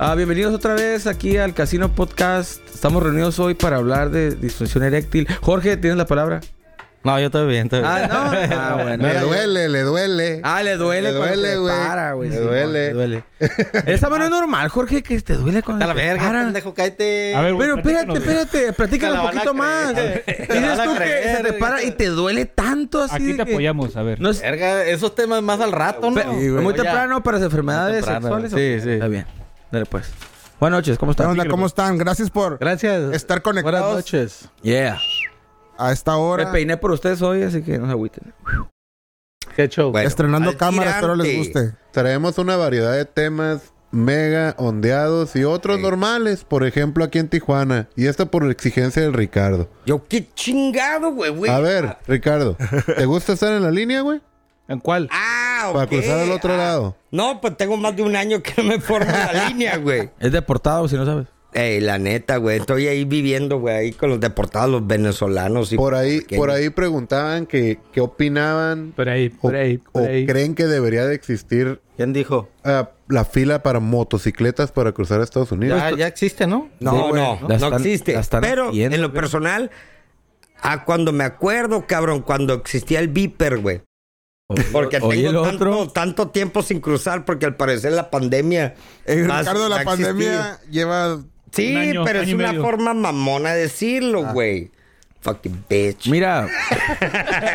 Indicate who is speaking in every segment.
Speaker 1: Ah, bienvenidos otra vez aquí al Casino Podcast. Estamos reunidos hoy para hablar de disfunción eréctil. Jorge, ¿tienes la palabra?
Speaker 2: No, yo estoy bien, estoy bien.
Speaker 1: Ah, no. Ah, bueno.
Speaker 3: Le duele, le duele.
Speaker 1: Ah, le duele.
Speaker 3: Le
Speaker 1: cuando
Speaker 3: duele,
Speaker 1: se
Speaker 3: güey.
Speaker 1: Para, güey.
Speaker 3: Le
Speaker 1: sí,
Speaker 3: duele.
Speaker 1: duele. Esa mano es normal, Jorge, que te duele cuando
Speaker 2: Ah. A la
Speaker 1: te
Speaker 2: verga,
Speaker 1: paran.
Speaker 2: pendejo, cállate.
Speaker 4: A ver, güey,
Speaker 1: Pero espérate,
Speaker 4: platícanos, güey.
Speaker 1: espérate, platícala
Speaker 2: Te la van
Speaker 1: un
Speaker 2: a
Speaker 1: poquito más.
Speaker 2: creer. Te la
Speaker 1: Dices
Speaker 2: van a
Speaker 1: tú que
Speaker 2: creer,
Speaker 1: se te
Speaker 2: güey.
Speaker 1: para y te duele tanto así.
Speaker 4: Aquí
Speaker 1: de
Speaker 4: te
Speaker 1: que-
Speaker 4: apoyamos, a ver.
Speaker 1: No es-
Speaker 2: Verga, esos temas más al rato, ¿no?
Speaker 1: Pe- muy temprano para las enfermedades
Speaker 2: Muy temprano.
Speaker 1: sexuales. Sí, sí. Está bien. Dale pues. Buenas noches, ¿cómo
Speaker 3: ¿Qué
Speaker 1: estás?
Speaker 3: onda? ¿Cómo están? Gracias por
Speaker 5: Gracias.
Speaker 3: estar conectados.
Speaker 5: Buenas noches.
Speaker 1: Yeah.
Speaker 3: A esta
Speaker 1: Me
Speaker 3: hora,
Speaker 1: peiné por ustedes hoy, así que no se agüiten.
Speaker 5: Qué show.
Speaker 2: Bueno,
Speaker 3: estrenando
Speaker 2: al
Speaker 3: cámaras, espero les
Speaker 2: tirante.
Speaker 3: guste.
Speaker 5: Traemos una variedad de temas mega ondeados y otros normales, por ejemplo, aquí en Tijuana. Y esto por exigencia del Ricardo.
Speaker 2: Yo, qué chingado, güey, güey.
Speaker 5: A ver, Ricardo, ¿te gusta estar en la línea, güey?
Speaker 4: ¿En cuál?
Speaker 2: Ah,
Speaker 5: Para
Speaker 2: ok.
Speaker 5: cruzar al otro
Speaker 2: Ah.
Speaker 5: lado.
Speaker 2: No, pues tengo más de un año que no me formo en la línea, güey.
Speaker 1: Es deportado, si no sabes.
Speaker 2: Ey, la neta, güey. Estoy ahí viviendo, güey, ahí con los deportados, los venezolanos. Y
Speaker 5: Por ahí,
Speaker 2: pequeños.
Speaker 5: por ahí preguntaban que, que opinaban
Speaker 4: Por ahí,
Speaker 5: o,
Speaker 4: por ahí,
Speaker 5: o
Speaker 4: por ahí.
Speaker 5: creen que debería de existir
Speaker 6: ¿Quién dijo?
Speaker 5: ah, la fila para motocicletas para cruzar a Estados Unidos.
Speaker 6: Ya, ya existe, ¿no?
Speaker 2: No,
Speaker 1: Sí, güey,
Speaker 2: no,
Speaker 1: la
Speaker 2: no
Speaker 1: están-
Speaker 2: existe.
Speaker 1: la están
Speaker 6: Pero
Speaker 1: haciendo,
Speaker 6: en lo
Speaker 1: güey.
Speaker 6: personal, a cuando me acuerdo, cabrón, cuando existía el Viper, güey. Porque
Speaker 1: Oye, el
Speaker 6: tengo
Speaker 1: otro.
Speaker 6: tanto, tanto tiempo sin cruzar, porque al parecer la pandemia.
Speaker 3: Eh,
Speaker 6: va a-
Speaker 3: Ricardo,
Speaker 6: va
Speaker 3: la
Speaker 6: a existir.
Speaker 3: pandemia lleva...
Speaker 6: Sí,
Speaker 4: Un año,
Speaker 6: pero
Speaker 4: año
Speaker 6: es
Speaker 4: y
Speaker 6: una
Speaker 4: medio.
Speaker 6: forma mamona de decirlo,
Speaker 5: Ah.
Speaker 6: güey. Fucking bitch.
Speaker 1: Mira,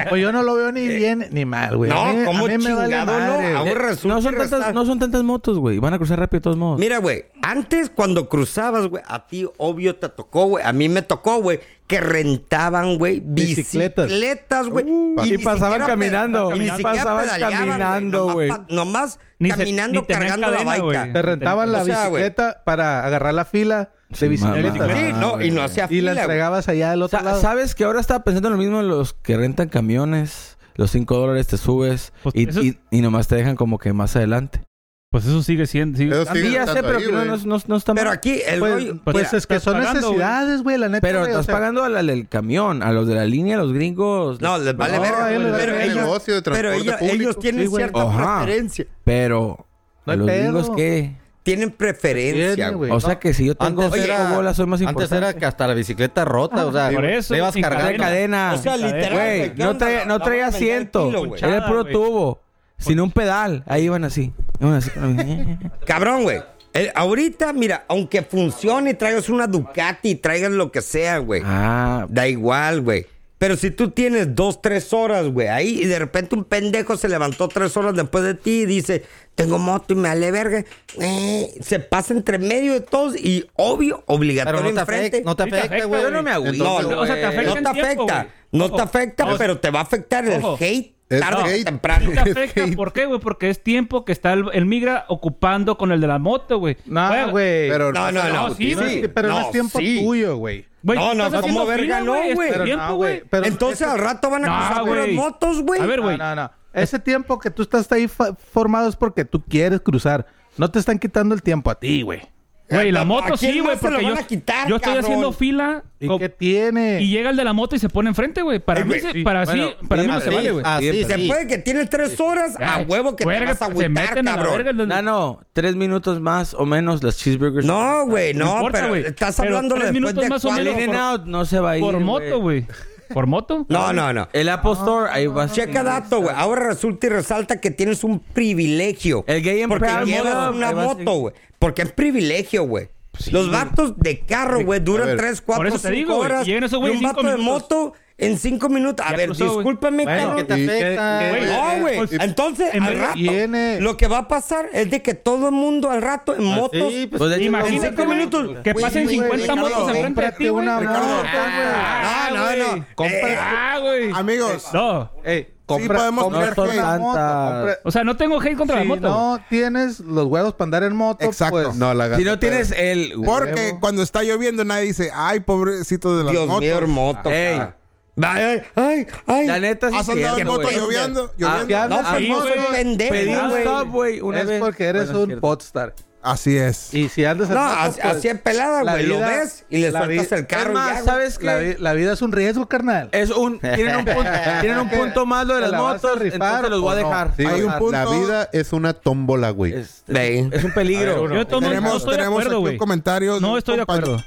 Speaker 4: Pues yo no lo veo ni bien ni mal,
Speaker 7: Pues,
Speaker 4: güey.
Speaker 6: no,
Speaker 4: A mí-
Speaker 6: como
Speaker 4: a mí me vale
Speaker 6: chingado,
Speaker 4: madre.
Speaker 6: no. Ah, Ahora
Speaker 1: eh,
Speaker 6: resulta
Speaker 1: no
Speaker 6: y
Speaker 1: son,
Speaker 6: resta-
Speaker 1: tantas, no son tantas motos, güey. Van a cruzar rápido de todos modos.
Speaker 6: Mira, güey, antes cuando cruzabas, güey, a ti obvio te tocó, güey. A mí me tocó, güey, que rentaban, güey,
Speaker 5: Bicicletas.
Speaker 6: bicicletas, güey.
Speaker 5: Y
Speaker 6: ni
Speaker 1: pasaban
Speaker 6: siquiera
Speaker 1: caminando,
Speaker 6: peda- ni siquiera
Speaker 1: pasaban
Speaker 6: pedaleaban, güey,
Speaker 1: caminando,
Speaker 6: nomás
Speaker 1: güey.
Speaker 6: pa- Nomás
Speaker 4: Ni se-
Speaker 6: caminando,
Speaker 4: ni tenían
Speaker 6: cargando
Speaker 4: cadena,
Speaker 6: la
Speaker 4: güey.
Speaker 6: baica.
Speaker 5: Te rentaban
Speaker 6: la O sea, güey.
Speaker 5: para agarrar la fila
Speaker 1: Sí, mamá.
Speaker 6: Sí,
Speaker 1: Ah,
Speaker 6: no,
Speaker 1: güey.
Speaker 6: y no hacía fila, güey.
Speaker 5: allá del
Speaker 1: Sa- ¿Sabes que ahora estaba pensando en lo mismo en los que rentan camiones? Los 5 dólares te subes
Speaker 4: Pues
Speaker 1: y,
Speaker 4: eso-
Speaker 1: y- y nomás te dejan como que más adelante.
Speaker 4: Pues eso sigue siendo. sigue-
Speaker 5: Eso
Speaker 4: Ah,
Speaker 5: sí.
Speaker 1: Sí, ya sé,
Speaker 5: estando
Speaker 1: pero
Speaker 5: ahí,
Speaker 1: que no,
Speaker 5: güey.
Speaker 1: no- no- no está
Speaker 6: Pero
Speaker 1: mal.
Speaker 6: aquí el rollo-
Speaker 4: pues,
Speaker 6: mira,
Speaker 4: es que son necesidades, güey, la neta.
Speaker 1: Pero estás pagando a la del camión, a los de la línea, a los gringos.
Speaker 6: No, les vale
Speaker 4: No,
Speaker 6: verga,
Speaker 5: Ah,
Speaker 4: ahí
Speaker 6: güey,
Speaker 4: les
Speaker 6: pero
Speaker 4: vale
Speaker 6: ellos-
Speaker 5: negocio de
Speaker 6: Pero
Speaker 5: transporte
Speaker 6: ellos,
Speaker 5: público.
Speaker 6: ellos tienen
Speaker 4: Sí, güey.
Speaker 6: cierta
Speaker 1: Ajá.
Speaker 6: preferencia.
Speaker 1: Pero,
Speaker 4: No
Speaker 1: ¿a
Speaker 4: hay
Speaker 1: los
Speaker 4: pedo.
Speaker 1: gringos qué?
Speaker 6: Tienen preferencia,
Speaker 5: Tiene,
Speaker 6: güey.
Speaker 1: O sea que si yo tengo
Speaker 6: Antes
Speaker 1: cinco
Speaker 6: era-
Speaker 1: bolas, soy más
Speaker 2: Antes
Speaker 1: importante.
Speaker 2: era que hasta la bicicleta rota, o sea,
Speaker 4: Ah, Por eso,
Speaker 2: le ibas
Speaker 4: sin
Speaker 1: Trae
Speaker 2: cargando.
Speaker 4: cadena.
Speaker 1: cadena.
Speaker 6: O sea, literal,
Speaker 1: Güey,
Speaker 6: güey, ¿qué
Speaker 1: no
Speaker 6: onda?
Speaker 1: traía, no
Speaker 6: La
Speaker 1: traía
Speaker 6: van a vender al
Speaker 1: asiento.
Speaker 6: kilo, güey.
Speaker 1: era el puro
Speaker 4: güey.
Speaker 1: tubo. Sin un pedal. Ahí iban así. Iban así.
Speaker 6: Cabrón, güey. El- ahorita, mira, aunque funcione y traigas una Ducati, traigas lo que sea, güey.
Speaker 1: ah,
Speaker 6: Da igual, güey. Pero si tú tienes dos, tres horas, güey, ahí y de repente un pendejo se levantó tres horas después de ti y dice, tengo moto y me vale verga, eh, se pasa entre medio de todos y obvio,
Speaker 2: Pero
Speaker 6: obligatorio
Speaker 2: no te
Speaker 6: enfrente.
Speaker 2: afecta, no te
Speaker 4: Sí te
Speaker 2: afecta,
Speaker 4: afecta,
Speaker 2: güey.
Speaker 4: yo no me
Speaker 2: agüito.
Speaker 6: No,
Speaker 2: No,
Speaker 6: no,
Speaker 4: o sea, te
Speaker 2: güey.
Speaker 4: afecta
Speaker 6: no te
Speaker 4: en tiempo,
Speaker 6: afecta,
Speaker 4: güey.
Speaker 6: no
Speaker 4: Ojo.
Speaker 6: te afecta,
Speaker 4: Ojo.
Speaker 6: pero te va a afectar el
Speaker 4: Ojo.
Speaker 6: hate
Speaker 5: Es
Speaker 6: tarde o
Speaker 5: hate.
Speaker 6: temprano.
Speaker 4: te afecta. ¿Por qué, güey? Porque es tiempo que está el, el migra ocupando con el de la moto, güey. Juega-
Speaker 7: No, güey.
Speaker 5: Pero
Speaker 6: No, no, no.
Speaker 4: No, sí,
Speaker 7: No,
Speaker 4: sí.
Speaker 7: es que- pero no, es tiempo
Speaker 6: sí.
Speaker 7: tuyo, güey.
Speaker 4: Güey,
Speaker 6: No, no,
Speaker 4: estás
Speaker 6: ¿cómo
Speaker 4: haciendo
Speaker 6: verga
Speaker 4: fila,
Speaker 6: no,
Speaker 4: es tu
Speaker 6: güey?
Speaker 7: Pero
Speaker 4: tiempo,
Speaker 7: no,
Speaker 4: güey.
Speaker 7: güey. Pero
Speaker 6: Entonces
Speaker 7: ese-
Speaker 6: al rato van
Speaker 4: No,
Speaker 6: a cruzar
Speaker 4: güey.
Speaker 6: puras motos, güey.
Speaker 4: A ver, güey.
Speaker 7: No, no, no. Ese tiempo que tú estás ahí fa- formado es porque tú quieres cruzar. No te están quitando el tiempo a ti, güey.
Speaker 4: Güey, la
Speaker 6: ¿A
Speaker 4: moto
Speaker 6: quién
Speaker 4: sí,
Speaker 6: más
Speaker 4: güey,
Speaker 6: se lo
Speaker 4: porque
Speaker 6: van
Speaker 4: yo,
Speaker 6: a quitar,
Speaker 4: yo estoy
Speaker 6: cabrón?
Speaker 4: haciendo fila
Speaker 7: ¿Y
Speaker 4: co-
Speaker 7: qué tiene?
Speaker 4: y llega el de la moto y se pone enfrente, güey. Para
Speaker 6: Eh,
Speaker 4: mí,
Speaker 6: güey,
Speaker 4: se-
Speaker 6: sí.
Speaker 4: para
Speaker 2: Bueno,
Speaker 4: sí, para mí no
Speaker 2: así,
Speaker 4: se vale, güey.
Speaker 2: así,
Speaker 6: Se
Speaker 2: sí.
Speaker 6: puede que tienes tres horas, a
Speaker 4: Ay,
Speaker 6: huevo que te
Speaker 4: verga,
Speaker 6: vas a
Speaker 4: se
Speaker 6: agüitar,
Speaker 4: meten a la verga
Speaker 6: cabrón.
Speaker 4: el de-
Speaker 1: Nano, tres minutos más o menos las cheeseburgers.
Speaker 6: No, güey, no,
Speaker 4: importa,
Speaker 6: pero
Speaker 4: güey.
Speaker 6: estás
Speaker 4: Pero
Speaker 6: hablando
Speaker 4: tres
Speaker 6: después
Speaker 4: minutos
Speaker 6: de
Speaker 4: más o
Speaker 1: El
Speaker 6: cuál-
Speaker 4: menos.
Speaker 1: In and Out no se va a ir.
Speaker 4: Por moto, güey. ¿Por moto?
Speaker 6: No, no, no.
Speaker 1: El Apple Store, ahí vas.
Speaker 6: Ah, Checa dato, güey. Ahora resulta y resalta que tienes un privilegio.
Speaker 1: El gay en
Speaker 6: Porque
Speaker 1: Proud
Speaker 6: llevas
Speaker 1: Mode,
Speaker 6: una
Speaker 1: ahí vas,
Speaker 6: moto,
Speaker 1: sí.
Speaker 6: güey. Porque es privilegio, güey.
Speaker 4: Pues
Speaker 6: Los vatos de carro, güey,
Speaker 5: A
Speaker 6: duran
Speaker 5: ver.
Speaker 6: 3,
Speaker 4: Por
Speaker 6: 4,
Speaker 4: eso te
Speaker 6: 5
Speaker 4: digo, güey.
Speaker 6: horas.
Speaker 4: Llegan esos
Speaker 6: y
Speaker 4: güeyes
Speaker 6: un
Speaker 4: cinco
Speaker 6: vato de
Speaker 4: minutos.
Speaker 6: moto en 5 minutos. A
Speaker 4: Ya
Speaker 6: ver,
Speaker 4: cruzó, güey.
Speaker 6: discúlpame,
Speaker 7: Bueno,
Speaker 6: cabrón.
Speaker 7: ¿qué te afecta?
Speaker 4: güey,
Speaker 6: No, güey.
Speaker 4: pues,
Speaker 6: Entonces,
Speaker 4: en
Speaker 6: al
Speaker 4: vez-
Speaker 6: rato,
Speaker 7: Tiene-
Speaker 6: lo que va a pasar es de que todo el mundo al rato
Speaker 3: Ah,
Speaker 6: en motos...
Speaker 5: pues,
Speaker 1: Pues de hecho,
Speaker 6: en
Speaker 4: Imagínate,
Speaker 6: cinco
Speaker 4: güey,
Speaker 6: minutos.
Speaker 4: que
Speaker 6: Güey,
Speaker 4: pasen
Speaker 6: güey,
Speaker 4: 50
Speaker 6: güey,
Speaker 4: motos
Speaker 6: cabrón.
Speaker 4: enfrente de ti,
Speaker 7: Cómprate
Speaker 4: güey.
Speaker 7: una
Speaker 4: Ah,
Speaker 7: moto,
Speaker 4: ah,
Speaker 6: No, no,
Speaker 4: güey.
Speaker 6: no.
Speaker 4: Compra- Ah, güey.
Speaker 3: Amigos,
Speaker 4: No.
Speaker 7: Ey,
Speaker 3: sí podemos
Speaker 1: no
Speaker 3: tener
Speaker 1: son
Speaker 3: hate.
Speaker 1: tantas.
Speaker 4: O sea, no tengo hate contra
Speaker 7: si
Speaker 4: la moto. güey.
Speaker 7: no tienes los huevos para andar en moto,
Speaker 3: Exacto.
Speaker 7: pues...
Speaker 5: No, la
Speaker 1: Si
Speaker 5: gata-
Speaker 1: no tienes el.
Speaker 3: Porque
Speaker 7: Huevo.
Speaker 3: cuando está lloviendo nadie dice, ay, pobrecito de las
Speaker 6: Dios
Speaker 3: motos.
Speaker 6: mío, hermoso.
Speaker 1: Ey. Ah,
Speaker 6: cara. Ay, ay, ay.
Speaker 1: La neta sí
Speaker 3: ¿Has andado en
Speaker 1: cierto,
Speaker 3: moto
Speaker 1: güey.
Speaker 3: lloviendo?
Speaker 1: Ah,
Speaker 3: lloviendo.
Speaker 1: ya
Speaker 6: No,
Speaker 7: andas
Speaker 6: pues
Speaker 4: ahí,
Speaker 6: no soy
Speaker 4: güey.
Speaker 6: pendejo,
Speaker 1: Pedí un
Speaker 6: güey.
Speaker 1: Subway una
Speaker 7: es
Speaker 1: vez.
Speaker 7: porque eres
Speaker 1: Bueno, es
Speaker 7: un
Speaker 1: cierto.
Speaker 7: podstar.
Speaker 3: Así es.
Speaker 7: Y si andas
Speaker 6: No,
Speaker 7: armado,
Speaker 6: así,
Speaker 7: pues,
Speaker 6: así es pelada,
Speaker 7: la
Speaker 6: güey. Lo
Speaker 7: vida-
Speaker 6: ves y le
Speaker 7: la
Speaker 6: sueltas
Speaker 7: vida-
Speaker 6: el carro.
Speaker 1: Es
Speaker 6: y
Speaker 1: más,
Speaker 6: ya, güey.
Speaker 1: ¿sabes qué?
Speaker 7: la, vi- la vida es un riesgo, carnal.
Speaker 1: Es un, tienen un punto, tienen un punto más lo de
Speaker 7: ¿Te
Speaker 1: las
Speaker 7: la vas a
Speaker 1: motos,
Speaker 7: rifar
Speaker 1: entonces los voy a
Speaker 7: o no? ah,
Speaker 1: dejar.
Speaker 5: Sí,
Speaker 1: Voy a
Speaker 3: Hay un
Speaker 1: dejar.
Speaker 3: punto-
Speaker 5: La vida es una tómbola, güey.
Speaker 1: Es,
Speaker 6: Ve.
Speaker 1: es un peligro.
Speaker 4: Yo tomo- no
Speaker 3: Tenemos,
Speaker 4: estoy de
Speaker 3: tenemos
Speaker 4: acuerdo,
Speaker 3: aquí
Speaker 4: güey.
Speaker 3: un comentario. de
Speaker 4: No
Speaker 3: un
Speaker 4: estoy de
Speaker 3: compa-
Speaker 4: acuerdo.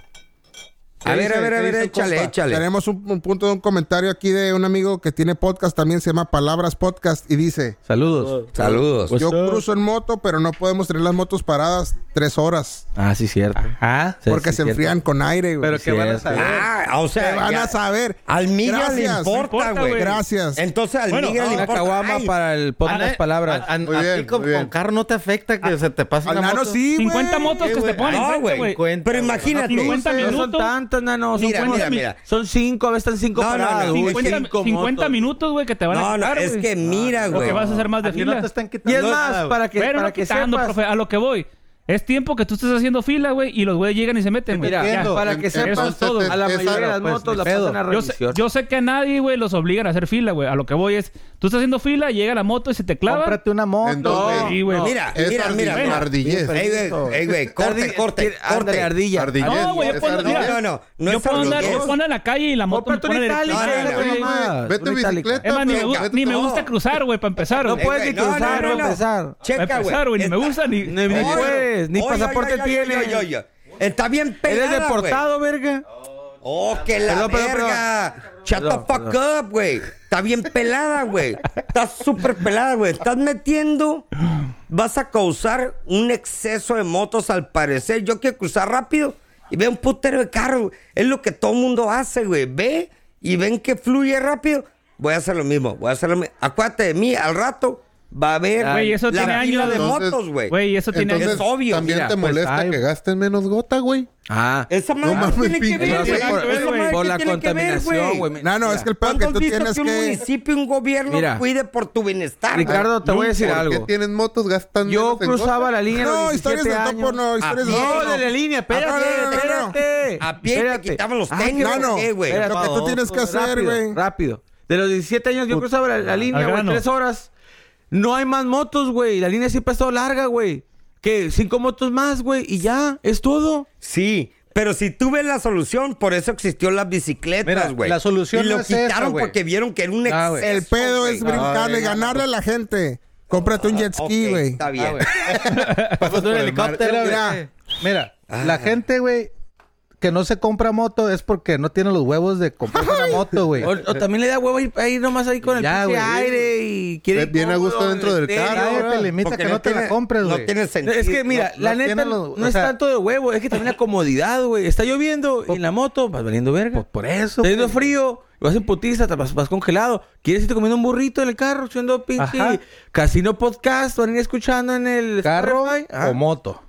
Speaker 6: A ver, a ver, a ver, échale, échale.
Speaker 3: Tenemos un, un punto de un comentario aquí de un amigo que tiene podcast también, se llama Palabras Podcast, y dice:
Speaker 1: Saludos.
Speaker 6: Saludos.
Speaker 1: Pues-
Speaker 3: Yo
Speaker 1: up?
Speaker 3: cruzo en moto, pero no podemos tener las motos paradas tres horas
Speaker 1: Ah, sí, cierto.
Speaker 7: Ah,
Speaker 1: Sí,
Speaker 3: porque
Speaker 1: sí,
Speaker 3: se
Speaker 1: cierto.
Speaker 3: enfrían con aire, güey.
Speaker 7: pero ¿qué van a
Speaker 1: cierto.
Speaker 7: saber?
Speaker 6: Ah, o sea.
Speaker 3: Te van
Speaker 6: ya-
Speaker 3: a saber.
Speaker 6: Al migra le
Speaker 3: Gracias.
Speaker 6: importa,
Speaker 4: Importa,
Speaker 6: güey.
Speaker 4: güey.
Speaker 3: Gracias.
Speaker 6: Entonces al
Speaker 4: Bueno,
Speaker 6: migra le
Speaker 4: ah,
Speaker 1: Una
Speaker 6: importa.
Speaker 1: caguama
Speaker 6: Ay,
Speaker 1: para el pon las palabras.
Speaker 8: A, a-
Speaker 5: Muy
Speaker 8: a ti
Speaker 5: bien,
Speaker 8: con,
Speaker 5: muy bien.
Speaker 8: con carro no te afecta que se te pase
Speaker 3: Al
Speaker 8: una
Speaker 3: nano
Speaker 8: moto.
Speaker 3: sí, güey.
Speaker 4: 50 motos que se te ponen
Speaker 6: No,
Speaker 4: enfrente,
Speaker 6: güey.
Speaker 4: güey.
Speaker 8: Cuenta,
Speaker 6: Pero
Speaker 8: güey.
Speaker 6: imagínate.
Speaker 4: 50
Speaker 1: no son
Speaker 4: minutos.
Speaker 1: tantas, nano. Son,
Speaker 6: Mira,
Speaker 1: cuarenta
Speaker 6: mira,
Speaker 1: mil-
Speaker 6: mira.
Speaker 1: son cinco, a veces están cinco
Speaker 6: No, no,
Speaker 1: paradas.
Speaker 6: no,
Speaker 1: güey.
Speaker 4: 50,
Speaker 1: Cinco
Speaker 4: 50
Speaker 1: motos.
Speaker 4: minutos, güey, que te van a
Speaker 6: No, no,
Speaker 4: quitar,
Speaker 6: es
Speaker 4: güey.
Speaker 6: que mira,
Speaker 4: Lo
Speaker 6: güey.
Speaker 4: que vas a hacer más de
Speaker 7: Aquí
Speaker 4: fila.
Speaker 7: no te están quitando
Speaker 1: Y es
Speaker 7: nada,
Speaker 1: más,
Speaker 7: güey.
Speaker 1: para que,
Speaker 4: Pero
Speaker 1: para
Speaker 4: no
Speaker 1: que
Speaker 4: quitando,
Speaker 1: sepas.
Speaker 4: profe, a lo que voy. Es tiempo que tú estás haciendo fila, güey, y los güeyes llegan y se meten, güey.
Speaker 1: Mira,
Speaker 4: Ya.
Speaker 7: Entiendo.
Speaker 1: para que
Speaker 5: Eso es
Speaker 1: sepas,
Speaker 5: todo.
Speaker 1: a la
Speaker 5: Es
Speaker 1: mayoría de
Speaker 5: algo,
Speaker 1: las
Speaker 5: pues,
Speaker 1: motos
Speaker 5: ni
Speaker 1: las pasan
Speaker 5: pedo.
Speaker 1: a
Speaker 4: Yo sé,
Speaker 1: revisión.
Speaker 4: yo sé que a nadie, güey, los obligan a hacer fila, güey. A lo que voy es, tú estás haciendo fila, llega la moto y se te clava.
Speaker 7: Cómprate una moto.
Speaker 5: Entonces,
Speaker 4: Sí, güey.
Speaker 6: Mira,
Speaker 5: es
Speaker 6: mira,
Speaker 5: ardi-
Speaker 6: mira. mira.
Speaker 5: ardillez.
Speaker 6: Ey, güey, ey, güey, corte,
Speaker 1: Ardi-
Speaker 6: corte,
Speaker 1: tiene- ándale,
Speaker 6: corte.
Speaker 1: ardilla.
Speaker 5: Ardillez,
Speaker 4: No, güey, yo
Speaker 5: es
Speaker 4: puedo,
Speaker 5: ardillez.
Speaker 4: mira,
Speaker 6: No, no, no
Speaker 4: yo
Speaker 6: es
Speaker 4: puedo andar,
Speaker 6: ardillez.
Speaker 4: yo puedo andar en la calle y la moto me
Speaker 1: Cómprate
Speaker 4: pone
Speaker 1: una
Speaker 4: de
Speaker 1: itálica,
Speaker 6: No, no, no,
Speaker 1: güey,
Speaker 5: no,
Speaker 1: nomás,
Speaker 5: Vete
Speaker 1: una
Speaker 5: en
Speaker 1: itálica.
Speaker 5: bicicleta.
Speaker 4: Es más, ni, me,
Speaker 5: venga,
Speaker 4: gu-
Speaker 5: vete
Speaker 4: ni me
Speaker 5: todo.
Speaker 4: gusta cruzar, güey, para empezar,
Speaker 1: No
Speaker 4: güey.
Speaker 1: puedes ni
Speaker 6: güey, no,
Speaker 1: cruzar,
Speaker 6: no,
Speaker 1: no,
Speaker 6: no, no.
Speaker 1: empezar.
Speaker 6: Checa,
Speaker 4: Para
Speaker 6: güey.
Speaker 4: empezar, güey, ni me
Speaker 6: Está-
Speaker 4: gusta, ni-
Speaker 1: Ni- ni
Speaker 6: Oye,
Speaker 1: puedes, ni
Speaker 6: oye,
Speaker 1: pasaporte
Speaker 6: oye, oye,
Speaker 1: tienes.
Speaker 6: oye, oye, oye. Está bien
Speaker 1: Eres
Speaker 6: pelada,
Speaker 1: deportado, verga.
Speaker 6: güey. Oh, que la
Speaker 1: Perdón, perdón,
Speaker 6: verga. Shut
Speaker 1: Perdón,
Speaker 6: the fuck up, güey. Está bien pelada, güey. Está súper pelada, güey. Estás metiendo... Vas a causar un exceso de motos al parecer. Yo quiero cruzar rápido y veo un putero de carro. güey. Es lo que todo mundo hace, güey. Ve y ven que fluye rápido. Voy a hacer lo mismo, voy a hacer lo mismo. Acuérdate de mí, al rato va a haber
Speaker 4: Güey, eso
Speaker 6: la
Speaker 4: tiene
Speaker 6: fila
Speaker 4: años.
Speaker 6: de
Speaker 5: Entonces,
Speaker 6: motos, güey.
Speaker 4: Güey, eso tiene
Speaker 5: Entonces,
Speaker 6: Es obvio,
Speaker 5: también
Speaker 1: mira,
Speaker 5: te
Speaker 1: pues,
Speaker 5: molesta
Speaker 1: ay,
Speaker 5: que gasten menos gota, güey.
Speaker 1: Ah.
Speaker 6: Esa madre
Speaker 5: No mames,
Speaker 6: tiene que
Speaker 5: pinche
Speaker 6: ver,
Speaker 1: Lo hace
Speaker 5: güey,
Speaker 1: por,
Speaker 5: güey,
Speaker 6: esa madre
Speaker 1: por
Speaker 6: que
Speaker 1: la
Speaker 6: tiene que ver,
Speaker 1: contaminación, güey.
Speaker 3: No, no, es que el pedo que
Speaker 6: ¿Cuándo
Speaker 3: tú
Speaker 6: has visto
Speaker 3: tienes
Speaker 6: que un
Speaker 3: que.
Speaker 6: municipio, un gobierno
Speaker 1: Mira.
Speaker 6: cuide por tu bienestar?
Speaker 1: Ricardo, te voy a decir
Speaker 5: ¿Por qué
Speaker 1: algo.
Speaker 5: tienen motos gastan
Speaker 1: Yo
Speaker 5: menos en
Speaker 1: cruzaba
Speaker 5: gotas?
Speaker 1: la línea
Speaker 3: No,
Speaker 1: no, los
Speaker 3: historias
Speaker 1: 17
Speaker 3: del
Speaker 1: años.
Speaker 3: topo no, historias del
Speaker 6: Ah,
Speaker 3: topo
Speaker 1: No,
Speaker 3: no.
Speaker 1: de la línea, espérate,
Speaker 3: Ah, no, no, no, no, no.
Speaker 1: espérate.
Speaker 6: A pie te
Speaker 1: Espérate.
Speaker 6: quitaban los
Speaker 1: Ah,
Speaker 6: tenis,
Speaker 1: no,
Speaker 6: ¿por
Speaker 1: no.
Speaker 6: qué, güey?
Speaker 1: Espérate.
Speaker 3: Lo que tú tienes que hacer,
Speaker 1: Rápido,
Speaker 3: güey.
Speaker 1: Rápido. De los 17 años yo cruzaba la, la línea,
Speaker 4: al
Speaker 1: güey,
Speaker 4: grano.
Speaker 1: tres horas. No hay más motos, güey. La línea siempre ha estado larga, güey. Que cinco motos más, güey, y ya, es todo.
Speaker 6: Sí, pero si tú ves la solución, por eso existió las bicicletas,
Speaker 7: Mira,
Speaker 6: güey.
Speaker 7: la solución
Speaker 6: Y lo
Speaker 7: no es esa,
Speaker 6: quitaron
Speaker 7: güey.
Speaker 6: porque vieron que era un
Speaker 7: Ah,
Speaker 6: exceso,
Speaker 7: güey.
Speaker 3: El pedo es
Speaker 6: güey.
Speaker 3: brincarle, ganarle a la gente. Cómprate un jet
Speaker 6: Ok,
Speaker 3: ski, güey.
Speaker 6: Está bien.
Speaker 7: Pasas por el mar.
Speaker 8: helicóptero,
Speaker 7: Mira,
Speaker 8: güey.
Speaker 7: mira,
Speaker 6: Ah.
Speaker 7: la gente, güey, que no se compra moto es porque no tiene los huevos de comprar una moto, güey.
Speaker 1: O, o también le da huevo ir, ir nomás ahí con el
Speaker 7: Ya,
Speaker 1: pinche
Speaker 7: güey.
Speaker 1: aire y quiere. ir
Speaker 5: Bien a
Speaker 1: cómodo este,
Speaker 5: gusto
Speaker 1: en el
Speaker 5: dentro del
Speaker 1: estéreo,
Speaker 5: carro,
Speaker 1: güey.
Speaker 7: Nadie te limita
Speaker 6: Porque
Speaker 7: que no, te
Speaker 6: tiene-
Speaker 7: la compres, güey.
Speaker 6: No tiene sentido.
Speaker 1: Es que mira,
Speaker 7: no-
Speaker 1: la
Speaker 7: no
Speaker 1: neta
Speaker 7: tienen los-
Speaker 1: no
Speaker 7: o
Speaker 1: es
Speaker 7: sea-
Speaker 1: tanto de huevo, es que también la comodidad, güey. Está lloviendo y en la moto, vas valiendo verga.
Speaker 7: Pues por eso,
Speaker 1: Está haciendo
Speaker 7: güey.
Speaker 1: frío, vas en putiza, te vas, vas congelado. ¿Quieres irte comiendo un burrito en el carro, haciendo pinche
Speaker 7: Ajá.
Speaker 1: casino podcast? Van a ir escuchando en el
Speaker 7: carro
Speaker 1: Spotify? Ah, Ajá.
Speaker 8: Ah.
Speaker 7: o moto.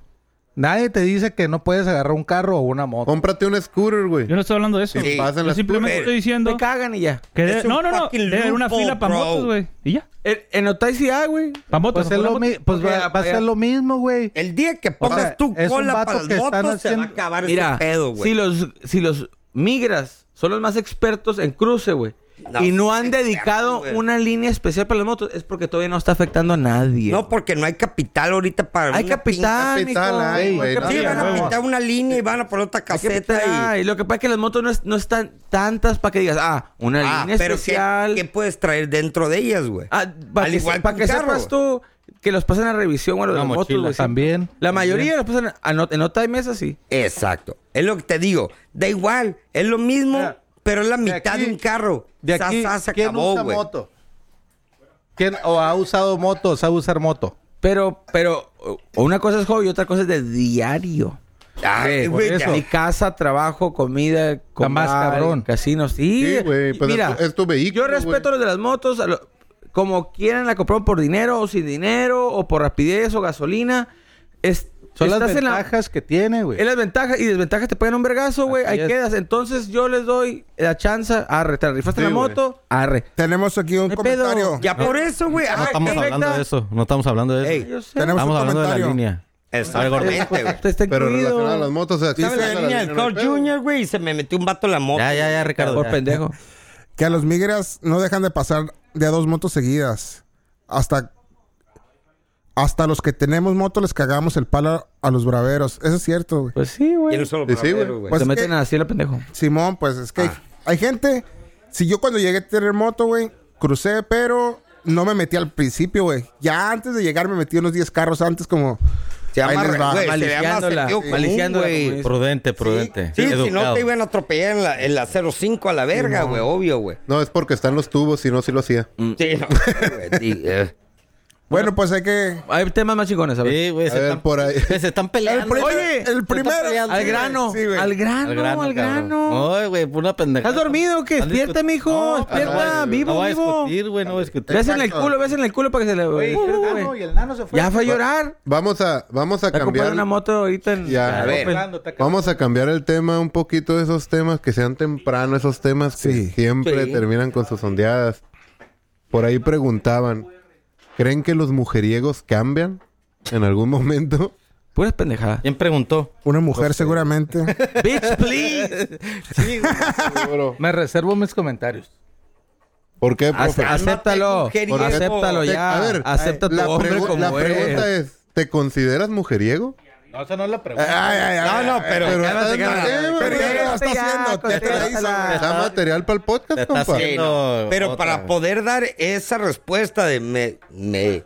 Speaker 7: Nadie te dice que no puedes agarrar un carro o una moto.
Speaker 5: Cómprate un scooter, güey.
Speaker 4: Yo no estoy hablando de eso.
Speaker 5: Sí. Pasan
Speaker 4: Yo
Speaker 5: las
Speaker 4: simplemente
Speaker 5: puras.
Speaker 4: estoy diciendo
Speaker 1: Te cagan y ya.
Speaker 4: que de-
Speaker 6: Es un
Speaker 4: no, no, no,
Speaker 6: fucking
Speaker 4: debe haber una
Speaker 6: loophole,
Speaker 4: fila para
Speaker 6: bro.
Speaker 4: motos, güey. Y ya.
Speaker 1: En, en Otay sí hay, güey.
Speaker 4: Para motos.
Speaker 7: Pues, es lo mi- pues
Speaker 1: Porque
Speaker 7: va, va a Eh,
Speaker 1: allá-
Speaker 7: ser lo mismo, güey.
Speaker 6: El día que
Speaker 7: O
Speaker 6: pongas
Speaker 7: sea,
Speaker 6: tu
Speaker 7: es un
Speaker 6: cola
Speaker 7: vato
Speaker 6: para las
Speaker 7: que están
Speaker 6: motos, se va a
Speaker 7: haciendo-
Speaker 6: acabar
Speaker 1: Mira,
Speaker 6: ese pedo, güey.
Speaker 1: si los, si los migras son los más expertos en cruce, güey.
Speaker 6: No,
Speaker 1: y no han
Speaker 6: expertos,
Speaker 1: dedicado
Speaker 6: güey.
Speaker 1: una línea especial para las motos, es porque todavía no está afectando a nadie.
Speaker 6: No, porque no hay capital ahorita para.
Speaker 1: Hay
Speaker 6: una
Speaker 1: capital, mijo.
Speaker 5: capital, ay, güey,
Speaker 1: Hay
Speaker 5: no,
Speaker 6: Sí,
Speaker 5: Ah,
Speaker 6: van a
Speaker 4: huevo.
Speaker 6: pintar una línea y van a poner otra
Speaker 1: Hay
Speaker 6: caseta
Speaker 1: capital.
Speaker 6: y.
Speaker 1: Y lo que pasa es que las motos no, es- no están tantas para que digas, ah, una
Speaker 6: Ah,
Speaker 1: línea
Speaker 6: pero ¿qué,
Speaker 1: especial.
Speaker 6: qué puedes traer dentro de ellas, güey?
Speaker 1: para
Speaker 6: Al
Speaker 1: que,
Speaker 6: igual
Speaker 1: se- pa'
Speaker 6: que
Speaker 1: que
Speaker 6: un carro,
Speaker 1: sepas tú que los pasan a revisión, bueno,
Speaker 8: Una
Speaker 1: las motos,
Speaker 8: mochila
Speaker 1: güey.
Speaker 7: también.
Speaker 1: La mayoría los pasan a not- en nota de mesa, sí.
Speaker 6: Exacto. Es lo que te digo. Da igual. Es lo mismo,
Speaker 7: Mira,
Speaker 6: pero es la
Speaker 7: de
Speaker 6: mitad de,
Speaker 7: aquí-
Speaker 6: un carro.
Speaker 7: De
Speaker 6: Sa,
Speaker 7: aquí,
Speaker 6: sa, se
Speaker 7: ¿quién
Speaker 6: acabó,
Speaker 7: usa
Speaker 6: güey.
Speaker 7: moto? ¿Quién o ha usado moto o sabe usar moto?
Speaker 1: Pero, pero, o- una cosa es hobby y otra cosa es de diario.
Speaker 5: Ah,
Speaker 6: Ay,
Speaker 1: Ve,
Speaker 6: güey,
Speaker 1: por eso.
Speaker 6: ya.
Speaker 1: Mi casa, trabajo, comida, comprar,
Speaker 7: más cabrón.
Speaker 1: Casinos. Sí,
Speaker 5: Sí, güey, pues es
Speaker 1: mira,
Speaker 5: tu- es tu vehículo,
Speaker 1: Yo respeto
Speaker 5: güey.
Speaker 1: los de las motos, a lo- como quieran la compraron por dinero o sin dinero, o por rapidez o gasolina. Es,
Speaker 7: Son las
Speaker 1: estás en la-
Speaker 7: ventajas que tiene, güey.
Speaker 1: es las ventajas y desventajas te pegan un vergazo, güey.
Speaker 7: Así
Speaker 1: Ahí
Speaker 7: es.
Speaker 1: quedas. Entonces yo les doy la chance. Arre, te rifaste
Speaker 5: Sí,
Speaker 1: la
Speaker 5: güey.
Speaker 1: moto. Arre.
Speaker 3: Tenemos aquí un
Speaker 1: ¿Qué pedo?
Speaker 3: comentario.
Speaker 6: Ya por eso, güey.
Speaker 8: No
Speaker 6: ah,
Speaker 8: estamos
Speaker 6: eh,
Speaker 8: hablando de eso. No estamos hablando de eso.
Speaker 6: Ey,
Speaker 1: Yo sé.
Speaker 3: Tenemos
Speaker 8: estamos
Speaker 3: un
Speaker 8: hablando de la
Speaker 3: comentario.
Speaker 8: línea.
Speaker 6: Exactamente, güey.
Speaker 1: Te está
Speaker 5: Pero
Speaker 1: incluido.
Speaker 5: relacionado a las motos, o sea,
Speaker 6: Estaba en
Speaker 5: cruzas la
Speaker 6: la línea del
Speaker 5: línea, no hay
Speaker 6: Carl
Speaker 5: pedo.
Speaker 6: Jr., güey, y se me metió un vato en la moto.
Speaker 8: Ya, ya, ya, Ricardo.
Speaker 1: Por
Speaker 8: ya.
Speaker 1: pendejo.
Speaker 3: Que a los migras no dejan de pasar de a dos motos seguidas. Hasta Hasta los que tenemos moto les cagamos el palo a- a los braveros. Eso es cierto, güey.
Speaker 1: Pues sí, güey.
Speaker 6: Tiene un solo
Speaker 5: Y sí, güey.
Speaker 6: bravero, güey.
Speaker 3: Pues
Speaker 1: Se
Speaker 3: es
Speaker 1: meten
Speaker 3: que-
Speaker 1: así la pendejo.
Speaker 3: Simón, pues es que
Speaker 6: Ah.
Speaker 3: hay, hay gente. Si yo cuando llegué a tener moto, güey, crucé, pero no me metí al principio, güey. Ya antes de llegar me metí unos 10 carros antes, como.
Speaker 6: Se llama,
Speaker 3: Ahí les va,
Speaker 6: güey, se llama
Speaker 1: Maliciándola.
Speaker 6: sentido común,
Speaker 1: Maliciándola,
Speaker 6: güey.
Speaker 1: comunista.
Speaker 8: Prudente,
Speaker 6: Sí,
Speaker 8: prudente.
Speaker 6: sí, si no
Speaker 8: Educado.
Speaker 6: te iban a atropellar en la, en la 05 a la verga, güey, obvio, güey.
Speaker 5: No, es porque están los tubos, si no, sí lo hacía.
Speaker 8: Mm.
Speaker 6: Sí, no, güey, sí, eh.
Speaker 3: Bueno, pues hay que.
Speaker 1: Hay temas más chingones, a ver.
Speaker 8: Sí, güey.
Speaker 5: A ver,
Speaker 8: Se, están-
Speaker 5: por ahí.
Speaker 8: se están peleando.
Speaker 3: El primer-
Speaker 8: Oye,
Speaker 3: el
Speaker 8: se están
Speaker 3: primero.
Speaker 8: peleando.
Speaker 1: Al grano,
Speaker 3: Sí, güey.
Speaker 1: al grano,
Speaker 8: Al
Speaker 1: al
Speaker 8: grano.
Speaker 1: grano.
Speaker 8: cabrón. Ay, güey, por una pendejada.
Speaker 1: ¿Estás dormido o qué?
Speaker 8: Están discut-
Speaker 1: Despierta, mijo.
Speaker 8: No,
Speaker 1: Despierta,
Speaker 8: no, no,
Speaker 1: vivo,
Speaker 8: no voy a
Speaker 1: vivo.
Speaker 8: discutir, güey, no voy a discutir.
Speaker 1: Ves en el
Speaker 3: Exacto.
Speaker 1: culo, ves en el culo para que se le... Uh, güey.
Speaker 7: y el nano se fue.
Speaker 1: ya fue a llorar.
Speaker 5: Vamos a, vamos a
Speaker 1: Va a comprar
Speaker 5: cambiar.
Speaker 1: una moto ahorita en...
Speaker 5: Ya, a
Speaker 1: en
Speaker 5: ver.
Speaker 1: Open.
Speaker 5: Vamos a cambiar el tema un poquito de esos temas que sean temprano, esos temas que
Speaker 3: Sí.
Speaker 5: siempre
Speaker 6: Sí.
Speaker 5: terminan con sus ondeadas. Por ahí preguntaban, ¿creen que los mujeriegos cambian en algún momento?
Speaker 1: Puras pendejadas.
Speaker 8: ¿Quién preguntó?
Speaker 3: Una mujer, seguramente.
Speaker 1: Bitch, please.
Speaker 7: Me reservo mis comentarios.
Speaker 5: ¿Por qué?
Speaker 1: Ace-
Speaker 5: profe?
Speaker 1: acéptalo.
Speaker 6: mujeriego.
Speaker 1: Acéptalo
Speaker 5: Te-
Speaker 1: ya.
Speaker 5: a ver,
Speaker 1: Acepta tu
Speaker 5: la,
Speaker 1: hombre
Speaker 5: pregu-
Speaker 1: como
Speaker 5: la
Speaker 1: es.
Speaker 5: pregunta es, ¿te consideras mujeriego?
Speaker 7: No, esa no es la pregunta.
Speaker 3: ay, ay, ay.
Speaker 6: No, no, pero...
Speaker 5: Pero
Speaker 1: cálmate,
Speaker 5: está en
Speaker 1: cálmate.
Speaker 5: el tema,
Speaker 3: Pero ya
Speaker 5: güey.
Speaker 3: lo está
Speaker 1: Ya,
Speaker 3: haciendo. Te
Speaker 1: contéstala.
Speaker 3: traiza, güey.
Speaker 5: Está material para el
Speaker 8: Te
Speaker 5: podcast,
Speaker 8: estás
Speaker 5: compa.
Speaker 8: haciendo-
Speaker 6: Sí, no, pero
Speaker 8: otra.
Speaker 6: para poder dar esa respuesta de me... me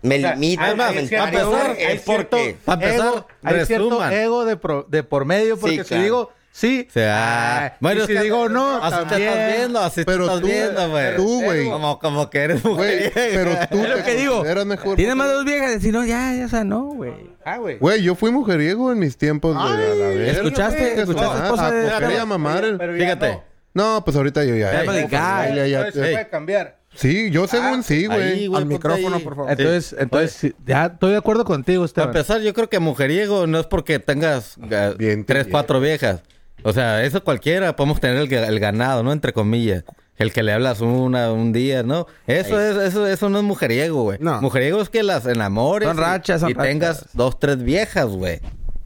Speaker 6: me
Speaker 7: O sea,
Speaker 6: limita
Speaker 8: Ah,
Speaker 7: hay-
Speaker 6: a
Speaker 7: hay cierto-
Speaker 6: pensar
Speaker 7: hay
Speaker 6: es porque
Speaker 7: cierto
Speaker 8: Para empezar,
Speaker 7: ego- hay cierto
Speaker 8: resuman.
Speaker 7: ego de, pro- de por medio, porque si
Speaker 6: claro.
Speaker 7: digo sí,
Speaker 8: O sea,
Speaker 7: ah, y
Speaker 8: bueno, es
Speaker 7: si
Speaker 8: que-
Speaker 7: digo no,
Speaker 8: así te estás
Speaker 7: también.
Speaker 8: viendo, así
Speaker 5: Pero
Speaker 8: te estás
Speaker 5: tú-
Speaker 8: viendo, güey.
Speaker 5: tú, güey.
Speaker 8: Como, como que eres
Speaker 5: Güey,
Speaker 8: mujer.
Speaker 5: pero tú
Speaker 1: Es lo
Speaker 5: te
Speaker 1: que digo.
Speaker 5: consideras mejor.
Speaker 1: Tiene más dos viejas. Decir, no, ya, ya, o sea, no, güey.
Speaker 5: Güey, yo fui mujeriego en mis tiempos, güey. a la verga.
Speaker 1: ¿Escuchaste?
Speaker 5: Chingas,
Speaker 1: ¿Escuchaste,
Speaker 5: ah,
Speaker 1: esposa de-
Speaker 5: a coger y a mamar el-
Speaker 8: Fíjate.
Speaker 5: No, pues ahorita yo ya.
Speaker 8: Ya
Speaker 5: ya,
Speaker 1: platicar.
Speaker 5: ya, ya,
Speaker 7: Entonces se
Speaker 5: ey.
Speaker 7: puede cambiar. Ah,
Speaker 5: Sí, yo según sí,
Speaker 8: Ahí,
Speaker 5: güey.
Speaker 8: güey,
Speaker 3: Al
Speaker 8: ponte
Speaker 3: micrófono,
Speaker 8: ahí.
Speaker 3: por favor.
Speaker 7: Entonces, entonces sí, ya estoy de acuerdo contigo,
Speaker 8: Para
Speaker 7: Esteban.
Speaker 8: empezar, yo creo que mujeriego no es porque tengas
Speaker 1: Ah,
Speaker 8: eh,
Speaker 5: Bien,
Speaker 8: tres,
Speaker 5: bien.
Speaker 8: cuatro viejas. O sea, eso cualquiera. Podemos tener el, ga- el ganado, ¿no? Entre comillas. El que le hablas una, un día, ¿no? Eso es, eso, eso no es mujeriego, güey.
Speaker 3: No.
Speaker 8: Mujeriego es que las enamores.
Speaker 1: Son
Speaker 8: y-
Speaker 1: rachas, son
Speaker 8: Y tengas dos, tres viejas, güey.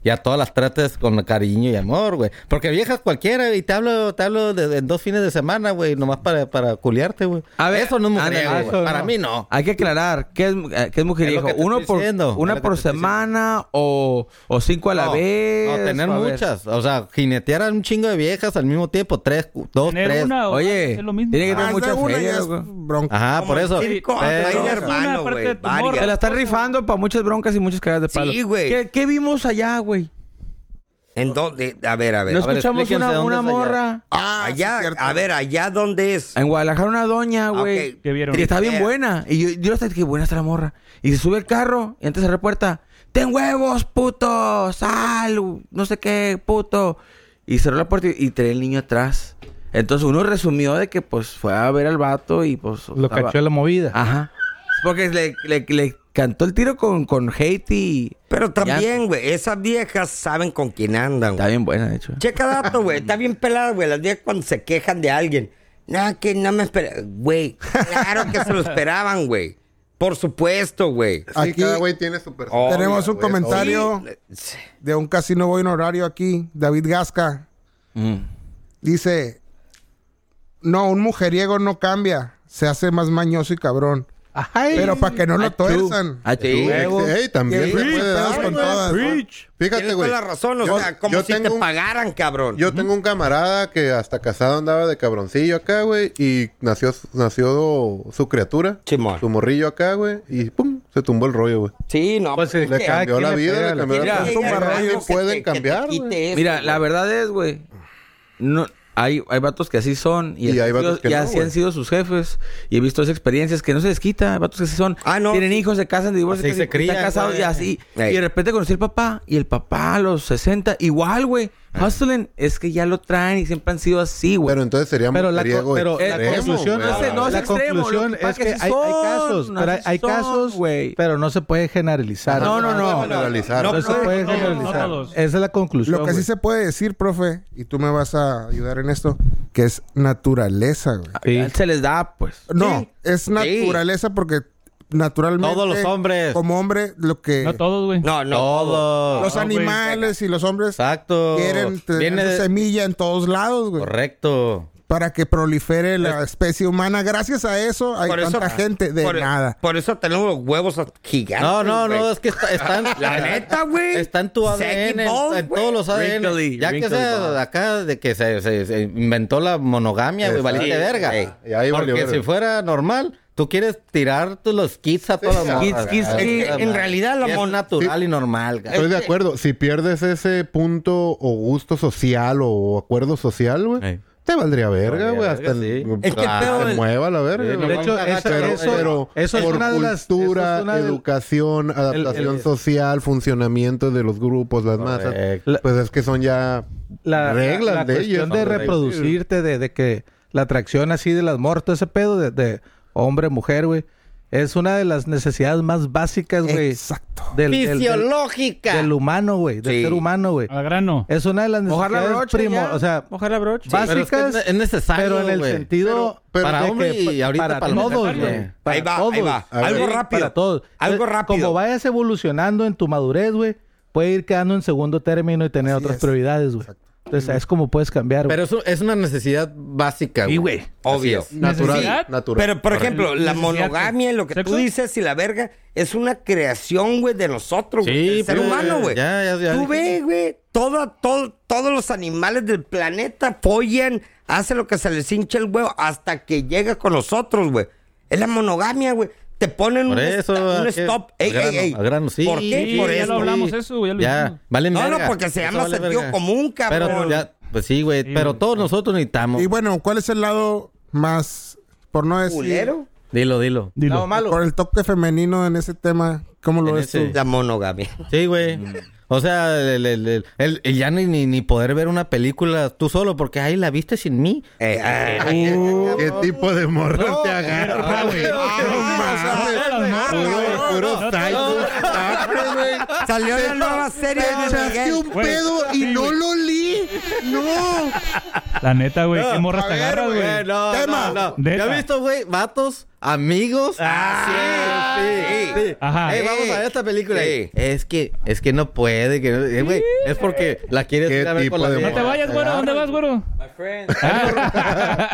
Speaker 8: Y a todas las trates con cariño y amor, güey. Porque viejas cualquiera, y te hablo, te hablo de, de dos fines de semana, güey, nomás para, para culiarte, güey.
Speaker 1: A ver,
Speaker 8: eso no es
Speaker 1: ándale,
Speaker 8: mujeriego,
Speaker 1: ah,
Speaker 8: güey.
Speaker 1: eso
Speaker 8: Para
Speaker 1: no.
Speaker 8: mí no.
Speaker 1: Hay que aclarar qué es, eh, qué es mujeriego.
Speaker 8: Es lo que te
Speaker 1: Uno
Speaker 8: estoy
Speaker 1: por,
Speaker 8: diciendo, es
Speaker 1: una
Speaker 8: lo que
Speaker 1: por
Speaker 8: te estoy
Speaker 1: semana o, o cinco a la
Speaker 8: No,
Speaker 1: vez.
Speaker 8: No, tener
Speaker 1: a ver.
Speaker 8: muchas. O sea, jinetear a un chingo de viejas al mismo tiempo. Tres, cu- dos, tres.
Speaker 4: Tener una o
Speaker 1: Oye,
Speaker 4: es lo mismo.
Speaker 1: tiene que tener
Speaker 3: Más de
Speaker 1: muchas
Speaker 3: una ya
Speaker 1: feas,
Speaker 3: es
Speaker 1: güey.
Speaker 3: bronca.
Speaker 8: Ajá, por eso.
Speaker 6: Sí, con-
Speaker 8: Pero-
Speaker 6: ahí de
Speaker 4: Una
Speaker 6: hermano,
Speaker 4: parte
Speaker 6: güey,
Speaker 4: de tu
Speaker 6: varias.
Speaker 4: morra.
Speaker 1: Se la está rifando para muchas broncas y muchas cagadas de
Speaker 6: Sí,
Speaker 1: palo.
Speaker 6: güey.
Speaker 1: ¿Qué, qué vimos allá, güey?
Speaker 6: ¿En dónde? A ver, a ver.
Speaker 1: No
Speaker 8: ver,
Speaker 1: escuchamos una,
Speaker 8: explíquense dónde
Speaker 1: una
Speaker 8: es allá.
Speaker 1: morra.
Speaker 3: Ah, sí,
Speaker 6: allá,
Speaker 3: cierto.
Speaker 6: a ver, allá dónde es.
Speaker 1: En Guadalajara una doña,
Speaker 6: Ah,
Speaker 1: güey.
Speaker 6: ok. Eh.
Speaker 4: ¿Qué vieron?
Speaker 1: Y está bien
Speaker 6: Tripea.
Speaker 1: buena. Y yo, yo hasta que buena está la morra. Y se sube el carro y antes de cerrar puerta. ¡Ten huevos, puto! ¡Sal! No sé qué, puto. Y cerró la puerta y, y traía el niño atrás. Entonces uno resumió de que pues fue a ver al vato y pues.
Speaker 7: Lo
Speaker 1: estaba-
Speaker 7: cachó la movida.
Speaker 1: Ajá. Porque le, le- le cantó el tiro con, con hate y.
Speaker 6: Pero
Speaker 1: Ya.
Speaker 6: también, güey, esas viejas saben con quién andan,
Speaker 1: Está
Speaker 6: güey.
Speaker 1: bien buena, de hecho.
Speaker 6: Checa dato, güey. Está bien pelada, güey. Las viejas cuando se quejan de alguien. Nada, que no me esperaba. Güey, claro que se lo esperaban, güey. Por supuesto, güey.
Speaker 5: Ah, Sí,
Speaker 3: Aquí-
Speaker 5: cada güey tiene su persona.
Speaker 6: Oh,
Speaker 3: Tenemos un
Speaker 5: güey,
Speaker 3: comentario de un casino voy en horario aquí, David Gasca. Dice, no, un mujeriego no cambia, se hace más mañoso y cabrón.
Speaker 7: Ay,
Speaker 3: Pero para que no lo tuerzan.
Speaker 1: Ah, sí.
Speaker 5: obvio. Ey, también
Speaker 3: Sí,
Speaker 5: se puede
Speaker 3: pedos
Speaker 5: dar,
Speaker 3: con
Speaker 5: güey.
Speaker 3: todas.
Speaker 5: Fíjate,
Speaker 6: Tienes toda
Speaker 5: güey.
Speaker 6: la razón. O
Speaker 5: Yo-
Speaker 6: sea, como
Speaker 5: yo
Speaker 6: si te
Speaker 5: tengo un-
Speaker 6: pagaran, cabrón.
Speaker 5: Yo tengo un camarada que hasta casado andaba de cabroncillo acá, güey, y nació, nació su criatura,
Speaker 6: Simón.
Speaker 5: su morrillo acá, güey, y pum, se tumbó el rollo, güey.
Speaker 6: Sí, no.
Speaker 7: Pues,
Speaker 6: es
Speaker 7: le
Speaker 6: que-
Speaker 7: Cada
Speaker 5: Cambió
Speaker 7: quien
Speaker 5: la
Speaker 7: le pega
Speaker 5: vida,
Speaker 7: a
Speaker 5: le
Speaker 7: la-
Speaker 5: cambió
Speaker 6: Mira,
Speaker 5: la
Speaker 6: llega el
Speaker 5: vida.
Speaker 6: año
Speaker 5: Ellos
Speaker 6: que te-
Speaker 5: pueden
Speaker 6: que te
Speaker 5: cambiar,
Speaker 6: quite
Speaker 5: güey.
Speaker 6: eso,
Speaker 1: Mira,
Speaker 6: güey.
Speaker 1: la verdad es, güey. No, hay, hay vatos que así son y,
Speaker 5: Y
Speaker 1: así
Speaker 5: hay
Speaker 1: han sido-
Speaker 5: vatos que
Speaker 1: y
Speaker 5: no,
Speaker 1: así
Speaker 5: güey.
Speaker 1: han sido sus jefes. Y he visto esas experiencias que no se les quita. Hay vatos que así son.
Speaker 6: Ah, no,
Speaker 1: Tienen
Speaker 6: sí.
Speaker 1: hijos, se casan, divorcian,
Speaker 8: Así
Speaker 1: que
Speaker 8: se crían,
Speaker 1: están casados y
Speaker 8: güey.
Speaker 1: así.
Speaker 6: Ey.
Speaker 1: Y de repente conocí al papá y el papá a los 60. Igual, güey. Hustlen es que ya lo traen y siempre han sido así, güey.
Speaker 5: Pero entonces sería
Speaker 7: Pero la,
Speaker 5: mujeriego
Speaker 7: co- pero la
Speaker 5: extremo,
Speaker 7: conclusión,
Speaker 5: güey.
Speaker 1: no es- no es
Speaker 7: la
Speaker 1: extremo,
Speaker 7: conclusión
Speaker 1: lo que pasa
Speaker 7: es
Speaker 1: que
Speaker 7: que hay,
Speaker 1: sí
Speaker 7: hay
Speaker 1: son,
Speaker 7: casos,
Speaker 1: no,
Speaker 7: pero hay,
Speaker 1: sí
Speaker 7: hay
Speaker 1: son,
Speaker 7: casos,
Speaker 1: güey.
Speaker 7: pero no se puede generalizar.
Speaker 1: no, no, no.
Speaker 5: Generalizar.
Speaker 7: No
Speaker 6: No,
Speaker 7: se puede
Speaker 4: no, no
Speaker 7: generalizar.
Speaker 4: todos.
Speaker 7: Esa es la conclusión.
Speaker 3: Lo que sí
Speaker 7: güey.
Speaker 3: se puede decir, profe, y tú me vas a ayudar en esto, que es naturaleza, güey.
Speaker 7: Sí.
Speaker 1: Se les da, pues.
Speaker 3: No, es naturaleza porque naturalmente...
Speaker 8: Todos los hombres.
Speaker 3: Como hombre, lo que...
Speaker 4: No todos, güey.
Speaker 6: No, no.
Speaker 8: Todo.
Speaker 3: los
Speaker 4: no, güey.
Speaker 3: animales y los hombres
Speaker 8: Exacto.
Speaker 3: quieren tener
Speaker 8: Viene
Speaker 3: su
Speaker 8: de-
Speaker 3: semilla en todos lados, güey.
Speaker 8: Correcto.
Speaker 3: para que prolifere la especie humana. Gracias a eso hay
Speaker 6: Por eso-
Speaker 3: tanta gente de
Speaker 6: por- e-
Speaker 3: nada.
Speaker 6: Por eso tenemos los huevos gigantes.
Speaker 8: No, no, no,
Speaker 6: güey.
Speaker 8: es que está, está en,
Speaker 6: La neta, güey.
Speaker 8: Está en tu ADN,
Speaker 6: Second
Speaker 8: en-
Speaker 6: bone,
Speaker 8: en
Speaker 6: güey.
Speaker 8: todos los ADN.
Speaker 1: Wrinkly,
Speaker 8: ya que
Speaker 1: wrinkly bone.
Speaker 8: sea acá de que se, se- se inventó la monogamia, güey, valiste
Speaker 6: Sí,
Speaker 8: verga.
Speaker 6: güey.
Speaker 5: Y ahí
Speaker 8: Porque
Speaker 5: valió verga.
Speaker 8: si fuera normal, tú quieres tirar tú los kits a todas las
Speaker 1: Kids,
Speaker 8: morras,
Speaker 1: kids,
Speaker 8: güey.
Speaker 1: kids.
Speaker 8: Ah,
Speaker 6: En
Speaker 8: madre.
Speaker 6: realidad, la
Speaker 8: Y es
Speaker 6: mon-
Speaker 8: natural y normal, güey.
Speaker 5: Estoy de acuerdo. Si pierdes ese punto o gusto social o acuerdo social, güey,
Speaker 1: Ey.
Speaker 5: te valdría verga,
Speaker 8: Valdría
Speaker 5: güey.
Speaker 8: verga,
Speaker 5: Hasta el,
Speaker 8: sí.
Speaker 6: Es que el
Speaker 5: hasta
Speaker 6: pedo
Speaker 5: se
Speaker 6: es-
Speaker 5: mueva la verga. güey.
Speaker 8: De hecho,
Speaker 5: Pero-
Speaker 8: eso-
Speaker 5: pero,
Speaker 8: eso-
Speaker 5: pero
Speaker 7: eso es
Speaker 5: por
Speaker 7: una de las- eso es
Speaker 5: cultura,
Speaker 7: una de-
Speaker 5: educación, adaptación
Speaker 7: el-
Speaker 5: social, funcionamiento de los grupos, las masas,
Speaker 8: Correcto.
Speaker 5: pues es que son ya
Speaker 7: la, la-
Speaker 5: reglas
Speaker 7: la
Speaker 5: de ellos.
Speaker 7: cuestión de reproducirte, de, de que la atracción así de las mortas, ese pedo de, de hombre, mujer, güey, es una de las necesidades más básicas, güey.
Speaker 3: Exacto.
Speaker 7: Del, del- del-
Speaker 8: Fisiológica.
Speaker 7: del humano, güey, del
Speaker 6: Sí.
Speaker 7: ser humano, güey.
Speaker 4: Al grano.
Speaker 7: Es una de las
Speaker 1: Mojar la
Speaker 7: necesidades
Speaker 1: brocha
Speaker 7: primo,
Speaker 1: ya.
Speaker 7: o sea,
Speaker 1: Mojar la brocha.
Speaker 8: Pero es que
Speaker 7: básicas,
Speaker 8: es necesario,
Speaker 7: pero en el
Speaker 8: güey.
Speaker 7: sentido
Speaker 5: Pero-
Speaker 7: de
Speaker 8: para
Speaker 7: que
Speaker 8: hombre y
Speaker 7: pa-
Speaker 8: ahorita
Speaker 7: para,
Speaker 8: para los
Speaker 7: todos,
Speaker 8: necesario.
Speaker 7: güey. Para
Speaker 6: Ahí va,
Speaker 7: todos.
Speaker 6: ahí va.
Speaker 5: A ver.
Speaker 6: Algo
Speaker 7: Sí,
Speaker 6: rápido.
Speaker 7: Para todos.
Speaker 6: Algo
Speaker 7: Entonces,
Speaker 6: rápido.
Speaker 7: Como vayas evolucionando en tu madurez, güey, puede ir quedando en segundo término y tener
Speaker 3: Así
Speaker 7: otras
Speaker 3: es.
Speaker 7: prioridades, güey. Entonces, es como puedes cambiar, güey.
Speaker 8: Pero eso es una necesidad básica, güey.
Speaker 7: Sí, güey.
Speaker 6: Obvio.
Speaker 5: natural,
Speaker 4: Necesidad,
Speaker 5: natural.
Speaker 6: Pero, por ejemplo, la
Speaker 4: Necesidad.
Speaker 6: monogamia, lo que tú
Speaker 4: ¿Sexo?
Speaker 6: dices y la verga, es una creación, güey, de nosotros, güey.
Speaker 8: Sí,
Speaker 6: del ser
Speaker 8: pues,
Speaker 6: humano, güey.
Speaker 8: ya, ya, ya
Speaker 6: Tú
Speaker 8: dije.
Speaker 6: ves, güey, todo, todo- todos los animales del planeta follan, hacen lo que se les hincha el huevo hasta que llega con nosotros, güey. Es la monogamia, güey. Te ponen
Speaker 8: Por
Speaker 6: un,
Speaker 8: eso,
Speaker 6: esta- un
Speaker 8: ¿a qué?
Speaker 6: stop. Ey,
Speaker 8: Al grano,
Speaker 6: ey, ey.
Speaker 8: al grano, sí.
Speaker 6: ¿Por qué?
Speaker 4: Sí,
Speaker 6: por
Speaker 4: ya
Speaker 6: eso.
Speaker 4: lo hablamos eso, güey, ya lo
Speaker 8: Ya,
Speaker 4: dijimos.
Speaker 8: valen
Speaker 6: No, no,
Speaker 8: verga.
Speaker 6: porque se
Speaker 8: Eso
Speaker 6: llama sentido común, cabrón.
Speaker 8: Pero ya, pues sí, güey. pero todos nosotros necesitamos.
Speaker 3: Y bueno, ¿cuál es el lado más, por no decir,
Speaker 6: Culero.
Speaker 8: Dilo, dilo.
Speaker 4: Dilo.
Speaker 3: por el toque femenino en ese tema? ¿Cómo lo
Speaker 8: En
Speaker 3: ves
Speaker 8: ese-
Speaker 3: tú?
Speaker 6: La monogamia.
Speaker 8: Sí, güey.
Speaker 4: Mm.
Speaker 8: O sea, el, el- el- el- el ya ni, ni, ni poder ver una película tú solo porque ahí la viste sin mí.
Speaker 6: Eh, ah,
Speaker 5: ¿Qué tipo de morras te agarra, güey?
Speaker 4: No,
Speaker 5: Puro
Speaker 4: no,
Speaker 5: psycho, sacre, güey.
Speaker 6: Salió la nueva serie de Miguel.
Speaker 4: Güey,
Speaker 3: Pues,
Speaker 4: Pues, sí, güey.
Speaker 5: lo li. No.
Speaker 4: La neta, güey, qué morras te agarras,
Speaker 8: Eh,
Speaker 4: güey.
Speaker 8: no,
Speaker 3: Tema.
Speaker 8: no, no.
Speaker 4: Neta.
Speaker 8: ¿Ya has visto, güey? Vatos, amigos. Ah, sí, sí, sí.
Speaker 4: Ajá.
Speaker 8: Eh, vamos a ver esta película.
Speaker 6: Sí.
Speaker 8: Es que, es que no puede, que no- eh, güey, es porque la quieres
Speaker 5: ¿Qué
Speaker 8: ir a ver
Speaker 5: tipo
Speaker 8: con la
Speaker 5: de
Speaker 8: amiga.
Speaker 4: No te vayas, güero. ¿Dónde vas, güero?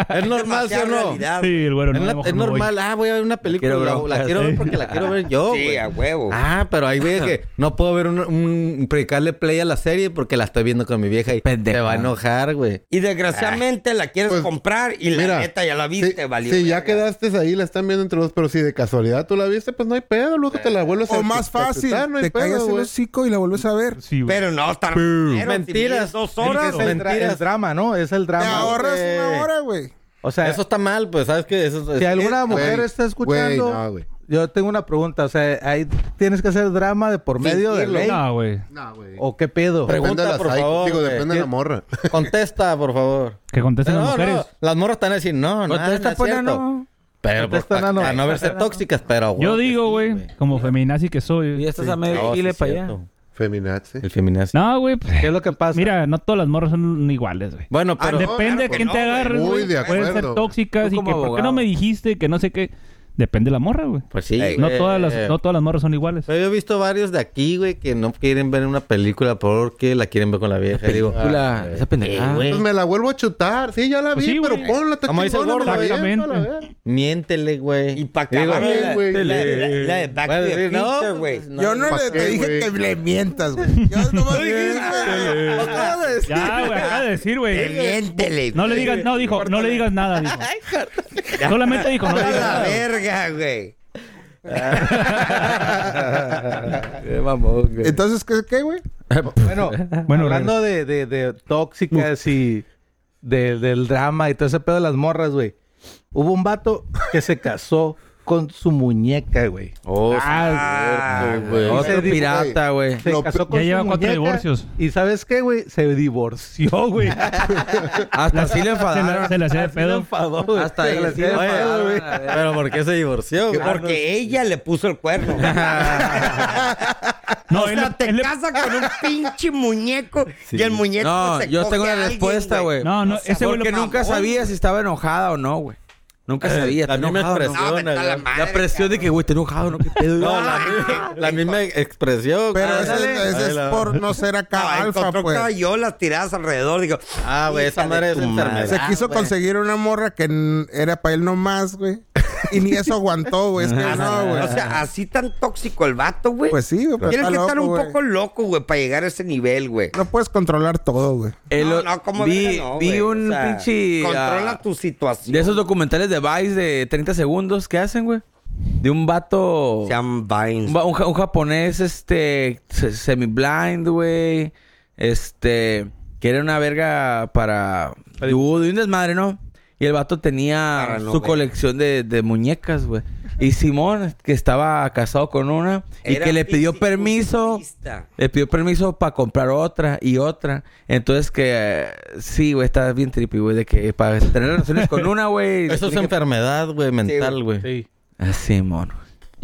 Speaker 8: Es normal, ¿sí o
Speaker 6: Demasiada
Speaker 8: no?
Speaker 6: realidad,
Speaker 4: Sí, el güero.
Speaker 8: Es,
Speaker 4: no,
Speaker 8: la-
Speaker 4: mejor
Speaker 8: es
Speaker 4: no voy.
Speaker 8: normal, ah, voy a ver una película,
Speaker 1: quiero
Speaker 8: la-
Speaker 1: broncas,
Speaker 8: la, quiero ver
Speaker 1: sí.
Speaker 8: porque la quiero ver yo,
Speaker 6: Sí,
Speaker 8: güey.
Speaker 6: a huevo.
Speaker 8: Ah, pero hay veces que no puedo ver un, un- predicarle play a la serie porque la estoy viendo con mi vieja y
Speaker 1: Pendejo.
Speaker 8: te va a enojar, güey.
Speaker 6: Y desgraciadamente la quieres
Speaker 5: Pues,
Speaker 6: comprar y la
Speaker 5: mira,
Speaker 6: neta ya la viste,
Speaker 5: si,
Speaker 6: valió.
Speaker 5: si ya
Speaker 6: verga.
Speaker 5: quedaste ahí, la están viendo entre dos, pero si de casualidad tú la viste, pues no hay pedo, luego te la vuelves
Speaker 3: O
Speaker 5: a-
Speaker 3: más
Speaker 5: a- a-
Speaker 3: fácil,
Speaker 5: ah, no hay
Speaker 3: te callas
Speaker 5: pedo,
Speaker 3: el
Speaker 5: güey.
Speaker 3: hocico y la vuelves a ver.
Speaker 4: Sí, güey.
Speaker 6: Pero no, está
Speaker 8: Mentiras.
Speaker 6: Dos
Speaker 8: Mentiras.
Speaker 6: horas.
Speaker 7: Es el, dra- el drama, ¿no? Es el
Speaker 3: Te
Speaker 7: drama.
Speaker 3: ahorras
Speaker 7: güey.
Speaker 3: una hora, güey.
Speaker 7: O sea,
Speaker 8: Eso está mal, pues, ¿sabes qué? Eso,
Speaker 7: si
Speaker 8: es-
Speaker 7: alguna mujer
Speaker 5: Güey,
Speaker 7: está
Speaker 5: güey,
Speaker 7: escuchando,
Speaker 5: no, güey.
Speaker 7: yo tengo una pregunta. O sea, ahí tienes que hacer drama de por medio de ley.
Speaker 4: No, güey.
Speaker 5: No, güey.
Speaker 7: ¿O qué pedo?
Speaker 8: Pero-
Speaker 5: Depende de
Speaker 8: Pregunta,
Speaker 5: la
Speaker 8: por
Speaker 5: psycho,
Speaker 8: favor,
Speaker 5: digo,
Speaker 8: güey.
Speaker 5: depende de la
Speaker 8: ¿Qué-
Speaker 5: morra.
Speaker 8: Contesta, por favor.
Speaker 4: Que contesten
Speaker 8: No,
Speaker 4: las
Speaker 8: no,
Speaker 4: mujeres.
Speaker 8: las morras están a decir, no, no, no es
Speaker 1: Contesta, pues,
Speaker 8: cierto.
Speaker 1: no.
Speaker 8: Pero
Speaker 7: Contesta,
Speaker 8: para,
Speaker 7: no, no.
Speaker 8: para no verse tóxicas, pero
Speaker 4: Yo
Speaker 8: wow, que
Speaker 4: digo,
Speaker 8: sí,
Speaker 4: güey, como feminazi que soy.
Speaker 1: Y estás a medio
Speaker 8: No, sí
Speaker 1: chile
Speaker 8: es
Speaker 1: para
Speaker 8: cierto.
Speaker 1: allá.
Speaker 5: Feminazi.
Speaker 8: El feminazi.
Speaker 4: No, güey. pues,
Speaker 7: ¿Qué es lo que pasa?
Speaker 4: Mira, no todas las morras son iguales, güey.
Speaker 8: Bueno,
Speaker 5: no,
Speaker 8: pero
Speaker 4: Depende
Speaker 5: claro
Speaker 4: de
Speaker 5: que
Speaker 4: quién
Speaker 5: no,
Speaker 4: te
Speaker 5: güey.
Speaker 4: agarres,
Speaker 5: Muy
Speaker 4: güey.
Speaker 5: de
Speaker 4: Pueden ser
Speaker 5: acuerdo.
Speaker 4: tóxicas
Speaker 1: Tú
Speaker 4: y
Speaker 1: como
Speaker 4: que por qué no
Speaker 1: abogado.
Speaker 4: me dijiste que no sé qué. Depende de la morra, güey.
Speaker 8: pues sí.
Speaker 4: No
Speaker 8: güey.
Speaker 4: todas las no todas las morras son iguales.
Speaker 8: Pero yo he visto varios de aquí, güey, que no quieren ver una película porque la quieren ver con la vieja. Y digo,
Speaker 1: Película, esa
Speaker 8: eh,
Speaker 1: pendejada.
Speaker 8: güey.
Speaker 5: Pues me la vuelvo a chutar. Sí, ya la vi,
Speaker 4: Pues sí,
Speaker 5: pero
Speaker 4: güey.
Speaker 5: ponla. está
Speaker 8: Como dice el
Speaker 5: chingona, me la
Speaker 4: gordo,
Speaker 5: aviento,
Speaker 4: exactamente.
Speaker 5: la verga.
Speaker 8: miéntele, güey.
Speaker 6: Y pa'
Speaker 8: Digo,
Speaker 6: acabar la,
Speaker 5: güey.
Speaker 6: la- la- la de Back
Speaker 8: Bueno,
Speaker 6: to the
Speaker 8: sí, no,
Speaker 6: Future,
Speaker 8: pues,
Speaker 6: güey.
Speaker 8: no.
Speaker 3: Yo no
Speaker 5: ¿pa'
Speaker 3: le
Speaker 5: qué,
Speaker 3: te dije
Speaker 5: güey?
Speaker 3: que le mientas, güey. Yo nomás "Ah".
Speaker 6: Miéntele.
Speaker 3: dije,
Speaker 4: Ya, güey, acaba de decir,
Speaker 6: Eh,
Speaker 4: güey.
Speaker 6: Miéntele.
Speaker 4: No le
Speaker 6: güey.
Speaker 4: digas, no dijo, no le digas nada, dijo. Solamente dijo, no le
Speaker 6: A
Speaker 4: digas
Speaker 6: la
Speaker 4: nada.
Speaker 6: verga, güey.
Speaker 1: Eh, vamos, güey.
Speaker 3: Entonces, ¿qué, qué, güey?
Speaker 7: Bueno,
Speaker 4: Bueno,
Speaker 7: hablando de, de, de tóxicas y de- del drama y todo ese pedo de las morras, güey. Hubo un vato que se casó con su muñeca, güey.
Speaker 1: Oh,
Speaker 6: Ah,
Speaker 1: güey.
Speaker 7: güey.
Speaker 1: Otro
Speaker 7: Ey,
Speaker 1: pirata, güey.
Speaker 7: Se
Speaker 5: Lo
Speaker 7: casó
Speaker 4: pe-
Speaker 7: con
Speaker 4: ya
Speaker 7: su
Speaker 4: lleva cuatro
Speaker 7: muñeca
Speaker 4: divorcios.
Speaker 7: Y ¿sabes qué, güey? Se divorció, güey.
Speaker 1: Hasta así le
Speaker 4: Se
Speaker 1: enfadaron.
Speaker 4: la- Se le hacía de
Speaker 6: Ah,
Speaker 7: Así le
Speaker 4: pedo.
Speaker 7: enfadó, güey.
Speaker 1: Hasta ahí,
Speaker 7: Se le
Speaker 1: sí,
Speaker 7: hacía
Speaker 1: oye,
Speaker 7: enfadado, güey.
Speaker 1: güey.
Speaker 8: Pero ¿por qué se divorció? güey?
Speaker 6: Porque ella le puso el cuerno. güey.
Speaker 4: No,
Speaker 6: o
Speaker 4: él
Speaker 6: sea,
Speaker 4: le-
Speaker 6: te
Speaker 4: él le-
Speaker 6: casa con un pinche muñeco y el muñeco
Speaker 1: No,
Speaker 6: se
Speaker 1: yo
Speaker 6: coge
Speaker 1: tengo
Speaker 6: a
Speaker 1: la
Speaker 6: alguien,
Speaker 1: respuesta, güey.
Speaker 4: No, no,
Speaker 6: O sea,
Speaker 4: ese güey Eh, lo
Speaker 1: Porque nunca
Speaker 6: mamón.
Speaker 1: sabía si estaba enojada o no, güey. Nunca sabía.
Speaker 8: La
Speaker 1: está
Speaker 8: misma
Speaker 1: enojado, ¿no?
Speaker 8: expresión.
Speaker 6: No, vete a la
Speaker 8: güey.
Speaker 6: madre.
Speaker 1: La presión de que, güey, te enojado, ¿no? ¿Qué pedo?
Speaker 8: No, la, la misma expresión.
Speaker 3: Pero
Speaker 8: güey.
Speaker 3: ese, ese
Speaker 8: Ay,
Speaker 3: es
Speaker 8: Ah, la-
Speaker 3: por no ser acá
Speaker 6: Ah,
Speaker 3: alfa,
Speaker 6: encontró
Speaker 3: pues.
Speaker 6: caballolas tiradas alrededor. Digo,
Speaker 8: Ah, güey, esa
Speaker 6: Hija
Speaker 8: madre
Speaker 6: de
Speaker 8: es
Speaker 6: tu madre.
Speaker 8: enfermedad.
Speaker 3: Se quiso
Speaker 8: güey.
Speaker 3: conseguir una morra que n- era para él nomás, güey. Y ni eso aguantó, güey. Es que no, güey.
Speaker 6: Ah, o sea, así tan tóxico el vato, güey.
Speaker 3: Pues sí, güey. pero
Speaker 6: Tienes
Speaker 3: está
Speaker 6: que estar
Speaker 3: loco,
Speaker 6: un
Speaker 3: güey.
Speaker 6: poco loco, güey, para llegar a ese nivel, güey.
Speaker 3: No puedes controlar todo, güey.
Speaker 1: El
Speaker 6: no,
Speaker 1: o-
Speaker 6: no, como
Speaker 1: vi,
Speaker 6: verga, no,
Speaker 1: vi
Speaker 6: güey.
Speaker 1: un
Speaker 6: O sea,
Speaker 1: pinche.
Speaker 6: Controla
Speaker 1: ah,
Speaker 6: tu situación.
Speaker 1: De esos documentales de Vice de 30 segundos que hacen, güey. De un vato.
Speaker 6: Sean
Speaker 1: Un,
Speaker 6: Vines.
Speaker 1: va- un ja- un japonés, este, se- semi-blind, güey. Este, que era una verga para... De un de un desmadre, ¿no? Y el vato tenía
Speaker 6: Para no
Speaker 1: su
Speaker 6: ver.
Speaker 1: colección de, de muñecas, güey. Y Simón, que estaba casado con una, y
Speaker 6: Era
Speaker 1: que le pidió
Speaker 6: físico
Speaker 1: permiso...
Speaker 6: culturista.
Speaker 1: Le pidió permiso para comprar otra y otra. Entonces que... eh, Sí, güey, está bien trippy, güey, de que para tener relaciones con una, güey...
Speaker 8: Eso es
Speaker 1: tiene que-
Speaker 8: enfermedad, güey, mental, güey.
Speaker 7: Sí.
Speaker 1: Así, mono.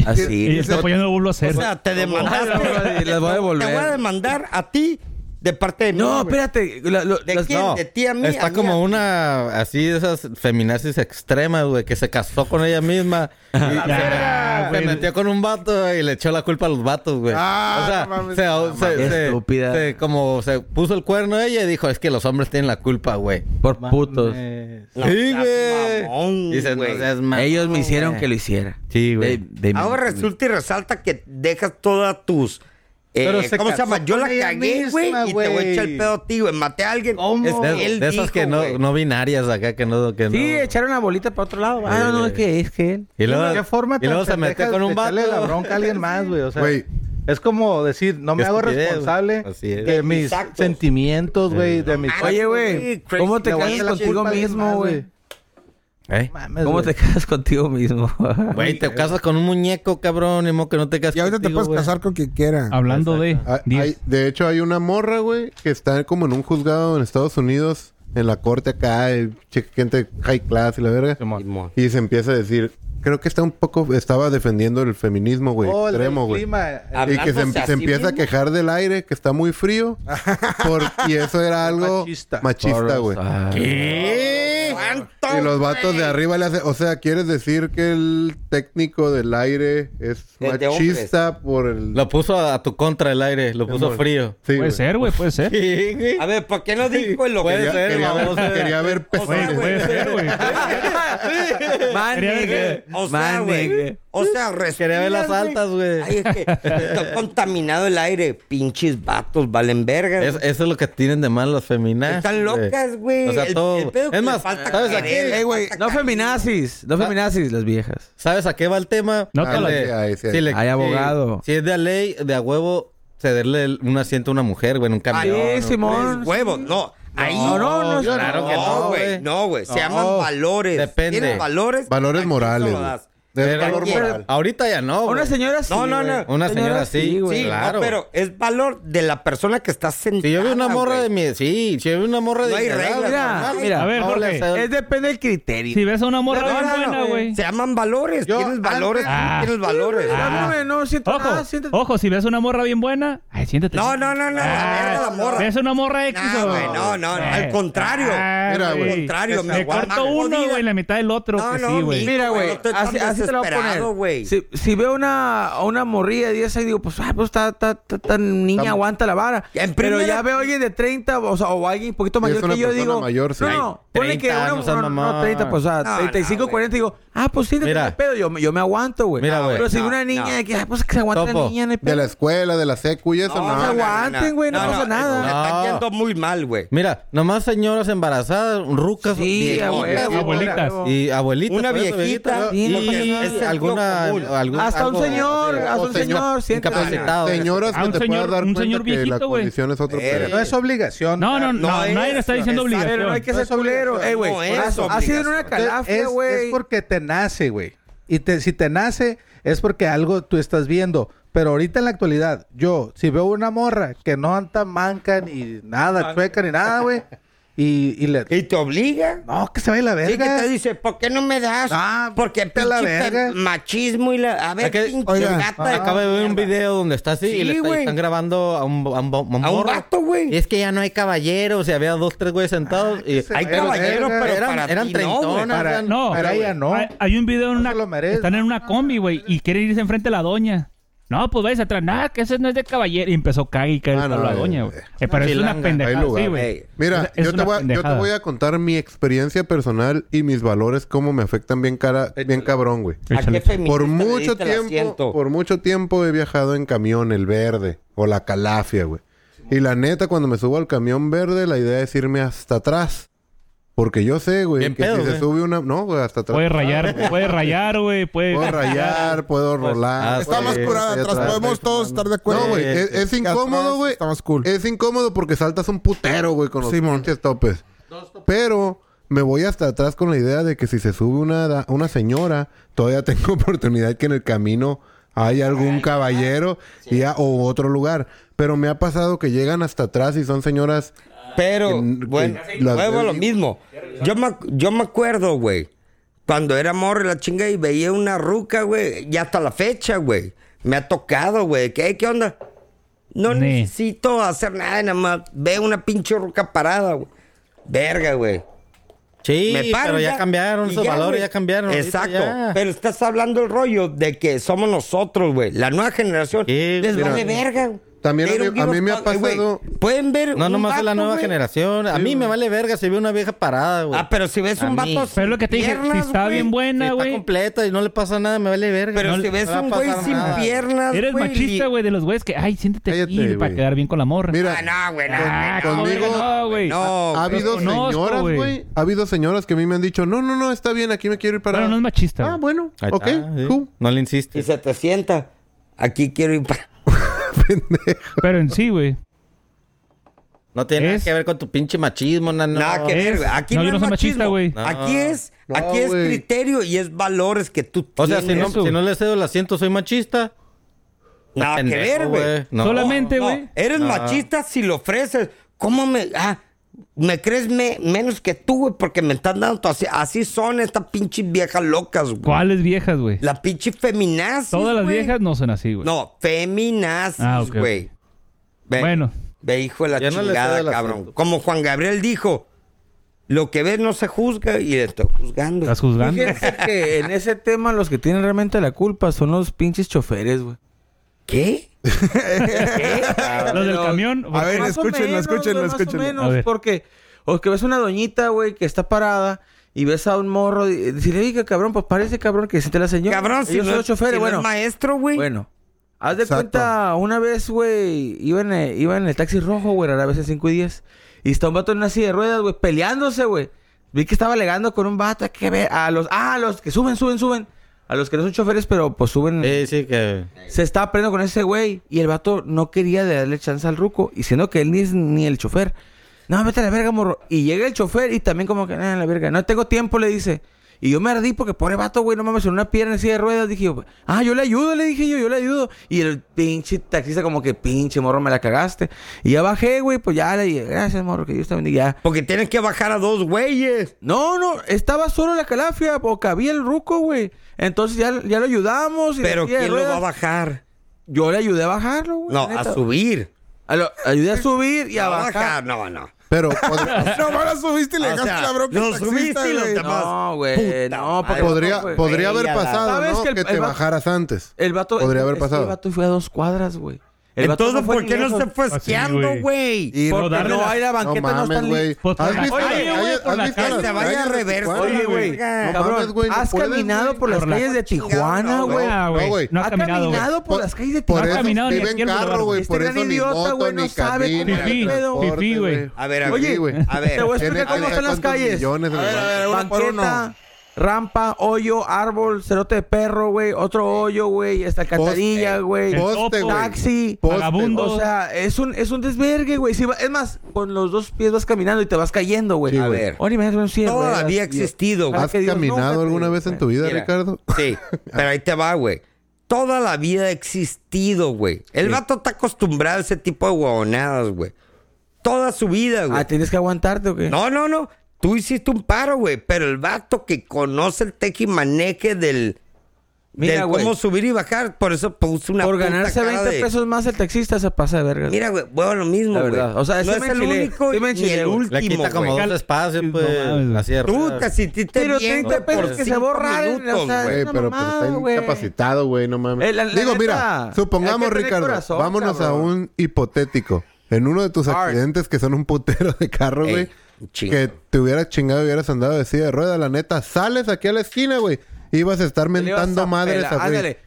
Speaker 1: Así.
Speaker 4: Y está apoyando el vuelvo a hacer.
Speaker 6: O sea, te demandaste.
Speaker 1: Las voy a devolver.
Speaker 6: Te voy a demandar a ti de parte de mí.
Speaker 1: No,
Speaker 6: güey.
Speaker 1: espérate. la- lo-
Speaker 6: ¿De
Speaker 1: las-
Speaker 6: quién?
Speaker 8: Eh,
Speaker 1: no.
Speaker 6: De ti a mí.
Speaker 8: Está
Speaker 6: a mí, a
Speaker 8: como
Speaker 6: ti.
Speaker 8: una, así, de esas feminazis extremas, güey, que se casó con ella misma. Y se,
Speaker 4: Ya, Pues,
Speaker 8: se
Speaker 4: güey.
Speaker 8: metió con un vato y le echó la culpa a los vatos, güey.
Speaker 3: Ah,
Speaker 8: o sea,
Speaker 3: no mames.
Speaker 8: se,
Speaker 3: No
Speaker 8: se-
Speaker 1: mames.
Speaker 8: se-
Speaker 1: Estúpida.
Speaker 8: se- como se puso el cuerno ella y dijo, es que los hombres tienen la culpa, güey.
Speaker 1: Por putos.
Speaker 7: Eh,
Speaker 6: No
Speaker 8: sí,
Speaker 6: seas
Speaker 8: güey.
Speaker 6: mamón,
Speaker 8: Dice,
Speaker 6: güey.
Speaker 8: no seas mamón,
Speaker 1: Ellos me hicieron
Speaker 8: güey.
Speaker 1: que lo hiciera.
Speaker 8: Sí, güey.
Speaker 1: De- de mí.
Speaker 6: Ahora resulta y resalta que dejas todas tus. eh,
Speaker 7: Pero se
Speaker 6: ¿Cómo se
Speaker 7: casó
Speaker 6: llama? Yo
Speaker 7: con
Speaker 6: la
Speaker 7: ella
Speaker 6: cagué, güey,
Speaker 7: misma,
Speaker 6: y te voy a
Speaker 7: güey.
Speaker 6: echar el pedo a ti, güey. Maté a alguien.
Speaker 7: ¿Cómo?
Speaker 6: Es-
Speaker 8: De,
Speaker 6: él
Speaker 8: de esas
Speaker 6: dijo,
Speaker 8: que no,
Speaker 6: güey.
Speaker 8: no binarias acá, que no... Que
Speaker 1: Sí,
Speaker 8: no-
Speaker 1: echaron la bolita para otro lado. Ah, no, no, es que es que él.
Speaker 8: Y luego,
Speaker 7: ¿De qué forma
Speaker 8: y
Speaker 7: tan
Speaker 8: luego se
Speaker 7: pendeja
Speaker 8: metió con un
Speaker 7: de
Speaker 8: vato.
Speaker 7: echarle la bronca a alguien más, güey. O sea,
Speaker 5: Güey.
Speaker 7: es como decir, no me
Speaker 8: Qué
Speaker 7: hago
Speaker 8: estupidez, güey.
Speaker 7: responsable
Speaker 8: Así es.
Speaker 7: de mis
Speaker 6: Exacto.
Speaker 7: sentimientos, güey, de mis...
Speaker 6: mames,
Speaker 1: Oye,
Speaker 6: Sí,
Speaker 1: güey,
Speaker 6: crazy.
Speaker 1: ¿cómo te
Speaker 7: Le voy a
Speaker 1: casas
Speaker 7: echar la
Speaker 1: contigo
Speaker 7: culpa a alguien más,
Speaker 1: mismo, güey?
Speaker 8: ¿Eh?
Speaker 7: Mames,
Speaker 1: ¿Cómo te
Speaker 7: güey.
Speaker 1: casas contigo mismo?
Speaker 8: Güey, te casas con un muñeco, cabrón, y mo que no te casas
Speaker 3: Y ahorita te
Speaker 8: contigo,
Speaker 3: puedes
Speaker 8: güey.
Speaker 3: casar con quien quiera.
Speaker 4: Hablando de.
Speaker 5: Ah, hay-
Speaker 4: 10.
Speaker 5: de hecho, hay una morra, güey, que está como en un juzgado en Estados Unidos, en la corte acá, eh, che- gente high class y la verga.
Speaker 6: Simón.
Speaker 5: Y se empieza a decir, creo que está un poco, estaba defendiendo el feminismo, güey,
Speaker 7: Oh, el del
Speaker 5: extremo, güey.
Speaker 7: clima.
Speaker 8: Ah,
Speaker 5: Y que se, em-
Speaker 6: Hablándose a
Speaker 5: se
Speaker 6: sí
Speaker 5: empieza a
Speaker 6: mismo.
Speaker 5: quejar del aire, que está muy frío. por- y eso era algo
Speaker 7: Machista.
Speaker 5: machista, güey.
Speaker 6: ¿Cuánto?
Speaker 5: Y los vatos de arriba le hacen... O sea, ¿quieres decir que el técnico del aire es
Speaker 6: Es de
Speaker 5: machista por el...
Speaker 8: Lo puso a tu contra el aire, lo puso
Speaker 5: Simón.
Speaker 8: frío.
Speaker 5: Sí,
Speaker 4: Puede
Speaker 5: güey.
Speaker 4: ser, güey, puede ser.
Speaker 6: A ver, ¿por qué no dijo el
Speaker 8: Puede
Speaker 5: Quería,
Speaker 8: ser,
Speaker 5: quería
Speaker 8: vamos a
Speaker 5: ver,
Speaker 8: ver.
Speaker 5: quería ver
Speaker 6: O sea,
Speaker 5: pezones.
Speaker 6: güey,
Speaker 4: Puede ser, güey.
Speaker 1: Man,
Speaker 4: Quería ver
Speaker 1: nigga.
Speaker 4: que-
Speaker 6: O sea,
Speaker 1: Man,
Speaker 6: güey.
Speaker 1: nigga.
Speaker 6: O sea, respiras,
Speaker 8: Quería ver las
Speaker 6: güey.
Speaker 8: altas, güey.
Speaker 6: Ay, es que está contaminado el aire. Pinches vatos, valen verga.
Speaker 8: Es- eso es lo que tienen de mal los feminazis.
Speaker 6: Están locas, güey.
Speaker 8: O sea,
Speaker 6: El-
Speaker 8: todo.
Speaker 6: el pedo que
Speaker 8: es
Speaker 6: le
Speaker 8: más,
Speaker 6: falta
Speaker 8: ¿sabes a,
Speaker 6: querer.
Speaker 8: qué,
Speaker 1: Eh, güey, no feminazis. No feminazis, las viejas.
Speaker 8: ¿sabes a qué va el tema?
Speaker 4: No te
Speaker 8: Ah,
Speaker 4: lo-
Speaker 8: de-
Speaker 5: Sí, ahí, sí, ahí.
Speaker 1: Hay
Speaker 8: si-
Speaker 1: abogado.
Speaker 8: Si, es de ley, de a huevo, cederle el- un asiento a una mujer, güey, en un camión.
Speaker 1: Sí,
Speaker 8: ¿no?
Speaker 1: Simón.
Speaker 6: Huevos, no. Ahí.
Speaker 1: No, no, no.
Speaker 8: claro que no,
Speaker 6: No, güey.
Speaker 8: güey.
Speaker 6: No, güey. Se
Speaker 8: No.
Speaker 6: llaman valores.
Speaker 8: Depende.
Speaker 6: Tienes valores.
Speaker 5: Valores
Speaker 6: aquí
Speaker 5: morales,
Speaker 6: se lo
Speaker 5: güey.
Speaker 6: das.
Speaker 5: Es
Speaker 8: Pero-
Speaker 5: valor
Speaker 6: pero-
Speaker 5: moral.
Speaker 8: Ahorita ya no.
Speaker 1: Una
Speaker 8: güey.
Speaker 1: señora sí.
Speaker 6: No, no,
Speaker 1: güey.
Speaker 6: no.
Speaker 8: Una señora sí,
Speaker 1: güey.
Speaker 6: Sí, no,
Speaker 8: Claro.
Speaker 6: pero es valor de la persona que está sentada.
Speaker 8: Si yo vi una morra
Speaker 6: güey.
Speaker 8: de mi... Sí, si yo vi una morra de
Speaker 6: No hay
Speaker 8: mi edad,
Speaker 6: reglas,
Speaker 1: Mira,
Speaker 8: normal,
Speaker 1: mira.
Speaker 4: A ver,
Speaker 8: no le
Speaker 4: Jorge.
Speaker 8: cedo-
Speaker 1: Es depende del criterio.
Speaker 4: Si ves a una morra
Speaker 6: No,
Speaker 4: bien
Speaker 6: no, no,
Speaker 4: buena, güey.
Speaker 6: Se llaman valores.
Speaker 5: Yo-
Speaker 6: tienes valores.
Speaker 4: Ah.
Speaker 6: Tienes valores.
Speaker 1: Ah, no, güey, no siento
Speaker 4: Ojo,
Speaker 1: nada. siéntate.
Speaker 4: ojo, si ves una morra bien buena, ay, siéntate.
Speaker 6: No, no, no, no.
Speaker 4: Ah,
Speaker 6: la verga, la morra.
Speaker 4: ¿Ves una morra X
Speaker 6: No,
Speaker 4: o-
Speaker 6: güey, no, no, no, al contrario.
Speaker 5: Mira,
Speaker 4: güey.
Speaker 5: güey.
Speaker 6: contrario, me
Speaker 4: Me
Speaker 6: aguanta,
Speaker 4: corto uno,
Speaker 6: jodida.
Speaker 4: güey, la mitad del otro.
Speaker 6: No,
Speaker 4: que
Speaker 6: no,
Speaker 4: sí, güey.
Speaker 6: mi-
Speaker 1: Mira,
Speaker 6: güey,
Speaker 1: güey,
Speaker 6: no estoy tan
Speaker 1: así, así te lo voy a
Speaker 6: desesperado, güey.
Speaker 1: poner. Si, si veo una, a una morrilla de 10 ahí, digo, pues, ah, pues, está, está, está tan niña, aguanta la vara.
Speaker 6: Ya en
Speaker 1: Pero
Speaker 6: primera-
Speaker 1: ya veo a alguien de 30, o sea, o alguien un poquito mayor
Speaker 5: una
Speaker 1: que yo,
Speaker 5: persona
Speaker 1: digo.
Speaker 5: mayor, sí.
Speaker 1: No, no, ponle que
Speaker 8: 30,
Speaker 1: una
Speaker 8: no seas
Speaker 1: no, no,
Speaker 8: mamón.
Speaker 1: 30, pues, o sea,
Speaker 6: No,
Speaker 1: 35,
Speaker 6: no, güey.
Speaker 1: 40, digo, ah, pues sí,
Speaker 8: Mira.
Speaker 1: no hay pedo, yo, me- yo me aguanto, güey.
Speaker 8: Mira, güey,
Speaker 1: Pero si
Speaker 6: no,
Speaker 1: una niña,
Speaker 6: no.
Speaker 1: de que, ah, pues que se aguanta
Speaker 8: Topo.
Speaker 1: la niña, no hay
Speaker 5: De la
Speaker 1: pedo.
Speaker 5: escuela, de la secu y eso,
Speaker 1: no,
Speaker 5: no.
Speaker 1: no. aguanten, güey, no pasa nada.
Speaker 6: Me están
Speaker 8: No.
Speaker 6: yendo muy mal, güey.
Speaker 8: Mira, nomás señoras embarazadas, rucas,
Speaker 1: Sí,
Speaker 8: viejitas,
Speaker 1: a huevo,
Speaker 8: güey.
Speaker 4: Abuelitas.
Speaker 1: a huevo.
Speaker 8: y abuelitas.
Speaker 6: Una
Speaker 8: por eso,
Speaker 6: pues, viejita,
Speaker 8: Y,
Speaker 1: sí,
Speaker 8: y
Speaker 1: es
Speaker 6: lo
Speaker 8: alguna,
Speaker 6: común.
Speaker 8: algún-
Speaker 1: Hasta un
Speaker 8: algo-
Speaker 1: señor, hasta
Speaker 5: o
Speaker 1: un
Speaker 5: señor,
Speaker 1: señor, siéntate.
Speaker 8: Incapacitado.
Speaker 5: Señoras
Speaker 4: Ah,
Speaker 5: que
Speaker 4: un
Speaker 5: te
Speaker 4: señor-
Speaker 5: puedas dar
Speaker 4: un
Speaker 5: cuenta
Speaker 4: señor
Speaker 5: que la
Speaker 4: viejito, güey.
Speaker 5: condición es otra.
Speaker 6: Verga.
Speaker 7: No es obligación.
Speaker 4: No, no,
Speaker 6: No
Speaker 4: no,
Speaker 6: es,
Speaker 4: nadie le está diciendo
Speaker 6: exacto.
Speaker 4: obligación.
Speaker 1: Pero no hay que
Speaker 7: No
Speaker 1: ser
Speaker 7: es obligación.
Speaker 1: culero. Ey, güey,
Speaker 6: No es
Speaker 1: brazo. ha sido una
Speaker 6: obligación.
Speaker 1: calafia,
Speaker 7: es,
Speaker 1: güey.
Speaker 7: es porque te nace, güey. Y te, si te nace, es porque algo tú estás viendo. Pero ahorita en la actualidad, yo, si veo una morra que no anda manca ni nada, chueca ni nada, güey, Y, y le...
Speaker 6: Y te obliga.
Speaker 7: No, que se vaya a la
Speaker 6: Sí, que
Speaker 7: verga.
Speaker 6: te dice, ¿por qué no me das?
Speaker 7: Ah,
Speaker 6: Porque
Speaker 7: vete a la
Speaker 6: pinche
Speaker 7: verga.
Speaker 6: pe- machismo y la... A ver,
Speaker 8: Es que-
Speaker 6: pinche
Speaker 3: Oiga,
Speaker 6: gata.
Speaker 8: Ah, acabo de ver un video donde está así
Speaker 6: Sí,
Speaker 8: y le está-
Speaker 6: güey.
Speaker 8: están grabando a un, a un, a un
Speaker 6: A un
Speaker 8: morro.
Speaker 6: vato, güey.
Speaker 8: Y es que ya no hay caballeros y había dos, tres güeyes sentados. y
Speaker 7: se
Speaker 6: Hay
Speaker 7: vaya a la
Speaker 6: caballeros,
Speaker 7: verga.
Speaker 6: pero
Speaker 8: eran,
Speaker 6: para
Speaker 8: eran
Speaker 6: ti no, güey.
Speaker 8: treintonas.
Speaker 7: Para-
Speaker 8: eran-
Speaker 4: No,
Speaker 7: Para
Speaker 4: güey.
Speaker 7: ella no.
Speaker 4: Hay, hay un video en
Speaker 7: No
Speaker 4: una.
Speaker 7: se lo merece.
Speaker 4: están en una combi, güey, y quieren irse enfrente a la doña. No, pues vais atrás. Nada, que ese no es de caballero. Y empezó cague y cague
Speaker 5: Ah, no,
Speaker 4: a la
Speaker 5: eh,
Speaker 4: doña, güey.
Speaker 5: eh.
Speaker 4: Eh, pero es una
Speaker 8: Chilanga.
Speaker 5: Hay
Speaker 4: pendejada,
Speaker 5: lugar.
Speaker 4: sí, güey.
Speaker 6: Ey.
Speaker 5: Mira,
Speaker 4: Es- es
Speaker 5: yo, te
Speaker 4: una
Speaker 5: voy a, yo te
Speaker 4: pendejada.
Speaker 5: voy a contar mi experiencia personal y mis valores, cómo me afectan bien cara, bien cabrón, güey.
Speaker 6: ¿A qué
Speaker 4: Échale.
Speaker 6: feminista
Speaker 5: Por
Speaker 6: le
Speaker 5: mucho
Speaker 6: diste el asiento?
Speaker 5: tiempo, por mucho tiempo he viajado en camión, el verde o la calafia, güey. Y la neta, cuando me subo al camión verde, la idea es irme hasta atrás. Porque yo sé, güey,
Speaker 8: Bien
Speaker 5: que
Speaker 8: pedo,
Speaker 5: si se
Speaker 8: güey.
Speaker 5: sube una... No, güey, hasta atrás.
Speaker 4: Puede rayar, güey, puede rayar, güey. Puede...
Speaker 5: Puedo rayar, puedo rolar.
Speaker 8: ah,
Speaker 3: Está
Speaker 5: güey,
Speaker 3: más curada
Speaker 5: estoy
Speaker 3: atrás.
Speaker 5: atrás.
Speaker 3: Podemos todos estar de acuerdo.
Speaker 5: No, güey, es, es
Speaker 3: Que atrás
Speaker 5: incómodo, güey.
Speaker 3: Está más cool.
Speaker 5: Es incómodo porque saltas un putero, güey, con los
Speaker 3: Simón.
Speaker 5: pinches topes. Pero me voy hasta atrás con la idea de que si se sube una, da- una señora, todavía tengo oportunidad que en el camino hay algún caballero y a- o otro lugar. Pero me ha pasado que llegan hasta atrás y son señoras...
Speaker 6: Pero,
Speaker 5: Que- que
Speaker 6: bueno,
Speaker 5: las-
Speaker 6: vuelvo a lo mismo. Yo me, ac- yo me acuerdo, güey, cuando era morro y la chinga y veía una ruca, güey, y hasta la fecha, güey, me ha tocado, güey, que, "Ey, ¿qué onda? No
Speaker 4: Ni.
Speaker 6: necesito hacer nada, nada más. Ve una pinche ruca parada, güey. Verga, güey.
Speaker 8: Sí,
Speaker 6: Me paro
Speaker 8: pero ya, cambiaron
Speaker 6: y
Speaker 8: esos
Speaker 6: ya,
Speaker 8: valores,
Speaker 6: güey.
Speaker 8: ya cambiaron. ahorita
Speaker 6: Exacto.
Speaker 8: ya.
Speaker 6: Pero estás hablando el rollo de que somos nosotros, güey. La nueva generación.
Speaker 8: Sí,
Speaker 6: les
Speaker 8: mira.
Speaker 6: vale verga. güey.
Speaker 5: También a
Speaker 6: They
Speaker 5: mí-
Speaker 6: don't give
Speaker 5: a mí me ha
Speaker 6: fuck, eh, güey.
Speaker 5: pasado-
Speaker 6: Pueden ver.
Speaker 8: No,
Speaker 6: un
Speaker 8: nomás es la
Speaker 6: vato,
Speaker 8: nueva
Speaker 6: güey.
Speaker 8: generación. A mí me vale verga si veo una vieja parada, güey.
Speaker 6: Ah, pero si ves
Speaker 8: A
Speaker 6: un
Speaker 8: mí.
Speaker 6: vato. sin
Speaker 4: Pero lo que te dije, si
Speaker 6: piernas,
Speaker 4: está
Speaker 6: güey,
Speaker 4: bien buena,
Speaker 8: Si está
Speaker 4: güey.
Speaker 8: completa y no le pasa nada, me vale verga.
Speaker 6: Pero
Speaker 8: No
Speaker 6: si
Speaker 8: le-
Speaker 6: ves
Speaker 8: no va a
Speaker 6: un güey
Speaker 8: pasar
Speaker 6: sin
Speaker 8: nada.
Speaker 6: piernas,
Speaker 4: Eres
Speaker 6: güey,
Speaker 4: machista,
Speaker 6: y-
Speaker 4: güey, de los güeyes que, ay, siéntete aquí
Speaker 5: Cállate,
Speaker 4: para
Speaker 5: güey.
Speaker 4: quedar bien con la morra.
Speaker 5: Mira,
Speaker 6: Ah, no, güey, no.
Speaker 4: Ah,
Speaker 6: güey,
Speaker 4: ¿cómo
Speaker 5: conmigo-
Speaker 4: verga no, Ah, güey.
Speaker 6: No,
Speaker 5: ha habido
Speaker 4: desconozco,
Speaker 5: señoras,
Speaker 4: güey.
Speaker 5: güey. Ha habido señoras que a mí me han dicho, no, no, no, está bien, aquí me quiero ir para...
Speaker 4: Pero no es machista.
Speaker 5: Ah,
Speaker 4: güey.
Speaker 5: bueno,
Speaker 8: Ahí
Speaker 5: ok,
Speaker 8: está, sí.
Speaker 5: cool.
Speaker 8: No le
Speaker 4: ah,
Speaker 6: Y
Speaker 8: insistes.
Speaker 6: se te sienta. Aquí quiero ir para.
Speaker 4: Pero en sí, güey.
Speaker 8: No tiene
Speaker 4: Es-
Speaker 8: nada que ver con tu pinche machismo, no, no.
Speaker 6: Nada que ver,
Speaker 4: Es-
Speaker 6: güey. Aquí
Speaker 4: no,
Speaker 6: no,
Speaker 4: yo no
Speaker 6: es
Speaker 4: soy
Speaker 6: machismo.
Speaker 4: machista, güey.
Speaker 8: No.
Speaker 6: Aquí es, aquí es
Speaker 5: güey.
Speaker 6: criterio y es valores que tú
Speaker 8: O sea, si
Speaker 6: tienes.
Speaker 8: no,
Speaker 4: eso.
Speaker 8: si no le cedo el asiento, soy machista.
Speaker 6: Nada que
Speaker 8: Pendejo,
Speaker 6: ver, güey.
Speaker 8: No.
Speaker 4: Solamente,
Speaker 6: No,
Speaker 4: güey.
Speaker 5: eh.
Speaker 6: eres machista si lo ofreces. ¿Cómo me.? Ah, me crees me- menos que tú, güey, porque me estás dando tu así. Así son estas pinches viejas locas, güey.
Speaker 4: ¿Cuáles viejas, güey?
Speaker 6: La pinche feminazis.
Speaker 4: Todas las
Speaker 6: güey.
Speaker 4: viejas no son así, güey.
Speaker 6: No, feminazis, güey.
Speaker 4: Ah, ok, ok.
Speaker 6: Ve,
Speaker 4: Bueno.
Speaker 6: Ve, hijo de la
Speaker 8: Ya no le
Speaker 6: chingada,
Speaker 8: cedo el
Speaker 6: cabrón.
Speaker 8: asiento.
Speaker 6: Como Juan Gabriel dijo, lo que ves no se juzga y le estoy juzgando.
Speaker 4: ¿Estás juzgando?
Speaker 1: Fíjense que en ese tema los que tienen realmente la culpa son los pinches choferes, güey.
Speaker 6: ¿Qué?
Speaker 4: Los del camión.
Speaker 3: A ver,
Speaker 1: Más o
Speaker 3: escúchenlo,
Speaker 1: menos,
Speaker 3: escúchenlo,
Speaker 1: güey, más o
Speaker 3: escúchenlo.
Speaker 1: menos,
Speaker 4: A ver.
Speaker 1: porque o que ves una doñita, güey, que está parada y ves a un morro y decirle, "Oiga, cabrón, pues parece cabrón que se te la señora."
Speaker 6: Cabrón, si
Speaker 1: Ellos
Speaker 6: no,
Speaker 1: son los
Speaker 6: es-
Speaker 1: choferes,
Speaker 6: si no
Speaker 1: bueno.
Speaker 6: es maestro, güey.
Speaker 1: Bueno, haz de
Speaker 3: Exacto.
Speaker 1: cuenta, una vez, güey, iba, en el- iba en el taxi rojo, güey, a veces 5 y 10. Y está un vato en una silla de ruedas, güey, peleándose, güey. Vi que estaba alegando con un vato, hay que ver, a los, ah, a los que suben, suben, suben. A los que no son choferes, pero pues suben.
Speaker 4: Eh,
Speaker 8: Sí, sí, que.
Speaker 1: Se estaba peleando con ese güey y el vato no quería de darle chance al ruco, y siendo que él ni es ni el chofer. No, vete a la verga, morro. Y llega el chofer y también como que, nada, la verga, no tengo tiempo, le dice. Y yo me ardí porque pobre vato, güey, no mames, en una pierna en silla de ruedas. Dije yo, ah, yo le ayudo, le dije yo, yo le ayudo. Y el pinche taxista como que, pinche morro, me la cagaste. Y ya bajé, güey, pues ya le dije, gracias, morro, que Dios te bendiga. Ya.
Speaker 6: Porque tienes que bajar a dos güeyes.
Speaker 1: No, no, estaba solo la calafia, porque había el ruco, güey. Entonces ya, ya lo ayudamos. y la
Speaker 6: Pero
Speaker 1: silla de
Speaker 6: ¿quién lo va a
Speaker 1: ruedas-
Speaker 6: bajar?
Speaker 1: Yo le ayudé a bajarlo, güey.
Speaker 6: No,
Speaker 1: neta.
Speaker 6: a subir.
Speaker 1: A lo- ayudé a subir y a
Speaker 6: A
Speaker 1: bajar.
Speaker 6: bajar, no, no.
Speaker 5: Pero... pod-
Speaker 3: No, ahora subiste y le
Speaker 6: O
Speaker 3: dejaste
Speaker 6: sea,
Speaker 3: la bronca.
Speaker 6: lo
Speaker 3: al taxista,
Speaker 6: subiste y lo
Speaker 3: güey.
Speaker 6: demás.
Speaker 1: No, güey.
Speaker 6: Puta
Speaker 1: No,
Speaker 6: madre.
Speaker 1: porque
Speaker 5: podría
Speaker 1: no, güey.
Speaker 5: podría
Speaker 6: Güey,
Speaker 5: haber
Speaker 6: ya la-
Speaker 5: pasado,
Speaker 1: ¿Sabes
Speaker 5: ¿no?
Speaker 1: que
Speaker 5: Que,
Speaker 1: el-
Speaker 5: te
Speaker 1: el va-
Speaker 5: bajaras antes.
Speaker 1: El vato.
Speaker 5: Podría haber
Speaker 1: es que
Speaker 5: pasado.
Speaker 1: El vato fue a dos cuadras, güey. El vato
Speaker 6: Entonces,
Speaker 1: fue
Speaker 6: ¿por
Speaker 1: ni
Speaker 6: qué no
Speaker 1: lejos.
Speaker 6: se fue
Speaker 4: Así,
Speaker 6: esquiando,
Speaker 4: güey.
Speaker 6: güey?
Speaker 3: Y
Speaker 1: Porque
Speaker 4: darle
Speaker 1: no,
Speaker 4: la-
Speaker 1: ahí la
Speaker 5: No
Speaker 1: banqueta no, está
Speaker 5: mames,
Speaker 1: li-
Speaker 5: güey.
Speaker 4: Pues,
Speaker 5: ¿Has
Speaker 4: la-
Speaker 5: visto-
Speaker 4: Oye,
Speaker 5: hay-
Speaker 4: güey,
Speaker 5: has
Speaker 4: por la
Speaker 5: visto
Speaker 4: calle
Speaker 5: las
Speaker 4: se
Speaker 6: vaya
Speaker 5: calles de
Speaker 6: reversa,
Speaker 5: Tijuana?
Speaker 1: Oye, güey.
Speaker 6: verga.
Speaker 5: No
Speaker 1: Cabrón,
Speaker 5: mames, güey, no
Speaker 1: has
Speaker 5: puedes,
Speaker 1: caminado
Speaker 5: güey.
Speaker 1: por las
Speaker 4: Por la-
Speaker 1: calles de Tijuana,
Speaker 6: No,
Speaker 1: güey.
Speaker 5: güey.
Speaker 4: Ah,
Speaker 5: No, güey.
Speaker 4: No ha
Speaker 1: ha
Speaker 4: caminado,
Speaker 1: caminado,
Speaker 4: güey.
Speaker 1: por las calles de
Speaker 5: Por
Speaker 4: No ha
Speaker 5: eso
Speaker 1: Tijuana.
Speaker 4: caminado ni
Speaker 5: vive
Speaker 4: aquí
Speaker 5: en
Speaker 4: en Boulevard,
Speaker 5: carro, güey.
Speaker 1: este
Speaker 5: Por
Speaker 1: gran
Speaker 5: eso ni
Speaker 1: idiota,
Speaker 5: moto,
Speaker 1: güey, no
Speaker 5: ni
Speaker 1: sabe cómo
Speaker 5: camina.
Speaker 4: Fifí,
Speaker 5: transporte,
Speaker 4: fifí, güey.
Speaker 6: A ver, a
Speaker 5: Oye,
Speaker 6: ver.
Speaker 5: güey.
Speaker 6: A ver.
Speaker 1: Te voy a
Speaker 5: Tiene
Speaker 1: explicar
Speaker 5: que
Speaker 1: cómo están
Speaker 5: ver
Speaker 1: las
Speaker 5: cuántos
Speaker 1: calles.
Speaker 5: millones en
Speaker 3: A ver,
Speaker 5: el-
Speaker 3: a ver, uno por
Speaker 1: Banqueta, rampa, hoyo, árbol, cerote de perro, güey. Otro hoyo, güey. Estacatadilla, güey.
Speaker 4: El
Speaker 5: Poste,
Speaker 4: topo,
Speaker 5: güey.
Speaker 1: Taxi.
Speaker 5: Poste,
Speaker 4: Vagabundo.
Speaker 1: O sea, es un, es un desvergue, güey. Si va- es más, con los dos pies vas caminando y te vas cayendo, güey.
Speaker 5: Sí,
Speaker 1: a
Speaker 5: güey.
Speaker 1: ver. Ahora imagínate un cien, güey.
Speaker 6: Todavía ha
Speaker 1: Así,
Speaker 6: existido, güey.
Speaker 5: ¿Has
Speaker 1: que Dios nunca
Speaker 5: caminado
Speaker 1: te-
Speaker 5: alguna vez en tu vida,
Speaker 6: Mira,
Speaker 5: Ricardo?
Speaker 6: Sí, pero ahí te va, güey. Toda la vida ha existido, güey. El vato está acostumbrado a ese tipo de huevonadas, güey. toda su vida, güey.
Speaker 1: Ah, ¿tienes que aguantarte o qué?
Speaker 6: No, no, no. Tú hiciste un paro, güey. Pero el vato que conoce el tejimaneje del.
Speaker 1: Mira,
Speaker 6: del
Speaker 1: güey.
Speaker 6: cómo subir y bajar. Por eso puse una.
Speaker 1: Por
Speaker 6: puta
Speaker 1: ganarse
Speaker 6: cara
Speaker 1: 20
Speaker 6: de-
Speaker 1: pesos más el taxista se pasa de verga.
Speaker 6: Mira, güey, bueno, lo mismo,
Speaker 1: La
Speaker 6: güey.
Speaker 1: verdad. O sea, sí
Speaker 6: no es
Speaker 1: me
Speaker 6: el
Speaker 1: enchilé.
Speaker 6: único
Speaker 1: Sí me
Speaker 6: ni
Speaker 1: enchilé.
Speaker 6: el
Speaker 1: Le
Speaker 8: Le
Speaker 6: último,
Speaker 8: quita como
Speaker 6: güey.
Speaker 8: dos espacios, pues.
Speaker 4: No mames,
Speaker 8: así de
Speaker 6: Tú
Speaker 8: ruedas.
Speaker 6: casi te
Speaker 1: Pero
Speaker 6: bien,
Speaker 1: 30
Speaker 6: güey,
Speaker 1: pesos
Speaker 6: por
Speaker 1: que se
Speaker 6: cinco
Speaker 1: borran. o
Speaker 6: minutos,
Speaker 1: sea,
Speaker 5: Güey,
Speaker 1: es una
Speaker 5: pero pues,
Speaker 1: mamada,
Speaker 5: está
Speaker 1: güey.
Speaker 5: incapacitado, güey, no mames.
Speaker 1: Eh, la- la
Speaker 5: Digo,
Speaker 1: neta, hay
Speaker 5: mira,
Speaker 1: que
Speaker 5: supongamos,
Speaker 1: tener
Speaker 5: Ricardo,
Speaker 1: corazón,
Speaker 5: vámonos
Speaker 1: cabrón.
Speaker 5: a un hipotético. En uno de tus
Speaker 1: Art.
Speaker 5: accidentes que son un putero de carro,
Speaker 6: Ey,
Speaker 5: güey,
Speaker 6: un chingo.
Speaker 5: que te hubieras chingado y hubieras andado de silla de rueda, la neta, sales aquí a la esquina, güey, ibas a estar
Speaker 1: Le vas
Speaker 5: mentando
Speaker 1: a
Speaker 5: madres
Speaker 1: pelar.
Speaker 5: a güey.
Speaker 1: Ándale.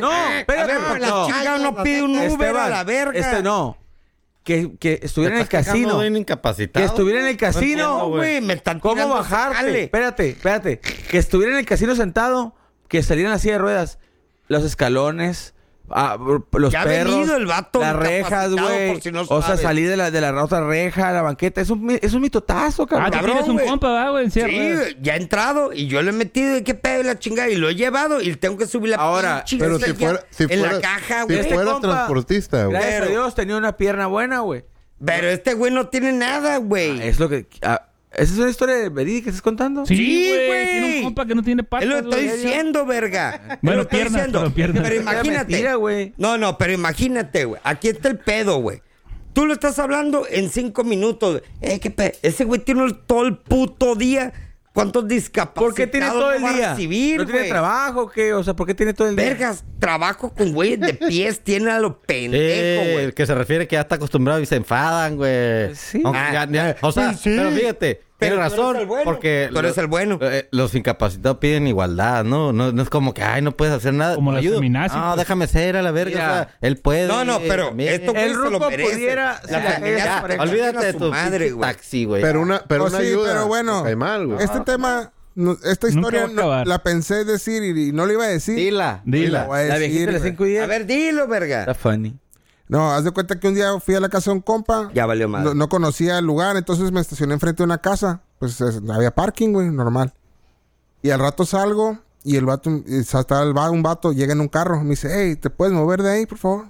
Speaker 1: No,
Speaker 6: A
Speaker 1: espérate.
Speaker 6: ver, pues, la
Speaker 1: no.
Speaker 6: chingada no pide un Uber
Speaker 1: Esteban,
Speaker 6: a la verga.
Speaker 1: Este no. Que, que estuviera en el
Speaker 8: Estás quejando
Speaker 1: casino.
Speaker 8: de un incapacitado.
Speaker 1: Que estuviera en el
Speaker 8: No
Speaker 1: casino,
Speaker 8: entiendo,
Speaker 6: güey, me están
Speaker 1: ¿Cómo
Speaker 6: tirando
Speaker 1: bajarte?
Speaker 6: jale.
Speaker 1: Espérate, espérate. Que estuviera en el casino sentado, que saliera en la silla de ruedas, los escalones, ah, los
Speaker 6: Ya ha
Speaker 1: perros,
Speaker 6: venido el vato
Speaker 1: las rejas,
Speaker 6: incapacitado,
Speaker 1: güey.
Speaker 6: por si no
Speaker 1: o sea,
Speaker 6: sabes.
Speaker 1: salir de la, de la otra reja, la banqueta. Es un, mi- es un mitotazo,
Speaker 4: Ah,
Speaker 1: cabrón.
Speaker 4: tú
Speaker 6: Cabrón,
Speaker 4: tienes un
Speaker 6: güey.
Speaker 4: compa, ¿verdad, güey? En silla de
Speaker 6: Sí,
Speaker 4: ruedas.
Speaker 6: güey, ya he entrado y yo lo he metido y qué pedo y la chingada y lo he llevado y tengo que subir la
Speaker 1: Ahora,
Speaker 6: pinche
Speaker 5: Pero si
Speaker 6: silla
Speaker 5: fuera, si
Speaker 6: en
Speaker 5: fuera,
Speaker 6: la caja,
Speaker 5: si
Speaker 6: güey.
Speaker 1: Este
Speaker 5: fuera
Speaker 1: compa,
Speaker 5: transportista, güey.
Speaker 1: Gracias a
Speaker 6: Pero-
Speaker 1: Dios tenía una pierna buena, güey.
Speaker 6: Pero este güey no tiene nada, güey.
Speaker 1: Es lo que. ah, ¿Esa es una historia verídica que estás contando?
Speaker 6: Sí,
Speaker 4: Sí, güey.
Speaker 6: güey.
Speaker 4: Tiene un compa que no tiene patas.
Speaker 6: Él lo
Speaker 4: güey.
Speaker 6: estoy diciendo, verga.
Speaker 4: Bueno,
Speaker 6: Él lo estoy
Speaker 4: piernas,
Speaker 6: diciendo.
Speaker 4: pero piernas.
Speaker 6: Pero
Speaker 4: Es
Speaker 1: una
Speaker 6: imagínate.
Speaker 1: mentira, güey.
Speaker 6: No, no, pero imagínate, güey. Aquí está el pedo, güey. Tú lo estás hablando en cinco minutos. güey. Eh, qué pe- Ese güey tiene el- todo el puto día. ¿Cuántos discapacitados
Speaker 1: ¿Por qué tiene todo el
Speaker 6: no va a
Speaker 1: día?
Speaker 6: recibir,
Speaker 1: ¿No tiene
Speaker 6: güey?
Speaker 1: trabajo? ¿Qué? O sea, ¿por qué tiene todo el día?
Speaker 6: Vergas, trabajo con güeyes de pies. tiene a lo
Speaker 8: Sí,
Speaker 6: pendejo, güey.
Speaker 8: el que se refiere que ya está acostumbrado y se enfadan, güey.
Speaker 1: Sí.
Speaker 8: Aunque ya- ya- o sea, pero fíjate,
Speaker 6: Ah. Pero
Speaker 8: tienes
Speaker 6: tú
Speaker 8: razón.
Speaker 6: eres el bueno.
Speaker 8: Porque
Speaker 6: Tú eres el bueno.
Speaker 8: eh, los incapacitados piden igualdad, ¿no? ¿no? No es como que, ay, no puedes hacer nada.
Speaker 4: Como
Speaker 8: ¿Me
Speaker 4: las
Speaker 8: ayudas?
Speaker 4: feminazis,
Speaker 8: No,
Speaker 4: pues.
Speaker 8: déjame ser a la verga.
Speaker 1: Mira.
Speaker 8: o sea, él puede.
Speaker 6: No, no, pero
Speaker 8: también.
Speaker 6: esto
Speaker 1: El
Speaker 6: güey se lo
Speaker 1: ruco
Speaker 6: merece.
Speaker 1: pudiera-
Speaker 6: La
Speaker 1: Ya,
Speaker 6: familia
Speaker 1: ya,
Speaker 6: se merece
Speaker 8: Olvídate de
Speaker 6: su
Speaker 8: tu
Speaker 6: madre,
Speaker 8: madre,
Speaker 6: güey.
Speaker 8: taxi, güey.
Speaker 5: Pero una, pero
Speaker 3: Oh,
Speaker 5: una
Speaker 3: sí,
Speaker 5: ayuda.
Speaker 3: pero bueno,
Speaker 5: te cae mal, güey.
Speaker 3: este tema, no-
Speaker 4: Nunca va
Speaker 3: esta historia
Speaker 4: a
Speaker 3: no-
Speaker 4: acabar.
Speaker 3: la pensé decir y, y no la iba a decir.
Speaker 8: Dila.
Speaker 3: La
Speaker 4: Dila.
Speaker 3: voy a
Speaker 1: La
Speaker 3: decir,
Speaker 1: viejita de las
Speaker 3: güey.
Speaker 1: 5 y 10.
Speaker 6: A ver, dilo, verga.
Speaker 1: Está funny.
Speaker 3: No, haz de cuenta que un día fui a la casa de un compa.
Speaker 6: Ya valió madre.
Speaker 3: No, no conocía el lugar, entonces me estacioné enfrente de una casa. Pues es- había parking, güey, normal. Y al rato salgo y el vato, y estaba el va- un vato, llega en un carro. Me dice, hey, ¿te puedes mover de ahí, por favor?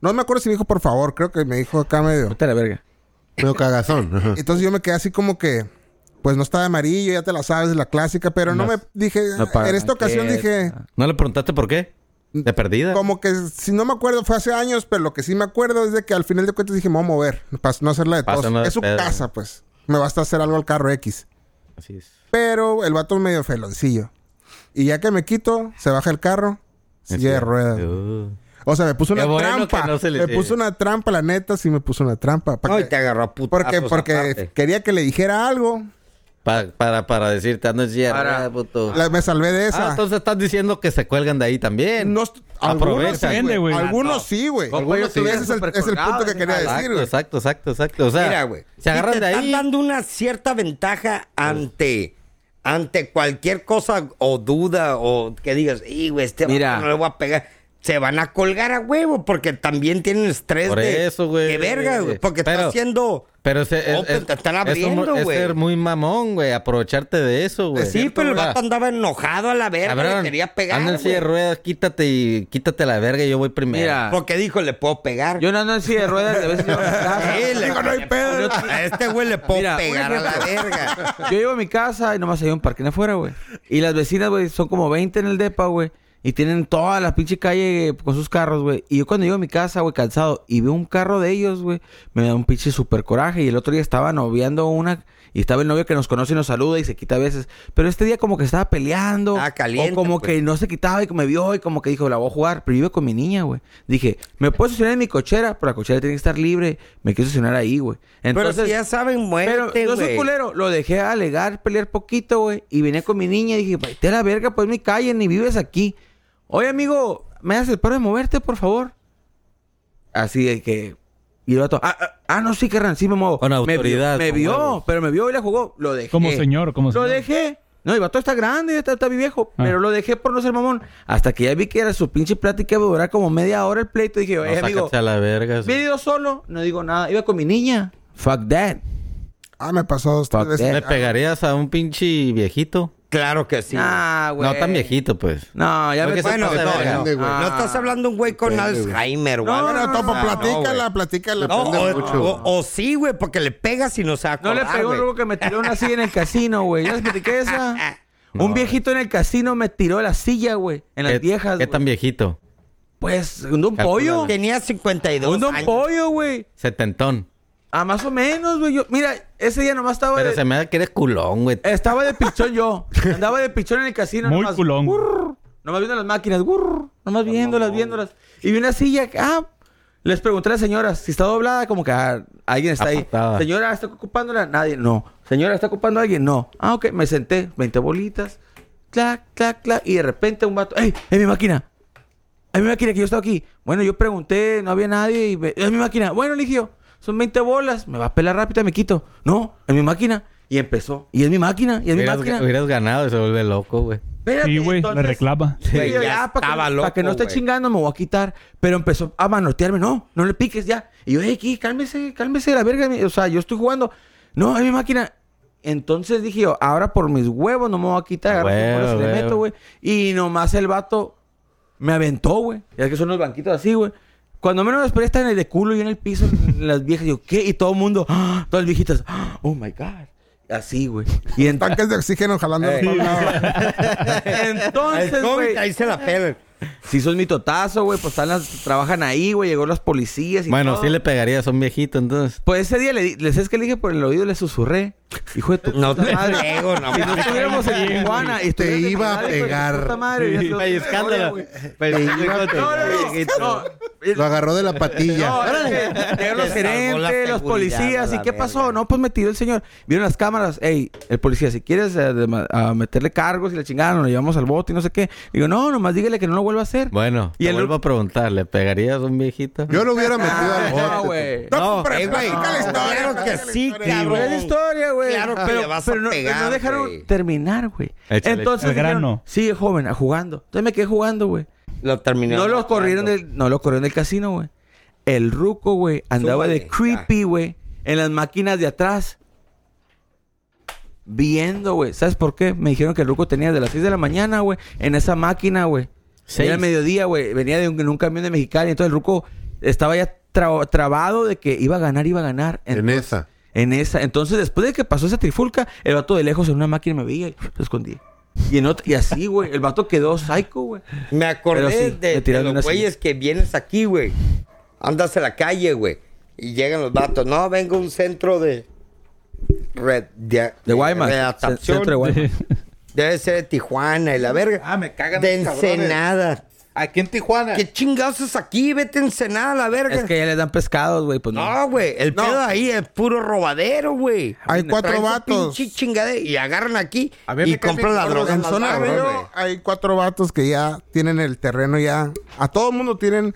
Speaker 3: No me acuerdo si me dijo por favor, creo que me dijo acá medio.
Speaker 1: Vete a la verga.
Speaker 5: Medio cagazón. ajá.
Speaker 3: Entonces yo me quedé así como que, pues no está de amarillo, ya te la sabes, la clásica, pero no,
Speaker 1: No-
Speaker 3: me dije,
Speaker 1: no paga
Speaker 3: en esta ocasión dije,
Speaker 1: banqueta.
Speaker 8: ¿No le preguntaste por qué? De perdida.
Speaker 3: como que si no me acuerdo, fue hace años, pero lo que sí me acuerdo es de que al final de cuentas dije, me voy a mover, para no hacerla de todos.
Speaker 8: Pásame de
Speaker 3: Es su
Speaker 8: pedo.
Speaker 3: casa, pues. Me basta hacer algo al carro X.
Speaker 8: Así es.
Speaker 3: Pero el vato es medio feloncillo. Y ya que me quito, se baja el carro, silla de ruedas.
Speaker 1: eh.
Speaker 8: Uh.
Speaker 3: O sea, me puso
Speaker 8: Qué
Speaker 3: una
Speaker 8: bueno
Speaker 3: trampa.
Speaker 8: que no se le-
Speaker 3: me puso una trampa, la neta, sí me puso una trampa. Pa'
Speaker 6: No, y
Speaker 3: que-
Speaker 6: te agarró a putazos
Speaker 3: porque porque
Speaker 6: aparte.
Speaker 3: quería que le dijera algo.
Speaker 8: Pa- para, para decirte, ando en silla de
Speaker 1: Para-
Speaker 8: ruedas, eh, puto.
Speaker 3: La- me salvé de
Speaker 8: Ah,
Speaker 3: esa.
Speaker 8: entonces estás diciendo que se cuelgan de ahí también.
Speaker 3: No est- algunos
Speaker 8: Aprovecha.
Speaker 3: sí,
Speaker 4: Depende,
Speaker 3: güey.
Speaker 4: güey.
Speaker 3: Algunos
Speaker 8: Ah, no.
Speaker 3: sí, güey.
Speaker 1: Como
Speaker 3: Algunos
Speaker 1: yo
Speaker 3: sí.
Speaker 1: estuviera
Speaker 3: Ese es el, es el
Speaker 1: supercolgado,
Speaker 3: punto que
Speaker 1: sí.
Speaker 3: quería decir,
Speaker 8: Exacto,
Speaker 3: güey.
Speaker 8: exacto, exacto, exacto. O sea,
Speaker 6: Mira, güey.
Speaker 8: se agarran
Speaker 6: y te
Speaker 8: de ahí.
Speaker 6: Están dando una cierta ventaja ante, ante cualquier cosa o duda o que digas, y güey, este vato
Speaker 1: Mira.
Speaker 6: no le voy a pegar. Se van a colgar a huevo porque también tienen estrés
Speaker 8: Por
Speaker 6: de.
Speaker 8: eso, güey.
Speaker 6: Qué verga, güey. Porque
Speaker 8: Pero-
Speaker 6: está haciendo.
Speaker 8: Pero ese, es,
Speaker 6: Oh, pero
Speaker 8: es-
Speaker 6: te están
Speaker 8: eso es mu-
Speaker 6: abriendo,
Speaker 8: es
Speaker 6: güey.
Speaker 8: ser muy mamón, güey. Aprovecharte de eso, güey.
Speaker 6: Sí, pero el
Speaker 8: güey.
Speaker 6: vato andaba enojado a la verga. le
Speaker 8: Cabrón,
Speaker 6: quería pegar.
Speaker 8: Anda en silla de
Speaker 6: güey.
Speaker 8: ruedas, quítate y quítate la verga y yo voy primero.
Speaker 1: Mira.
Speaker 6: Porque dijo, le puedo pegar.
Speaker 1: Yo no ando en silla de ruedas, de veces llego a mi casa.
Speaker 6: Sí, le-
Speaker 1: Digo, no hay pedo.
Speaker 6: A este güey le puedo
Speaker 1: Mira, un
Speaker 6: pegar a la
Speaker 1: ejemplo.
Speaker 6: verga.
Speaker 1: Yo llevo a mi casa y nomás hay un parque afuera, güey. Y las vecinas, güey, son como 20 en el depa, güey. Y tienen toda la pinche calle eh, con sus carros, güey. Y yo cuando llego a mi casa, güey, cansado, y veo un carro de ellos, güey, me da un pinche super coraje. Y el otro día estaba noviando una... Y estaba el novio que nos conoce y nos saluda y se quita a veces. Pero este día como que estaba peleando.
Speaker 6: Ah, caliente,
Speaker 1: O como
Speaker 6: pues.
Speaker 1: que no se quitaba y que me vio y como que dijo, la voy a jugar. Pero yo iba con mi niña, güey. Dije, ¿me puedo estacionar en mi cochera? Pero la cochera tiene que estar libre. Me quiero estacionar ahí, güey.
Speaker 6: Pero
Speaker 1: Entonces,
Speaker 6: si ya saben,
Speaker 1: pero
Speaker 6: muerte,
Speaker 1: yo soy
Speaker 6: güey.
Speaker 1: culero, lo dejé alegar, pelear poquito, güey. Y vine con mi niña y dije, vete a la verga, pues mi calle, ni vives aquí. Oye, amigo, ¿me das el paro de moverte, por favor? Así de que. Y el vato, ah, ah, ah, no, sí, carnal, sí me muevo.
Speaker 8: Con
Speaker 1: Me vio-
Speaker 8: autoridad,
Speaker 1: Me
Speaker 8: con
Speaker 1: vio,
Speaker 8: huevos.
Speaker 1: pero me vio y la jugó. Lo dejé.
Speaker 4: Como señor, como
Speaker 1: Lo
Speaker 4: señor.
Speaker 1: dejé. No, el vato está grande, está, está mi viejo.
Speaker 4: Ah.
Speaker 1: Pero lo dejé por no ser mamón. Hasta que ya vi que era su pinche plática, iba a durar como media hora el pleito. Dije,
Speaker 8: No,
Speaker 1: oye, amigo,
Speaker 8: sácate a la verga. sí.
Speaker 1: me he ido solo, no digo nada. Iba con mi niña. Fuck that.
Speaker 3: Ah, me pasó dos, tres
Speaker 1: Fuck
Speaker 3: veces.
Speaker 1: that.
Speaker 8: ¿Le pegarías a un pinche viejito?
Speaker 6: Claro que sí.
Speaker 1: Ah, güey.
Speaker 8: No tan viejito, pues.
Speaker 1: No, ya
Speaker 8: No,
Speaker 1: me
Speaker 8: que se
Speaker 1: bueno,
Speaker 8: pase de verga.
Speaker 1: no,
Speaker 5: Grande, güey.
Speaker 1: ah,
Speaker 6: No estás hablando un güey con Alzheimer, güey.
Speaker 3: No, no, topo,
Speaker 6: Ah,
Speaker 3: platícala,
Speaker 6: güey.
Speaker 3: platícala.
Speaker 6: No,
Speaker 3: aprende
Speaker 6: o,
Speaker 3: mucho.
Speaker 6: o- o sí, güey, porque le pegas y no se va a
Speaker 1: No le
Speaker 6: acordar,
Speaker 1: pegó un
Speaker 6: güey.
Speaker 1: robo que me tiró una silla en el casino, güey. ¿Ya les platiqué esa? un viejito en el casino me tiró la silla, güey. En las
Speaker 8: ¿Qué-
Speaker 1: viejas,
Speaker 8: ¿Qué
Speaker 1: güey.
Speaker 8: tan viejito?
Speaker 1: Pues, un don pollo.
Speaker 6: Tenía 52
Speaker 1: Un don
Speaker 6: años.
Speaker 1: pollo, güey.
Speaker 8: Setentón.
Speaker 1: Ah, más o menos, güey. Yo- Mira, ese día nomás estaba
Speaker 8: Pero
Speaker 1: de,
Speaker 8: se me da que eres culón, güey.
Speaker 1: estaba de pichón yo. Andaba de pichón en el casino
Speaker 4: Muy
Speaker 1: nomás.
Speaker 4: culón.
Speaker 1: Gurr, nomás viendo las máquinas, gurr, nomás viéndolas, viéndolas. Y vi una silla, ah, les pregunté a las señoras si está doblada, como que ah, alguien está
Speaker 8: Apartada.
Speaker 1: ahí. Señora, ¿está ocupándola? Nadie, no. Señora, ¿está ocupando a alguien? No. Ah, ok, me senté, 20 bolitas, clac, clac, clac, y de repente un vato, ¡ey! ¡Es mi máquina! Es mi máquina que yo estaba aquí. Bueno, yo pregunté, no había nadie y me- es mi máquina. Bueno, le dije yo, son 20 bolas, me va a pelar rápido, me quito. No, es mi máquina. Y empezó. Y es mi máquina, y es mi
Speaker 8: Hubieras,
Speaker 1: máquina.
Speaker 8: hubieras ganado y se vuelve loco, güey.
Speaker 1: Espérate,
Speaker 4: Sí, güey, me
Speaker 1: entonces,
Speaker 4: reclama.
Speaker 6: Güey,
Speaker 1: yo,
Speaker 6: ya
Speaker 1: ya, para que,
Speaker 6: estaba
Speaker 1: pa'
Speaker 6: loco,
Speaker 1: que no esté
Speaker 6: güey.
Speaker 1: chingando, me voy a quitar. Pero empezó a manotearme. No, no le piques ya. Y yo, hey, aquí, cálmese, cálmese la verga. mi- O sea, yo estoy jugando. No, es mi máquina. Entonces dije yo, ahora por mis huevos no me voy a quitar. Agarro
Speaker 8: Huevo,
Speaker 1: sus bolas y le
Speaker 8: huevo.
Speaker 1: meto, güey. Y nomás el vato me aventó, güey. Ya que son los banquitos así, güey. Cuando menos me esperé, está en el de culo y en el piso, las viejas. Yo, ¿qué? Y todo el mundo, ¡ah! todas las viejitas, ¡ah! oh my God. Así, güey. Y ent-
Speaker 3: Tanques de oxígeno jalando. pa' un lado.
Speaker 1: entonces,
Speaker 6: El COVID,
Speaker 1: güey.
Speaker 6: ahí se la pelan.
Speaker 1: Si son mitotazo, güey, pues están las, trabajan ahí, güey, llegó las policías y
Speaker 8: Bueno,
Speaker 1: todo.
Speaker 8: sí le pegaría, son viejitos, entonces.
Speaker 1: Pues ese día le di- les es que le dije por el oído, le susurré. Hijo de tu
Speaker 6: No
Speaker 1: puta
Speaker 6: te
Speaker 1: madre.
Speaker 6: pego, no.
Speaker 1: Si no estuviéramos en Tijuana y
Speaker 5: Te
Speaker 1: estuvieras en
Speaker 5: iba a
Speaker 1: Canadá, hijo de tu
Speaker 5: pegar.
Speaker 1: puta madre, hubieras sido-
Speaker 8: escándalo.
Speaker 1: No, no, no, no.
Speaker 5: Lo agarró de la
Speaker 1: No,
Speaker 5: patilla.
Speaker 1: es que llegaron los
Speaker 6: Te salvó la
Speaker 1: gerentes, los
Speaker 6: seguridad,
Speaker 1: policías.
Speaker 6: a
Speaker 1: ¿Y
Speaker 6: la
Speaker 1: qué
Speaker 6: verga.
Speaker 1: pasó? No, pues me tiró el señor. Vieron las cámaras. Ey, el policía, si quieres eh, de ma- a meterle cargos y la chingada, nos lo llevamos al bote y no sé qué. Digo, no, nomás dígale que no lo vuelva a hacer.
Speaker 8: Bueno,
Speaker 1: Y
Speaker 8: y
Speaker 1: el-
Speaker 8: él vuelvo a preguntar, ¿le pegarías a un viejito?
Speaker 5: Yo lo
Speaker 3: Ah,
Speaker 5: hubiera metido al bote.
Speaker 1: No, güey.
Speaker 3: Topo, pero
Speaker 6: Eh, Ah, güey,
Speaker 3: platícala la historia.
Speaker 6: claro que
Speaker 3: platícala
Speaker 6: sí,
Speaker 3: la historia.
Speaker 1: Pero es
Speaker 6: cabrón.
Speaker 1: historia, güey.
Speaker 6: Claro que
Speaker 1: pero,
Speaker 6: le vas a
Speaker 1: pero no,
Speaker 6: pegar,
Speaker 1: pero no dejaron
Speaker 6: güey.
Speaker 1: terminar, güey.
Speaker 8: Échale,
Speaker 1: Entonces
Speaker 4: échale. Al
Speaker 1: dijeron,
Speaker 4: grano.
Speaker 1: sigue joven, a jugando. Entonces me quedé jugando, güey.
Speaker 6: Lo terminó.
Speaker 1: No lo corrieron del, no lo corrieron del casino, güey. El ruco, güey, andaba de
Speaker 6: Súbale,
Speaker 1: creepy, güey, en las máquinas de atrás. Viendo, güey. ¿Sabes por qué? Me dijeron que el ruco tenía de las 6 de la mañana, güey, en esa máquina, güey.
Speaker 8: Seis.
Speaker 1: Era mediodía, güey. Venía de un, en un camión de Mexicali. Entonces el ruco estaba ya tra- trabado de que iba a ganar, iba a ganar.
Speaker 5: En esa.
Speaker 1: En esa. Entonces, después de que pasó esa trifulca, el vato de lejos en una máquina me veía y se escondía. Y, en otra, y así, güey. El vato quedó psycho, güey.
Speaker 6: Me acordé
Speaker 1: Pero sí,
Speaker 6: de,
Speaker 1: le
Speaker 6: de
Speaker 1: tiraron una
Speaker 6: los güeyes que vienes aquí, güey. Andas en la calle, güey. Y llegan los vatos. No, vengo a un centro de. Red, Eh, de,
Speaker 1: De Guaymas.
Speaker 6: readaptación.
Speaker 1: Ce- centro de Guaymas.
Speaker 6: Debe ser de Tijuana y la verga.
Speaker 7: Ah, me cagan
Speaker 6: De
Speaker 7: esos cabrones.
Speaker 6: Ensenada.
Speaker 7: Aquí en Tijuana.
Speaker 6: ¿Qué chingados es aquí? Vete a Ensenada, la verga.
Speaker 1: Es que ya les dan pescados, güey. Pues no.
Speaker 6: No, güey. El
Speaker 3: No.
Speaker 6: pedo ahí es puro robadero, güey.
Speaker 3: Hay cuatro
Speaker 6: Traen su
Speaker 3: vatos.
Speaker 6: pinche chingade y agarran aquí
Speaker 7: A mí me
Speaker 6: y
Speaker 7: cae
Speaker 6: compran la
Speaker 7: bien
Speaker 6: droga.
Speaker 3: En
Speaker 6: más
Speaker 3: zona
Speaker 6: cabrón, güey.
Speaker 3: río hay cuatro vatos que ya tienen el terreno ya. A todo el mundo tienen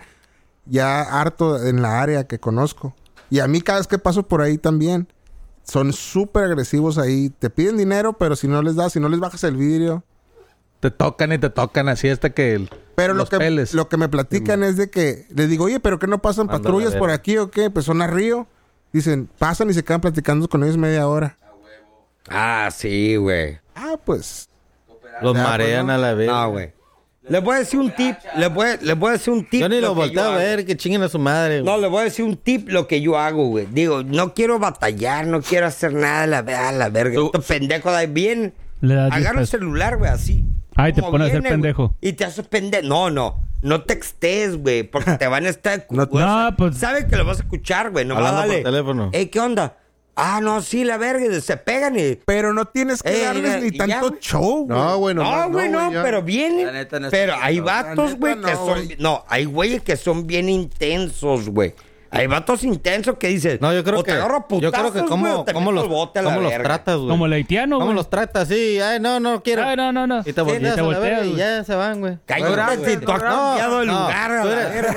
Speaker 3: ya harto en la área que conozco. Y a mí cada vez que paso por ahí también. Son súper agresivos ahí. Te piden dinero, pero si no les das, si no les bajas el vidrio.
Speaker 7: Te tocan y te tocan así hasta que el-
Speaker 3: Pero lo
Speaker 7: los
Speaker 3: que,
Speaker 7: peles.
Speaker 3: lo que me platican es de que les digo, oye, pero ¿qué no pasan
Speaker 8: Mándala
Speaker 3: patrullas
Speaker 8: a
Speaker 3: por
Speaker 8: ver.
Speaker 3: aquí o qué? Pues son a río. Dicen, pasan y se quedan platicando con ellos media hora.
Speaker 6: Ah, sí, güey.
Speaker 3: Ah, pues.
Speaker 8: Los
Speaker 3: Ya, pues,
Speaker 8: marean
Speaker 3: no.
Speaker 8: a la vez.
Speaker 6: No, güey. Les voy a decir un tip. Les voy, a- les voy a decir un tip.
Speaker 8: Yo ni lo
Speaker 6: que
Speaker 8: volteo
Speaker 6: yo
Speaker 8: a
Speaker 6: hago.
Speaker 8: ver, que chinguen a su madre.
Speaker 6: No,
Speaker 8: güey.
Speaker 6: les voy a decir un tip lo que yo hago, güey. Digo, no quiero batallar, no quiero hacer nada, la, ver- a la verga.
Speaker 1: Tú-
Speaker 6: Estos pendejos de ahí bien.
Speaker 4: Le das diez
Speaker 6: Agarra el
Speaker 4: pesos.
Speaker 6: celular, güey, así.
Speaker 4: Ay, te
Speaker 6: Como
Speaker 4: pones a ser
Speaker 6: viene,
Speaker 4: pendejo.
Speaker 6: güey, Y te haces pendejo. No, no. No textes, güey, porque te van a estar...
Speaker 3: No-
Speaker 6: güey,
Speaker 4: No,
Speaker 6: o sea,
Speaker 4: pues-
Speaker 6: Sabe que lo vas a escuchar, güey. No,
Speaker 8: Hablando por
Speaker 6: dale.
Speaker 8: teléfono.
Speaker 6: Ey, ¿qué onda? Ah, no, sí, la verga. y Se pegan y...
Speaker 3: Pero no tienes que
Speaker 6: Eh,
Speaker 3: darles
Speaker 6: eh,
Speaker 3: ni
Speaker 6: ya,
Speaker 3: tanto
Speaker 6: güey.
Speaker 3: show, güey.
Speaker 5: No, güey,
Speaker 6: No,
Speaker 5: nomás
Speaker 6: güey, no,
Speaker 5: ya.
Speaker 6: pero vienen.
Speaker 1: La neta no es
Speaker 6: pero hay
Speaker 1: cierto.
Speaker 6: vatos,
Speaker 3: La
Speaker 6: güey,
Speaker 3: neta
Speaker 6: que
Speaker 3: no,
Speaker 6: son.
Speaker 3: güey.
Speaker 6: No, hay güeyes que son bien intensos, güey. Hay vatos intensos que dices.
Speaker 8: No, yo creo
Speaker 6: o
Speaker 8: que.
Speaker 6: Te agarro a
Speaker 8: yo
Speaker 6: putazos,
Speaker 8: creo que
Speaker 6: güey, o
Speaker 8: cómo,
Speaker 6: te
Speaker 8: cómo
Speaker 6: meto
Speaker 8: los,
Speaker 6: el bote a la
Speaker 8: cómo los
Speaker 6: verga.
Speaker 8: tratas, güey.
Speaker 4: Como el haitiano,
Speaker 8: ¿Cómo
Speaker 4: güey.
Speaker 8: los tratas? Sí, ay, no, no quiero.
Speaker 4: Ay, no, no, no.
Speaker 8: Y te volteas,
Speaker 4: te
Speaker 8: a la
Speaker 4: volteas,
Speaker 8: verga y
Speaker 4: güey.
Speaker 8: ya se van,
Speaker 6: Ah,
Speaker 8: güey.
Speaker 6: Cállate, si tú has cambiado el
Speaker 8: no,
Speaker 6: lugar a
Speaker 8: tú
Speaker 6: la
Speaker 8: eres- eh,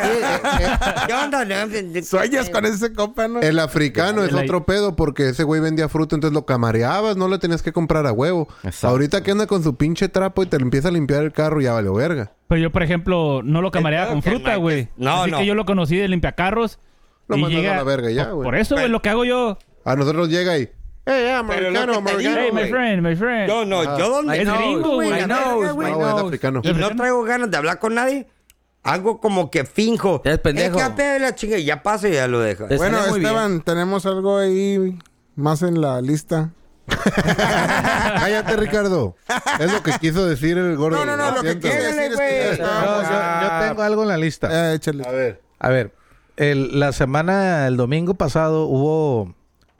Speaker 6: verga. ¿Qué onda? No,
Speaker 3: Sueñas
Speaker 6: Eh,
Speaker 3: con ese compa, ¿no?
Speaker 5: El africano es
Speaker 4: El-
Speaker 5: otro pedo porque ese güey vendía fruta, entonces lo camareabas, no le tenías que comprar a huevo.
Speaker 8: Exacto.
Speaker 5: Ahorita que anda con su pinche trapo y te empieza a limpiar el carro, ya valió verga.
Speaker 4: Pero yo, por ejemplo, no lo camareaba con
Speaker 6: que no
Speaker 4: fruta,
Speaker 6: hay
Speaker 4: güey.
Speaker 6: que- no,
Speaker 4: Así
Speaker 6: no.
Speaker 4: que yo lo conocí de limpiacarros.
Speaker 5: Lo
Speaker 4: y
Speaker 5: mandas a
Speaker 4: llega...
Speaker 5: la verga ya,
Speaker 4: por,
Speaker 5: güey.
Speaker 4: por eso, güey, lo que hago yo...
Speaker 5: A nosotros llega y, Hey, yeah,
Speaker 6: Pero lo
Speaker 5: americano,
Speaker 6: que te digo,
Speaker 5: americano.
Speaker 4: Hey, my
Speaker 6: güey.
Speaker 4: friend, my friend.
Speaker 6: Yo no, yo donde
Speaker 4: Es gringo, güey.
Speaker 1: I know,
Speaker 6: verga, güey.
Speaker 5: No, es africano.
Speaker 6: y no traigo ganas de hablar con nadie, hago como que finjo.
Speaker 1: Eres pendejo.
Speaker 6: Es que apea de la chinga y ya paso y ya lo dejo.
Speaker 1: Te
Speaker 3: Bueno,
Speaker 1: salió muy bien.
Speaker 3: Esteban, tenemos algo ahí más en la lista.
Speaker 5: Cállate, Ricardo. Es lo que quiso decir el gordo.
Speaker 3: No, no, no, lo que
Speaker 5: siento,
Speaker 3: quiere
Speaker 5: güey.
Speaker 3: decir es que ya
Speaker 7: No,
Speaker 3: estábamos-
Speaker 7: yo, yo tengo algo en la lista.
Speaker 3: Eh, échale.
Speaker 5: A ver.
Speaker 7: A ver, el- la semana, el domingo pasado hubo.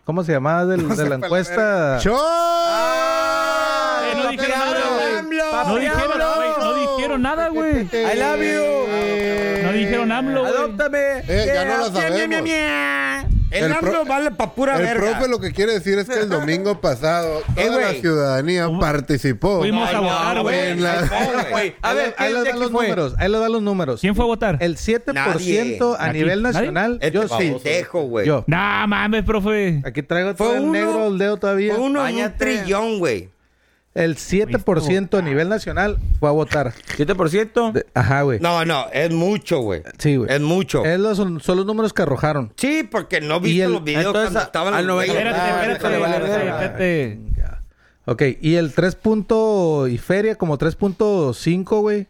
Speaker 7: ¿Cómo se llamaba? Del- de la encuesta.
Speaker 5: ¡Chon!
Speaker 4: Eh, no dijeron nada, güey.
Speaker 1: AMLO.
Speaker 4: No dijeron, güey, no dijeron nada, güey.
Speaker 1: I love you.
Speaker 4: No dijeron AMLO, güey.
Speaker 1: Adóptame.
Speaker 5: Eh, ya no la sabemos.
Speaker 6: El,
Speaker 5: El
Speaker 6: AMLO
Speaker 5: pro-
Speaker 6: vale pa' pura
Speaker 5: El
Speaker 6: verga.
Speaker 5: profe lo que quiere decir es que el domingo pasado toda
Speaker 6: Eh,
Speaker 5: la
Speaker 6: güey.
Speaker 5: ciudadanía participó.
Speaker 4: Fuimos a votar, güey.
Speaker 5: en la-
Speaker 7: A ver, ahí les dan los números. Ahí les dan los números.
Speaker 4: ¿Quién fue a votar?
Speaker 7: El 7% a
Speaker 4: Nadie.
Speaker 7: nivel
Speaker 4: ¿Nadie?
Speaker 7: nacional.
Speaker 6: Este
Speaker 7: yo sí.
Speaker 6: pendejo, güey.
Speaker 7: Yo.
Speaker 4: Nah, mames, profe.
Speaker 7: Aquí traigo
Speaker 6: Fue
Speaker 7: todo el
Speaker 6: uno-
Speaker 7: negro al dedo todavía.
Speaker 6: Fue uno en un
Speaker 1: Báñate.
Speaker 6: trillón, güey.
Speaker 7: El 7% a nivel nacional fue a votar.
Speaker 1: 7%.
Speaker 7: De- Ajá, güey.
Speaker 6: No, no, es mucho, güey.
Speaker 7: Sí, güey.
Speaker 6: Es mucho.
Speaker 7: Es los- son los números que arrojaron.
Speaker 6: Sí, porque no he
Speaker 7: Y
Speaker 6: visto
Speaker 7: el-
Speaker 6: los videos
Speaker 1: entonces,
Speaker 6: cuando estaban
Speaker 1: al
Speaker 6: los güeyes.
Speaker 1: noventa- Ah,
Speaker 4: Espérate, espérate,
Speaker 1: déjale, vale,
Speaker 4: espérate,
Speaker 1: verga.
Speaker 4: espérate.
Speaker 7: Ok, y el 3. punto y feria, como 3.5, güey.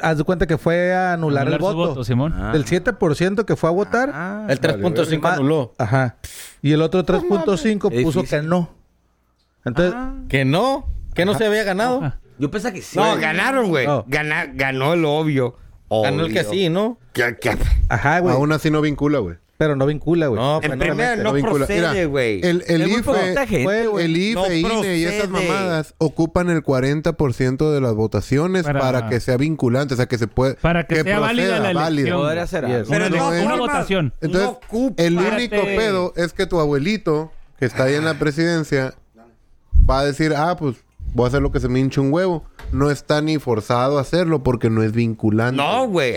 Speaker 7: Haz de cuenta que fue a anular, el
Speaker 4: Anular su
Speaker 7: voto.
Speaker 4: voto, Simón.
Speaker 1: Ah.
Speaker 7: Del 7% que fue a votar.
Speaker 1: Ah.
Speaker 8: El 3.5
Speaker 7: ma-
Speaker 8: anuló.
Speaker 7: Ajá. Y el otro 3.5
Speaker 1: mames.
Speaker 7: puso
Speaker 1: Difícil.
Speaker 7: que no. Entonces,
Speaker 6: Ah.
Speaker 8: Que no, que no se había ganado.
Speaker 1: ah. Yo pensaba que sí.
Speaker 6: No, ganaron, güey.
Speaker 7: No.
Speaker 6: Gana- ganó el obvio.
Speaker 8: Ganó el que
Speaker 6: Obvio.
Speaker 8: sí, ¿no?
Speaker 6: Que- que-
Speaker 7: ajá, güey.
Speaker 5: Aún así no vincula, güey.
Speaker 7: Pero no vincula, güey.
Speaker 8: No,
Speaker 6: En
Speaker 8: pues no.
Speaker 6: primera no,
Speaker 5: No vincula.
Speaker 6: procede,
Speaker 5: Mira,
Speaker 6: güey.
Speaker 5: El, el
Speaker 1: Es muy poca
Speaker 5: IFE,
Speaker 1: gente,
Speaker 5: fue-
Speaker 1: güey.
Speaker 5: el IFE,
Speaker 6: No
Speaker 5: INE y
Speaker 6: procede.
Speaker 5: esas mamadas ocupan el 40% de las votaciones
Speaker 4: Para-
Speaker 5: para, que sea vinculante, o sea, que se puede...
Speaker 4: Para que sea válida la elección.
Speaker 1: Podría ser
Speaker 8: pues,
Speaker 1: algo.
Speaker 7: Yes.
Speaker 6: Pero
Speaker 5: no
Speaker 6: de todas
Speaker 5: es.
Speaker 4: Una
Speaker 6: formas,
Speaker 4: votación.
Speaker 5: Entonces,
Speaker 6: no ocupa.
Speaker 5: el
Speaker 4: Espérate.
Speaker 5: único pedo es que tu abuelito, que está ahí en la presidencia, va a decir, ah, pues voy a hacer lo que se me hinche un huevo. No está ni forzado a hacerlo porque no es vinculante.
Speaker 6: No, güey.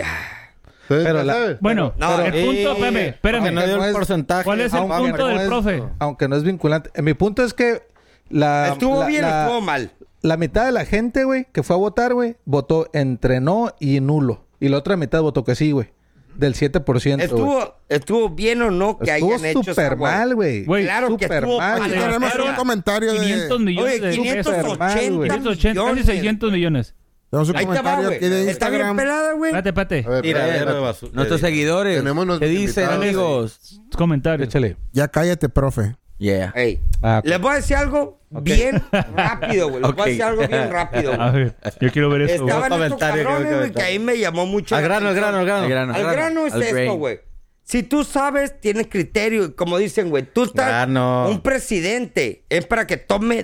Speaker 5: Entonces,
Speaker 7: Pero
Speaker 5: ya
Speaker 7: la-
Speaker 5: sabes.
Speaker 4: Bueno,
Speaker 6: No,
Speaker 4: el punto, espérame, espérame.
Speaker 8: Que no dio
Speaker 7: no
Speaker 8: el
Speaker 7: es-
Speaker 8: porcentaje.
Speaker 4: ¿Cuál es el
Speaker 8: Aunque
Speaker 4: punto
Speaker 8: no
Speaker 4: del
Speaker 8: es-
Speaker 4: profe?
Speaker 7: Aunque no es vinculante. Eh, Mi punto es que la...
Speaker 6: ¿Estuvo
Speaker 7: la-
Speaker 6: bien o
Speaker 7: la-
Speaker 6: estuvo mal?
Speaker 7: La mitad de la gente, güey, que fue a votar, güey, votó entre no y nulo. Y la otra mitad votó que sí, güey. Del 7%. güey.
Speaker 6: Estuvo, estuvo bien o no que
Speaker 7: Estuvo
Speaker 6: hayan hecho esa,
Speaker 7: súper mal, güey.
Speaker 4: Güey,
Speaker 6: Claro que
Speaker 7: Súper
Speaker 6: estuvo
Speaker 7: mal.
Speaker 6: mal.
Speaker 3: Aquí tenemos
Speaker 6: Espera.
Speaker 3: un comentario
Speaker 4: 500
Speaker 3: de...
Speaker 4: millones
Speaker 6: Oye,
Speaker 4: de
Speaker 6: 580
Speaker 7: Superman, güey.
Speaker 4: 580, casi 600 millones.
Speaker 3: Tenemos un
Speaker 6: Ahí te va,
Speaker 3: comentario
Speaker 6: güey.
Speaker 3: aquí de
Speaker 6: Está bien
Speaker 3: Instagram.
Speaker 6: pelada, güey.
Speaker 4: Espérate, espérate.
Speaker 5: A ver, espérate,
Speaker 8: Tiradero de
Speaker 5: espérate.
Speaker 8: basura.
Speaker 1: Nuestros seguidores.
Speaker 5: Tenemos
Speaker 1: ¿Qué
Speaker 5: nuestros
Speaker 1: dicen,
Speaker 5: invitados.
Speaker 1: amigos?
Speaker 4: Comentarios.
Speaker 7: Échale.
Speaker 3: Ya cállate, profe.
Speaker 1: Yeah.
Speaker 6: Ey,
Speaker 7: Ah,
Speaker 6: Les voy a decir algo bien rápido, güey. Les voy a decir
Speaker 1: Ok.
Speaker 6: algo bien rápido,
Speaker 4: A
Speaker 6: güey.
Speaker 4: ver, yo quiero ver eso. güey.
Speaker 6: Estaban estos
Speaker 8: comentario,
Speaker 6: cabrones,
Speaker 8: creo que
Speaker 6: güey, que ahí me llamó mucho.
Speaker 8: Al
Speaker 6: la
Speaker 8: grano, al
Speaker 6: atención.
Speaker 8: grano, al grano.
Speaker 1: Al grano.
Speaker 6: Al grano es
Speaker 1: Al
Speaker 6: esto,
Speaker 1: grain.
Speaker 6: güey. Si tú sabes, tienes criterio. Como dicen, güey, tú estás...
Speaker 8: Grano.
Speaker 6: Un presidente es para que tome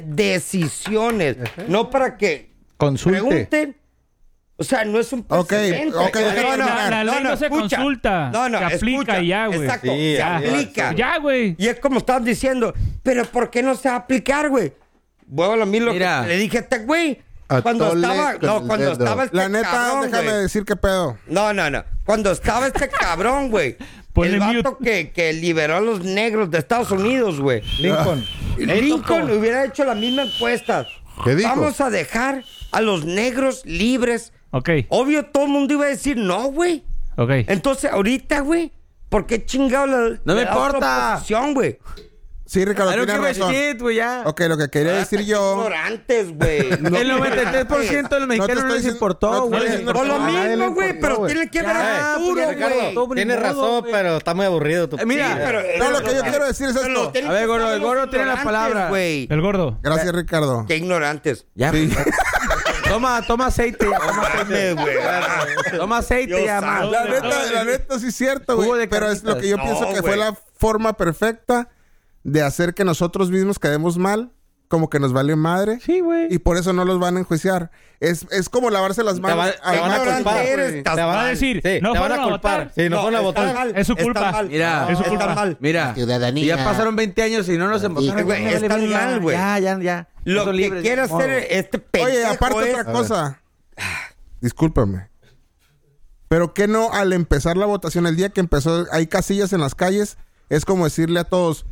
Speaker 6: decisiones, no para que
Speaker 7: Consulte.
Speaker 6: pregunten. O sea, no es un
Speaker 3: Ok,
Speaker 6: presidente.
Speaker 3: ok,
Speaker 4: La-
Speaker 3: déjame
Speaker 6: no,
Speaker 4: la,
Speaker 3: terminar.
Speaker 6: no,
Speaker 4: ley no,
Speaker 6: no,
Speaker 4: se
Speaker 6: escucha.
Speaker 4: consulta.
Speaker 6: No, no,
Speaker 4: se aplica
Speaker 6: escucha.
Speaker 4: y ya, güey.
Speaker 6: Exacto,
Speaker 8: Sí,
Speaker 6: se
Speaker 8: ya,
Speaker 6: aplica.
Speaker 4: Ya, güey.
Speaker 6: Y es como están diciendo, pero ¿por qué no se va a aplicar, güey? Vuelvo a lo mismo
Speaker 1: Mira.
Speaker 6: que le dije a este güey.
Speaker 5: A
Speaker 6: Cuando
Speaker 5: tole
Speaker 6: estaba,
Speaker 5: con
Speaker 6: no,
Speaker 5: el
Speaker 6: cuando
Speaker 5: dedo.
Speaker 6: estaba este
Speaker 3: La neta,
Speaker 6: cabrón,
Speaker 3: déjame
Speaker 6: güey.
Speaker 3: decir qué pedo.
Speaker 6: No, no, no. Cuando estaba este cabrón, güey.
Speaker 4: Ponle
Speaker 6: el vato
Speaker 4: mute.
Speaker 6: que, que liberó a los negros de Estados Unidos, güey.
Speaker 7: Lincoln.
Speaker 6: Lincoln hubiera hecho la misma encuesta.
Speaker 5: ¿Qué dijo?
Speaker 6: Vamos a dejar a los negros libres.
Speaker 4: Ok,
Speaker 6: Obvio, todo el mundo iba a decir no, güey.
Speaker 4: ok.
Speaker 6: Entonces, ahorita, güey, ¿por qué chingado la,
Speaker 1: No me
Speaker 6: la otra
Speaker 1: importa.
Speaker 6: oposición, güey?
Speaker 3: Sí, Ricardo,
Speaker 1: I don't
Speaker 3: tienes
Speaker 1: give a
Speaker 3: razón.
Speaker 1: shit, güey, ya.
Speaker 3: Ok, lo que
Speaker 6: Ah,
Speaker 3: quería decir yo...
Speaker 6: Ignorantes, güey.
Speaker 1: El 93% de los mexicanos no
Speaker 3: estoy
Speaker 1: les
Speaker 3: diciendo- no
Speaker 1: importado,
Speaker 3: te estoy
Speaker 1: güey.
Speaker 3: diciendo-
Speaker 6: Por lo
Speaker 3: A nadie
Speaker 6: mismo,
Speaker 3: le
Speaker 6: güey,
Speaker 3: importó,
Speaker 6: pero
Speaker 3: güey.
Speaker 6: tiene que Eh, ver
Speaker 1: Ya,
Speaker 6: a futuro,
Speaker 1: porque Ricardo,
Speaker 6: güey.
Speaker 1: todo por
Speaker 8: Tienes
Speaker 1: ningún modo,
Speaker 8: razón,
Speaker 1: güey.
Speaker 8: pero está muy aburrido tu
Speaker 1: Eh, mira,
Speaker 8: pinche-
Speaker 6: Pero-
Speaker 3: No, lo que yo quiero decir es
Speaker 6: Pero
Speaker 3: esto.
Speaker 6: tienen
Speaker 1: A ver,
Speaker 6: que
Speaker 1: gordo,
Speaker 6: saber
Speaker 1: el
Speaker 6: los
Speaker 1: gordo tiene la
Speaker 6: ignorantes,
Speaker 1: palabra.
Speaker 6: güey.
Speaker 4: El gordo.
Speaker 3: Gracias, Ricardo.
Speaker 6: Qué ignorantes.
Speaker 1: Ya. Toma, toma aceite. Toma aceite,
Speaker 6: güey.
Speaker 1: Toma aceite
Speaker 6: Yo
Speaker 1: ya,
Speaker 6: sabe.
Speaker 1: man.
Speaker 3: La
Speaker 4: No,
Speaker 3: neta,
Speaker 4: no,
Speaker 3: la
Speaker 4: no.
Speaker 3: neta sí es cierto,
Speaker 1: Jugo
Speaker 3: güey.
Speaker 1: de
Speaker 3: Pero es lo que yo
Speaker 6: No,
Speaker 3: pienso que fue
Speaker 6: güey.
Speaker 3: la forma perfecta de hacer que nosotros mismos quedemos mal, como que nos vale madre.
Speaker 7: Sí, güey.
Speaker 3: Y por eso no los van a enjuiciar. Es, es como lavarse las manos.
Speaker 8: va-
Speaker 3: al
Speaker 8: te van a
Speaker 3: máximo,
Speaker 8: culpar,
Speaker 3: güey.
Speaker 6: eres,
Speaker 8: güey.
Speaker 6: estás
Speaker 4: Te van a
Speaker 6: mal.
Speaker 4: decir,
Speaker 8: Sí,
Speaker 4: no
Speaker 8: te van
Speaker 4: fueron
Speaker 8: a
Speaker 4: a
Speaker 8: culpar.
Speaker 4: votar.
Speaker 8: Sí, no, fueron a
Speaker 6: está
Speaker 8: votar.
Speaker 6: mal,
Speaker 4: Es su
Speaker 6: está
Speaker 4: culpa.
Speaker 6: mal.
Speaker 1: Mira. Es su
Speaker 6: Está
Speaker 4: culpa.
Speaker 6: mal.
Speaker 1: Mira,
Speaker 9: Ciudadanía.
Speaker 1: y ya pasaron 20 años y no los embotaron.
Speaker 6: güey,
Speaker 1: Ya vale,
Speaker 6: están
Speaker 1: verga,
Speaker 6: mal, güey.
Speaker 1: Ya, ya, ya.
Speaker 6: Lo
Speaker 1: Son
Speaker 6: que
Speaker 1: libres,
Speaker 6: quiere
Speaker 1: ni modo.
Speaker 6: hacer este pendejo
Speaker 3: Oye, aparte
Speaker 6: es-
Speaker 3: otra cosa. Discúlpame. Pero que no al empezar la votación, el día que empezó, hay casillas en las calles, es como decirle a todos,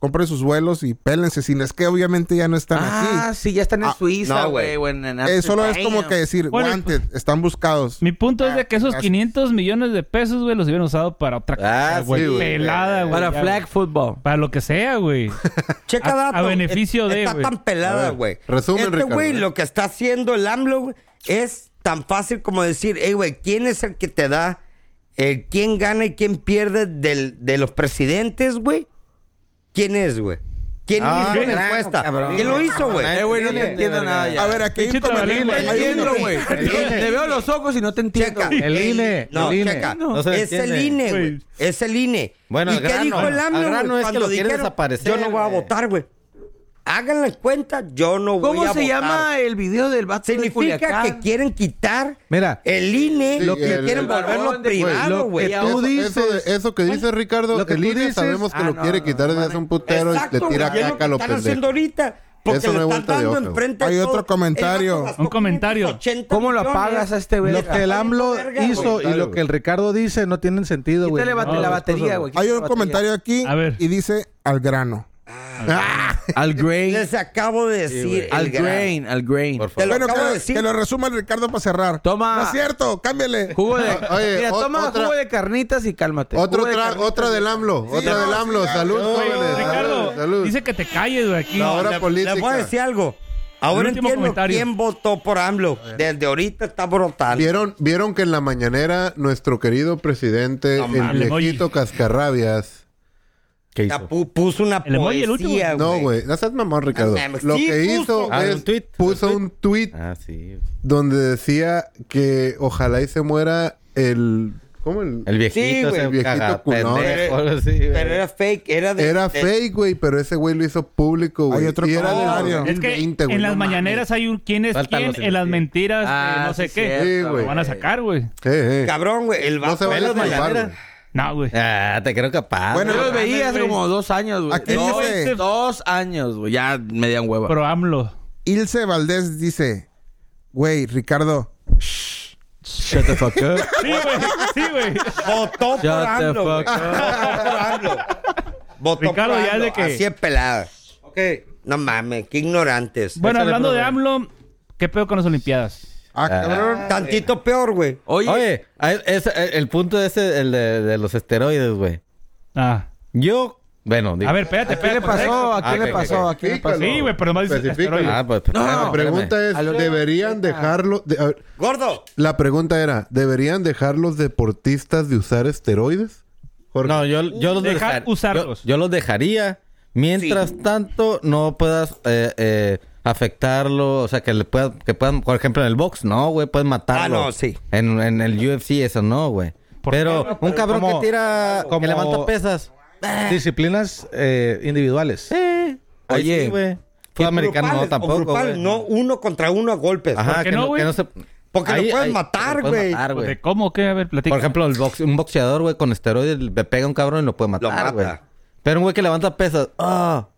Speaker 3: compren sus vuelos y pélense. Sin es que obviamente ya no están
Speaker 1: Ah, sí, ya están en
Speaker 2: Ah,
Speaker 1: Suiza,
Speaker 2: no, güey.
Speaker 1: güey. o en- en
Speaker 3: aquí. Eh, solo es
Speaker 1: Amsterdam.
Speaker 3: como que decir,
Speaker 4: Bueno, pues,
Speaker 3: wanted, están buscados.
Speaker 4: Mi punto es de que esos
Speaker 3: Gracias.
Speaker 4: 500 millones de pesos, güey, los hubieran usado para otra cosa,
Speaker 8: Ah,
Speaker 4: güey.
Speaker 8: sí, güey.
Speaker 4: Pelada, güey.
Speaker 1: Para
Speaker 4: ya,
Speaker 1: flag football.
Speaker 4: güey. Para lo que sea, güey.
Speaker 6: Checa
Speaker 4: A- a
Speaker 6: dato.
Speaker 4: beneficio de,
Speaker 6: Está
Speaker 4: güey.
Speaker 6: tan pelada,
Speaker 5: A ver,
Speaker 6: güey.
Speaker 5: resumen,
Speaker 6: Este
Speaker 5: Ricardo.
Speaker 6: güey lo que está haciendo el AMLO güey, es tan fácil como decir, hey, güey, ¿quién es el que te da el quién gana y quién pierde del- de los presidentes, güey? ¿Quién es, güey? ¿Quién
Speaker 8: Ah,
Speaker 6: hizo la
Speaker 8: carajo,
Speaker 6: encuesta?
Speaker 8: cabrón.
Speaker 6: ¿Quién lo hizo, güey?
Speaker 1: Eh, güey, no te entiendo nada ya.
Speaker 3: A ver, aquí hay un
Speaker 4: Pinche
Speaker 3: comentario.
Speaker 4: tabalín,
Speaker 3: Hay un-
Speaker 1: Entiendo, güey.
Speaker 8: El INE.
Speaker 1: Te veo los ojos y no te entiendo.
Speaker 6: Checa.
Speaker 1: güey.
Speaker 8: El INE,
Speaker 6: No,
Speaker 8: el INE.
Speaker 6: checa.
Speaker 8: No se
Speaker 6: es el
Speaker 8: entiende.
Speaker 6: INE,
Speaker 4: Güey.
Speaker 6: güey. Es el INE.
Speaker 8: Bueno,
Speaker 6: ¿Y
Speaker 8: al
Speaker 6: qué
Speaker 8: grano,
Speaker 6: dijo el
Speaker 8: al
Speaker 6: AMLO?
Speaker 8: grano
Speaker 6: güey,
Speaker 8: es que
Speaker 6: cuando
Speaker 8: lo quiere
Speaker 6: dijeron,
Speaker 8: desaparecer,
Speaker 6: Yo no voy a
Speaker 8: güey.
Speaker 6: votar, güey. Hagan la cuenta, yo no voy a
Speaker 1: ¿Cómo
Speaker 6: votar.
Speaker 1: se llama el video del vato de
Speaker 6: Significa que
Speaker 1: Culiacán?
Speaker 6: quieren quitar
Speaker 7: Mira.
Speaker 6: el INE
Speaker 5: Sí,
Speaker 6: lo que
Speaker 5: el-
Speaker 6: quieren
Speaker 5: el
Speaker 6: volverlo
Speaker 1: barbón de-
Speaker 6: privado,
Speaker 1: güey,
Speaker 6: güey.
Speaker 1: lo que
Speaker 5: Eso,
Speaker 1: tú
Speaker 5: eso de- eso que dice Ricardo,
Speaker 7: lo que
Speaker 5: el
Speaker 7: tú
Speaker 5: INE
Speaker 7: dices-
Speaker 5: sabemos que
Speaker 1: Ah,
Speaker 5: lo
Speaker 1: no,
Speaker 5: quiere
Speaker 1: no,
Speaker 5: quitar desde
Speaker 1: mames.
Speaker 5: hace un putero y le
Speaker 6: güey,
Speaker 5: tira
Speaker 6: es lo
Speaker 5: caca a
Speaker 6: que
Speaker 5: lo
Speaker 6: están haciendo
Speaker 5: pendejo.
Speaker 6: ahorita. Porque
Speaker 5: Eso
Speaker 6: le
Speaker 5: no es
Speaker 6: están
Speaker 5: vuelta de
Speaker 6: dando
Speaker 5: hoja.
Speaker 6: enfrente a
Speaker 3: Hay
Speaker 6: todo-
Speaker 3: otro comentario.
Speaker 6: el vato gastó
Speaker 4: Un comentario.
Speaker 6: 580
Speaker 1: ¿Cómo lo
Speaker 6: millones.
Speaker 1: apagas a este güey?
Speaker 7: Lo que el AMLO
Speaker 6: Verga,
Speaker 7: hizo
Speaker 5: güey.
Speaker 7: y lo que el Ricardo dice no tienen sentido, güey.
Speaker 1: Quítale bate-
Speaker 4: No,
Speaker 1: la
Speaker 4: dos
Speaker 1: batería,
Speaker 7: cosas,
Speaker 1: güey.
Speaker 3: Hay
Speaker 1: Quítale
Speaker 3: un
Speaker 1: la
Speaker 3: comentario aquí
Speaker 4: A ver.
Speaker 3: y dice al grano.
Speaker 1: batería. Al grain.
Speaker 6: Les acabo de decir.
Speaker 1: Al
Speaker 6: el grano.
Speaker 1: grain. Al grain.
Speaker 8: Por
Speaker 6: Te
Speaker 8: favor.
Speaker 6: lo
Speaker 3: Bueno, que,
Speaker 6: acabo de
Speaker 3: lo-
Speaker 6: decir.
Speaker 3: que lo resuma el Ricardo para cerrar.
Speaker 1: Toma.
Speaker 3: No es cierto, cámbiale.
Speaker 1: Jugo de...
Speaker 5: O- oye,
Speaker 1: Mira,
Speaker 5: o-
Speaker 1: toma
Speaker 5: otra-
Speaker 1: jugo de carnitas y cálmate.
Speaker 5: Otro
Speaker 1: Jugo de
Speaker 5: tra-
Speaker 1: carnitas.
Speaker 5: otra del AMLO, otra
Speaker 3: no,
Speaker 5: del
Speaker 3: sí,
Speaker 5: AMLO.
Speaker 3: ya.
Speaker 5: Salud,
Speaker 4: Oye,
Speaker 5: jóvenes.
Speaker 4: Ricardo,
Speaker 5: salud, salud.
Speaker 4: dice que te calles, güey, aquí.
Speaker 5: La hora
Speaker 6: Le-
Speaker 5: política.
Speaker 6: Les voy a decir algo. Ahora
Speaker 4: último
Speaker 6: entiendo
Speaker 4: comentario.
Speaker 6: quién votó por AMLO. Desde ahorita está brotando.
Speaker 5: ¿Vieron, vieron que en la mañanera nuestro querido presidente,
Speaker 6: No
Speaker 5: el
Speaker 4: mames.
Speaker 5: viejito Cascarrabias.
Speaker 8: ¿Qué
Speaker 6: Ya
Speaker 8: hizo?
Speaker 6: pu- Puso una
Speaker 4: El emoji, el último.
Speaker 6: poesía,
Speaker 5: No, güey, no seas mamón, Ricardo.
Speaker 6: Ah, mames,
Speaker 5: Lo
Speaker 6: sí,
Speaker 5: que
Speaker 6: puso,
Speaker 5: hizo
Speaker 8: güey.
Speaker 5: es
Speaker 8: Ah, un tweet.
Speaker 5: puso
Speaker 8: Un
Speaker 5: un tweet
Speaker 8: Ah, sí.
Speaker 5: donde decía que ojalá y se muera el. ¿Cómo el.?
Speaker 8: El viejito,
Speaker 6: güey,
Speaker 8: ese
Speaker 6: el
Speaker 5: viejito
Speaker 8: caga-
Speaker 5: culón.
Speaker 8: pendejo,
Speaker 6: Pero-
Speaker 8: sí, güey.
Speaker 6: Pero era fake. Era de.
Speaker 5: Era
Speaker 6: de-
Speaker 5: fake, güey, pero ese güey lo hizo público, güey.
Speaker 3: Hay otro
Speaker 5: y era del
Speaker 3: comentario.
Speaker 4: Es que
Speaker 5: 2020, güey,
Speaker 4: en
Speaker 5: no
Speaker 4: las
Speaker 5: mames.
Speaker 4: mañaneras hay un quién es
Speaker 8: Faltan
Speaker 4: quién
Speaker 8: los
Speaker 4: en las mentiras,
Speaker 1: Ah,
Speaker 4: de no sé
Speaker 1: sí,
Speaker 4: qué.
Speaker 1: cierto,
Speaker 5: Sí, güey.
Speaker 4: Lo van a sacar, güey.
Speaker 5: Eh, eh.
Speaker 6: Cabrón, güey. El
Speaker 5: No se
Speaker 6: vato
Speaker 5: van
Speaker 6: era
Speaker 5: a
Speaker 6: de la-
Speaker 5: salvar, güey.
Speaker 4: No, güey.
Speaker 8: Ah, te creo capaz.
Speaker 1: Yo los veía hace
Speaker 4: güey.
Speaker 1: como dos años, güey.
Speaker 3: Aquí
Speaker 1: dos,
Speaker 3: dice-
Speaker 1: dos años, güey. Ya me dieron hueva.
Speaker 4: Pero AMLO.
Speaker 3: Ilse Valdés dice, güey, Ricardo,
Speaker 1: Shut the fuck up.
Speaker 4: Sí, güey. Sí, güey.
Speaker 6: Votó por
Speaker 1: Shut the
Speaker 6: AMLO. güey.
Speaker 1: fuck up.
Speaker 6: Votó por AMLO. Votó
Speaker 4: Ricardo,
Speaker 6: por
Speaker 4: ya
Speaker 6: AMLO.
Speaker 4: de que-
Speaker 6: Así es pelada.
Speaker 8: Ok.
Speaker 6: No mames, qué ignorantes.
Speaker 4: Bueno,
Speaker 8: Échale,
Speaker 4: hablando de
Speaker 8: profe.
Speaker 4: AMLO, ¿qué pedo con las Olimpiadas?
Speaker 3: ah, cabrón,
Speaker 6: Tantito peor, güey.
Speaker 1: Oye,
Speaker 8: Oye, a- es- el, el punto ese, el de, de los esteroides, güey.
Speaker 4: Ah.
Speaker 8: Yo, bueno, digo-
Speaker 4: A ver, espérate,
Speaker 1: ¿a quién
Speaker 4: espérate.
Speaker 1: le pasó? ¿A
Speaker 8: Ah,
Speaker 1: quién le
Speaker 8: ok,
Speaker 1: pasó? ¿A quién le pasó?
Speaker 4: Sí, güey, pero nomás dices
Speaker 5: Especifícalo.
Speaker 4: esteroides.
Speaker 8: Ah, pues,
Speaker 1: No,
Speaker 8: espérame,
Speaker 5: La pregunta
Speaker 8: espérame.
Speaker 5: es, ¿deberían dejarlo? de- a ver,
Speaker 6: Gordo.
Speaker 5: la pregunta era, ¿deberían dejar los deportistas de usar esteroides? Jorge.
Speaker 8: No, yo, yo los
Speaker 4: Dejar
Speaker 8: dejar-
Speaker 4: usarlos.
Speaker 8: pues, Yo, yo los dejaría mientras tanto no puedas eh, eh, afectarlo, o sea, que le puedas, que puedan, por ejemplo, en el box, no, güey, puedes matarlo.
Speaker 6: Ah, no, sí.
Speaker 8: En, en el UFC eso no, güey. Pero un cabrón
Speaker 7: como-
Speaker 8: que tira,
Speaker 7: como-
Speaker 8: que levanta pesas.
Speaker 7: Disciplinas eh, individuales.
Speaker 8: Eh, ahí
Speaker 1: Oye,
Speaker 8: sí, güey. Fue americano, no
Speaker 6: Grupales, o
Speaker 8: tampoco,
Speaker 6: grupales,
Speaker 8: güey.
Speaker 6: No, uno contra uno a golpes.
Speaker 8: Ajá,
Speaker 4: ¿Por qué
Speaker 8: que
Speaker 4: no,
Speaker 8: no,
Speaker 4: güey?
Speaker 8: que no se...
Speaker 6: Porque lo puedes
Speaker 8: que
Speaker 6: matar,
Speaker 8: lo puedes
Speaker 6: güey.
Speaker 8: matar,
Speaker 4: Pues, ¿De cómo? ¿Qué? A ver, platica.
Speaker 8: Por ejemplo, el box- un boxeador, güey, con esteroides le pega a un cabrón y lo puede
Speaker 6: Lo mata.
Speaker 8: matar, güey. Pero un güey que levanta pesas, ah,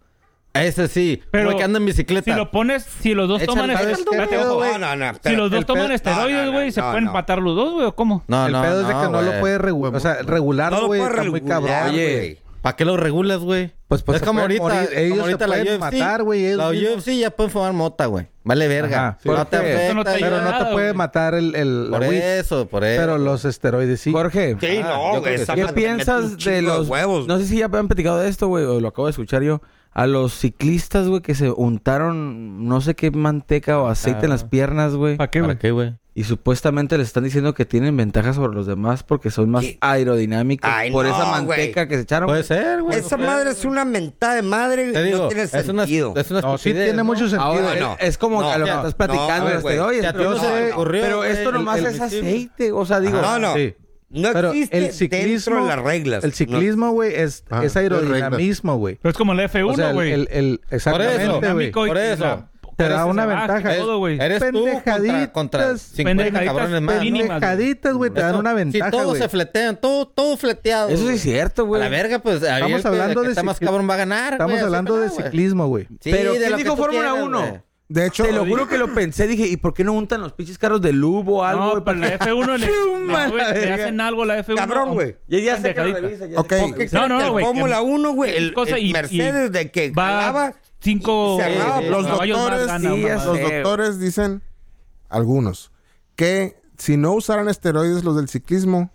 Speaker 8: ese sí. Un
Speaker 4: Pero
Speaker 8: güey que anda en bicicleta.
Speaker 4: Si lo pones, si los dos
Speaker 8: Échale,
Speaker 4: toman
Speaker 8: ¿sabes
Speaker 4: esteroides.
Speaker 8: qué
Speaker 4: espérate,
Speaker 8: pedo,
Speaker 4: ojo.
Speaker 8: güey?
Speaker 6: No, no, no.
Speaker 4: Si
Speaker 6: espérate.
Speaker 4: los dos
Speaker 6: El
Speaker 4: toman
Speaker 6: pedo-
Speaker 4: esteroides,
Speaker 6: no, no,
Speaker 4: güey,
Speaker 6: no,
Speaker 4: ¿se
Speaker 6: no,
Speaker 4: pueden
Speaker 6: no.
Speaker 4: matar los dos, güey, o cómo?
Speaker 8: No,
Speaker 7: el
Speaker 8: no,
Speaker 7: pedo es de que no
Speaker 8: güey.
Speaker 7: lo puede regular. O sea,
Speaker 6: No
Speaker 7: regularlo,
Speaker 6: lo
Speaker 7: güey,
Speaker 6: puedes
Speaker 7: está muy
Speaker 6: regular,
Speaker 7: cabrón.
Speaker 1: Oye,
Speaker 6: güey.
Speaker 8: ¿Para qué lo regulas, güey?
Speaker 7: Pues, pues,
Speaker 8: es
Speaker 7: se
Speaker 8: como
Speaker 7: pueden
Speaker 8: ahorita,
Speaker 7: morir.
Speaker 8: como
Speaker 7: Ellos se
Speaker 8: ahorita
Speaker 7: pueden matar, güey, ellos
Speaker 8: La
Speaker 7: mismos.
Speaker 8: UFC ya pueden fumar mota, güey. Vale verga.
Speaker 7: Ajá, sí.
Speaker 8: no te
Speaker 7: Porque-
Speaker 8: afecta,
Speaker 4: Eso no te ayuda.
Speaker 7: Pero no te
Speaker 4: Nada,
Speaker 7: puede
Speaker 4: güey.
Speaker 7: matar el, el la
Speaker 8: Por
Speaker 7: weed.
Speaker 8: eso, por eso.
Speaker 7: Pero los esteroides sí.
Speaker 1: Jorge.
Speaker 6: Sí, no, güey. esa
Speaker 1: ¿Qué
Speaker 6: madre mete
Speaker 1: piensas
Speaker 6: un chingo
Speaker 1: de los
Speaker 6: huevos?
Speaker 1: No sé si ya han platicado de esto, güey, o lo acabo de escuchar yo. A los ciclistas, güey, que se untaron no sé qué manteca o aceite en las piernas, güey.
Speaker 4: ¿Para qué, güey?
Speaker 8: ¿Para qué, güey?
Speaker 1: Y supuestamente les están diciendo que tienen ventajas sobre los demás porque son más
Speaker 6: ¿Qué?
Speaker 1: aerodinámicos
Speaker 6: Ay,
Speaker 1: por
Speaker 6: no,
Speaker 1: esa manteca que se echaron.
Speaker 8: Puede ser, güey.
Speaker 6: Esa madre es una mentada de madre.
Speaker 8: Te
Speaker 6: no
Speaker 8: digo,
Speaker 6: tiene
Speaker 8: es una,
Speaker 6: sentido.
Speaker 8: es una
Speaker 7: No, sí
Speaker 8: estupidez,
Speaker 7: tiene
Speaker 8: ¿no?
Speaker 7: mucho sentido.
Speaker 1: Ahora,
Speaker 6: Ah, No, no.
Speaker 1: es es como
Speaker 6: No,
Speaker 1: a lo que
Speaker 8: no,
Speaker 1: estás
Speaker 6: no,
Speaker 1: platicando,
Speaker 6: güey.
Speaker 1: los esteroides,
Speaker 8: Ya te
Speaker 1: pero,
Speaker 8: no se
Speaker 1: no,
Speaker 8: le ocurrió,
Speaker 1: pero
Speaker 8: güey,
Speaker 1: esto
Speaker 8: el-
Speaker 1: nomás
Speaker 8: el
Speaker 1: es
Speaker 8: misil.
Speaker 1: aceite, o sea, digo,
Speaker 6: no, no.
Speaker 7: sí.
Speaker 6: No
Speaker 7: Pero
Speaker 6: existe
Speaker 7: el
Speaker 6: dentro de
Speaker 7: ciclismo,
Speaker 6: las reglas.
Speaker 7: el ciclismo, güey, es,
Speaker 5: Ah,
Speaker 7: es aerodinamismo, güey.
Speaker 4: Pero es como la
Speaker 7: O sea,
Speaker 4: F1,
Speaker 7: el-
Speaker 4: güey.
Speaker 7: el, el- exactamente, güey.
Speaker 8: Dinámico
Speaker 4: Dinámico y-
Speaker 8: por
Speaker 4: y
Speaker 8: eso.
Speaker 4: la-
Speaker 7: Te da
Speaker 4: parece
Speaker 7: una
Speaker 4: que se
Speaker 7: ventaja.
Speaker 4: baja todo, güey.
Speaker 8: Eres tú contra, contra
Speaker 7: Pendejaditas,
Speaker 8: 50 cabrones más.
Speaker 4: pendejaditas, mínimas,
Speaker 7: Pendejaditas, güey, te dan
Speaker 8: Eso,
Speaker 7: una ventaja,
Speaker 8: Si todos
Speaker 7: güey.
Speaker 8: se fletean, todo, todo fleteado.
Speaker 1: eso sí
Speaker 8: güey.
Speaker 1: es cierto,
Speaker 8: A
Speaker 1: güey.
Speaker 8: la verga, pues. ahí el
Speaker 7: Estamos
Speaker 8: que- el
Speaker 7: hablando
Speaker 8: que
Speaker 7: de
Speaker 8: está más
Speaker 7: cicli-
Speaker 8: cabrón va a ganar.
Speaker 7: Estamos
Speaker 8: güey, así
Speaker 7: hablando
Speaker 8: que
Speaker 7: de
Speaker 8: no, güey.
Speaker 7: ciclismo, güey.
Speaker 8: Sí,
Speaker 1: pero
Speaker 8: de
Speaker 1: ¿quién
Speaker 8: lo que
Speaker 1: dijo
Speaker 8: tú
Speaker 1: Fórmula
Speaker 8: quieras,
Speaker 1: 1?
Speaker 8: güey.
Speaker 3: De hecho,
Speaker 1: Te lo juro que lo pensé. Dije, ¿y por qué no juntan los pinches carros de Lubo o algo?
Speaker 4: No,
Speaker 1: güey?
Speaker 4: pero la F1 le,
Speaker 1: Chuma,
Speaker 4: no, güey,
Speaker 1: la
Speaker 4: le
Speaker 1: verga.
Speaker 4: hacen algo a la F1.
Speaker 6: Cabrón, güey.
Speaker 1: Ya, ya sé que lo
Speaker 4: pendejadita.
Speaker 1: revisa, ya sé
Speaker 3: Ok.
Speaker 1: que lo
Speaker 3: ¿Por qué
Speaker 4: No, no, no,
Speaker 6: El
Speaker 4: güey.
Speaker 6: Fórmula 1, güey. Pues, El,
Speaker 4: Cosa,
Speaker 6: el
Speaker 4: y- y
Speaker 6: Mercedes de que
Speaker 4: va
Speaker 6: ganaba.
Speaker 4: cinco
Speaker 6: cerraba,
Speaker 4: eh,
Speaker 6: los
Speaker 4: caballos más
Speaker 3: doctores,
Speaker 4: gana,
Speaker 1: sí, ya
Speaker 4: mamá.
Speaker 1: sé.
Speaker 3: Los doctores dicen, algunos, que si no usaran esteroides los del ciclismo,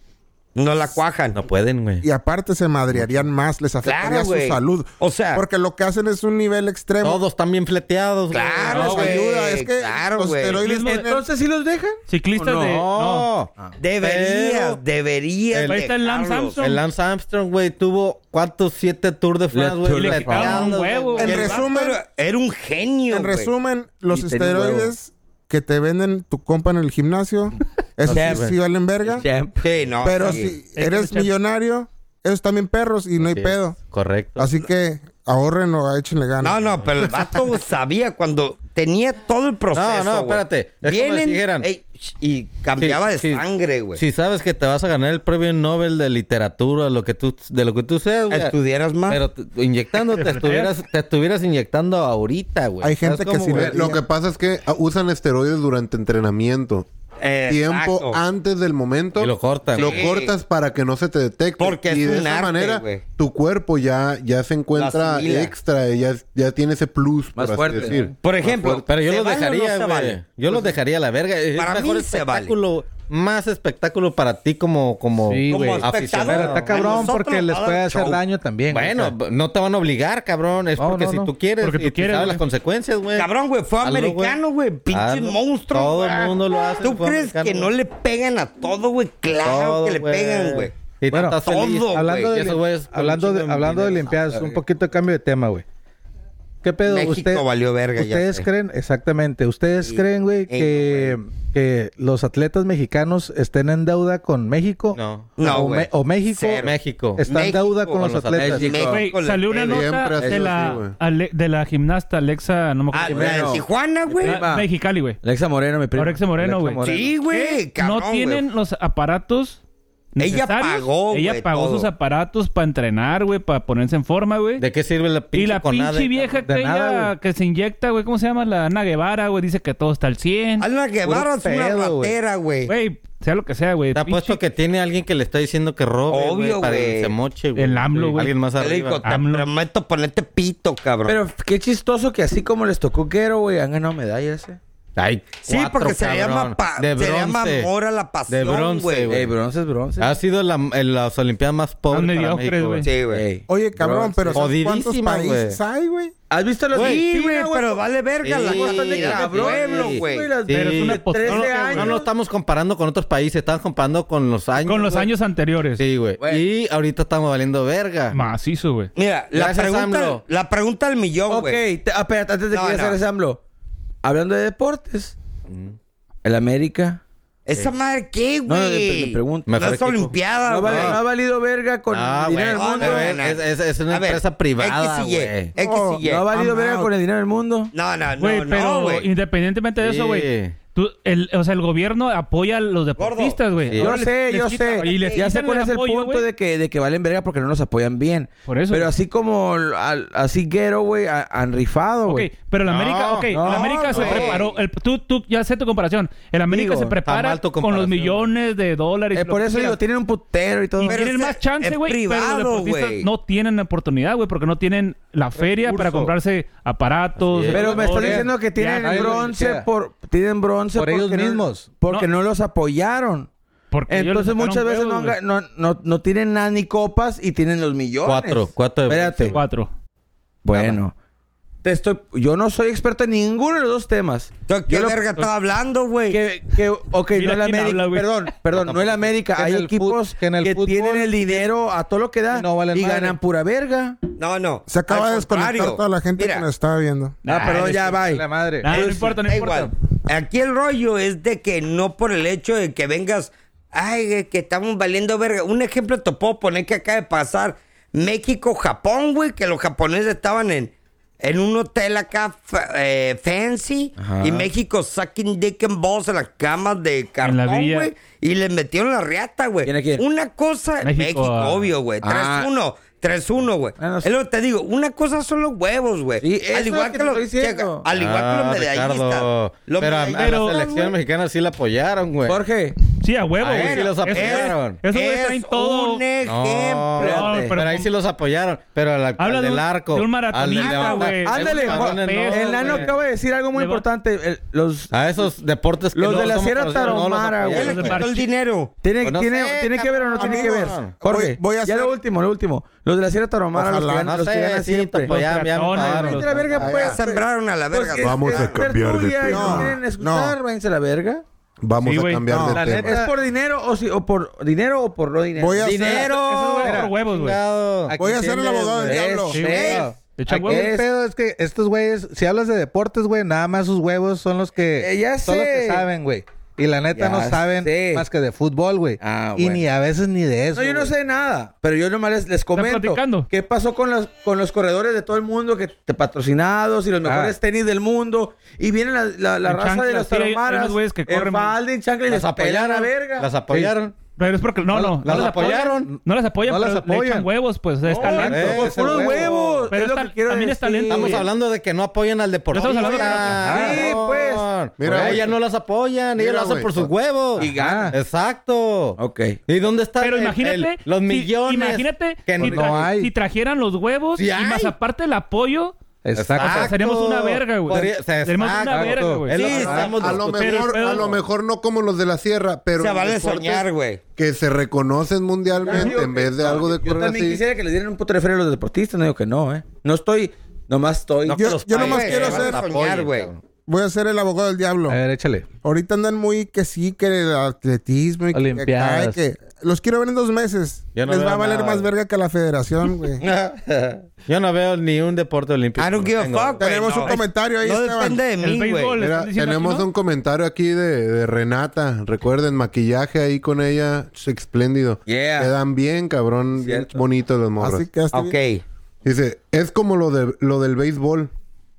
Speaker 6: No la cuajan.
Speaker 8: No pueden, güey.
Speaker 3: y aparte se madrearían más, les afectaría
Speaker 6: Claro,
Speaker 3: su
Speaker 6: güey.
Speaker 3: salud.
Speaker 6: O sea-
Speaker 3: porque lo que hacen es un nivel extremo.
Speaker 8: Todos están bien fleteados, güey.
Speaker 6: Claro,
Speaker 3: les
Speaker 6: güey.
Speaker 3: ayuda. Es que
Speaker 6: claro,
Speaker 3: los
Speaker 6: güey.
Speaker 3: esteroides
Speaker 4: Mismo-
Speaker 3: tienen-
Speaker 1: Entonces, ¿sí los dejan?
Speaker 4: Ciclistas de. No.
Speaker 8: No.
Speaker 6: Deberías,
Speaker 8: Pero-
Speaker 6: deberías.
Speaker 8: El-
Speaker 4: Ahí está el Lance
Speaker 6: dejarlos.
Speaker 4: Armstrong.
Speaker 8: El Lance Armstrong, güey, tuvo cuántos siete Tour de France,
Speaker 1: Le-
Speaker 8: güey.
Speaker 1: le
Speaker 8: fleteados,
Speaker 4: quitaron un
Speaker 8: güey.
Speaker 4: huevo,
Speaker 3: En
Speaker 6: El vato
Speaker 3: resumen-
Speaker 6: era- era un genio.
Speaker 3: en
Speaker 6: güey.
Speaker 3: resumen, los
Speaker 1: Y tenía un
Speaker 3: esteroides que te venden tu compa en el gimnasio, esos sí, sí valen verga.
Speaker 1: Champ.
Speaker 6: Sí, no.
Speaker 3: Pero
Speaker 6: sí.
Speaker 3: si eres millonario, esos también perros y no hay pedo.
Speaker 8: Correcto.
Speaker 3: Así que ahorren o échenle
Speaker 6: No,
Speaker 3: ganas.
Speaker 6: no, pero el vato sabía cuando tenía todo el proceso.
Speaker 8: No, no,
Speaker 6: güey.
Speaker 8: espérate. Es como
Speaker 6: Vienen
Speaker 8: si dijeran-
Speaker 6: ey, y cambiaba
Speaker 8: Sí,
Speaker 6: de
Speaker 8: sí.
Speaker 6: sangre, güey.
Speaker 8: Si sabes que te vas a ganar el premio Nobel de literatura, lo que tú, de lo que tú seas, güey.
Speaker 6: Estudiaras más.
Speaker 8: Pero t- inyectándote, estuvieras, te estuvieras inyectando ahorita, güey.
Speaker 3: Hay gente
Speaker 8: ¿Sabes
Speaker 3: que
Speaker 8: cómo,
Speaker 3: sí
Speaker 8: güey?
Speaker 3: le-
Speaker 5: Pues, Lo que pasa es que ah, usan esteroides durante entrenamiento.
Speaker 6: Exacto.
Speaker 5: Tiempo antes del momento.
Speaker 8: Y lo cortan.
Speaker 5: Lo
Speaker 6: Sí.
Speaker 5: cortas para que no se te detecte.
Speaker 6: Porque
Speaker 5: y
Speaker 6: es
Speaker 5: de
Speaker 6: un
Speaker 5: esa
Speaker 6: arte,
Speaker 5: manera
Speaker 6: güey.
Speaker 5: tu cuerpo ya, ya se
Speaker 6: Lo
Speaker 5: encuentra
Speaker 6: asimila.
Speaker 5: extra, ya, ya tiene ese plus,
Speaker 1: Más
Speaker 5: por así
Speaker 1: fuerte.
Speaker 5: decir.
Speaker 6: Por ejemplo,
Speaker 8: Pero yo
Speaker 6: ¿se
Speaker 8: los
Speaker 6: vale o no
Speaker 8: dejaría,
Speaker 6: se
Speaker 8: güey.
Speaker 6: vale?
Speaker 8: Yo los dejaría a la verga. Es
Speaker 6: Pues, Para mí
Speaker 8: mejor
Speaker 6: se vale.
Speaker 8: espectáculo, más espectáculo para ti como, como,
Speaker 7: Sí,
Speaker 6: Como
Speaker 7: güey.
Speaker 6: espectador.
Speaker 8: aficionado.
Speaker 7: Pero está cabrón
Speaker 6: Nosotros
Speaker 7: porque les
Speaker 6: nos va a
Speaker 7: puede
Speaker 6: dar
Speaker 7: hacer
Speaker 6: show.
Speaker 7: daño también. güey.
Speaker 8: Bueno,
Speaker 7: O sea,
Speaker 8: b- no te van a obligar, cabrón. Es
Speaker 7: No,
Speaker 8: porque
Speaker 7: no,
Speaker 8: si
Speaker 7: no.
Speaker 8: tú quieres,
Speaker 4: Porque tú
Speaker 8: y tú
Speaker 4: quieres,
Speaker 8: sabes
Speaker 4: güey.
Speaker 8: las consecuencias, güey.
Speaker 6: Cabrón, güey, fue
Speaker 8: Algo, güey.
Speaker 6: americano, güey. Pinche
Speaker 8: Ah, no.
Speaker 6: monstruo.
Speaker 8: Todo el
Speaker 6: güey.
Speaker 8: mundo lo hace,
Speaker 6: ¿Tú
Speaker 8: fue
Speaker 6: crees que
Speaker 8: americano,
Speaker 6: no
Speaker 8: güey.
Speaker 6: le pegan a todo, güey? Claro
Speaker 8: Todo,
Speaker 6: que le pegan, güey.
Speaker 8: Y
Speaker 7: Bueno,
Speaker 8: tú estás feliz.
Speaker 6: todo,
Speaker 7: hablando
Speaker 6: güey.
Speaker 7: de,
Speaker 8: Y esos
Speaker 7: lim-
Speaker 8: güeyes con
Speaker 7: hablando
Speaker 8: un
Speaker 7: de,
Speaker 8: chingo de
Speaker 7: hablando de
Speaker 8: dinero.
Speaker 7: limpiadas,
Speaker 8: Ah,
Speaker 7: un
Speaker 8: verga.
Speaker 7: poquito de cambio de tema, güey. ¿Qué pedo?
Speaker 6: México
Speaker 7: Usted-
Speaker 6: valió verga, ya
Speaker 7: Ustedes
Speaker 6: sé.
Speaker 7: creen, exactamente, ustedes creen, güey, que, que los atletas mexicanos estén en deuda con México.
Speaker 8: No.
Speaker 6: No,
Speaker 7: o,
Speaker 6: güey.
Speaker 7: Me- o México
Speaker 6: Cero.
Speaker 8: México.
Speaker 7: está en
Speaker 6: México
Speaker 7: deuda con
Speaker 6: con
Speaker 7: los
Speaker 8: los
Speaker 7: atletas.
Speaker 6: México
Speaker 8: atletas.
Speaker 4: Güey,
Speaker 6: le
Speaker 4: salió una
Speaker 6: pega.
Speaker 5: Siempre
Speaker 4: nota
Speaker 5: ha sido
Speaker 4: de
Speaker 5: así, güey.
Speaker 4: la, Ale- de la gimnasta Alexa, no me
Speaker 6: Ah,
Speaker 4: acuerdo.
Speaker 6: la de
Speaker 1: Bueno.
Speaker 6: Tijuana, güey.
Speaker 1: Sí, va.
Speaker 4: La Mexicali, güey.
Speaker 1: Alexa Moreno, mi prima.
Speaker 4: Alexa Moreno, güey.
Speaker 6: Sí, güey, cabrón,
Speaker 4: no
Speaker 6: güey.
Speaker 4: tienen los aparatos.
Speaker 6: Ella
Speaker 4: necesarios.
Speaker 6: pagó,
Speaker 4: Ella
Speaker 6: güey,
Speaker 4: pagó
Speaker 6: todo.
Speaker 4: sus aparatos para entrenar, güey, para ponerse en forma, güey.
Speaker 8: ¿De qué sirve la pinche
Speaker 4: Y la
Speaker 8: conade,
Speaker 4: pinche vieja
Speaker 7: de
Speaker 4: que,
Speaker 7: nada,
Speaker 4: ella-
Speaker 7: güey.
Speaker 4: que se inyecta, güey, ¿cómo se llama? La Ana Guevara, güey, dice que todo está al 100.
Speaker 6: Ana Guevara es una
Speaker 7: pedo, güey.
Speaker 6: ratera, güey.
Speaker 4: Güey, sea lo que sea, güey.
Speaker 8: Te apuesto que tiene alguien que le está diciendo que robe,
Speaker 6: Obvio,
Speaker 8: güey, para
Speaker 6: güey.
Speaker 8: que se moche, güey.
Speaker 4: El AMLO, güey.
Speaker 8: Alguien más
Speaker 6: Rico,
Speaker 8: arriba.
Speaker 6: te
Speaker 4: AMLO.
Speaker 6: prometo ponerte pito, cabrón.
Speaker 1: Pero qué chistoso que así como les tocó Quero, güey, han ganado medallas, eh.
Speaker 8: Ay,
Speaker 6: Sí, porque se le
Speaker 8: cabrón.
Speaker 6: llama pa-
Speaker 8: De
Speaker 6: se le llama
Speaker 8: bronce.
Speaker 6: Mora la pasión,
Speaker 8: De bronce,
Speaker 6: güey.
Speaker 1: Ey, bronce es bronce.
Speaker 8: Ha sido la, en las Olimpiadas más pobres.
Speaker 4: Más
Speaker 8: para
Speaker 4: mediocres,
Speaker 8: México,
Speaker 4: güey.
Speaker 6: sí, güey.
Speaker 1: Ey.
Speaker 3: Oye, cabrón, pero ¿sabes ¿cuántos
Speaker 8: Jodidísima,
Speaker 3: países hay, güey?
Speaker 1: ¿Has visto los
Speaker 8: Güey,
Speaker 6: Sí,
Speaker 1: China,
Speaker 6: güey, pero vale verga
Speaker 8: Sí,
Speaker 6: la
Speaker 8: güey,
Speaker 6: gente
Speaker 8: de
Speaker 6: del
Speaker 8: cabrón,
Speaker 6: pueblo,
Speaker 8: sí,
Speaker 6: güey.
Speaker 1: las-
Speaker 8: Sí.
Speaker 4: Pero es una
Speaker 1: Trece
Speaker 4: postura,
Speaker 1: años.
Speaker 8: No lo estamos comparando con otros países, estamos comparando con los años.
Speaker 4: Con los
Speaker 8: güey.
Speaker 4: años anteriores.
Speaker 8: Sí, güey.
Speaker 1: Güey.
Speaker 8: Y ahorita estamos valiendo verga.
Speaker 4: Macizo, güey.
Speaker 6: Mira, la
Speaker 8: Gracias,
Speaker 6: pregunta,
Speaker 8: AMLO.
Speaker 6: la pregunta del millón,
Speaker 1: Ok,
Speaker 6: güey.
Speaker 1: te- ah, espérate, antes de
Speaker 6: No,
Speaker 1: que
Speaker 6: no.
Speaker 1: hagas el AMLO. Hablando de deportes, el América
Speaker 6: ¿Esa madre qué,
Speaker 1: No,
Speaker 6: güey?
Speaker 1: me- me pregunto.
Speaker 6: No
Speaker 8: Mejor
Speaker 6: es
Speaker 8: equipo.
Speaker 6: olimpiada,
Speaker 1: no,
Speaker 6: güey.
Speaker 1: vale- no ha valido verga con
Speaker 8: Ah,
Speaker 1: el dinero
Speaker 8: güey.
Speaker 1: del
Speaker 8: No,
Speaker 1: mundo.
Speaker 8: no, no, es- es- es una
Speaker 6: A ver,
Speaker 8: empresa privada,
Speaker 6: X y Y,
Speaker 8: güey.
Speaker 6: X y Y.
Speaker 1: Oh, No ha valido
Speaker 3: I'm
Speaker 1: verga
Speaker 3: out.
Speaker 1: con el dinero del mundo.
Speaker 6: No, no, no,
Speaker 4: Güey, pero
Speaker 6: no, güey.
Speaker 4: independientemente de eso,
Speaker 8: Sí.
Speaker 4: güey. tú- el- O sea, el gobierno apoya a los deportistas, güey.
Speaker 8: Sí.
Speaker 1: Yo
Speaker 4: Ahora les-
Speaker 1: sé,
Speaker 4: les
Speaker 1: yo
Speaker 4: quita-
Speaker 1: sé.
Speaker 4: Y les
Speaker 1: ya sé
Speaker 4: quitan
Speaker 1: cuál
Speaker 4: el
Speaker 1: es el
Speaker 4: apoyo,
Speaker 1: punto
Speaker 4: güey.
Speaker 1: de que, de que valen verga porque no nos apoyan bien.
Speaker 4: Por eso,
Speaker 1: Pero
Speaker 4: güey.
Speaker 1: así como al- al- así Guero, güey, a- han rifado, güey.
Speaker 4: Ok, pero el América, ok, el América se
Speaker 6: güey.
Speaker 4: preparó. El, tú, tú, ya sé tu comparación. El América
Speaker 1: Digo,
Speaker 4: se prepara
Speaker 8: mal tu
Speaker 4: con los
Speaker 8: comparación.
Speaker 4: millones de dólares.
Speaker 1: Eh,
Speaker 4: y lo
Speaker 1: por
Speaker 4: que
Speaker 1: eso
Speaker 4: quieras.
Speaker 1: digo, tienen un putero y todo.
Speaker 4: Y
Speaker 6: Pero
Speaker 4: tienen
Speaker 6: este
Speaker 4: más chance,
Speaker 6: es
Speaker 4: güey. pero
Speaker 6: privado,
Speaker 4: los deportistas
Speaker 6: güey.
Speaker 4: no tienen la oportunidad, güey, porque no tienen la feria para comprarse aparatos. eh,
Speaker 8: Así es.
Speaker 1: Pero me están
Speaker 4: ordenadores.
Speaker 1: diciendo que tienen
Speaker 7: nadie lo
Speaker 1: bronce
Speaker 7: quisiera.
Speaker 1: por tienen bronce
Speaker 7: Por ellos
Speaker 1: no-
Speaker 7: mismos.
Speaker 1: porque
Speaker 4: No.
Speaker 1: no, los apoyaron.
Speaker 4: Porque ellos
Speaker 1: Entonces
Speaker 4: les
Speaker 1: muchas
Speaker 4: sacaron
Speaker 1: veces no,
Speaker 4: huevos,
Speaker 1: han
Speaker 4: güey.
Speaker 1: ga- no, no, no tienen nada ni copas y tienen los millones.
Speaker 8: Cuatro, cuatro de
Speaker 1: Espérate.
Speaker 4: Cuatro.
Speaker 1: Bueno. Te estoy, yo no soy experto en ninguno de los dos temas.
Speaker 6: Entonces, ¿Qué
Speaker 1: Yo lo-
Speaker 6: verga estaba hablando, güey?
Speaker 1: que, que, ok,
Speaker 4: Mira
Speaker 1: no el
Speaker 4: quién
Speaker 1: América.
Speaker 4: habla, güey.
Speaker 1: perdón, perdón, no el América.
Speaker 7: que en
Speaker 1: Hay
Speaker 7: el fut-
Speaker 1: equipos
Speaker 7: que en el
Speaker 1: que
Speaker 7: fútbol-
Speaker 1: tienen el dinero a todo lo que da
Speaker 7: No valen
Speaker 1: y
Speaker 7: madre.
Speaker 1: ganan pura verga.
Speaker 6: No, no.
Speaker 3: Se acaba
Speaker 6: Al
Speaker 3: de desconectar
Speaker 6: contrario.
Speaker 3: toda la gente que
Speaker 6: Mira,
Speaker 3: nos estaba viendo.
Speaker 1: Ah, perdón, ya, bye.
Speaker 7: La madre.
Speaker 4: Nah, Ah, no importa, no
Speaker 6: da
Speaker 4: importa.
Speaker 6: igual. Aquí el rollo es de que no por el hecho de que vengas, ay, güey, que estamos valiendo verga. Un ejemplo te puedo poner que acaba de pasar México-Japón, güey, que los japoneses estaban en, en un hotel acá fa- eh, fancy y México sucking dick and balls en las camas de
Speaker 4: En la
Speaker 6: cartón,
Speaker 4: villa.
Speaker 6: güey. y le metieron la reata, güey.
Speaker 1: ¿Quién a quién?
Speaker 6: Una cosa,
Speaker 4: México,
Speaker 6: México,
Speaker 4: ah.
Speaker 6: obvio, güey. 3-1,
Speaker 1: Ah.
Speaker 6: 3-1, güey.
Speaker 1: Ah, no
Speaker 6: Es lo que te digo, una cosa son los huevos, güey.
Speaker 1: Sí, eso es
Speaker 6: al igual
Speaker 1: lo que
Speaker 6: que,
Speaker 1: te
Speaker 6: los
Speaker 1: estoy diciendo.
Speaker 6: checa, al igual que
Speaker 8: Ah,
Speaker 6: los medallistas.
Speaker 8: Ricardo.
Speaker 6: Los
Speaker 8: pero a, a
Speaker 6: medallistas,
Speaker 8: la selección
Speaker 6: güey.
Speaker 8: mexicana sí la apoyaron, güey.
Speaker 1: Jorge,
Speaker 4: Sí, a huevo,
Speaker 8: A
Speaker 4: güey.
Speaker 8: él sí los
Speaker 4: Eso-
Speaker 8: apoyaron.
Speaker 4: Eso güey, traen
Speaker 6: es
Speaker 4: todo.
Speaker 6: un
Speaker 8: No,
Speaker 6: ejemplo.
Speaker 8: no,
Speaker 4: Espérate.
Speaker 8: pero, ahí sí los apoyaron. Pero al, al
Speaker 4: Habla de
Speaker 8: del
Speaker 4: un-
Speaker 8: arco.
Speaker 4: de un
Speaker 8: al de
Speaker 4: maratonista,
Speaker 8: levantar-
Speaker 4: güey.
Speaker 8: esos
Speaker 1: ándale,
Speaker 8: cabrones
Speaker 4: Juan-
Speaker 8: no,
Speaker 4: el
Speaker 1: el nano
Speaker 4: güey.
Speaker 1: acaba de decir algo muy
Speaker 4: Le va-
Speaker 1: importante. El- los
Speaker 8: A esos deportes Ah, que
Speaker 1: Los
Speaker 8: no
Speaker 1: de la
Speaker 8: somos
Speaker 1: Sierra
Speaker 8: conocidos, no los
Speaker 1: Tarahumara, güey.
Speaker 8: apoyaron,
Speaker 6: Él le quitó el dinero.
Speaker 1: tiene,
Speaker 8: Pues no
Speaker 1: tiene,
Speaker 8: sé,
Speaker 1: tiene que ver o no tiene que ver.
Speaker 8: cabrón.
Speaker 1: Jorge,
Speaker 3: Voy- voy a
Speaker 1: ya
Speaker 3: hacer-
Speaker 1: lo último, lo último. Los de la Sierra Tarahumara, los que
Speaker 3: Ojalá.
Speaker 1: ganan,
Speaker 8: No
Speaker 1: los que
Speaker 8: sé,
Speaker 1: ganan
Speaker 8: sí, te
Speaker 1: siempre.
Speaker 8: apoyaron, me
Speaker 4: Los
Speaker 8: ampararon.
Speaker 4: ratones,
Speaker 1: Vete a la verga,
Speaker 3: Ah,
Speaker 1: pues.
Speaker 3: ya.
Speaker 6: Sembraron a la
Speaker 1: Pues
Speaker 6: verga.
Speaker 1: es-
Speaker 6: güey.
Speaker 5: Vamos
Speaker 1: es
Speaker 5: a
Speaker 1: ver
Speaker 5: cambiar de
Speaker 1: tuya y
Speaker 5: tema.
Speaker 1: No
Speaker 5: No,
Speaker 1: quieren escuchar,
Speaker 3: no.
Speaker 1: váyanse a la verga.
Speaker 5: Vamos
Speaker 4: Sí,
Speaker 5: a
Speaker 4: güey.
Speaker 5: cambiar
Speaker 3: No,
Speaker 5: de
Speaker 3: la
Speaker 5: tema.
Speaker 7: neta-
Speaker 1: Pues, ¿Es por dinero o, si, o por dinero o por no dinero?
Speaker 3: Voy a hacer-
Speaker 4: Eso
Speaker 1: ¡Dinero!
Speaker 4: es por huevos, güey.
Speaker 8: Chingado.
Speaker 3: Voy a ser el abogado del diablo.
Speaker 4: Sí, güey. Echa
Speaker 7: Aquí
Speaker 4: huevos.
Speaker 7: el pedo es que estos güeyes, si hablas de deportes, güey, nada más sus huevos son los que,
Speaker 1: Eh, ya
Speaker 7: son los que
Speaker 1: sé.
Speaker 7: saben, güey. Y la neta
Speaker 1: Ya
Speaker 7: no saben
Speaker 1: sé.
Speaker 7: más que de fútbol, güey.
Speaker 1: Ah,
Speaker 7: y
Speaker 1: bueno.
Speaker 7: ni a veces ni de eso.
Speaker 1: No, yo no
Speaker 7: güey.
Speaker 1: sé nada, pero yo nomás les, les comento
Speaker 4: platicando.
Speaker 1: qué pasó con los, con los corredores de todo el mundo que te patrocinados y los mejores tenis del mundo y vienen la, la, la
Speaker 4: En
Speaker 1: raza de
Speaker 4: chanclas,
Speaker 1: los
Speaker 4: sí, hay- hay
Speaker 1: tarahumaras
Speaker 4: unos güeyes que
Speaker 1: en
Speaker 4: corren-
Speaker 1: falda, en chancla y les
Speaker 8: Las
Speaker 1: apoyaron a
Speaker 8: apoyaron.
Speaker 1: verga.
Speaker 8: Las apoyaron.
Speaker 4: Pero es porque no,
Speaker 8: No,
Speaker 4: no, no
Speaker 8: las
Speaker 4: las apoyaron.
Speaker 8: apoyaron.
Speaker 4: No las apoyan,
Speaker 8: No las
Speaker 4: pero le echan
Speaker 8: apoyan.
Speaker 4: huevos, pues, es
Speaker 8: eh,
Speaker 4: talento.
Speaker 1: Por
Speaker 8: es el
Speaker 1: Oh, puros
Speaker 8: huevo.
Speaker 1: huevos.
Speaker 4: Pero
Speaker 1: es lo
Speaker 4: es
Speaker 1: que
Speaker 4: tal-
Speaker 1: quiero
Speaker 4: también es
Speaker 1: decir.
Speaker 4: talento,
Speaker 8: Estamos
Speaker 4: güey.
Speaker 8: hablando de que no apoyan al deportista.
Speaker 4: Pero estamos hablando
Speaker 1: que-
Speaker 4: de
Speaker 8: Ajá.
Speaker 1: Sí, pues.
Speaker 5: Mira,
Speaker 8: Por
Speaker 5: güey.
Speaker 8: ellas no las apoyan,
Speaker 5: Mira,
Speaker 8: ellas lo hacen
Speaker 5: güey.
Speaker 8: por sus huevos.
Speaker 1: Y ganan.
Speaker 8: Exacto.
Speaker 1: Ok.
Speaker 8: ¿Y dónde están
Speaker 4: Pero
Speaker 8: el-
Speaker 4: imagínate,
Speaker 8: el- los
Speaker 4: si-
Speaker 8: millones?
Speaker 4: imagínate
Speaker 8: que
Speaker 4: si,
Speaker 8: no
Speaker 4: tra-
Speaker 8: hay.
Speaker 4: si trajeran los huevos
Speaker 8: Sí
Speaker 4: y
Speaker 8: hay.
Speaker 4: más aparte el apoyo.
Speaker 7: Exacto.
Speaker 4: O sea, Ah, seríamos una verga, güey.
Speaker 8: Podría-
Speaker 4: Seríamos una
Speaker 8: exacto.
Speaker 4: verga, güey.
Speaker 8: Es lo
Speaker 6: Sí,
Speaker 8: que
Speaker 6: sí.
Speaker 8: estamos
Speaker 5: A lo
Speaker 8: discutiendo.
Speaker 5: mejor,
Speaker 4: Pero-
Speaker 5: a lo mejor no como los de la sierra, pero
Speaker 6: Se
Speaker 5: los
Speaker 6: vale
Speaker 5: deportes
Speaker 6: soñar, güey.
Speaker 5: que se reconocen
Speaker 1: Yo
Speaker 5: mundialmente
Speaker 1: digo
Speaker 5: en
Speaker 1: que-
Speaker 5: vez de
Speaker 1: no,
Speaker 5: algo de
Speaker 1: Yo
Speaker 5: correr
Speaker 1: también
Speaker 5: así.
Speaker 1: quisiera que les dieran un puto referee a los deportistas, no digo que no, ¿eh? No estoy, nomás estoy.
Speaker 8: No, que
Speaker 3: Yo-
Speaker 8: los
Speaker 3: yo nomás
Speaker 8: países
Speaker 3: quiero
Speaker 8: van a
Speaker 3: hacer-
Speaker 8: apoyen,
Speaker 6: Soñar, güey.
Speaker 8: cabrón.
Speaker 3: Voy a ser el abogado del diablo.
Speaker 7: A ver, échale.
Speaker 3: Ahorita andan muy que sí, que el atletismo y que-
Speaker 7: Olimpiadas.
Speaker 3: Que, que- los quiero ver en dos meses.
Speaker 8: Yo no
Speaker 3: Les va
Speaker 8: veo
Speaker 3: a valer
Speaker 8: nada,
Speaker 3: más
Speaker 8: güey.
Speaker 3: verga que la federación, güey.
Speaker 8: Yo no veo ni un deporte olímpico.
Speaker 6: I don't give a
Speaker 8: Tengo-
Speaker 6: fuck, güey.
Speaker 3: Tenemos
Speaker 6: no.
Speaker 3: un comentario ahí,
Speaker 6: No
Speaker 3: Esteban.
Speaker 6: depende de
Speaker 4: El
Speaker 6: mí,
Speaker 4: béisbol.
Speaker 6: güey.
Speaker 4: ¿Le
Speaker 5: Mira,
Speaker 4: están diciendo
Speaker 5: tenemos
Speaker 4: aquí, no?
Speaker 5: un comentario aquí de, de Renata. Recuerden, maquillaje ahí con ella, ch- espléndido.
Speaker 1: Yeah.
Speaker 5: Quedan bien, cabrón, bien
Speaker 1: Cierto.
Speaker 5: bonitos los morros.
Speaker 3: Así que hasta
Speaker 6: Ok.
Speaker 5: Dice, es como lo, de, lo del béisbol.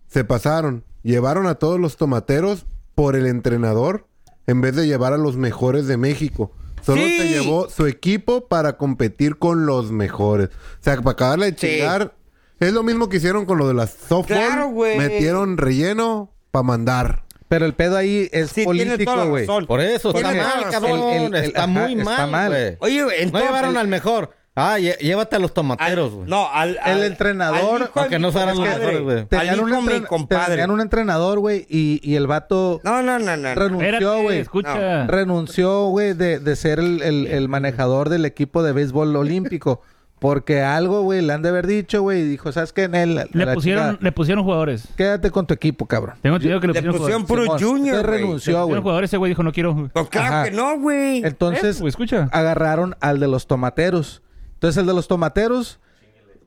Speaker 5: Se pasaron. Llevaron a todos los tomateros por el entrenador en vez de llevar a los mejores de México. Solo
Speaker 1: Sí.
Speaker 5: se llevó su equipo para competir con los mejores. O sea, para acabarle de
Speaker 6: Sí.
Speaker 5: chingar. Es lo mismo que hicieron con lo de las softball.
Speaker 6: Claro, güey.
Speaker 5: Metieron relleno para mandar.
Speaker 7: Pero el pedo ahí es
Speaker 6: Sí, tiene toda
Speaker 7: político,
Speaker 6: la
Speaker 7: güey.
Speaker 6: razón.
Speaker 8: Por eso, está
Speaker 6: Tiene
Speaker 8: mal,
Speaker 6: razón.
Speaker 8: cabrón.
Speaker 7: El- el- el-
Speaker 8: está
Speaker 7: ajá,
Speaker 8: muy
Speaker 7: está
Speaker 8: mal,
Speaker 7: mal.
Speaker 8: güey.
Speaker 6: Oye, güey,
Speaker 8: No
Speaker 6: entonces...
Speaker 8: llevaron al mejor. Ah, lle- llévate a los tomateros,
Speaker 6: al-
Speaker 8: güey.
Speaker 6: No, al, al-
Speaker 7: entrenador,
Speaker 6: al hijo de
Speaker 8: aunque
Speaker 6: mi
Speaker 8: no fueran los
Speaker 6: compadre.
Speaker 8: mejores, güey.
Speaker 6: Al
Speaker 7: Tenían un,
Speaker 6: hijo de mi
Speaker 7: entren-
Speaker 6: compadre.
Speaker 7: tenían un entrenador, güey, y, y el vato
Speaker 6: No, no, no, no. no.
Speaker 7: renunció,
Speaker 4: Espérate,
Speaker 7: güey.
Speaker 4: escucha.
Speaker 7: renunció, güey, de, de ser el, el- el manejador del equipo de béisbol olímpico. Porque algo, güey, le han de haber dicho, güey, y dijo, ¿sabes qué? Nel, a
Speaker 4: Le
Speaker 7: la
Speaker 4: pusieron,
Speaker 7: chingada.
Speaker 4: le pusieron jugadores.
Speaker 7: Quédate con tu equipo, cabrón.
Speaker 4: Tengo entendido que le
Speaker 6: Le
Speaker 4: pusieron
Speaker 6: pusieron
Speaker 4: jugadores.
Speaker 6: puro
Speaker 7: Simón.
Speaker 6: junior,
Speaker 7: Entonces
Speaker 6: güey.
Speaker 7: renunció,
Speaker 4: Pusieron
Speaker 7: güey.
Speaker 4: jugadores, ese güey dijo, no quiero.
Speaker 6: Pues claro
Speaker 7: Ajá.
Speaker 6: que no, güey.
Speaker 7: Entonces,
Speaker 4: Eh, güey, escucha.
Speaker 7: Ah, agarraron al de los tomateros. Entonces, el de los tomateros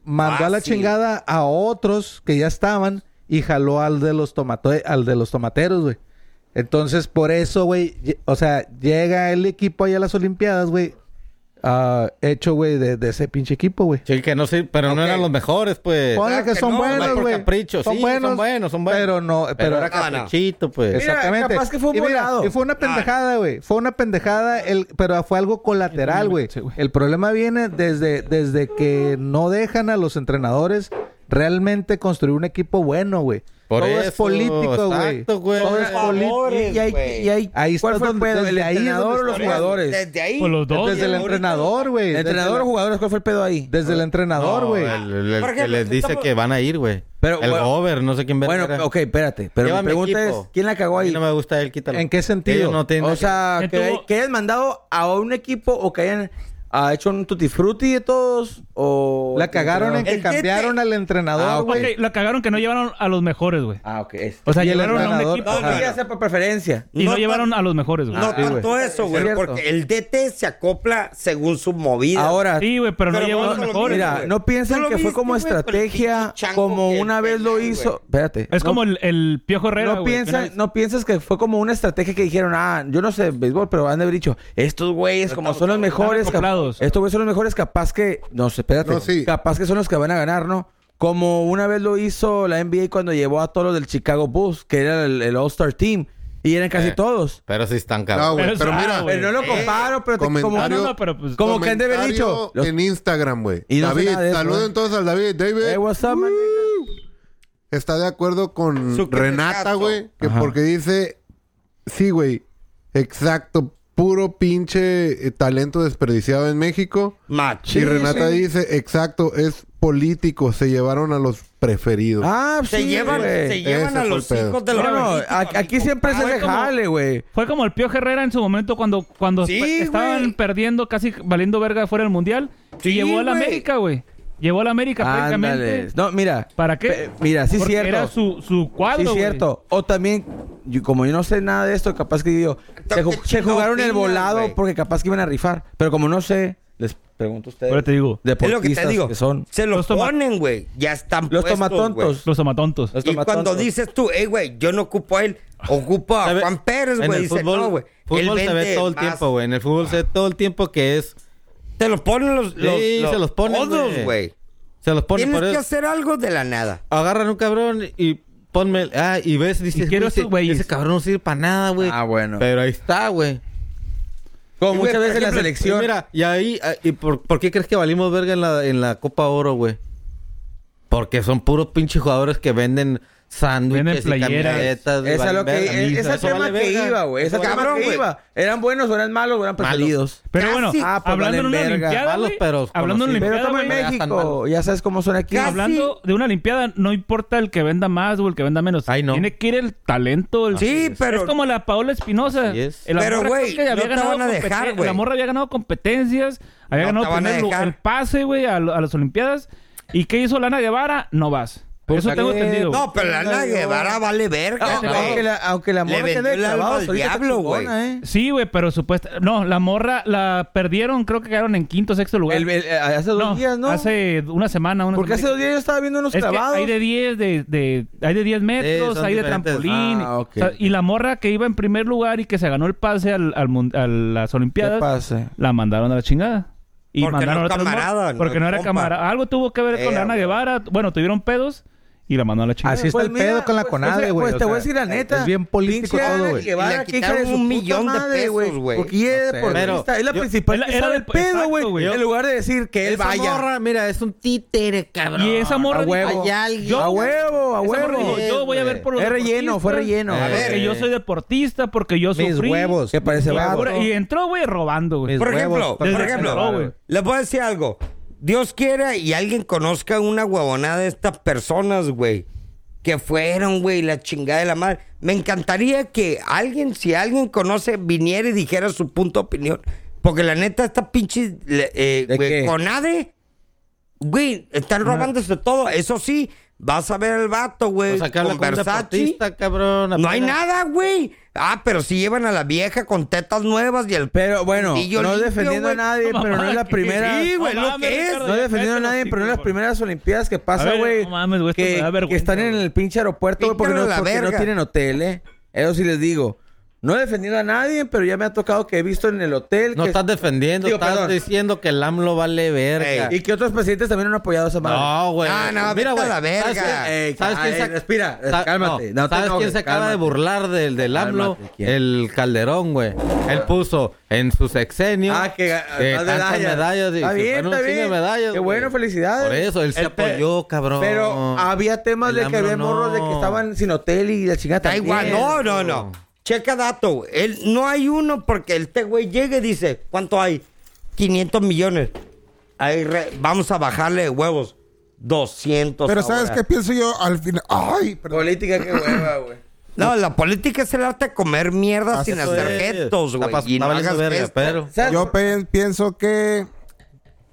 Speaker 7: mandó a la
Speaker 6: Ah, sí.
Speaker 7: chingada a otros que ya estaban y jaló al de los, tomato- al de los tomateros, güey. Entonces, por eso, güey, lle- o sea, llega el equipo ahí a las Olimpiadas, güey, ah, hecho, güey, de, de ese pinche equipo, güey.
Speaker 8: Sí, que no sé, pero no
Speaker 6: Ok.
Speaker 8: eran los mejores, pues.
Speaker 7: Ponle
Speaker 6: claro
Speaker 7: que
Speaker 6: que
Speaker 7: son
Speaker 6: no,
Speaker 7: buenos,
Speaker 6: por
Speaker 7: güey.
Speaker 8: capricho, sí, son buenos, son buenos.
Speaker 7: Pero no, pero,
Speaker 8: era
Speaker 6: Ah, no.
Speaker 8: caprichito, pues.
Speaker 1: Mira,
Speaker 7: Exactamente.
Speaker 1: capaz que fue un
Speaker 7: y, mira,
Speaker 1: volado.
Speaker 7: y fue
Speaker 8: Ah.
Speaker 7: una pendejada, güey. Fue una pendejada, el, pero fue algo colateral, güey.
Speaker 4: Sí, güey.
Speaker 7: El problema viene desde, desde que no dejan a los entrenadores realmente construir un equipo bueno, güey.
Speaker 8: Por
Speaker 7: Todo es
Speaker 8: eso,
Speaker 7: político, güey.
Speaker 8: exacto, güey.
Speaker 7: Todo es
Speaker 8: Ahora,
Speaker 7: político.
Speaker 6: Favores,
Speaker 1: Y ahí,
Speaker 6: güey.
Speaker 1: y ahí,
Speaker 7: Ahí
Speaker 1: ¿cuál
Speaker 7: está
Speaker 1: fue el
Speaker 7: donde-
Speaker 1: pedo? ¿El
Speaker 7: desde ahí es
Speaker 1: entrenador o
Speaker 7: donde
Speaker 1: los
Speaker 7: está.
Speaker 1: jugadores?
Speaker 6: Desde ahí.
Speaker 4: Pues los dos.
Speaker 7: Desde el
Speaker 4: güey.
Speaker 7: entrenador, güey.
Speaker 1: ¿El
Speaker 7: Desde
Speaker 1: entrenador o
Speaker 7: la-
Speaker 1: jugadores? ¿Cuál fue el pedo ahí?
Speaker 7: Desde el entrenador,
Speaker 8: No,
Speaker 7: güey.
Speaker 8: el, el- el
Speaker 6: Por
Speaker 8: que
Speaker 6: ejemplo,
Speaker 8: les dice
Speaker 6: estamos-
Speaker 8: que van a ir, güey.
Speaker 1: Pero,
Speaker 8: el
Speaker 1: bueno-
Speaker 8: over, no sé quién verga
Speaker 1: Bueno,
Speaker 8: era.
Speaker 1: ok, espérate. Pero
Speaker 8: Lleva
Speaker 1: mi
Speaker 8: mi
Speaker 1: pregunta es,
Speaker 8: equipo.
Speaker 1: ¿quién la cagó
Speaker 8: A mí
Speaker 1: ahí?
Speaker 8: no me gusta él, quítalo.
Speaker 7: ¿En qué sentido?
Speaker 8: Ellos no tienen
Speaker 1: O sea,
Speaker 4: ¿Quién
Speaker 1: que,
Speaker 4: tuvo-
Speaker 1: que hayan mandado a un equipo o que hayan ah, hecho un tutti frutti de todos o...
Speaker 7: La cagaron en que
Speaker 6: El Tete.
Speaker 7: cambiaron al
Speaker 1: Ah,
Speaker 7: entrenador,
Speaker 1: ok.
Speaker 7: güey.
Speaker 4: Ok, la cagaron que no llevaron a los mejores, güey.
Speaker 1: Ah, ok. este.
Speaker 4: O sea,
Speaker 7: Y el
Speaker 4: llevaron a un
Speaker 7: entrenador, Ah.
Speaker 4: equipo
Speaker 6: No,
Speaker 1: Ah,
Speaker 6: no,
Speaker 1: ya
Speaker 6: no.
Speaker 1: sea por preferencia.
Speaker 4: y no,
Speaker 6: No,
Speaker 4: llevaron
Speaker 6: no.
Speaker 4: a los mejores, güey.
Speaker 6: No
Speaker 1: sí,
Speaker 6: tanto
Speaker 1: güey.
Speaker 6: eso,
Speaker 1: Es
Speaker 6: güey,
Speaker 1: cierto.
Speaker 6: porque el DT se acopla según su movida.
Speaker 1: Ahora,
Speaker 4: Sí, güey, pero no
Speaker 6: Pero
Speaker 4: llevaron a
Speaker 6: vamos
Speaker 4: los
Speaker 6: a lo
Speaker 4: mejores.
Speaker 1: mira,
Speaker 6: güey.
Speaker 1: no
Speaker 6: ¿Tú
Speaker 1: piensen
Speaker 6: lo
Speaker 1: que fue
Speaker 6: viste,
Speaker 1: como
Speaker 6: güey? Pero el
Speaker 1: estrategia,
Speaker 6: pinche chango
Speaker 1: como
Speaker 6: que
Speaker 1: una vez lo
Speaker 6: tenía,
Speaker 1: hizo...
Speaker 6: güey.
Speaker 1: Espérate.
Speaker 4: Es
Speaker 1: no-
Speaker 4: como el, el Piojo Herrera,
Speaker 1: No
Speaker 4: güey, que
Speaker 1: piensas,
Speaker 4: una vez-
Speaker 1: no piensas que fue como una estrategia que dijeron, ah, yo no sé béisbol, pero han de haber dicho, estos güeyes como son los mejores,
Speaker 4: están
Speaker 1: cap-
Speaker 4: acoplados.
Speaker 1: estos güeyes son los mejores, capaz que, no sé, espérate,
Speaker 5: No, sí.
Speaker 1: capaz que son los que van a ganar, ¿no? Como una vez lo hizo la NBA cuando llevó a todos los del Chicago Bulls, que era el, el All-Star Team, Y eran casi
Speaker 8: Eh.
Speaker 1: todos.
Speaker 8: Pero sí están
Speaker 5: No,
Speaker 8: cabrón.
Speaker 5: güey,
Speaker 4: Pero
Speaker 5: pero
Speaker 4: es
Speaker 5: mira,
Speaker 4: raro, güey.
Speaker 1: Pero no lo comparo, pero te- como,
Speaker 5: comentario-
Speaker 4: Ah, No, no, pero pues,
Speaker 1: como que han de haber
Speaker 5: comentario
Speaker 1: dicho. Los-
Speaker 5: en Instagram, güey.
Speaker 1: Y no sé
Speaker 5: David,
Speaker 1: nada de eso, ¿eh?
Speaker 5: saluden
Speaker 1: güey.
Speaker 5: todos al David. David
Speaker 1: Hey, what's up, man?
Speaker 5: está de acuerdo con
Speaker 6: Su
Speaker 5: Renata,
Speaker 6: caso.
Speaker 5: güey, que
Speaker 1: Ajá.
Speaker 5: porque dice, sí, güey, exacto, puro pinche eh, talento desperdiciado en México.
Speaker 6: Mach.
Speaker 5: y Renata dice, exacto, es político, se llevaron a los preferidos.
Speaker 1: Ah,
Speaker 6: Se
Speaker 1: sí,
Speaker 6: llevan,
Speaker 1: güey.
Speaker 6: se llevan
Speaker 5: Ese
Speaker 6: a
Speaker 5: fue
Speaker 6: los
Speaker 5: el pedo.
Speaker 6: hijos de la
Speaker 1: No, no,
Speaker 6: política,
Speaker 1: aquí, aquí
Speaker 6: mi
Speaker 1: siempre se
Speaker 4: Ah,
Speaker 6: compadre.
Speaker 1: le jale, güey.
Speaker 4: Fue como el Pío Herrera en su momento cuando, cuando
Speaker 1: Sí,
Speaker 4: pe- estaban
Speaker 1: güey.
Speaker 4: perdiendo, casi valiendo verga fuera del mundial.
Speaker 6: Sí,
Speaker 4: y llevó a la
Speaker 6: güey.
Speaker 4: América, güey. Llevó a la América
Speaker 1: Ándale.
Speaker 4: prácticamente.
Speaker 1: No, mira.
Speaker 4: ¿Para qué?
Speaker 1: pe- Mira, sí es
Speaker 4: Porque
Speaker 1: cierto.
Speaker 4: Era su, su cuadro,
Speaker 1: Sí,
Speaker 4: güey.
Speaker 1: cierto. O también, yo- como yo no sé nada de esto, capaz que digo,
Speaker 6: Entonces,
Speaker 1: se, ju-
Speaker 6: ¿qué
Speaker 1: se
Speaker 6: chingado
Speaker 1: jugaron el
Speaker 6: opinas,
Speaker 1: volado
Speaker 6: güey?
Speaker 1: porque capaz que iban a rifar. Pero como no sé, les pregunto a ustedes.
Speaker 4: Ahora te digo.
Speaker 6: Es lo
Speaker 1: Deportistas
Speaker 6: que te digo.
Speaker 1: son.
Speaker 6: Se los,
Speaker 4: Los toma-
Speaker 6: ponen, güey. Ya están
Speaker 1: Los
Speaker 6: puestos,
Speaker 1: tomatontos.
Speaker 4: Los amatontos.
Speaker 1: Los
Speaker 6: güey. Y
Speaker 1: tomatontos.
Speaker 6: cuando dices tú, hey, güey, yo no ocupo a él, ocupo a
Speaker 8: ¿Sabe?
Speaker 6: Juan Pérez,
Speaker 8: En
Speaker 6: güey.
Speaker 8: el
Speaker 6: Dice,
Speaker 8: fútbol,
Speaker 6: no, güey. él
Speaker 8: fútbol se ve
Speaker 6: vende
Speaker 8: todo el
Speaker 6: más".
Speaker 8: tiempo, güey. En el fútbol se ve todo el tiempo que es...
Speaker 6: Te los ponen los.
Speaker 8: Sí,
Speaker 6: los,
Speaker 8: se los ponen,
Speaker 6: Todos,
Speaker 8: güey.
Speaker 6: güey.
Speaker 8: Se los pone
Speaker 6: Tienes
Speaker 8: por
Speaker 6: que
Speaker 8: eso.
Speaker 6: hacer algo de la nada.
Speaker 8: Agarran un cabrón y ponme... el- Ah, y ves, dices...
Speaker 4: quiero
Speaker 8: "Ese-
Speaker 4: esos güeyes".
Speaker 8: Ese cabrón no sirve para nada, güey.
Speaker 1: Ah, bueno.
Speaker 8: Pero ahí está, güey.
Speaker 1: Como
Speaker 8: Y, güey,
Speaker 1: muchas
Speaker 8: por
Speaker 1: veces en la
Speaker 8: ejemplo,
Speaker 1: selección.
Speaker 8: y Mira, y ahí, ah, y por, por qué crees que valimos verga en la, en la Copa Oro, güey? Porque son puros pinches jugadores que venden sándwiches y
Speaker 4: Venden playeras.
Speaker 8: camisetas.
Speaker 1: esa es
Speaker 8: valen
Speaker 1: lo que,
Speaker 8: verga.
Speaker 1: es, es el
Speaker 8: Eso
Speaker 1: tema
Speaker 8: vale
Speaker 1: que
Speaker 8: verga.
Speaker 1: iba, güey. Es el
Speaker 6: Cabrón,
Speaker 1: tema que
Speaker 6: güey.
Speaker 1: iba. Eran buenos o eran malos o eran
Speaker 8: Malos.
Speaker 1: preferidos.
Speaker 4: Pero
Speaker 6: Casi.
Speaker 4: bueno,
Speaker 1: Ah, pues
Speaker 4: hablando en
Speaker 1: valen
Speaker 4: una
Speaker 1: verga.
Speaker 4: Olimpiada,
Speaker 8: Malos,
Speaker 4: güey,
Speaker 8: pero
Speaker 4: hablando en una
Speaker 8: conocidos.
Speaker 1: Pero estamos
Speaker 4: Olimpiada, güey,
Speaker 1: en
Speaker 8: ya están
Speaker 1: México.
Speaker 8: malos.
Speaker 1: Ya sabes cómo son aquí.
Speaker 6: Casi.
Speaker 4: hablando de una Olimpiada, no importa el que venda más o el que venda menos.
Speaker 8: Ay, no.
Speaker 4: Tiene que ir el talento. El...
Speaker 6: Sí, pero-
Speaker 4: Es como la Paola Espinosa.
Speaker 8: Así es.
Speaker 4: El- la
Speaker 6: Pero,
Speaker 4: morra creo
Speaker 6: güey,
Speaker 4: que
Speaker 6: no
Speaker 4: había
Speaker 6: te
Speaker 4: ganado
Speaker 6: van a
Speaker 4: competen-
Speaker 6: dejar, güey.
Speaker 4: La morra había ganado competencias. Había
Speaker 6: No te
Speaker 4: ganado
Speaker 6: van a
Speaker 4: primer lu-
Speaker 6: dejar.
Speaker 4: el pase, güey, a, lo- a las Olimpiadas. ¿Y qué hizo Lana Guevara? No vas. Por eso
Speaker 1: Puta
Speaker 4: tengo
Speaker 1: que-
Speaker 4: entendido. güey.
Speaker 6: Pues No, pero la Ana Guevara vale verga,
Speaker 1: Aunque-
Speaker 6: güey.
Speaker 1: Aunque la, aunque la
Speaker 6: Le
Speaker 1: morra que
Speaker 6: vendió
Speaker 1: anda de
Speaker 6: el alma
Speaker 1: clavados
Speaker 6: al
Speaker 1: ahorita está
Speaker 6: diablo, güey.
Speaker 1: chingona, eh.
Speaker 4: Sí, güey, pero supuesta. No, la morra la perdieron, creo que quedaron en quinto sexto lugar.
Speaker 1: El- el- eh, hace dos
Speaker 4: no,
Speaker 1: días, ¿no?
Speaker 4: Hace una semana. Una
Speaker 1: Porque hace
Speaker 4: semana.
Speaker 1: dos días yo estaba viendo unos
Speaker 4: Es que
Speaker 1: clavados.
Speaker 4: hay de 10 de, de- hay de 10 metros,
Speaker 8: son
Speaker 4: hay de
Speaker 8: diferentes.
Speaker 4: trampolín.
Speaker 1: Ah, ok.
Speaker 4: O sea, y la morra que iba en primer lugar y que se ganó el pase al, al mun- a las
Speaker 1: ¿Qué
Speaker 4: Olimpiadas,
Speaker 1: pase?
Speaker 4: la mandaron a la chingada. Y
Speaker 6: Porque
Speaker 4: mandaron
Speaker 6: no
Speaker 4: a otras mor-
Speaker 6: camarada, no
Speaker 4: Porque no era
Speaker 6: compa.
Speaker 4: camarada. Algo tuvo que ver con
Speaker 6: Eh,
Speaker 4: Ana
Speaker 6: güey.
Speaker 4: Guevara. Bueno, tuvieron pedos y la mandaron a la chingada.
Speaker 7: Así está el pedo con la CONADE, güey.
Speaker 1: Pues
Speaker 7: o
Speaker 1: te voy a
Speaker 7: sea,
Speaker 1: decir la neta.
Speaker 7: Es bien político
Speaker 1: Pinche
Speaker 7: todo,
Speaker 1: Ana
Speaker 7: güey.
Speaker 1: Guevara,
Speaker 6: Y le
Speaker 1: que hija de
Speaker 6: quitaron
Speaker 1: su
Speaker 6: un
Speaker 1: puta
Speaker 6: millón de
Speaker 1: madre,
Speaker 6: pesos, güey.
Speaker 1: Porque ella es
Speaker 7: No sé,
Speaker 1: deportista.
Speaker 8: pero
Speaker 1: Es la
Speaker 8: yo-
Speaker 1: principal
Speaker 4: Era-
Speaker 1: que
Speaker 4: era
Speaker 1: sabe el
Speaker 4: del-
Speaker 1: pedo,
Speaker 4: exacto,
Speaker 1: güey.
Speaker 4: güey.
Speaker 1: En lugar de decir que él
Speaker 8: Esa
Speaker 1: vaya.
Speaker 8: morra, mira, es un títere, cabrón.
Speaker 4: Y esa morra
Speaker 1: A
Speaker 4: dijo,
Speaker 1: huevo.
Speaker 8: Hay alguien.
Speaker 1: A huevo, a
Speaker 4: Esa morra
Speaker 1: huevo.
Speaker 4: dijo, yo voy a ver por los
Speaker 1: Es relleno, fue
Speaker 4: deportistas,
Speaker 1: relleno.
Speaker 8: A ver.
Speaker 4: Porque yo soy deportista, porque yo sufrí.
Speaker 7: Mis huevos.
Speaker 1: ¿Qué parece
Speaker 4: Y,
Speaker 1: vago?
Speaker 4: pura- y entró, güey, robando, güey.
Speaker 7: Mis
Speaker 6: Por ejemplo,
Speaker 7: huevos,
Speaker 6: por
Speaker 4: Desde que entró,
Speaker 6: ejemplo,
Speaker 4: güey.
Speaker 6: les voy a decir algo. Dios quiera y alguien conozca una huevonada de estas personas, güey. Que fueron, güey, la chingada de la madre. Me encantaría que alguien, si alguien conoce, viniera y dijera su punto de opinión. Porque la neta, esta pinche le- eh,
Speaker 1: ¿De
Speaker 6: güey,
Speaker 1: qué?
Speaker 6: conade, güey, están robándose todo. Eso sí, vas a ver al vato, güey.
Speaker 8: Pues acá habla
Speaker 6: con
Speaker 8: con un
Speaker 6: Versace.
Speaker 8: deportista, cabrón.
Speaker 6: No hay
Speaker 8: apenas.
Speaker 6: nada, güey. Ah, pero si llevan a la vieja con tetas nuevas y el
Speaker 1: Pero bueno,
Speaker 6: Y yo
Speaker 1: no
Speaker 6: limpio,
Speaker 1: defendiendo a
Speaker 6: güey.
Speaker 1: nadie,
Speaker 4: No,
Speaker 1: pero no es la
Speaker 4: mamá,
Speaker 1: primera.
Speaker 4: que-
Speaker 6: Sí, güey,
Speaker 4: no
Speaker 6: lo
Speaker 4: mames,
Speaker 6: que es.
Speaker 4: Ricardo,
Speaker 1: No
Speaker 4: ya
Speaker 1: defendiendo a
Speaker 4: cállate
Speaker 1: nadie,
Speaker 4: los
Speaker 1: pero no es las
Speaker 4: hocico, güey.
Speaker 1: primeras Olimpiadas que
Speaker 4: A
Speaker 1: pasa,
Speaker 4: ver,
Speaker 1: güey.
Speaker 4: no mames, güey, esto me
Speaker 1: que,
Speaker 4: da
Speaker 1: que
Speaker 4: vergüenza,
Speaker 1: están en
Speaker 4: güey.
Speaker 1: el pinche aeropuerto, güey, porque,
Speaker 6: Pícalo
Speaker 1: no,
Speaker 6: a la
Speaker 1: porque no
Speaker 6: verga.
Speaker 1: tienen hotel, ¿eh? Eso sí les digo. No defendiendo a nadie, pero ya me ha tocado que he visto en el hotel.
Speaker 8: No
Speaker 1: que-
Speaker 8: estás defendiendo,
Speaker 1: Digo,
Speaker 8: estás
Speaker 1: perdón.
Speaker 8: diciendo que el AMLO vale verga.
Speaker 1: Y que otros presidentes también han apoyado a esa madre.
Speaker 8: No, güey.
Speaker 6: Ah, no, vete a la verga.
Speaker 1: Ey,
Speaker 8: ¿Sabes
Speaker 1: ay,
Speaker 8: quién se-
Speaker 1: eh, respira, eh,
Speaker 8: sa-
Speaker 1: cálmate, no te
Speaker 8: ¿Sabes
Speaker 1: enojes,
Speaker 8: quién se acaba de
Speaker 1: cálmate.
Speaker 8: burlar del, del AMLO?
Speaker 1: Cálmate, ¿quién?
Speaker 8: El Calderón, güey. Él puso en su sexenio.
Speaker 1: Ah, que ga-
Speaker 8: eh,
Speaker 1: más
Speaker 8: tantas
Speaker 1: medallas.
Speaker 8: medallas. y
Speaker 1: Está
Speaker 8: se
Speaker 1: bien,
Speaker 8: fueron
Speaker 1: está
Speaker 8: un chingo de
Speaker 1: bien.
Speaker 8: medallas,
Speaker 1: Qué
Speaker 8: güey.
Speaker 1: bueno, felicidades.
Speaker 8: Por eso, él se
Speaker 1: El pe-
Speaker 8: apoyó, cabrón.
Speaker 1: Pero ah, había temas
Speaker 8: El
Speaker 1: de que
Speaker 8: AMLO
Speaker 1: había morros de
Speaker 8: no.
Speaker 1: que estaban sin hotel y la chingada.
Speaker 6: Da
Speaker 1: también.
Speaker 6: igual, no, no, no. Checa dato, güey. él no hay uno porque el este güey llega y dice, ¿cuánto hay? 500 millones. Ahí re- vamos a bajarle de huevos. 200.
Speaker 3: Pero
Speaker 6: ahora.
Speaker 3: ¿sabes qué pienso yo al final? Ay, perdón.
Speaker 1: Política, qué hueva, güey.
Speaker 6: No, la política es el arte de comer mierda sin
Speaker 8: Eso
Speaker 6: hacer
Speaker 8: es.
Speaker 6: gestos,
Speaker 8: Está
Speaker 6: güey.
Speaker 8: pas-
Speaker 6: Y no
Speaker 8: está valiendo
Speaker 6: hagas
Speaker 8: verga,
Speaker 6: gestos.
Speaker 8: pero-
Speaker 1: ¿Sabes?
Speaker 3: Yo pe- pienso que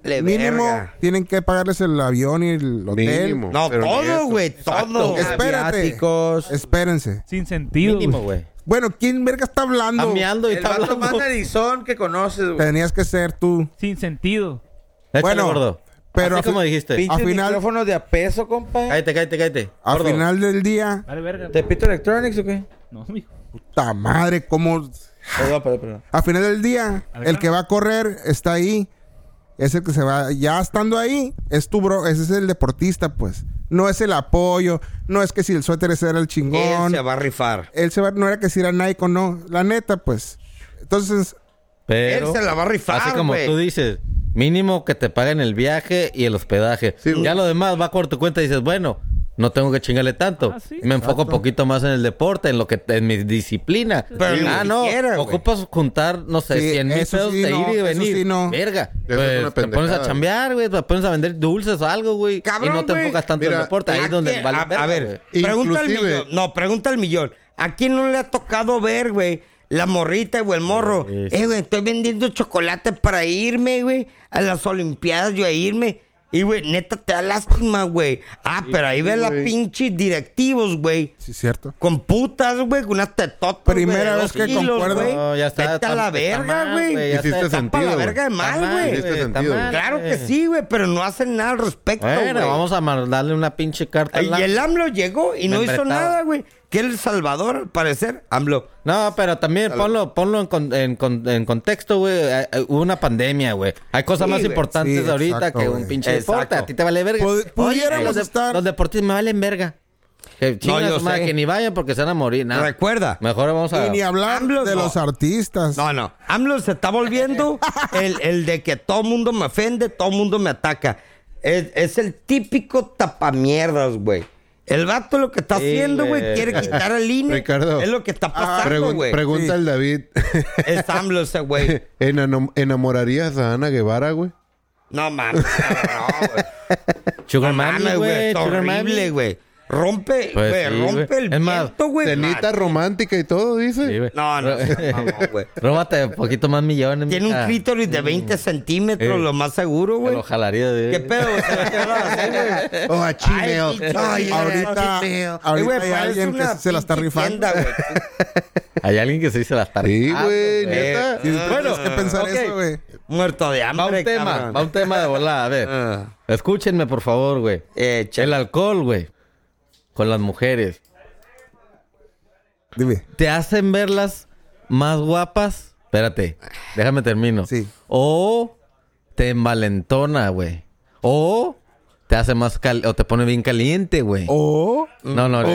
Speaker 6: Le
Speaker 3: mínimo
Speaker 6: verga.
Speaker 3: tienen que pagarles el avión y el hotel.
Speaker 5: Mínimo.
Speaker 6: No,
Speaker 5: Pero ni
Speaker 6: todo,
Speaker 5: eso.
Speaker 6: güey, todo.
Speaker 3: Es- Espérate.
Speaker 1: Viáticos.
Speaker 3: Espérense.
Speaker 4: Sin sentido.
Speaker 8: Mínimo,
Speaker 4: güey.
Speaker 8: güey.
Speaker 3: Bueno, ¿quién verga está
Speaker 8: Está
Speaker 3: hablando?
Speaker 8: meando y
Speaker 1: El
Speaker 8: está
Speaker 1: vato
Speaker 8: hablando.
Speaker 1: más narizón que conoces, güey.
Speaker 3: Tenías que ser tú.
Speaker 4: Sin sentido.
Speaker 8: Échale,
Speaker 3: Bueno,
Speaker 8: gordo.
Speaker 3: pero
Speaker 8: Así
Speaker 3: a fi-
Speaker 8: como dijiste.
Speaker 1: Pinches
Speaker 3: A final-
Speaker 1: micrófonos de a peso, compa.
Speaker 8: Cállate, cállate, cállate.
Speaker 3: Al
Speaker 8: Gordo.
Speaker 3: final del día,
Speaker 4: Vale, verga.
Speaker 1: ¿Te pito electronics o qué?
Speaker 4: No, mijo.
Speaker 8: Ah,
Speaker 3: puta madre, como
Speaker 1: Perdón, perdón, perdón.
Speaker 3: a final del día,
Speaker 4: A ver,
Speaker 3: el que va a correr está ahí. es el que se va, ya estando ahí, es tu bro, ese es el deportista, pues. No es el apoyo, no es que si el suéter ese era el chingón.
Speaker 6: Él se va a rifar.
Speaker 3: Él se va, no era que si era Nike o no. La neta, pues. Entonces,
Speaker 8: Pero,
Speaker 6: Él se la va a rifar,
Speaker 8: Así como
Speaker 6: güey.
Speaker 8: tú dices, mínimo que te paguen el viaje y el hospedaje. ya lo demás va por tu cuenta y dices, bueno, no tengo que chingarle tanto.
Speaker 4: Ah, sí.
Speaker 8: Me enfoco un poquito más en el deporte, en lo que en mi disciplina.
Speaker 6: Pero
Speaker 8: ah,
Speaker 6: ni
Speaker 8: no,
Speaker 6: siquiera, güey.
Speaker 8: ocupas juntar, no sé,
Speaker 3: Sí,
Speaker 8: 100 mil
Speaker 3: eso
Speaker 8: pesos
Speaker 3: sí
Speaker 8: de
Speaker 3: no,
Speaker 8: ir y
Speaker 3: eso
Speaker 8: venir.
Speaker 3: sí no.
Speaker 8: Verga.
Speaker 5: Eso es
Speaker 8: Pues,
Speaker 5: una
Speaker 8: te pones a
Speaker 5: pendejada,
Speaker 8: chambear, güey, pues, te pones a vender dulces o algo, güey. Y
Speaker 6: Cabrón,
Speaker 8: no te
Speaker 6: güey.
Speaker 8: enfocas tanto en
Speaker 5: Mira,
Speaker 8: el deporte, ahí
Speaker 6: ¿A
Speaker 8: es donde
Speaker 6: quién-
Speaker 8: vale
Speaker 6: a,
Speaker 8: verga,
Speaker 6: a
Speaker 8: güey.
Speaker 6: ver, pregunta al
Speaker 5: Inclusive-
Speaker 6: millón. No, pregunta al millón. ¿A quién no le ha tocado ver, güey? La morrita o el morro.
Speaker 8: Sí, sí.
Speaker 6: Eh, güey, estoy vendiendo chocolates para irme, güey. A las Olimpiadas yo a irme. Y, güey, neta, te da lástima, güey. Ah, pero ahí ves las pinches directivos, güey.
Speaker 3: sí es cierto.
Speaker 6: Con putas, güey, con unas tetotas. güey,
Speaker 3: Primera
Speaker 6: de
Speaker 3: vez
Speaker 6: dos
Speaker 3: que
Speaker 6: kilos,
Speaker 3: concuerdo.
Speaker 6: güey.
Speaker 8: No, ya está,
Speaker 6: Vete a
Speaker 8: está-
Speaker 6: la
Speaker 8: está
Speaker 6: verga,
Speaker 8: mal, güey,
Speaker 6: güey.
Speaker 8: ya
Speaker 5: Hiciste
Speaker 8: está-
Speaker 6: Tapa
Speaker 5: sentido.
Speaker 6: la
Speaker 5: güey.
Speaker 6: verga de
Speaker 8: Está
Speaker 6: mal,
Speaker 8: mal,
Speaker 6: güey.
Speaker 5: Hiciste
Speaker 8: está
Speaker 5: sentido,
Speaker 8: mal,
Speaker 6: Claro que
Speaker 8: güey.
Speaker 6: sí, güey, pero no hacen nada al respecto, güey.
Speaker 8: Bueno, vamos a mandarle una pinche carta. al
Speaker 6: Ay, Y el AMLO llegó y no hizo
Speaker 8: Membretado.
Speaker 6: nada, güey. Que El Salvador, al parecer, AMLO.
Speaker 8: No, pero también ponlo, ponlo en, con- en con- en contexto, güey. Eh, eh, Hubo una pandemia, güey. Hay cosas
Speaker 6: Sí,
Speaker 8: más
Speaker 6: güey.
Speaker 8: importantes
Speaker 3: Sí,
Speaker 8: ahorita
Speaker 3: exacto,
Speaker 8: que
Speaker 3: güey.
Speaker 8: un pinche
Speaker 6: Exacto.
Speaker 8: deporte. A ti te vale verga.
Speaker 3: Pu-
Speaker 8: Oye,
Speaker 3: pudiéramos
Speaker 8: los de-
Speaker 3: estar-
Speaker 8: Los deportistas me valen verga. Que chingas,
Speaker 6: yo
Speaker 8: madre,
Speaker 6: sé.
Speaker 8: que ni vayan porque se van a morir. nada.
Speaker 6: Recuerda.
Speaker 8: Mejor vamos a...
Speaker 3: Y ni hablar
Speaker 6: AMLO
Speaker 3: de
Speaker 6: no.
Speaker 3: los artistas.
Speaker 6: No, no. AMLO se está volviendo el, el de que todo mundo me ofende, todo mundo me ataca. Es, es el típico tapamierdas, güey. El vato lo que está
Speaker 8: Sí,
Speaker 6: haciendo, güey,
Speaker 8: güey.
Speaker 6: quiere quitar al INE.
Speaker 5: Ricardo. Ah,
Speaker 6: Es lo que está pasando,
Speaker 5: Pregun-
Speaker 6: güey.
Speaker 5: pregunta al David.
Speaker 6: Es AMLO ese, güey.
Speaker 5: ¿enano- ¿Enamorarías a Ana Guevara, güey?
Speaker 6: No mames. No, güey.
Speaker 8: Sugar
Speaker 6: No
Speaker 8: Mami,
Speaker 6: mames,
Speaker 8: güey.
Speaker 6: güey. Está
Speaker 8: Sugar Mami.
Speaker 6: horrible, güey. Rompe,
Speaker 8: Pues
Speaker 6: güey,
Speaker 8: sí,
Speaker 6: rompe
Speaker 8: güey.
Speaker 6: el
Speaker 8: Es más,
Speaker 6: viento, güey.
Speaker 5: Cenita romántica y todo, dice.
Speaker 8: Sí, güey.
Speaker 6: No, no, seas mamón, güey.
Speaker 8: Róbate un poquito más millones.
Speaker 6: Tiene un
Speaker 8: mija.
Speaker 6: clítoris de 20 centímetros,
Speaker 8: Ah. Eh.
Speaker 6: lo más seguro,
Speaker 8: Te
Speaker 6: güey.
Speaker 8: lo jalaría de...
Speaker 6: ¿Qué pedo? güey? ¿Se lo quiero hacer, güey?
Speaker 5: Oh, a chineo.
Speaker 6: Ay, pinche- Ay,
Speaker 3: ahorita ahorita
Speaker 6: Eh,
Speaker 3: hay
Speaker 6: güey, parece
Speaker 3: alguien que
Speaker 6: una
Speaker 3: se la está
Speaker 6: pinche
Speaker 3: rifando.
Speaker 6: tienda, güey.
Speaker 8: Hay alguien que se dice las tardes.
Speaker 5: Sí,
Speaker 8: pues,
Speaker 5: güey,
Speaker 8: eh,
Speaker 5: neta.
Speaker 3: Sí, tienes que pensar
Speaker 8: ok.
Speaker 3: eso, güey.
Speaker 6: Muerto de
Speaker 8: Va
Speaker 6: hambre,
Speaker 8: un tema,
Speaker 6: cabrón.
Speaker 8: va un tema de volada. A ver,
Speaker 6: Ah.
Speaker 8: escúchenme, por favor, güey.
Speaker 6: Eh, che-
Speaker 8: El alcohol, güey. Con las mujeres.
Speaker 3: Dime.
Speaker 8: ¿Te hacen verlas más guapas? Espérate, déjame termino.
Speaker 3: Sí.
Speaker 8: O te envalentona, güey. O te hace más cal... O te pone bien caliente, güey.
Speaker 3: O
Speaker 8: No, no. sí,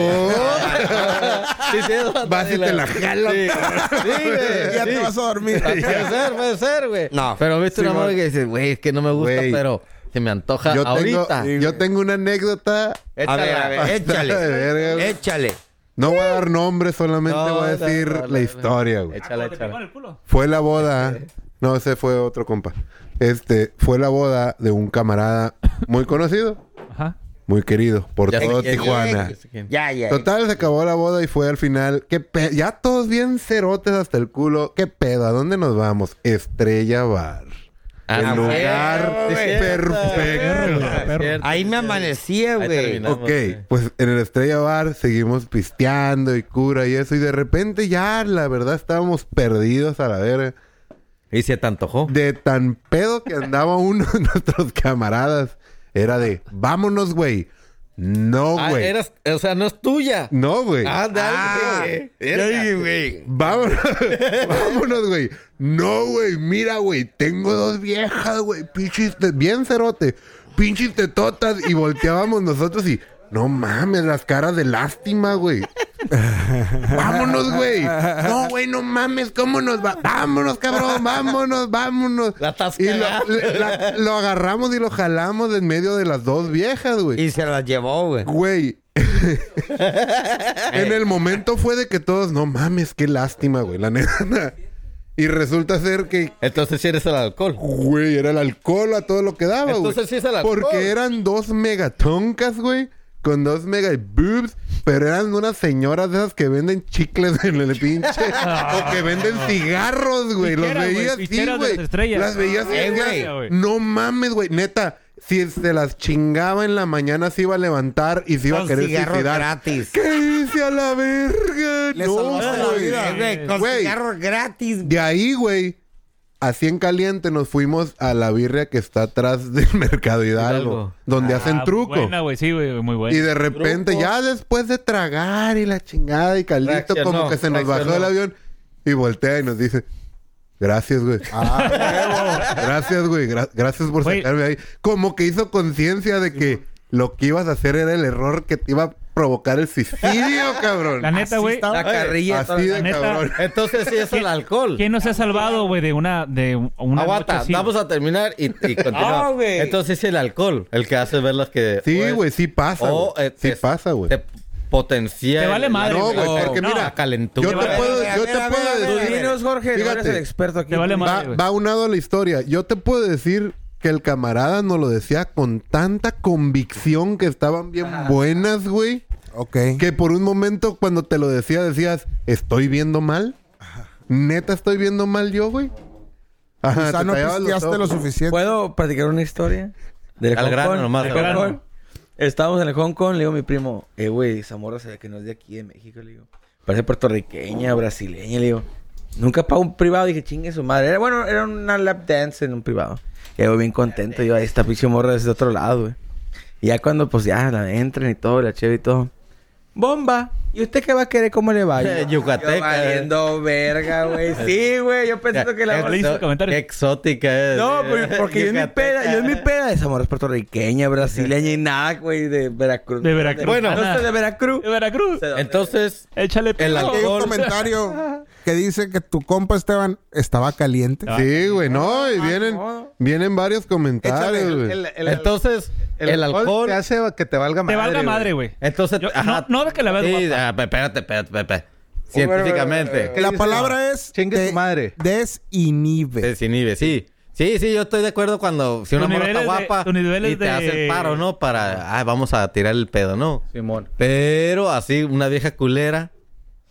Speaker 8: sí,
Speaker 5: Vas y Oh. te la
Speaker 8: jala. Sí, Sí, güey.
Speaker 3: ya te
Speaker 8: sí.
Speaker 3: vas a dormir.
Speaker 8: Puede ser, puede ser, güey.
Speaker 6: No.
Speaker 8: Pero viste una
Speaker 5: Sí,
Speaker 8: morra
Speaker 5: güey.
Speaker 8: que dice, güey, es que no me gusta,
Speaker 5: Güey.
Speaker 8: pero se me antoja
Speaker 5: Yo tengo,
Speaker 8: ahorita. Eh,
Speaker 5: yo tengo una anécdota.
Speaker 6: A ver, a ver,
Speaker 5: De verga,
Speaker 6: échale.
Speaker 5: güey.
Speaker 6: Échale.
Speaker 5: No voy a dar nombres, solamente
Speaker 8: No,
Speaker 5: voy a
Speaker 8: no,
Speaker 5: decir
Speaker 8: no, no, no.
Speaker 5: la historia, güey.
Speaker 8: Échale, Eh,
Speaker 4: ¿Te pegó en
Speaker 8: échale.
Speaker 4: el culo?
Speaker 5: Fue la boda. No, ese fue otro compa. Este, fue la boda de un camarada muy conocido,
Speaker 4: Ajá.
Speaker 5: muy querido por
Speaker 8: Ya sé
Speaker 5: todo
Speaker 8: quién, ya sé
Speaker 5: Tijuana.
Speaker 8: quién.
Speaker 6: Ya, ya.
Speaker 5: Total, se acabó la boda y fue al final. ¿Qué pe- ya todos bien cerotes hasta el culo. ¿Qué pedo? ¿A dónde nos vamos? Estrella Bar.
Speaker 8: Ah,
Speaker 5: el
Speaker 8: sí,
Speaker 5: lugar
Speaker 8: güey.
Speaker 5: perfecto.
Speaker 8: Sí,
Speaker 4: Perro.
Speaker 8: cierto.
Speaker 6: Ahí me amanecía,
Speaker 8: Ahí
Speaker 6: güey.
Speaker 8: terminamos,
Speaker 5: Ok,
Speaker 8: sí.
Speaker 5: pues en el Estrella Bar seguimos pisteando y cura y eso. Y de repente ya, la verdad, estábamos perdidos a la verga.
Speaker 8: Y se te antojó.
Speaker 5: De tan pedo que andaba uno de nuestros camaradas. Era de, vámonos, güey. No,
Speaker 8: Ah,
Speaker 5: güey.
Speaker 8: eras, o sea, no es tuya.
Speaker 5: No, güey.
Speaker 8: Ah, de
Speaker 6: Ah,
Speaker 8: alguien, güey.
Speaker 6: ay, güey.
Speaker 5: Vámonos, vámonos, güey. No, güey, mira, güey, tengo dos viejas, güey, pinches, te- bien cerote, pinches tetotas. Y volteábamos nosotros y, no mames, las caras de lástima, güey. Vámonos, güey. No, güey, no mames, ¿cómo nos va? Vámonos, cabrón, vámonos, vámonos.
Speaker 8: La estás
Speaker 5: y lo,
Speaker 8: cagando.
Speaker 5: la- lo agarramos y lo jalamos en medio de las dos viejas, güey.
Speaker 6: Y se la llevó, güey.
Speaker 5: Güey. en el momento fue de que todos, no mames, qué lástima, güey, la neta. Y resulta ser que,
Speaker 8: Entonces sí eres el alcohol.
Speaker 5: güey, era el alcohol a todo lo que daba, güey.
Speaker 8: Entonces sí es el alcohol.
Speaker 5: Porque eran dos megatoncas, güey, con dos mega boobs, pero eran unas señoras de esas que venden chicles en el pinche. o que venden cigarros, güey. Los
Speaker 4: Pichera, Ah. güey,
Speaker 5: veías, sí,
Speaker 4: pichera de
Speaker 5: güey.
Speaker 4: las estrellas.
Speaker 5: Las veías,
Speaker 4: Ah,
Speaker 5: y
Speaker 4: eh,
Speaker 5: decías,
Speaker 4: güey.
Speaker 5: No mames, güey, neta. Si se las chingaba en la mañana, se iba a levantar y se iba a
Speaker 6: Con
Speaker 5: querer
Speaker 6: cigarros
Speaker 5: suicidar.
Speaker 6: gratis.
Speaker 5: ¿Qué hice a la verga?
Speaker 3: Le
Speaker 5: no,
Speaker 3: salvaste la
Speaker 5: güey.
Speaker 3: vida.
Speaker 6: Eh, güey, Con
Speaker 5: Güey.
Speaker 6: cigarros gratis,
Speaker 5: De ahí, güey, así en caliente nos fuimos a la birria que está atrás del Mercado Hidalgo,
Speaker 8: Hidalgo.
Speaker 5: donde
Speaker 4: Ah,
Speaker 5: hacen truco.
Speaker 4: Buena, güey. Sí, güey. Muy
Speaker 5: Y
Speaker 4: buena.
Speaker 5: de repente, ya después de tragar y la chingada y Caldito,
Speaker 8: Reaccionó,
Speaker 5: como que se nos bajó
Speaker 8: reaccionó.
Speaker 5: el avión y voltea y nos dice, Gracias, güey. Gracias, güey. Gra- gracias por
Speaker 4: Güey.
Speaker 5: sacarme ahí. Como que hizo conciencia de que lo que ibas a hacer era el error que te iba a provocar el suicidio, cabrón.
Speaker 4: La neta, güey.
Speaker 8: La carrilla.
Speaker 5: Así de
Speaker 4: la neta.
Speaker 5: cabrón.
Speaker 8: Entonces sí es el alcohol.
Speaker 4: ¿Quién nos ha salvado, güey, de una, de una
Speaker 8: Aguanta,
Speaker 4: noche así?
Speaker 8: vamos a terminar y, y continuar.
Speaker 6: No, güey.
Speaker 8: Entonces es el alcohol el que hace ver las que...
Speaker 5: Sí,
Speaker 8: pues,
Speaker 5: güey, sí pasa.
Speaker 8: o,
Speaker 5: güey.
Speaker 8: eh,
Speaker 5: sí
Speaker 8: te-
Speaker 5: pasa, güey.
Speaker 8: Te potencia...
Speaker 4: Te vale
Speaker 8: el-
Speaker 4: madre,
Speaker 5: No,
Speaker 4: güey.
Speaker 5: güey, porque
Speaker 4: No,
Speaker 5: mira,
Speaker 8: la calentura.
Speaker 5: yo te
Speaker 4: A ver,
Speaker 5: puedo,
Speaker 6: a
Speaker 5: yo
Speaker 6: ver,
Speaker 5: te
Speaker 6: a ver,
Speaker 5: puedo
Speaker 6: a ver, a
Speaker 5: decir-
Speaker 6: ver.
Speaker 1: Dinos, Jorge, no eres
Speaker 5: Fíjate.
Speaker 1: el experto aquí.
Speaker 4: Te vale
Speaker 5: va,
Speaker 4: madre, güey.
Speaker 5: va a un lado a la historia. Yo te puedo decir que el camarada nos lo decía con tanta convicción que estaban bien
Speaker 7: Ah.
Speaker 5: buenas, güey.
Speaker 3: Ok.
Speaker 5: Que por un momento cuando te lo decía decías, estoy viendo mal. Neta, estoy viendo mal yo, güey. Ajá,
Speaker 3: Quizá
Speaker 5: te
Speaker 3: no
Speaker 5: tallabas los
Speaker 3: pisteaste lo
Speaker 5: ojos.
Speaker 3: suficiente.
Speaker 1: ¿Puedo platicar una historia? Del
Speaker 8: Al
Speaker 1: Hong
Speaker 8: grano
Speaker 1: Kong.
Speaker 8: nomás,
Speaker 1: Del
Speaker 8: al
Speaker 1: Hong
Speaker 4: grano.
Speaker 1: Kong. Estábamos en el Hong Kong, le digo a mi primo, eh, güey, esa morra se ve que no es de aquí, de México, le digo. Parece puertorriqueña, brasileña, le digo. Nunca pago un privado, dije, chingue su madre. Era, bueno, era una lap dance en un privado. Y yo bien contento, yo, ahí esta pinche morra desde otro lado, güey. Y ya cuando, pues, ya la entran y todo, la cheve y todo. ¡Bomba! ¿Y usted qué va a querer? ¿Cómo le va?
Speaker 8: Eh, yucateca, eh.
Speaker 1: Yo valiendo verga, güey. Sí, güey, yo pensando que la...
Speaker 8: Exo-
Speaker 4: Le hice el comentario.
Speaker 8: qué exótica es.
Speaker 1: No, pero porque yo en mi peda, yo en mi peda, esa morra es puertorriqueña, brasileña y nada, güey, de Veracruz.
Speaker 4: De Veracruz.
Speaker 1: Bueno,
Speaker 4: Ana.
Speaker 1: no soy de Veracruz.
Speaker 4: De Veracruz.
Speaker 8: Entonces,
Speaker 4: Échale
Speaker 8: el
Speaker 4: pico.
Speaker 3: Aquí hay un
Speaker 8: alcohol.
Speaker 3: comentario que dice que tu compa Esteban estaba caliente.
Speaker 5: Ah. Sí, güey, no, y vienen,
Speaker 1: no.
Speaker 5: vienen varios comentarios,
Speaker 7: Ah, El,
Speaker 5: güey.
Speaker 7: el- el-
Speaker 8: entonces el,
Speaker 7: el
Speaker 8: alcohol,
Speaker 7: te hace que te valga madre.
Speaker 4: Te valga
Speaker 7: güey.
Speaker 4: madre, güey.
Speaker 8: entonces
Speaker 4: Yo- no- no de que la veas
Speaker 8: Sí,
Speaker 4: guapa.
Speaker 8: ah, pe- espérate, espérate, espérate. Científicamente.
Speaker 7: ¿Qué
Speaker 3: La
Speaker 7: dice?
Speaker 3: palabra es
Speaker 7: Chingue
Speaker 3: de-
Speaker 7: tu madre.
Speaker 3: desinhibe.
Speaker 8: Desinhibe, sí. Sí, sí, yo estoy de acuerdo cuando si una
Speaker 4: Tus
Speaker 8: morra está
Speaker 4: niveles de-
Speaker 8: guapa
Speaker 4: tus niveles
Speaker 8: y te
Speaker 4: de-
Speaker 8: hace el paro, ¿no? Para, ah, vamos a tirar el pedo, ¿no?
Speaker 7: Simón.
Speaker 8: Pero así una vieja culera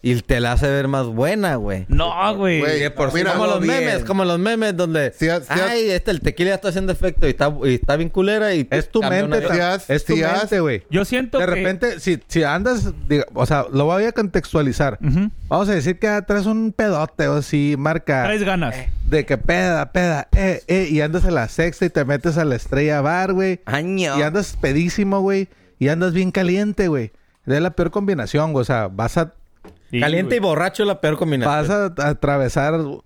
Speaker 8: y te la hace ver más buena, güey.
Speaker 4: No, güey.
Speaker 5: Güey, mira,
Speaker 8: como los
Speaker 5: bien.
Speaker 8: memes, como los memes donde
Speaker 5: Sí, ha- sí, ha-
Speaker 8: ay, este el tequila ya está haciendo efecto y está y está bien culera y
Speaker 7: Es tu
Speaker 8: cambia una
Speaker 7: mente,
Speaker 8: vieja.
Speaker 5: Sí,
Speaker 7: ta-
Speaker 5: has-
Speaker 7: es tu
Speaker 5: sí, has-
Speaker 7: mente, güey.
Speaker 4: Yo siento
Speaker 7: De
Speaker 4: que-
Speaker 7: repente, si, si andas, diga- o sea, lo voy a contextualizar.
Speaker 4: Ujú.
Speaker 7: Vamos a decir que traes un pedote o si
Speaker 8: Ah.
Speaker 7: marca
Speaker 4: Traes ganas.
Speaker 8: Eh,
Speaker 7: de que peda, peda, eh, eh, y andas a la sexta y te metes a la estrella bar, güey.
Speaker 1: Año.
Speaker 7: Y andas pedísimo, güey. Y andas bien caliente, güey. Es la peor combinación, güey. O sea, vas a,
Speaker 4: Sí, güey.
Speaker 8: Caliente y borracho es la peor
Speaker 7: vas
Speaker 8: combinación.
Speaker 7: a atravesar al,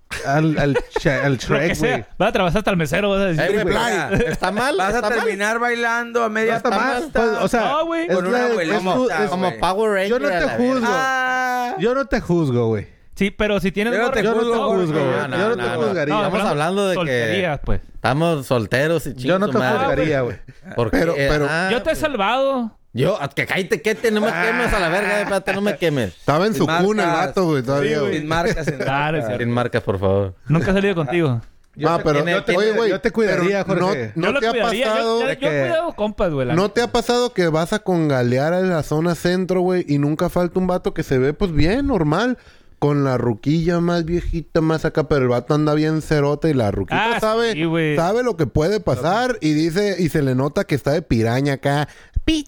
Speaker 7: al, Shrek, al
Speaker 4: Lo que
Speaker 7: Shrek,
Speaker 4: sea.
Speaker 7: güey.
Speaker 4: Vas a trabajar hasta el mesero, vas a decir.
Speaker 8: Eh, güey,
Speaker 1: Triple
Speaker 8: pero-
Speaker 1: A.
Speaker 8: está mal,
Speaker 1: Vas a
Speaker 8: está mal.
Speaker 1: terminar bailando a
Speaker 7: Ya
Speaker 1: media
Speaker 7: está mal,
Speaker 1: pasta.
Speaker 7: pues, o sea,
Speaker 4: No, güey.
Speaker 7: es
Speaker 1: Con una
Speaker 7: la- es
Speaker 1: abuelita,
Speaker 7: tu- es-
Speaker 1: güey.
Speaker 8: Como Power Ranger.
Speaker 7: Yo no
Speaker 8: a
Speaker 7: te
Speaker 8: la
Speaker 7: juzgo.
Speaker 1: Ah.
Speaker 7: Yo no te juzgo, güey.
Speaker 4: Sí, pero si tienes
Speaker 1: Yo no
Speaker 4: morra-
Speaker 1: te
Speaker 7: Yo no te
Speaker 1: juzgo,
Speaker 7: juzgo,
Speaker 1: güey.
Speaker 7: güey.
Speaker 8: No, no,
Speaker 7: Yo no
Speaker 8: no,
Speaker 7: te
Speaker 8: no.
Speaker 7: juzgaría.
Speaker 8: No, Estamos hablando de que-
Speaker 4: solterías, pues.
Speaker 8: verga. Estamos solteros y
Speaker 7: Yo
Speaker 8: chingos
Speaker 7: no te juzgaría, güey.
Speaker 8: Porque, ah,
Speaker 5: Pero- pero-
Speaker 4: Yo te he salvado.
Speaker 8: Yo, a- que cállate, que te, no me quemes a la verga, eh, espérate, no me quemes.
Speaker 5: Estaba en
Speaker 1: Sin
Speaker 5: su cuna el
Speaker 1: marcas.
Speaker 5: vato, güey, todavía, güey.
Speaker 1: Sin marcas, sin
Speaker 4: Claro, es cierto.
Speaker 8: Sin marcas, por favor.
Speaker 4: Nunca he salido contigo.
Speaker 5: Ah,
Speaker 7: te-
Speaker 5: pero,
Speaker 7: yo te-
Speaker 5: oye, güey,
Speaker 7: yo te cuidaría,
Speaker 5: pero
Speaker 7: Jorge.
Speaker 5: No,
Speaker 4: yo
Speaker 5: no
Speaker 4: lo
Speaker 5: te ha
Speaker 4: cuidaría. yo-
Speaker 5: pasado...
Speaker 4: Yo, yo,
Speaker 7: de que-
Speaker 4: he cuidado compas, güey. la
Speaker 5: ¿No
Speaker 4: neta.
Speaker 5: te ha pasado que vas a congalear a la zona centro, güey, y nunca falta un vato que se ve, pues, bien, normal? Con la ruquilla más viejita, más acá, pero el vato anda bien cerota y la ruquilla
Speaker 4: Ah,
Speaker 5: sabe,
Speaker 4: sí, güey.
Speaker 5: sabe lo que puede pasar y dice, y se le nota que está de piraña acá. ¡Pito!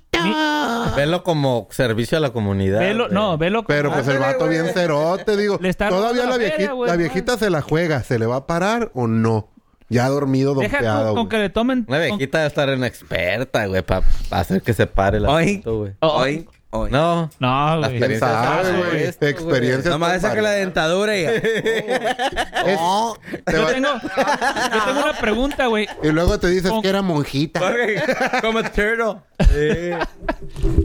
Speaker 8: Velo como servicio a la comunidad.
Speaker 4: Velo,
Speaker 8: güey.
Speaker 4: no, velo.
Speaker 5: Pero pues el vato bien cerote, digo.
Speaker 4: Le está
Speaker 5: Todavía
Speaker 4: robando
Speaker 5: la,
Speaker 4: la
Speaker 5: viejita,
Speaker 4: feria, güey,
Speaker 5: la
Speaker 4: no
Speaker 5: viejita se la juega, ¿se le va a parar o no? Ya dormido,
Speaker 4: Deja tú
Speaker 5: dompeado.
Speaker 4: con,
Speaker 5: güey.
Speaker 4: que le tomen.
Speaker 8: Una
Speaker 4: con-
Speaker 8: viejita debe estar en experta, güey, para hacer que se pare la
Speaker 1: Oink.
Speaker 8: güey.
Speaker 4: Oh,
Speaker 1: Oink, oink.
Speaker 8: No.
Speaker 4: No,
Speaker 8: La
Speaker 4: güey.
Speaker 5: ¿Quién
Speaker 8: experiencia
Speaker 5: sabe,
Speaker 8: es-
Speaker 5: güey?
Speaker 8: esto, güey.
Speaker 5: Experiencia.
Speaker 1: Nomás saca la dentadura y...
Speaker 5: No, te
Speaker 4: Yo
Speaker 5: va-
Speaker 4: tengo, yo tengo una pregunta, güey.
Speaker 5: Y luego te dices
Speaker 4: Con-
Speaker 5: que era monjita.
Speaker 1: Jorge, como turtle.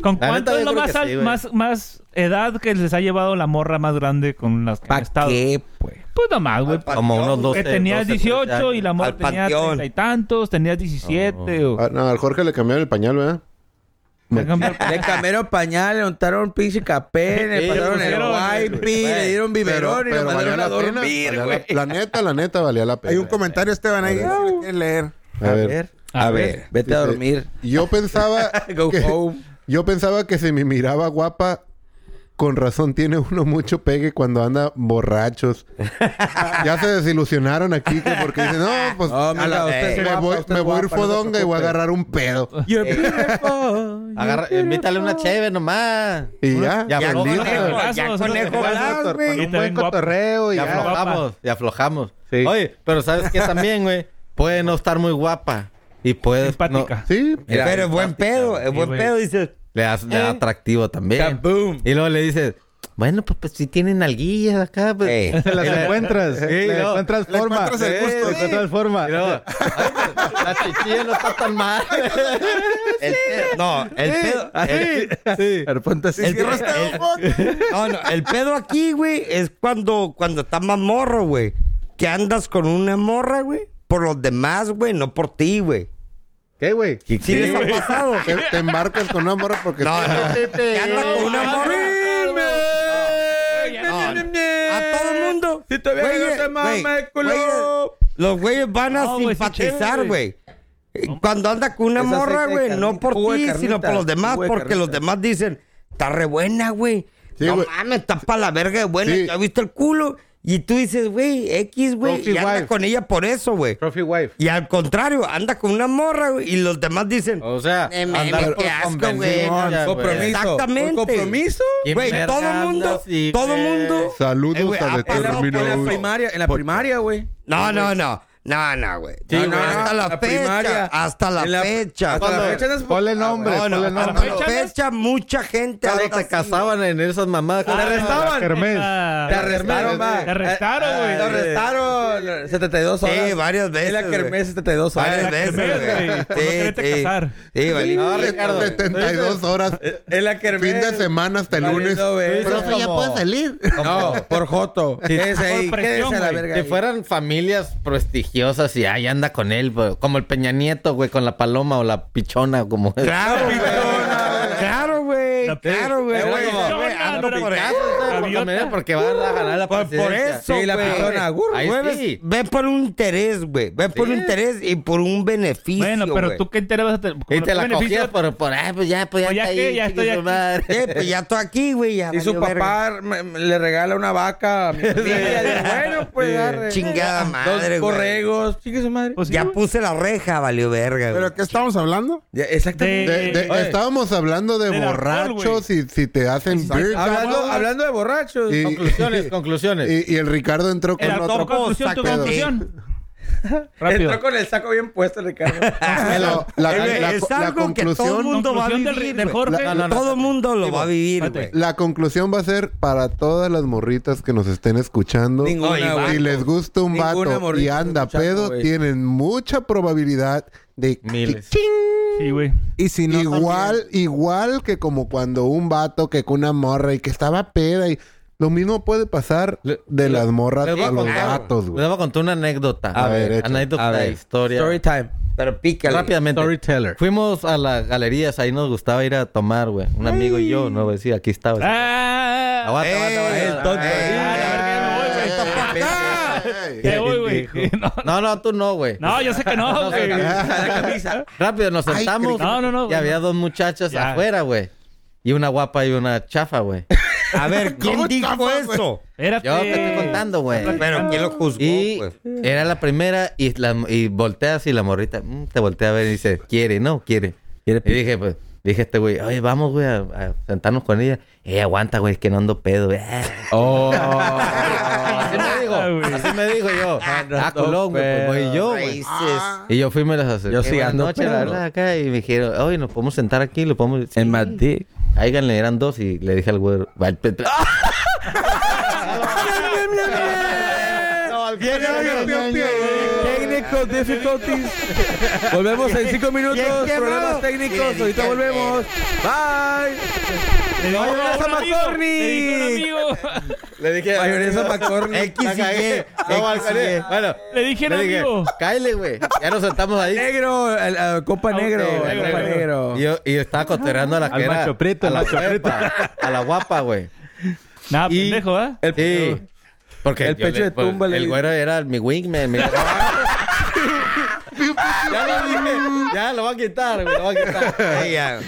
Speaker 4: ¿Con
Speaker 8: La neta,
Speaker 4: cuánto
Speaker 8: yo
Speaker 4: es lo
Speaker 8: creo
Speaker 4: más,
Speaker 8: que
Speaker 4: al-
Speaker 8: sí, güey.
Speaker 4: más, más edad que les ha llevado la morra más grande con las que han
Speaker 1: ¿Para
Speaker 4: estado?
Speaker 1: qué, pues?
Speaker 4: Pues nomás, güey.
Speaker 8: Como unos 12.
Speaker 4: Que tenías
Speaker 8: 12, 13
Speaker 4: 18 y la morra
Speaker 6: Al
Speaker 4: tenía
Speaker 6: panteón.
Speaker 4: treinta y tantos, tenías 17. o-
Speaker 5: Ah, no, al Jorge le cambiaron el pañal, ¿verdad?
Speaker 4: Por ejemplo,
Speaker 1: Le cambiaron pañal, le untaron pinche capé,
Speaker 8: Sí,
Speaker 1: le
Speaker 8: le
Speaker 1: pasaron el
Speaker 8: pusieron-
Speaker 1: wipe,
Speaker 8: Güey,
Speaker 1: le dieron biberón y lo
Speaker 5: valió
Speaker 1: mandaron a
Speaker 5: pena,
Speaker 1: dormir,
Speaker 5: valía
Speaker 1: güey.
Speaker 5: la, la neta, la neta, valía la pena.
Speaker 3: Hay un comentario, Esteban, ahí.
Speaker 5: A
Speaker 3: si lo quieres leer.
Speaker 5: A ver.
Speaker 1: A
Speaker 4: A
Speaker 1: ver,
Speaker 4: ver.
Speaker 1: vete a
Speaker 5: Dice,
Speaker 1: dormir.
Speaker 5: Yo pensaba
Speaker 1: Go
Speaker 5: que-
Speaker 1: home.
Speaker 5: yo pensaba que si me miraba guapa, con razón tiene uno mucho pegue cuando anda borrachos. ya se desilusionaron aquí que porque dicen, no, pues
Speaker 1: No,
Speaker 5: a
Speaker 1: mira,
Speaker 5: la-
Speaker 1: usted es
Speaker 5: me,
Speaker 1: guapa,
Speaker 5: voy,
Speaker 1: usted
Speaker 5: me
Speaker 1: es
Speaker 5: voy a ir
Speaker 1: guapa, no se
Speaker 5: fodonga y voy a
Speaker 1: preocupe.
Speaker 5: agarrar un pedo.
Speaker 1: You're beautiful.
Speaker 8: Agarra, invítale una cheve nomás.
Speaker 5: Y ya,
Speaker 8: Ya
Speaker 5: ya
Speaker 8: aflojamos,
Speaker 5: bendito.
Speaker 4: Brazos,
Speaker 6: ya conejo,
Speaker 4: brazos,
Speaker 6: ¿verdad,
Speaker 4: torpón,
Speaker 6: güey?
Speaker 4: y
Speaker 7: Un
Speaker 4: te
Speaker 7: buen
Speaker 4: ven guapo.
Speaker 7: cotorreo y
Speaker 8: Y
Speaker 7: ya.
Speaker 8: aflojamos, y aflojamos.
Speaker 7: Sí.
Speaker 8: Oye, pero ¿sabes qué también, güey? Puede no estar muy guapa y puede... no-
Speaker 4: Simpática.
Speaker 5: Sí,
Speaker 6: Pero es buen pedo, es buen
Speaker 4: güey.
Speaker 6: pedo, dices.
Speaker 8: le das le da atractivo también.
Speaker 1: Kaboom.
Speaker 8: Y luego le dices, Bueno, pues, pues, si tienen alguillas acá, pues.
Speaker 6: Ey.
Speaker 7: Te las encuentras.
Speaker 8: Sí,
Speaker 7: le
Speaker 8: no.
Speaker 7: encuentras
Speaker 3: Le
Speaker 7: forma.
Speaker 3: encuentras el
Speaker 7: Eh,
Speaker 3: gusto.
Speaker 7: le encuentras forma.
Speaker 8: Y luego, ay, pues, la chichilla no está tan mal.
Speaker 6: El pedo- no, el pedo. el-
Speaker 7: Sí.
Speaker 1: Pero ponte así.
Speaker 6: el- el- no, no, el pedo aquí, güey, es cuando, cuando estás más morro, güey. Que andas con una morra, güey. Por los demás, güey, no por ti, güey.
Speaker 5: ¿Qué, güey?
Speaker 6: ¿Sí, les ha pasado?
Speaker 5: Te, te embarcas con una morra porque...
Speaker 6: No, no. Que andas con una morra.
Speaker 4: Ya no.
Speaker 6: A todo el mundo.
Speaker 1: Si todavía
Speaker 6: Güeyes,
Speaker 1: no te mames,
Speaker 6: güey,
Speaker 1: culo.
Speaker 6: güeyes, los güeyes van a
Speaker 4: No, güey, sí,
Speaker 6: simpatizar,
Speaker 4: chévere,
Speaker 6: güey. Cuando anda con una
Speaker 7: Es
Speaker 6: morra,
Speaker 7: aceite de
Speaker 6: güey,
Speaker 7: carnita,
Speaker 6: no por
Speaker 7: jugo de
Speaker 6: ti, sino
Speaker 7: carnita,
Speaker 6: por los demás,
Speaker 7: jugo de
Speaker 6: porque los
Speaker 7: carnita.
Speaker 6: demás dicen, está re buena, güey.
Speaker 5: Sí,
Speaker 6: no
Speaker 5: güey.
Speaker 6: mames, está para la verga de buena,
Speaker 5: Sí.
Speaker 6: ya viste el culo. Y tú dices, güey, X, güey,
Speaker 7: Trophy
Speaker 6: y anda
Speaker 7: wife.
Speaker 6: con ella por eso, güey.
Speaker 7: Trophy wife.
Speaker 6: Y al contrario, anda con una morra, güey, y los demás dicen,
Speaker 8: O sea,
Speaker 6: Eh, mames,
Speaker 8: andar
Speaker 6: qué
Speaker 8: por
Speaker 6: asco,
Speaker 8: convencido,
Speaker 6: güey.
Speaker 8: ya,
Speaker 1: Compromiso.
Speaker 6: Exactamente.
Speaker 1: ¿Por compromiso?
Speaker 8: Qué
Speaker 6: güey,
Speaker 8: verga
Speaker 6: todo el mundo,
Speaker 8: andas, sí,
Speaker 6: todo el
Speaker 8: güey.
Speaker 6: mundo.
Speaker 5: Saludos
Speaker 6: Eh, güey,
Speaker 5: a
Speaker 6: ha
Speaker 5: de
Speaker 1: En la,
Speaker 6: pasado
Speaker 5: término.
Speaker 1: en la
Speaker 5: güey.
Speaker 1: primaria, en la primaria, güey.
Speaker 6: No, no, no. No, no, güey.
Speaker 8: Sí,
Speaker 6: No,
Speaker 8: güey.
Speaker 6: no, hasta la, fecha.
Speaker 1: primaria.
Speaker 6: hasta la,
Speaker 1: En
Speaker 6: fecha.
Speaker 1: Hasta la
Speaker 6: No,
Speaker 1: fecha. andas- Ah,
Speaker 5: Ponle nombre,
Speaker 6: no,
Speaker 5: ponle
Speaker 6: hasta
Speaker 5: nombre.
Speaker 6: la fecha mucha gente
Speaker 8: Cuando
Speaker 6: anda
Speaker 8: te
Speaker 6: así.
Speaker 8: casaban en esas mamadas.
Speaker 1: Te arrestaban.
Speaker 5: Kermés.
Speaker 1: Te
Speaker 4: Ah,
Speaker 1: arrestaron, va.
Speaker 4: Te arrestaron,
Speaker 1: Eh,
Speaker 4: güey.
Speaker 1: Te arrestaron 72 horas.
Speaker 6: Sí, varias veces.
Speaker 1: Es la
Speaker 6: güey.
Speaker 1: kermés 72
Speaker 6: Varias
Speaker 1: horas.
Speaker 6: veces,
Speaker 4: Kermés, güey,
Speaker 6: güey.
Speaker 4: por no quererte casar.
Speaker 1: eh,
Speaker 6: Sí, vale.
Speaker 8: No, Ricardo.
Speaker 5: 72 horas.
Speaker 1: Es la kermés.
Speaker 5: Fin de semana hasta el lunes.
Speaker 1: Valiendo, güey.
Speaker 8: ya puede salir.
Speaker 1: No, por Joto. Quédese ahí,
Speaker 4: presión,
Speaker 1: quédese a la
Speaker 4: güey.
Speaker 1: verga.
Speaker 8: Si
Speaker 1: ahí.
Speaker 8: fueran familias prestigiosas y ahí anda con él, güey. como el Peña Nieto, güey, con la paloma o la pichona, como
Speaker 6: Claro, güey. Claro, güey.
Speaker 4: La-
Speaker 6: Claro, güey.
Speaker 1: Eh, güey,
Speaker 6: Era como,
Speaker 4: no,
Speaker 6: güey, ah,
Speaker 4: no,
Speaker 6: anda
Speaker 4: no, no,
Speaker 6: por
Speaker 4: no,
Speaker 6: ahí.
Speaker 4: no, no,
Speaker 8: Por
Speaker 4: Gaviota.
Speaker 8: también, porque va a ganar la
Speaker 6: Por, por
Speaker 8: presidencia.
Speaker 6: eso,
Speaker 1: Sí, la
Speaker 6: güey.
Speaker 1: pitona, gurru.
Speaker 8: Ahí
Speaker 6: Güey,
Speaker 8: sí.
Speaker 6: Ven por un interés, güey. Ven por
Speaker 8: Sí.
Speaker 6: un interés y por un beneficio,
Speaker 4: Bueno, pero
Speaker 6: güey.
Speaker 4: tú qué interés vas a tener.
Speaker 8: Y te la
Speaker 4: beneficio-
Speaker 8: cogías por, por, ah, pues ya, pues ya,
Speaker 4: Pues ya
Speaker 8: está
Speaker 4: que,
Speaker 8: ahí,
Speaker 4: ya
Speaker 8: chingue
Speaker 4: estoy
Speaker 8: su
Speaker 4: aquí.
Speaker 8: madre.
Speaker 6: Eh, pues ya estoy aquí, güey. ya
Speaker 1: Y su
Speaker 6: valió verga.
Speaker 1: papá me- me- le regala una vaca. a mi tía, y bueno, pues arre.
Speaker 6: Chingada madre,
Speaker 1: Dos
Speaker 6: güey.
Speaker 1: corregos. Chingue su madre.
Speaker 4: Pues sí,
Speaker 6: Ya
Speaker 4: güey.
Speaker 6: puse la reja, valió verga. güey.
Speaker 3: ¿Pero qué estábamos hablando?
Speaker 1: Ya, exactamente.
Speaker 5: De- de-
Speaker 1: Oye.
Speaker 5: estábamos hablando de,
Speaker 4: Del alcohol,
Speaker 5: borrachos y si te hacen beer
Speaker 1: hablando,
Speaker 5: garden.
Speaker 1: hablando de borrachos.
Speaker 5: Y-
Speaker 8: Conclusiones, conclusiones.
Speaker 5: Y, y el Ricardo entró con
Speaker 4: Era tu
Speaker 5: otro
Speaker 4: conclusión, tu
Speaker 5: pedo.
Speaker 4: conclusión. Rápido.
Speaker 1: Entró con el saco bien puesto, Ricardo.
Speaker 5: Pero la,
Speaker 6: Eh, güey,
Speaker 5: la-
Speaker 6: es
Speaker 5: la
Speaker 6: algo que todo el
Speaker 5: conclusión,
Speaker 6: mundo va a
Speaker 4: Conclusión del-
Speaker 6: vivir.
Speaker 4: del
Speaker 6: güey.
Speaker 4: Jorge. No,
Speaker 6: La-
Speaker 4: no, no,
Speaker 6: todo el mundo lo va a vivir,
Speaker 4: Espérate.
Speaker 6: güey.
Speaker 5: la conclusión va a ser para todas las morritas que nos estén escuchando.
Speaker 1: Ninguna,
Speaker 5: Oye,
Speaker 1: güey.
Speaker 5: si les gusta un
Speaker 1: Ninguna
Speaker 5: vato y
Speaker 1: morrita
Speaker 5: anda
Speaker 1: está escuchando,
Speaker 5: pedo,
Speaker 1: güey.
Speaker 5: tienen mucha probabilidad de
Speaker 8: Miles.
Speaker 4: Sí, güey.
Speaker 3: Y si no,
Speaker 5: igual, igual que como cuando un vato que con una morra y que estaba peda y lo mismo puede pasar
Speaker 8: Le-
Speaker 5: de las morras
Speaker 8: les voy a
Speaker 5: a los
Speaker 8: contar,
Speaker 5: vatos,
Speaker 8: Les
Speaker 5: güey.
Speaker 8: voy a contar una anécdota.
Speaker 5: A ver, échale.
Speaker 8: anécdota,
Speaker 1: A ver.
Speaker 8: historia.
Speaker 1: Story time.
Speaker 6: Pero pícale.
Speaker 8: Rápidamente.
Speaker 7: Storyteller.
Speaker 8: Fuimos a las galerías, ahí nos gustaba ir a tomar, güey. Un amigo y yo, no voy a decir, aquí estaba.
Speaker 4: Ah,
Speaker 8: Aguanta, aguanta, aguanta.
Speaker 6: Eh,
Speaker 8: Ah,
Speaker 1: eh,
Speaker 4: te voy, güey. No,
Speaker 8: No, no, tú no, güey.
Speaker 4: no, yo sé que no, güey.
Speaker 8: Rápido, nos sentamos.
Speaker 4: qué- No, no, no,
Speaker 8: Y
Speaker 4: güey.
Speaker 8: había dos muchachas
Speaker 4: Ya.
Speaker 8: afuera, güey. Y una guapa y una chafa, güey.
Speaker 6: A ver, ¿quién dijo eso?
Speaker 4: Espérate.
Speaker 8: Yo te estoy contando, güey.
Speaker 6: Pero ¿quién lo juzgó, pues?
Speaker 8: Y
Speaker 6: güey?
Speaker 8: era la primera y, la, y volteas y la morrita mm, te voltea a ver y dice, ¿quiere? No, quiere. Y dije, pues, dije a este güey, oye, vamos, güey, a, a sentarnos con ella. Eh, aguanta, güey, es que no ando pedo, güey.
Speaker 1: Oh.
Speaker 8: así me dijo,
Speaker 4: Ah, güey.
Speaker 8: así me dijo yo. Ah,
Speaker 1: ando
Speaker 8: culón, güey, pues, voy yo, güey.
Speaker 6: Raíces.
Speaker 8: Y yo fui y me las acerqué.
Speaker 1: Yo sí
Speaker 8: Buenas
Speaker 1: ando
Speaker 8: noches, la
Speaker 1: pedo.
Speaker 8: verdad, acá. Y me dijeron, oye, nos podemos sentar aquí, lo podemos... Sí.
Speaker 1: En Madrid.
Speaker 8: Háganle, eran dos y le dije al güey... va, el pet-
Speaker 1: Technical difficulties. Volvemos en cinco minutos. Problemas técnicos. Ahorita volvemos. Bye.
Speaker 4: Le digo,
Speaker 1: Mayonesa
Speaker 4: un amigo,
Speaker 1: McCormick.
Speaker 4: le dije a un amigo.
Speaker 8: Le dije...
Speaker 1: Mayonesa McCormick.
Speaker 8: X y Y. No, vale, Bueno,
Speaker 4: Le dije a un
Speaker 8: le dije,
Speaker 4: amigo.
Speaker 8: cáele, güey. Ya nos sentamos ahí.
Speaker 1: Negro. el, eh, copa negro.
Speaker 4: negro,
Speaker 1: el copa negro.
Speaker 8: Y yo, y yo estaba cotorreando a la
Speaker 7: Al
Speaker 8: que era-
Speaker 7: macho prieto,
Speaker 8: a la
Speaker 7: al macho
Speaker 8: guapa, a la guapa, güey.
Speaker 4: Nah,
Speaker 8: Y-
Speaker 4: pendejo, ¿eh?
Speaker 1: El-
Speaker 8: Sí. Porque
Speaker 1: El
Speaker 8: yo
Speaker 1: pecho de
Speaker 8: pues,
Speaker 1: tumba le
Speaker 8: El
Speaker 1: dice.
Speaker 8: güero era mi wingman. mi- ya lo dije. Ya lo va a quitar, güey. Lo va a quitar.
Speaker 6: Ay, ya.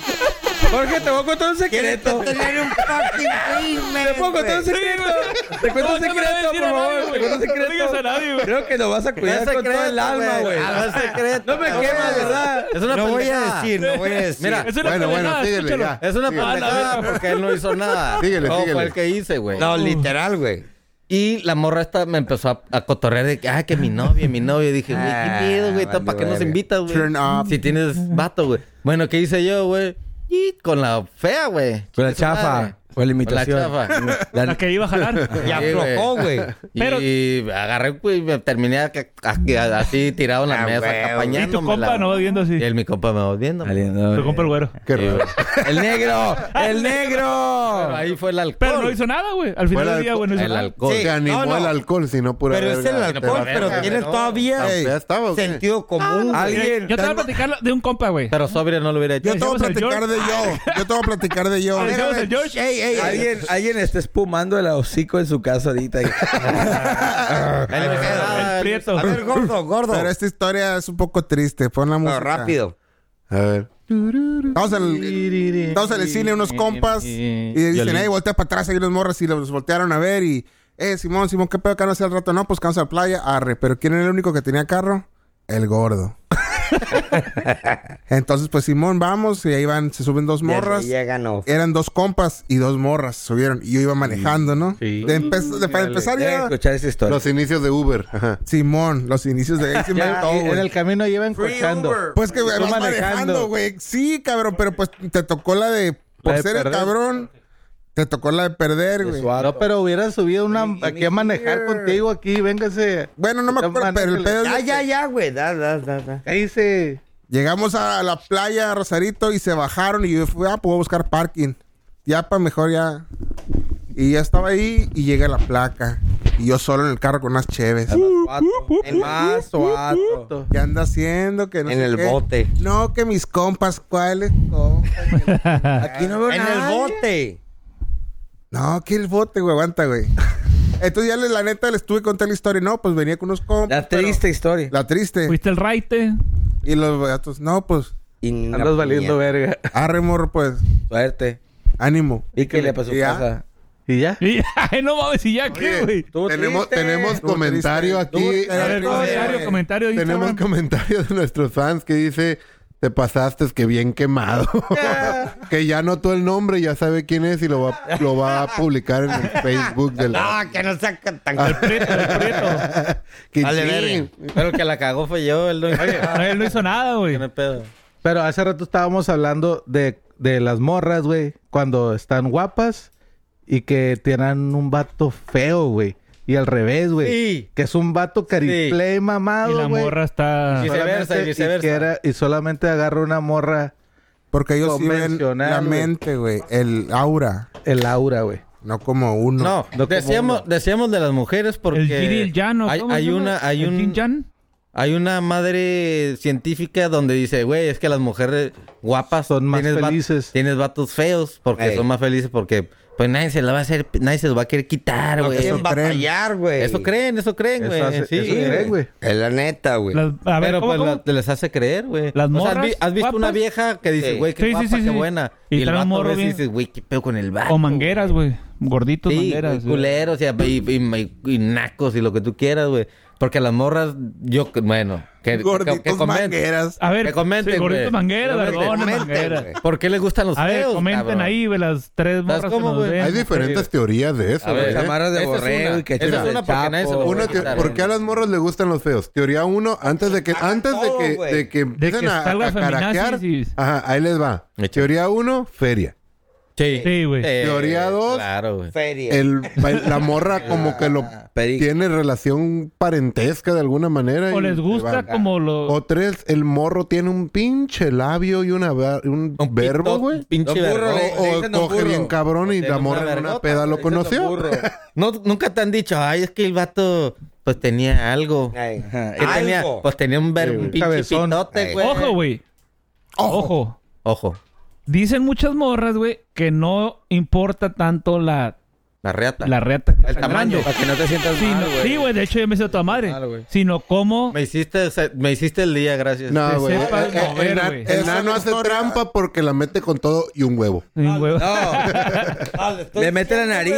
Speaker 1: Jorge, te voy a contar un
Speaker 6: ¿Quieres
Speaker 1: secreto.
Speaker 6: tú
Speaker 4: este
Speaker 6: tener un fucking crimen,
Speaker 1: Te puedo contar un
Speaker 6: güey?
Speaker 1: secreto. Te cuento
Speaker 4: No,
Speaker 1: un
Speaker 4: no le voy a
Speaker 1: secreto,
Speaker 4: decir
Speaker 1: por
Speaker 4: a nadie,
Speaker 1: favor. Te
Speaker 4: güey.
Speaker 1: cuento un
Speaker 4: No le digas a nadie,
Speaker 1: secreto.
Speaker 4: güey.
Speaker 1: Creo que lo vas a cuidar
Speaker 8: No es
Speaker 1: con todo el
Speaker 8: secreto,
Speaker 1: alma,
Speaker 8: güey.
Speaker 1: güey.
Speaker 4: Ah,
Speaker 8: No es secreto.
Speaker 1: No me quemas, ¿verdad?
Speaker 8: Es una
Speaker 6: No voy a
Speaker 8: pendejada.
Speaker 6: decir, no voy a decir.
Speaker 8: Mira,
Speaker 4: Es una
Speaker 5: Bueno, bueno,
Speaker 4: pendejada,
Speaker 5: síguele,
Speaker 4: escúchalo.
Speaker 5: ya.
Speaker 8: Es una
Speaker 5: Síguele.
Speaker 8: pendejada porque él no hizo nada.
Speaker 5: Síguele,
Speaker 8: no,
Speaker 5: síguele.
Speaker 8: fue el que hice, güey.
Speaker 6: No, literal, güey.
Speaker 8: Y la morra esta me empezó a, a cotorrear de que, ah, que mi novia, mi novia. Dije, güey,
Speaker 6: Ah,
Speaker 8: qué miedo, güey, ¿para
Speaker 6: valió
Speaker 8: qué nos
Speaker 6: verga.
Speaker 8: invitas,
Speaker 3: Turn
Speaker 8: güey?
Speaker 3: up.
Speaker 8: Si tienes vato, güey. Bueno, ¿qué hice yo, güey? Y con la fea, güey.
Speaker 1: Con la
Speaker 8: Chingue su
Speaker 1: chafa.
Speaker 8: madre.
Speaker 1: O la
Speaker 8: La
Speaker 1: imitación.
Speaker 8: chafa.
Speaker 1: La-
Speaker 4: La que iba a jalar.
Speaker 2: Y
Speaker 8: Sí,
Speaker 2: aflojó, güey.
Speaker 4: Pero-
Speaker 8: Y agarré, güey, y me terminé acá- acá- así tirado en la
Speaker 2: Ah,
Speaker 8: mesa,
Speaker 2: güey.
Speaker 8: acá
Speaker 4: Y tu compa no va viendo así.
Speaker 8: Y él, mi compa me va viendo.
Speaker 1: Saliendo,
Speaker 4: Tu compa el güero.
Speaker 5: Qué
Speaker 8: Sí,
Speaker 5: raro.
Speaker 8: güey.
Speaker 1: ¡El negro! ¡El negro!
Speaker 8: Pero ahí fue el alcohol.
Speaker 4: Pero no hizo nada, güey. Al final
Speaker 5: Bueno,
Speaker 4: del día, güey, no hizo
Speaker 8: el
Speaker 4: nada.
Speaker 8: alcohol.
Speaker 2: Sí,
Speaker 5: Se animó
Speaker 2: no, no.
Speaker 5: el alcohol, sino pura
Speaker 2: Pero es
Speaker 5: verga.
Speaker 2: el alcohol,
Speaker 8: verga,
Speaker 2: pero
Speaker 8: güey,
Speaker 2: tienes
Speaker 8: no.
Speaker 2: todavía
Speaker 5: Tan fea estaba, ¿o qué?
Speaker 2: sentido común. güey.
Speaker 3: Alguien.
Speaker 4: Yo te voy a
Speaker 3: tengo-
Speaker 4: platicar de un compa, güey.
Speaker 8: Pero sobrio no lo hubiera hecho.
Speaker 3: yo te voy a
Speaker 4: Decíamos al
Speaker 3: platicar de yo. Yo te voy a platicar de yo.
Speaker 4: Decíamos al George,
Speaker 2: Ey, ey, ey.
Speaker 1: Alguien, alguien está espumando el hocico en su casa ahorita.
Speaker 8: Él empezó, ah,
Speaker 4: el prieto.
Speaker 2: A ver, gordo, gordo.
Speaker 3: Pero esta historia es un poco triste. Pon la
Speaker 2: No,
Speaker 3: música.
Speaker 2: rápido.
Speaker 5: A ver.
Speaker 3: Estamos en, el, estamos en el cine unos compas y dicen, hey, voltea para atrás, hay unos morros y los voltearon a ver y, eh, Simón, Simón, ¿qué pedo que no hace al rato? No, pues cansa la playa, arre. Pero ¿quién era el único que tenía carro? El gordo. Entonces, pues Simón, vamos y ahí van, se suben dos morras.
Speaker 2: Ya ganó.
Speaker 3: Eran dos compas y dos morras subieron y yo
Speaker 7: Mm.
Speaker 3: iba manejando, ¿no?
Speaker 8: Sí.
Speaker 3: De empe- de- para empezar
Speaker 1: Deben
Speaker 3: ya...
Speaker 1: escuchar esa historia.
Speaker 5: Los inicios de Uber. Ajá.
Speaker 3: Simón, los inicios de ahí se me
Speaker 7: Ya,
Speaker 3: todo,
Speaker 7: en
Speaker 3: güey.
Speaker 7: el camino llevan cochando.
Speaker 3: Pues que
Speaker 7: Tú
Speaker 3: vas manejando,
Speaker 7: manejando.
Speaker 3: güey. Sí, cabrón, pero pues te tocó la de. Por
Speaker 7: La de
Speaker 3: ser el
Speaker 7: perder. Pues,
Speaker 3: cabrón, te tocó la de perder, güey.
Speaker 7: No, pero hubiera subido una aquí a manejar contigo aquí, véngase.
Speaker 3: Bueno, no me acuerdo, pero el pedo. es
Speaker 2: Ya,
Speaker 3: de
Speaker 2: ya,
Speaker 3: que
Speaker 2: ya, güey. Da, da, da, da.
Speaker 7: Ahí se
Speaker 3: Llegamos a la playa, Rosarito, y se bajaron. Y yo fui, ah, puedo buscar parking. Ya, para mejor ya. Y ya estaba ahí y llega la placa. Y yo solo en el carro con unas cheves.
Speaker 1: En más vato.
Speaker 3: ¿Qué anda haciendo? Que no
Speaker 2: En
Speaker 3: sé
Speaker 2: el
Speaker 3: qué.
Speaker 2: bote.
Speaker 3: No, que mis compas, ¿cuáles compas?
Speaker 1: Aquí no veo
Speaker 2: En el
Speaker 1: nada.
Speaker 2: bote.
Speaker 3: No, que el bote, güey, aguanta, güey. Entonces ya le- la neta les estuve contando la historia. No, pues venía con unos compas.
Speaker 1: La triste historia.
Speaker 3: La triste.
Speaker 4: Fuiste el raite.
Speaker 3: Y los gatos, no, pues,
Speaker 2: Y
Speaker 7: andas valiendo verga.
Speaker 3: arre morro, pues,
Speaker 1: Suerte.
Speaker 3: ánimo.
Speaker 1: ¿Y qué le pasó a su
Speaker 3: ¿Ya?
Speaker 1: casa?
Speaker 7: Y ya.
Speaker 4: Y ay, no mames, ¿y ya qué, güey?
Speaker 1: Estuvo
Speaker 5: Tenemos,
Speaker 1: triste.
Speaker 5: tenemos comentario aquí.
Speaker 4: A ver,
Speaker 3: Oye,
Speaker 4: comentario,
Speaker 3: güey.
Speaker 4: comentario. de
Speaker 5: Tenemos
Speaker 4: Instagram.
Speaker 5: comentarios de nuestros fans que dice, te pasaste, es que bien quemado. que ya notó el nombre, ya sabe quién es y lo va, lo va a publicar en el Facebook del...
Speaker 2: Ah, que no sea tan.
Speaker 4: Prieto, el prieto.
Speaker 5: ¡Qué
Speaker 2: Dale,
Speaker 5: ching!
Speaker 8: Pero el que la cagó fue yo, él no hizo
Speaker 4: No, él no hizo nada, güey.
Speaker 8: no hay pedo.
Speaker 7: Pero hace rato estábamos hablando de, de las morras, güey. Cuando están guapas y que tienen un vato feo, güey. Y al revés, güey.
Speaker 8: Sí.
Speaker 7: Que es un vato cariplay
Speaker 4: Y la
Speaker 7: mamado, güey.
Speaker 4: morra está...
Speaker 8: Y se- Viceversa,
Speaker 7: Solamente-
Speaker 8: y viceversa.
Speaker 7: que era- y solamente agarra una morra
Speaker 3: Porque ellos sí ven
Speaker 7: Convencional,
Speaker 3: la
Speaker 7: güey.
Speaker 3: mente, güey, el aura,
Speaker 7: el aura, güey.
Speaker 3: no como uno.
Speaker 8: No,
Speaker 7: no como
Speaker 8: decíamos,
Speaker 7: uno.
Speaker 8: decíamos de las mujeres porque
Speaker 4: El Giri y el Jan, ¿o
Speaker 8: hay,
Speaker 4: cómo
Speaker 8: hay
Speaker 4: se llama?
Speaker 8: una, hay
Speaker 4: ¿El Yin
Speaker 8: un,
Speaker 4: Yang?
Speaker 8: hay una madre científica donde dice, güey, es que las mujeres guapas
Speaker 7: Son más
Speaker 8: tienes va-
Speaker 7: felices.
Speaker 8: tienes vatos feos porque
Speaker 2: Ey.
Speaker 8: son más felices porque pues nadie se la va a hacer, nadie se los va a querer quitar, güey.
Speaker 2: Quieren batallar, güey.
Speaker 8: Eso creen, eso creen,
Speaker 7: Eso
Speaker 8: güey.
Speaker 7: hace-
Speaker 8: sí,
Speaker 7: eso creen, güey.
Speaker 2: Es la neta, güey.
Speaker 4: Las- A ver,
Speaker 8: Pero
Speaker 4: ¿cómo,
Speaker 8: pues
Speaker 4: cómo?
Speaker 8: la- te les hace creer, güey.
Speaker 4: Las
Speaker 8: O sea, ¿has
Speaker 4: morras
Speaker 8: vi- ¿has, visto
Speaker 4: guapas?
Speaker 8: una vieja que dice,
Speaker 2: Sí.
Speaker 8: güey, qué
Speaker 4: Sí, sí,
Speaker 8: guapa,
Speaker 4: sí,
Speaker 8: qué
Speaker 4: sí.
Speaker 8: buena?
Speaker 4: Y
Speaker 8: Y, el
Speaker 4: trae un
Speaker 8: vato
Speaker 4: morro
Speaker 8: ves y
Speaker 4: bien-
Speaker 8: dices, güey, qué pedo con el vato.
Speaker 4: O mangueras, güey. Gorditos,
Speaker 8: Sí,
Speaker 4: mangueras.
Speaker 8: güey,
Speaker 4: güey.
Speaker 8: culeros y, y- y- y nacos y lo que tú quieras, güey. Porque a las morras, yo, bueno, que, que-
Speaker 3: Gorditos
Speaker 8: que comenten.
Speaker 3: mangueras.
Speaker 4: A ver,
Speaker 8: Que comenten,
Speaker 4: sí, gorditos
Speaker 8: güey.
Speaker 4: mangueras,
Speaker 8: Comenten,
Speaker 4: vergones,
Speaker 2: comenten,
Speaker 4: mangueras.
Speaker 2: güey.
Speaker 8: ¿Por qué les gustan los
Speaker 4: A ver,
Speaker 8: feos,
Speaker 4: comenten
Speaker 8: cabrón?
Speaker 4: ahí, güey, las tres morras que
Speaker 8: cómo,
Speaker 4: nos
Speaker 8: güey?
Speaker 4: ven.
Speaker 5: Hay diferentes teorías de eso,
Speaker 8: A ver,
Speaker 5: güey.
Speaker 8: esa
Speaker 1: Cámaras de
Speaker 8: Esa es
Speaker 1: borrego
Speaker 8: una.
Speaker 1: y que
Speaker 8: Esa es
Speaker 1: chulas
Speaker 8: una
Speaker 1: de
Speaker 8: porque nadie se lo-
Speaker 1: chapo.
Speaker 5: Una teo-
Speaker 8: Claro.
Speaker 5: ¿Por qué a las morras les gustan los feos? Teoría 1, antes de que
Speaker 8: Ah,
Speaker 5: antes de
Speaker 2: todo,
Speaker 5: que,
Speaker 2: güey.
Speaker 5: de que empiecen
Speaker 4: que
Speaker 5: a,
Speaker 4: salga
Speaker 5: a caraquear.
Speaker 4: feminazis y-
Speaker 5: Ajá, ahí les va. Teoría 1, feria.
Speaker 8: Sí.
Speaker 4: Sí, güey.
Speaker 5: Teoría dos.
Speaker 8: Claro, güey.
Speaker 2: Feria.
Speaker 5: El, la morra como que lo
Speaker 8: Ah,
Speaker 1: Perico.
Speaker 5: tiene relación parentesca de alguna manera.
Speaker 4: O
Speaker 5: y
Speaker 4: les
Speaker 5: se
Speaker 4: gusta
Speaker 5: van.
Speaker 4: como lo...
Speaker 5: O tres, el morro tiene un pinche labio y una ver- un
Speaker 8: Un
Speaker 5: verbo,
Speaker 8: pito-
Speaker 5: güey.
Speaker 8: Pinche
Speaker 1: Don burro,
Speaker 8: verbo.
Speaker 1: le-
Speaker 5: O, o
Speaker 1: dicen don
Speaker 5: coge
Speaker 1: burro.
Speaker 5: bien cabrón y
Speaker 8: Tiene
Speaker 5: la
Speaker 8: una
Speaker 5: morra en una
Speaker 8: vergota,
Speaker 5: peda lo
Speaker 1: Ese es un
Speaker 5: conoció.
Speaker 1: burro.
Speaker 8: No, nunca te han dicho, ay, es que el vato, pues tenía algo.
Speaker 2: Ey.
Speaker 8: ¿Qué tenía?
Speaker 2: Algo.
Speaker 8: Pues tenía un verbo,
Speaker 5: Sí,
Speaker 8: un
Speaker 5: güey.
Speaker 8: pinche
Speaker 7: Cabezón.
Speaker 8: pitote,
Speaker 2: Ey.
Speaker 8: güey.
Speaker 4: Ojo, güey. Ojo.
Speaker 8: Ojo.
Speaker 4: Dicen muchas morras, güey, que no importa tanto la,
Speaker 8: La reata.
Speaker 4: la reata.
Speaker 8: El tamaño.
Speaker 1: Para que no te sientas mal,
Speaker 4: Sino-
Speaker 1: güey.
Speaker 4: sí, güey, de hecho yo me hice a tu madre.
Speaker 1: Mal, güey.
Speaker 4: sino cómo...
Speaker 8: Me hiciste, me hiciste el día, gracias.
Speaker 5: No,
Speaker 4: Que
Speaker 5: güey.
Speaker 4: sepas
Speaker 5: eh, eh,
Speaker 4: mover,
Speaker 5: el na-
Speaker 4: güey.
Speaker 5: el nano hace trampa porque la mete con todo y un huevo.
Speaker 4: Sí, güey.
Speaker 1: No. Le mete la nariz.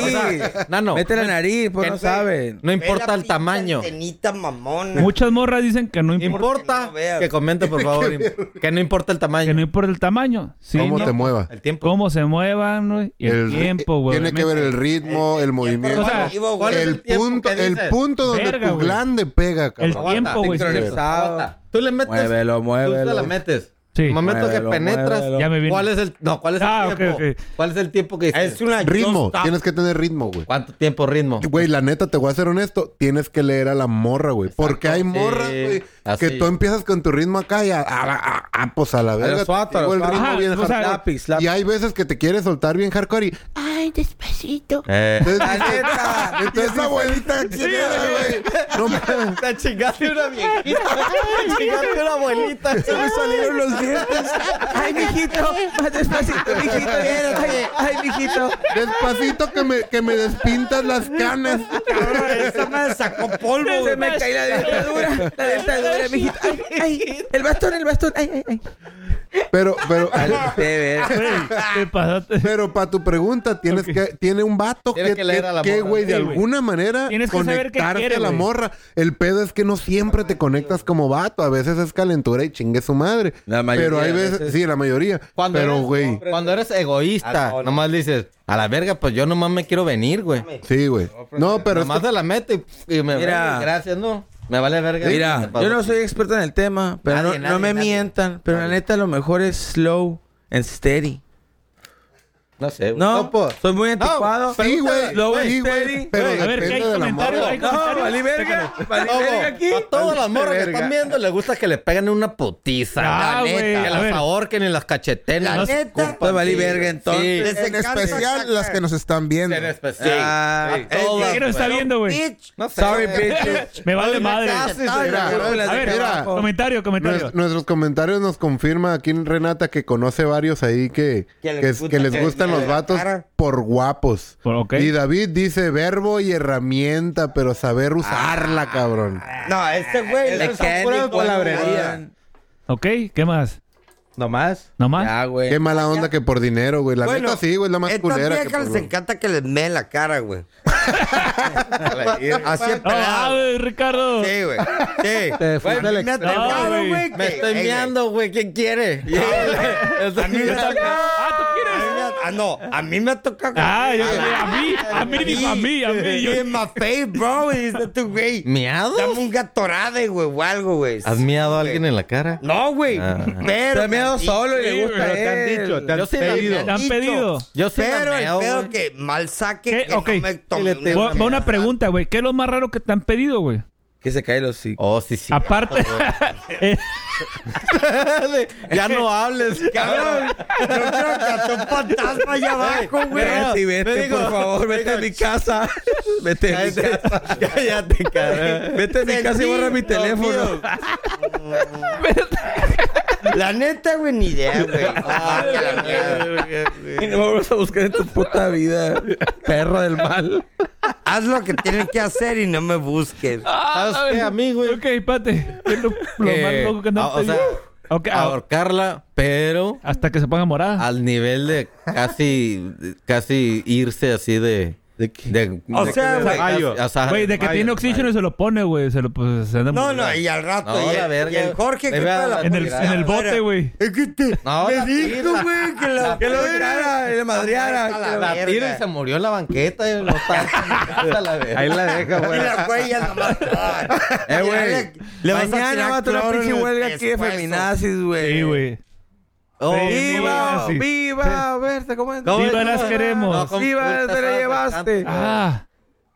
Speaker 8: No, no.
Speaker 1: Mete la
Speaker 8: No-
Speaker 1: nariz, pues
Speaker 8: que
Speaker 1: no
Speaker 8: no-
Speaker 1: saben.
Speaker 8: No importa
Speaker 2: Ve la
Speaker 8: el
Speaker 2: pinche
Speaker 8: tamaño.
Speaker 2: antenita mamona.
Speaker 4: Muchas morras dicen que no importa,
Speaker 8: Importa
Speaker 2: no lo veas.
Speaker 8: que comente, por favor. im- que no importa el
Speaker 4: que no
Speaker 8: tamaño.
Speaker 4: importa el tamaño. Sino
Speaker 5: ¿Cómo te mueva?
Speaker 8: El tiempo.
Speaker 4: cómo se muevan, güey. Y el,
Speaker 5: El- eh,
Speaker 4: tiempo, güey.
Speaker 5: Tiene que ver el ritmo, el movimiento.
Speaker 4: O sea,
Speaker 2: Activo, güey.
Speaker 5: el,
Speaker 8: es el tiempo
Speaker 5: punto,
Speaker 8: que
Speaker 5: el
Speaker 8: dices?
Speaker 5: punto donde
Speaker 4: Verga,
Speaker 5: tu
Speaker 4: güey.
Speaker 5: glande pega,
Speaker 4: El
Speaker 5: cabrón.
Speaker 4: tiempo, güey. sí.
Speaker 1: Sincronizado.
Speaker 8: Tú le metes.
Speaker 1: Muévelo,
Speaker 8: Tú se
Speaker 1: muévelo.
Speaker 8: la metes.
Speaker 4: Sí.
Speaker 8: El momento
Speaker 1: Muévelo,
Speaker 8: que penetras,
Speaker 1: muévelo.
Speaker 4: Ya me vine.
Speaker 8: ¿cuál es el no, cuál es el
Speaker 4: Ah, ok,
Speaker 8: tiempo?
Speaker 4: ok.
Speaker 8: ¿Cuál es el tiempo que hiciste?
Speaker 2: Es una
Speaker 5: Ritmo.
Speaker 6: Ah,
Speaker 2: yo-
Speaker 5: Tienes que tener ritmo, güey.
Speaker 8: ¿Cuánto tiempo ritmo?
Speaker 5: Güey, la neta, te voy a ser honesto. Tienes que leer a la morra, güey. Porque hay
Speaker 8: Sí,
Speaker 5: morras, güey,
Speaker 8: así.
Speaker 5: que tú empiezas con tu ritmo acá y a, a, la- a- a- pues a la verga. te
Speaker 7: suato, a lo
Speaker 5: llegó el
Speaker 7: suato.
Speaker 5: ritmo
Speaker 4: Ajá,
Speaker 5: bien
Speaker 4: o sea,
Speaker 5: hardcore.
Speaker 7: lápiz, lápiz.
Speaker 5: Y hay veces que te quieres soltar bien hardcore y...
Speaker 8: Eh,
Speaker 5: La neta. Entonces, esa abuelita... ¿quién era, güey? No mames.
Speaker 8: Te chingaste una viejita. Te chingaste una abuelita. Se me salieron los dientes.
Speaker 1: Ay, mijito, más despacito, mijito. Ay, ay, mijito.
Speaker 5: Despacito que me, que me despintas las canas.
Speaker 2: Ahora esa madre sacó polvo.
Speaker 1: Se me cae la dentadura, la dentadura, mijito. Ay, ay, el bastón, el bastón. Ay, ay, ay.
Speaker 5: Pero, pero...
Speaker 4: Te pasaste.
Speaker 5: Pero para tu pregunta, tienes que tiene un vato
Speaker 8: Tienes
Speaker 5: que,
Speaker 8: que leer a la
Speaker 5: que,
Speaker 8: morra.
Speaker 5: güey, de
Speaker 4: Sí, güey.
Speaker 5: alguna manera
Speaker 4: Tienes que saber qué
Speaker 5: conectarse
Speaker 4: quiere,
Speaker 5: a la
Speaker 4: güey.
Speaker 5: morra. El pedo es que no siempre te conectas como vato, a veces es calentura y chingue su madre.
Speaker 1: La mayoría
Speaker 5: pero hay
Speaker 1: de
Speaker 5: veces, sí, la mayoría.
Speaker 8: Cuando
Speaker 5: pero
Speaker 8: eres,
Speaker 5: güey,
Speaker 8: Cuando eres egoísta,
Speaker 2: Ah, no, no.
Speaker 8: nomás dices, a la verga, pues yo nomás me quiero venir, güey.
Speaker 5: sí, güey. No, pero es
Speaker 8: nomás
Speaker 5: que-
Speaker 8: se la mete y, y me
Speaker 1: Mira.
Speaker 8: vale, gracias, ¿no? Me vale verga.
Speaker 1: Mira, yo no soy experto en el tema, pero
Speaker 8: Nadie,
Speaker 1: no, no
Speaker 8: nadie,
Speaker 1: me
Speaker 8: nadie.
Speaker 1: mientan. Pero la neta, lo mejor es slow and steady.
Speaker 8: No sé, güey.
Speaker 1: No,
Speaker 7: Topo.
Speaker 1: soy muy anticuado.
Speaker 5: sí, güey.
Speaker 1: Slow and
Speaker 5: sí,
Speaker 1: steady.
Speaker 5: güey, pero
Speaker 4: A ver, ¿qué hay
Speaker 5: depende de la
Speaker 4: comentarios?
Speaker 5: morra.
Speaker 4: ¿Hay
Speaker 1: No,
Speaker 4: comentarios?
Speaker 1: valí verga. Valí
Speaker 8: Ojo,
Speaker 1: verga aquí.
Speaker 8: A todas las morras que
Speaker 7: verga.
Speaker 8: están viendo les gusta que le peguen una putiza.
Speaker 4: Ah,
Speaker 8: la neta,
Speaker 4: güey, a
Speaker 8: que las
Speaker 4: ver.
Speaker 8: ahorquen y las cacheten.
Speaker 2: La
Speaker 8: las
Speaker 2: neta.
Speaker 8: escupan,
Speaker 1: Te valí
Speaker 8: sí.
Speaker 1: verga, entonces.
Speaker 8: Sí.
Speaker 3: En especial las que nos están viendo.
Speaker 8: En especial.
Speaker 1: Ah,
Speaker 8: Sí, todas,
Speaker 4: ¿Qué nos está
Speaker 8: güey.
Speaker 4: viendo, güey?
Speaker 2: Bitch.
Speaker 8: No sé,
Speaker 1: Sorry,
Speaker 8: güey.
Speaker 1: bitch.
Speaker 4: Me vale madre. A ver,
Speaker 5: Mira.
Speaker 4: comentario, comentario.
Speaker 5: Nues- nuestros comentarios nos confirma aquí en Renata que conoce varios ahí que,
Speaker 2: Que les
Speaker 5: que es-
Speaker 2: gusta
Speaker 5: que les
Speaker 2: que-
Speaker 5: gustan
Speaker 2: que
Speaker 5: los
Speaker 2: la
Speaker 5: vatos
Speaker 2: cara.
Speaker 5: por guapos.
Speaker 4: Por- ok.
Speaker 5: Y David dice verbo y herramienta, pero saber usarla, cabrón.
Speaker 2: No, este güey.
Speaker 8: Le
Speaker 2: le
Speaker 8: caen de palabrería.
Speaker 4: Ok, ¿qué más?
Speaker 7: Nomás.
Speaker 4: ¿Nomás?
Speaker 1: Ya, güey.
Speaker 5: Qué mala onda que por dinero, güey. La
Speaker 2: Bueno,
Speaker 5: neta sí, güey, es la más
Speaker 2: Estas
Speaker 5: culera. que
Speaker 2: viejas
Speaker 5: por-
Speaker 2: les encanta que les meen la cara, güey. Así es
Speaker 4: No, ah,
Speaker 2: pelado.
Speaker 4: güey, Ricardo.
Speaker 2: Sí, güey. Sí.
Speaker 7: Te fuiste
Speaker 2: Güey,
Speaker 7: al
Speaker 2: me ha
Speaker 7: extremo.
Speaker 4: No,
Speaker 2: tocado,
Speaker 4: güey.
Speaker 2: güey.
Speaker 8: Me
Speaker 2: que-
Speaker 8: estoy
Speaker 2: Ey, güey.
Speaker 8: meando, güey. ¿Quién quiere?
Speaker 2: A mí me ha tocado.
Speaker 4: Ah, ¿tú
Speaker 2: a mí
Speaker 4: quieres?
Speaker 2: me ha- Ah, no. A mí me ha tocado.
Speaker 4: Ah, yo,
Speaker 2: A la-
Speaker 4: a mí, a mí, dijo a mí, a mí. Yo,
Speaker 2: You in my face, bro. Y dice tú, güey.
Speaker 8: ¿Miado?
Speaker 2: Dame un gatorade, güey, o algo, güey.
Speaker 8: ¿Has miado a alguien en la cara?
Speaker 2: No, güey.
Speaker 8: Ah.
Speaker 2: Pero.
Speaker 1: Te miedo solo y le gusta
Speaker 7: Pero te han
Speaker 1: él.
Speaker 7: dicho, te han
Speaker 8: Yo sí la-
Speaker 7: pedido.
Speaker 4: ¿Te han pedido?
Speaker 8: Yo sí la
Speaker 2: Pero
Speaker 8: meo,
Speaker 2: el pedo
Speaker 8: güey.
Speaker 2: que mal saque.
Speaker 4: ¿Qué?
Speaker 2: Que
Speaker 4: Ok.
Speaker 2: no me tome
Speaker 8: Le tengo-
Speaker 4: Va va una pregunta, güey. ¿Qué es lo más raro que te han pedido, güey?
Speaker 1: Que se cae los sí.
Speaker 8: Oh, sí, sí.
Speaker 4: Aparte. Eh,
Speaker 8: ya no hables, cabrón.
Speaker 2: Yo creo que hasta un fantasma allá abajo, güey.
Speaker 1: Vete, vete,
Speaker 8: digo-
Speaker 1: por favor, vete a mi casa. Vete a mi casa.
Speaker 8: Cállate, cabrón.
Speaker 1: Vete a mi casa y borra mi teléfono.
Speaker 2: La neta, güey, ni idea, güey. Ah, que la mierda.
Speaker 1: Y no me vuelvas a buscar en tu puta vida, perro del mal.
Speaker 2: Haz lo que tienes que hacer y no me busques.
Speaker 8: ¿Sabes qué, Ah, a mí, güey?
Speaker 4: ok, espérate. ¿Qué es lo, lo más
Speaker 8: Que-
Speaker 4: loco que te han
Speaker 8: ah, o sea,
Speaker 4: pedido? Ok, ah,
Speaker 8: ahorcarla, pero
Speaker 4: hasta que se ponga morada.
Speaker 8: al nivel de casi, casi irse así de... ¿De
Speaker 2: O sea, güey.
Speaker 8: o sea,
Speaker 4: Güey, de que
Speaker 8: vaya,
Speaker 4: tiene oxígeno y se lo pone, güey. Se lo pues, se anda
Speaker 2: No,
Speaker 4: morada.
Speaker 2: no, y al rato.
Speaker 8: No,
Speaker 2: y,
Speaker 8: la
Speaker 2: el,
Speaker 8: verga.
Speaker 2: y el Jorge
Speaker 8: Me
Speaker 2: que
Speaker 8: vea
Speaker 2: está
Speaker 8: la-
Speaker 2: la
Speaker 4: En el,
Speaker 2: policía.
Speaker 4: en el bote,
Speaker 2: Fuera.
Speaker 4: güey.
Speaker 2: Es que te.
Speaker 8: No,
Speaker 2: me
Speaker 8: la
Speaker 2: dijo,
Speaker 8: tira.
Speaker 2: güey, que la.
Speaker 8: Que lo
Speaker 2: tirara,
Speaker 1: le madreara,
Speaker 2: A la
Speaker 8: La
Speaker 2: verga.
Speaker 8: tira y se murió en la banqueta. Y no está a la verga.
Speaker 7: Ahí la deja,
Speaker 2: Y
Speaker 7: güey.
Speaker 2: la güey ya nomás.
Speaker 1: Eh, güey.
Speaker 2: Le vas a
Speaker 1: Mañana
Speaker 2: tirar
Speaker 1: va a tener una
Speaker 2: cloro en
Speaker 1: pinche
Speaker 2: el
Speaker 1: huelga aquí de
Speaker 2: pescuezo.
Speaker 1: feminazis, güey.
Speaker 4: Sí, güey.
Speaker 8: Oh,
Speaker 4: Sí,
Speaker 1: ¡Viva!
Speaker 4: sí.
Speaker 1: ¡Viva! Berta, ¿cómo es?
Speaker 4: Viva las
Speaker 8: No,
Speaker 4: queremos.
Speaker 8: ¿cómo-
Speaker 1: ¡Viva!
Speaker 8: cómo
Speaker 1: ¡Te la
Speaker 8: estás
Speaker 1: llevaste!
Speaker 4: Ah,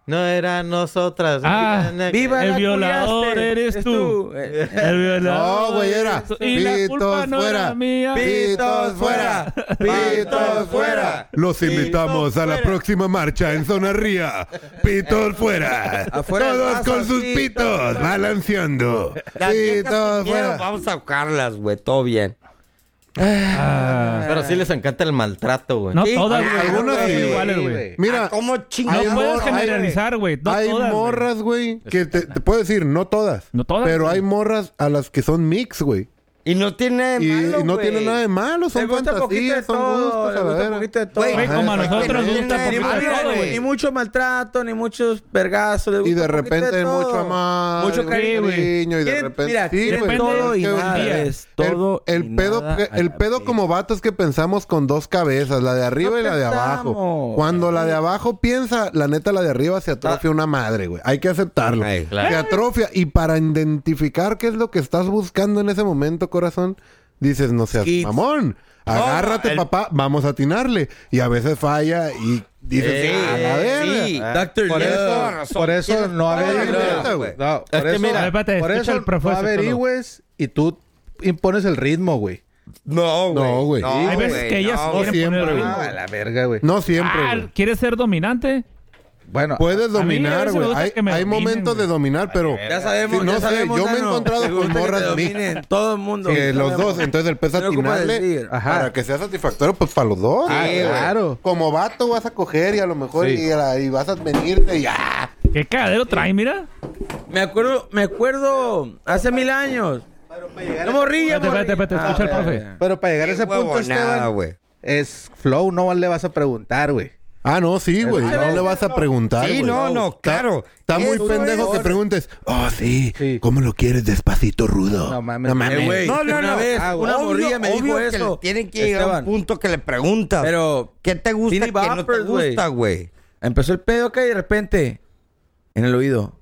Speaker 8: No eran nosotras.
Speaker 4: Ah,
Speaker 8: eran-
Speaker 1: ¡Viva!
Speaker 4: El
Speaker 1: la
Speaker 4: violador
Speaker 1: culiaste!
Speaker 4: eres tú.
Speaker 1: Eh,
Speaker 4: el violador.
Speaker 5: No, güey, era.
Speaker 4: eres tú. Y la culpa
Speaker 5: Pitos
Speaker 4: no
Speaker 5: fuera.
Speaker 4: era mía.
Speaker 1: ¡Pitos fuera! ¡Pitos fuera!
Speaker 5: Los invitamos a la próxima marcha en Zona Ría. Pitos fuera.
Speaker 1: Afuera del
Speaker 5: Todos
Speaker 1: vaso,
Speaker 5: con sus
Speaker 1: sí.
Speaker 5: pitos balanceando.
Speaker 2: Las viejas te
Speaker 5: Pitos
Speaker 2: quiero,
Speaker 5: fuera.
Speaker 2: Vamos a buscarlas, güey. Todo bien.
Speaker 4: Ah,
Speaker 8: Pero sí les encanta el maltrato, güey.
Speaker 4: no todas,
Speaker 5: al-
Speaker 4: güey.
Speaker 5: algunas
Speaker 4: Todas
Speaker 5: sí,
Speaker 4: son
Speaker 5: güey.
Speaker 4: iguales, güey.
Speaker 5: Mira,
Speaker 2: Ah, ¿Cómo
Speaker 5: hay
Speaker 4: No
Speaker 2: chingados?
Speaker 4: puedes
Speaker 5: mor- hay-
Speaker 4: generalizar, güey. No
Speaker 5: hay
Speaker 4: todas, güey.
Speaker 5: morras, güey, que te, te puedo decir, no todas.
Speaker 4: No todas,
Speaker 5: Pero
Speaker 4: güey.
Speaker 5: hay morras a las que son mix, güey.
Speaker 2: Y no tiene nada de
Speaker 5: Y,
Speaker 2: malo,
Speaker 5: y no
Speaker 2: güey.
Speaker 5: tiene nada de malo,
Speaker 1: Le
Speaker 5: son
Speaker 1: gusta poquito de
Speaker 5: fantasías, son
Speaker 1: todo.
Speaker 5: gustos,
Speaker 1: Le
Speaker 5: a la
Speaker 1: gusta
Speaker 5: verga.
Speaker 1: poquito de todo.
Speaker 2: Güey,
Speaker 4: Güey, como a
Speaker 5: Ajá,
Speaker 4: nosotros nos
Speaker 2: exactamente.
Speaker 4: gusta
Speaker 2: Ni
Speaker 4: poquito
Speaker 1: Ni,
Speaker 2: madre,
Speaker 4: de
Speaker 1: mucho-
Speaker 4: todo, güey.
Speaker 1: ni mucho maltrato, ni muchos vergazos. le
Speaker 5: Y
Speaker 1: gusta un
Speaker 5: de
Speaker 1: poquito
Speaker 5: repente
Speaker 1: todo.
Speaker 5: mucho más.
Speaker 1: Mucho cariño.
Speaker 4: güey.
Speaker 5: cariño y de
Speaker 1: Quieren-
Speaker 5: repente
Speaker 1: mira, quieren
Speaker 5: güey.
Speaker 1: todo y
Speaker 5: Es que,
Speaker 1: nada,
Speaker 5: mira,
Speaker 1: es
Speaker 5: el-
Speaker 1: todo
Speaker 5: el,
Speaker 1: y
Speaker 5: pedo
Speaker 1: nada
Speaker 5: que- el
Speaker 1: a la
Speaker 5: pedo
Speaker 1: vez.
Speaker 5: como vato es que pensamos con dos cabezas, la de arriba
Speaker 1: No
Speaker 5: y la de abajo.
Speaker 1: pensamos.
Speaker 5: Cuando la de abajo piensa, la neta la de arriba
Speaker 1: Ah.
Speaker 5: se atrofia una madre, güey. Hay que aceptarlo.
Speaker 2: Ay,
Speaker 8: claro.
Speaker 5: Se atrofia y para identificar qué es lo que estás buscando en ese momento, corazón, dices, no seas
Speaker 1: Skits.
Speaker 5: mamón. Agárrate, papá, vamos a atinarle. Y a veces falla y dices, "A la verga".
Speaker 1: Sí,
Speaker 8: Ah.
Speaker 1: Doctor
Speaker 7: Por
Speaker 1: Love.
Speaker 7: eso, por eso no
Speaker 5: razón,
Speaker 7: averigües.
Speaker 5: güey.
Speaker 7: No,
Speaker 1: Es
Speaker 7: por
Speaker 1: que
Speaker 7: eso,
Speaker 1: mira,
Speaker 4: A ver, espérate,
Speaker 7: por
Speaker 4: escucha
Speaker 7: eso
Speaker 4: al profesor,
Speaker 7: no averigües y tú impones el ritmo, güey.
Speaker 6: No, güey.
Speaker 5: No, güey.
Speaker 6: No,
Speaker 4: Hay veces
Speaker 6: güey,
Speaker 4: que ellas
Speaker 6: no,
Speaker 4: quieren
Speaker 5: siempre,
Speaker 4: poner
Speaker 5: güey.
Speaker 4: ritmo.
Speaker 7: Ah, la verga, güey.
Speaker 5: No siempre.
Speaker 4: Ah,
Speaker 5: güey.
Speaker 4: ¿Quieres ser dominante? Pues
Speaker 7: Bueno,
Speaker 5: Puedes
Speaker 4: a mí a
Speaker 5: dominar,
Speaker 4: veces me
Speaker 5: güey.
Speaker 4: gusta
Speaker 5: Hay,
Speaker 4: que me
Speaker 5: hay
Speaker 4: dominen,
Speaker 5: momentos de
Speaker 4: güey.
Speaker 5: dominar, pero.
Speaker 1: Ya sabemos,
Speaker 5: Sí, no
Speaker 1: ya
Speaker 5: sé,
Speaker 1: sabemos,
Speaker 5: yo me he
Speaker 1: Dano.
Speaker 5: encontrado
Speaker 1: Te
Speaker 5: con
Speaker 1: gusta que
Speaker 5: morras
Speaker 1: te
Speaker 5: mix.
Speaker 1: dominen, Todo el mundo.
Speaker 5: que los
Speaker 1: Sabemos.
Speaker 5: dos, entonces el pez
Speaker 1: No ocupa
Speaker 5: atinarle
Speaker 1: decir.
Speaker 7: Ajá.
Speaker 5: para que sea satisfactorio, pues para los dos.
Speaker 7: Ah,
Speaker 5: güey.
Speaker 7: claro.
Speaker 5: Como vato vas a coger y a lo mejor
Speaker 7: Sí.
Speaker 5: y, a la- y vas a venirte y ya.
Speaker 4: ¿Qué cadero trae, mira?
Speaker 1: Me acuerdo, me acuerdo hace mil años. No morrilla,
Speaker 4: Espérate, espérate, espérate,
Speaker 1: morrilla.
Speaker 4: escucha al
Speaker 1: Ah,
Speaker 4: profe.
Speaker 1: ya, ya.
Speaker 7: pero para llegar a ese punto,
Speaker 6: nada,
Speaker 7: Esteban,
Speaker 6: güey.
Speaker 7: es flow, no le vas a preguntar, güey.
Speaker 5: Ah, no, sí, güey. No le vas a preguntar.
Speaker 6: Sí,
Speaker 5: güey.
Speaker 6: no, no, claro.
Speaker 5: Está muy
Speaker 6: Eso
Speaker 5: pendejo
Speaker 6: es.
Speaker 5: que preguntes, oh, sí,
Speaker 7: Sí.
Speaker 5: ¿cómo lo quieres despacito, rudo?
Speaker 7: No mames.
Speaker 1: Eh, güey,
Speaker 6: No, no,
Speaker 1: una
Speaker 6: no.
Speaker 1: vez,
Speaker 7: Ah, güey.
Speaker 1: una
Speaker 6: Obvio-
Speaker 1: morrilla me dijo
Speaker 6: obvio que
Speaker 1: eso.
Speaker 6: le Tienen que llegar a un
Speaker 1: Esteban,
Speaker 6: punto que le preguntas.
Speaker 1: Pero
Speaker 6: ¿Qué te gusta
Speaker 1: Pini
Speaker 6: que no te
Speaker 1: Boppers, güey.
Speaker 6: gusta, güey?
Speaker 1: empezó el pedo que de repente en el oído.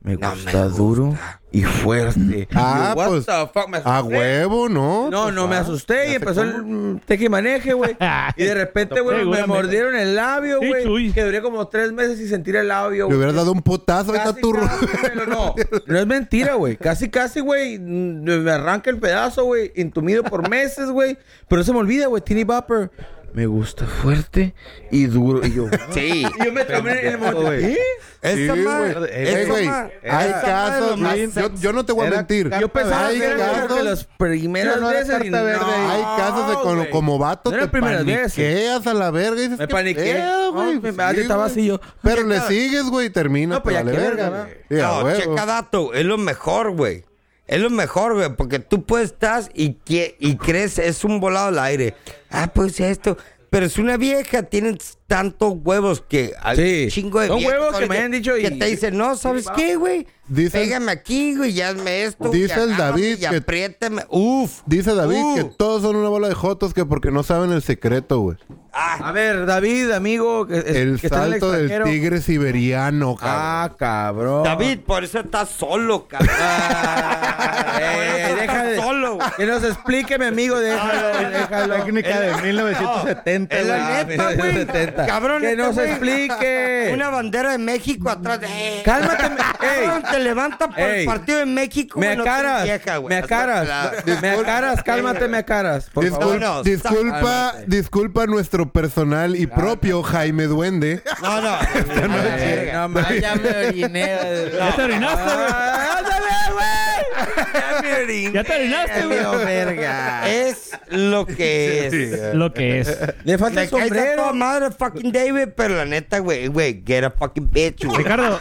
Speaker 1: Me
Speaker 6: No me
Speaker 1: gusta duro y fuerte.
Speaker 5: Ah,
Speaker 1: Yo, what
Speaker 5: pues,
Speaker 1: the fuck, me
Speaker 5: A
Speaker 1: asusté.
Speaker 5: huevo, ¿no?
Speaker 1: No,
Speaker 5: Pues,
Speaker 1: no, me
Speaker 5: ah,
Speaker 1: asusté y
Speaker 5: ya
Speaker 1: empezó
Speaker 5: sé
Speaker 1: el
Speaker 5: cómo.
Speaker 1: mm, tejimaneje, güey.
Speaker 4: Ah,
Speaker 1: Y de repente, güey, me
Speaker 4: Seguramente.
Speaker 1: mordieron el labio,
Speaker 4: Sí,
Speaker 1: güey.
Speaker 4: chuy.
Speaker 1: Que duré como tres meses sin sentir el labio,
Speaker 5: Le
Speaker 1: güey.
Speaker 5: hubieras dado un putazo a
Speaker 1: Casi,
Speaker 5: esta turro.
Speaker 1: casi, pero no, no es mentira, güey. Casi, casi, güey. mm, Me arranca el pedazo, güey. Intumido por meses, güey. Pero no se me olvida, güey. Tiny Bopper. Me gusta fuerte y duro. Y yo,
Speaker 6: Sí.
Speaker 1: y yo me tomé en el momento. ¿eh?
Speaker 6: Esa
Speaker 5: Sí,
Speaker 6: madre-
Speaker 5: güey.
Speaker 6: esa
Speaker 5: Eh, güey,
Speaker 6: madre-
Speaker 5: hay
Speaker 6: esa madre
Speaker 5: casos.
Speaker 6: lo más
Speaker 5: yo- Yo,
Speaker 6: sexy.
Speaker 5: no te voy a
Speaker 7: Era
Speaker 5: mentir.
Speaker 7: carta
Speaker 1: Yo pensaba
Speaker 5: hay
Speaker 1: que era
Speaker 5: casos,
Speaker 1: de las primeras
Speaker 5: Yo no era
Speaker 1: veces. y
Speaker 5: carta verde.
Speaker 1: no,
Speaker 5: hay casos de con-
Speaker 1: güey.
Speaker 5: como vato
Speaker 1: No era
Speaker 5: te
Speaker 1: primeras veces.
Speaker 5: paniqueas a la verga y dices,
Speaker 1: Me
Speaker 5: "¿Qué
Speaker 1: paniqué.
Speaker 5: pedo,
Speaker 1: No,
Speaker 5: güey?"
Speaker 1: me- ah, yo
Speaker 5: Sí,
Speaker 1: estaba
Speaker 5: güey.
Speaker 1: así yo.
Speaker 5: Pero le sigues, güey, y termina.
Speaker 1: No, pues, ya
Speaker 5: vale
Speaker 1: qué
Speaker 5: verga,
Speaker 1: verga,
Speaker 5: güey. Sí, a
Speaker 6: No,
Speaker 5: huevo.
Speaker 6: checa dato, es lo mejor, güey. Es lo mejor, güey, porque tú puedes estar y, que, y crees, es un volado al aire. Ah, pues esto. Pero es una vieja, tienen tantos huevos que hay
Speaker 1: Sí.
Speaker 6: un chingo de
Speaker 1: Son
Speaker 6: viejas
Speaker 1: huevos que me han dicho y-
Speaker 6: que te dicen, no, ¿sabes qué, güey?
Speaker 5: Dice-
Speaker 6: Pégame aquí, güey, y hazme esto.
Speaker 5: Dice
Speaker 6: y
Speaker 5: el
Speaker 6: agárrame
Speaker 5: David
Speaker 6: y
Speaker 5: que-
Speaker 6: apriétame. Uf.
Speaker 5: Dice David
Speaker 6: Uh.
Speaker 5: que todos son una bola de jotos que porque no saben el secreto, güey.
Speaker 6: Ah,
Speaker 1: A ver, David, amigo. Que,
Speaker 5: El
Speaker 1: que está en
Speaker 5: salto del
Speaker 1: extranjero.
Speaker 5: tigre siberiano, cabrón.
Speaker 1: Ah, cabrón.
Speaker 6: David, por eso estás solo, cabrón.
Speaker 1: Ah, eh,
Speaker 6: Por eso
Speaker 1: deja
Speaker 6: estás
Speaker 1: de-
Speaker 6: solo, güey.
Speaker 1: Que nos explique, mi amigo. Déjalo, déjalo.
Speaker 7: Técnica de 1970,
Speaker 6: Es la
Speaker 7: güey.
Speaker 6: neta, güey.
Speaker 7: 1970.
Speaker 6: Cabrón,
Speaker 1: Que
Speaker 6: este
Speaker 1: nos
Speaker 6: güey-
Speaker 1: explique.
Speaker 6: Una bandera de México atrás. de- Eh,
Speaker 1: Cálmate, me-
Speaker 6: Cabrón,
Speaker 1: ey.
Speaker 6: te levanta por
Speaker 1: Ey.
Speaker 6: el partido de México.
Speaker 1: Me
Speaker 6: güey, no te
Speaker 1: acaras.
Speaker 6: vieja, güey.
Speaker 1: me
Speaker 6: Hasta
Speaker 1: acaras.
Speaker 6: la-
Speaker 1: Me acaras. Cálmate, me acaras. Por
Speaker 5: Discul-
Speaker 1: favor.
Speaker 6: No, no,
Speaker 5: disculpa,
Speaker 1: cálmate.
Speaker 5: disculpa a nuestro personal
Speaker 1: Ah,
Speaker 5: y propio Jaime Duende.
Speaker 6: No, no.
Speaker 1: A ver, No, mames, ya me oriné.
Speaker 4: ¿Ya te orinaste, güey?
Speaker 1: Ah, ándale, güey. Ya me oriné.
Speaker 4: ¿Ya te orinaste, güey?
Speaker 1: Dios, verga.
Speaker 6: Es lo que es.
Speaker 4: Lo que es.
Speaker 1: Le falta
Speaker 6: Me
Speaker 1: el
Speaker 6: caes a toda
Speaker 1: sombrero.
Speaker 6: madre, fucking David, pero la neta, güey, güey, get a fucking bitch, güey.
Speaker 4: Ricardo.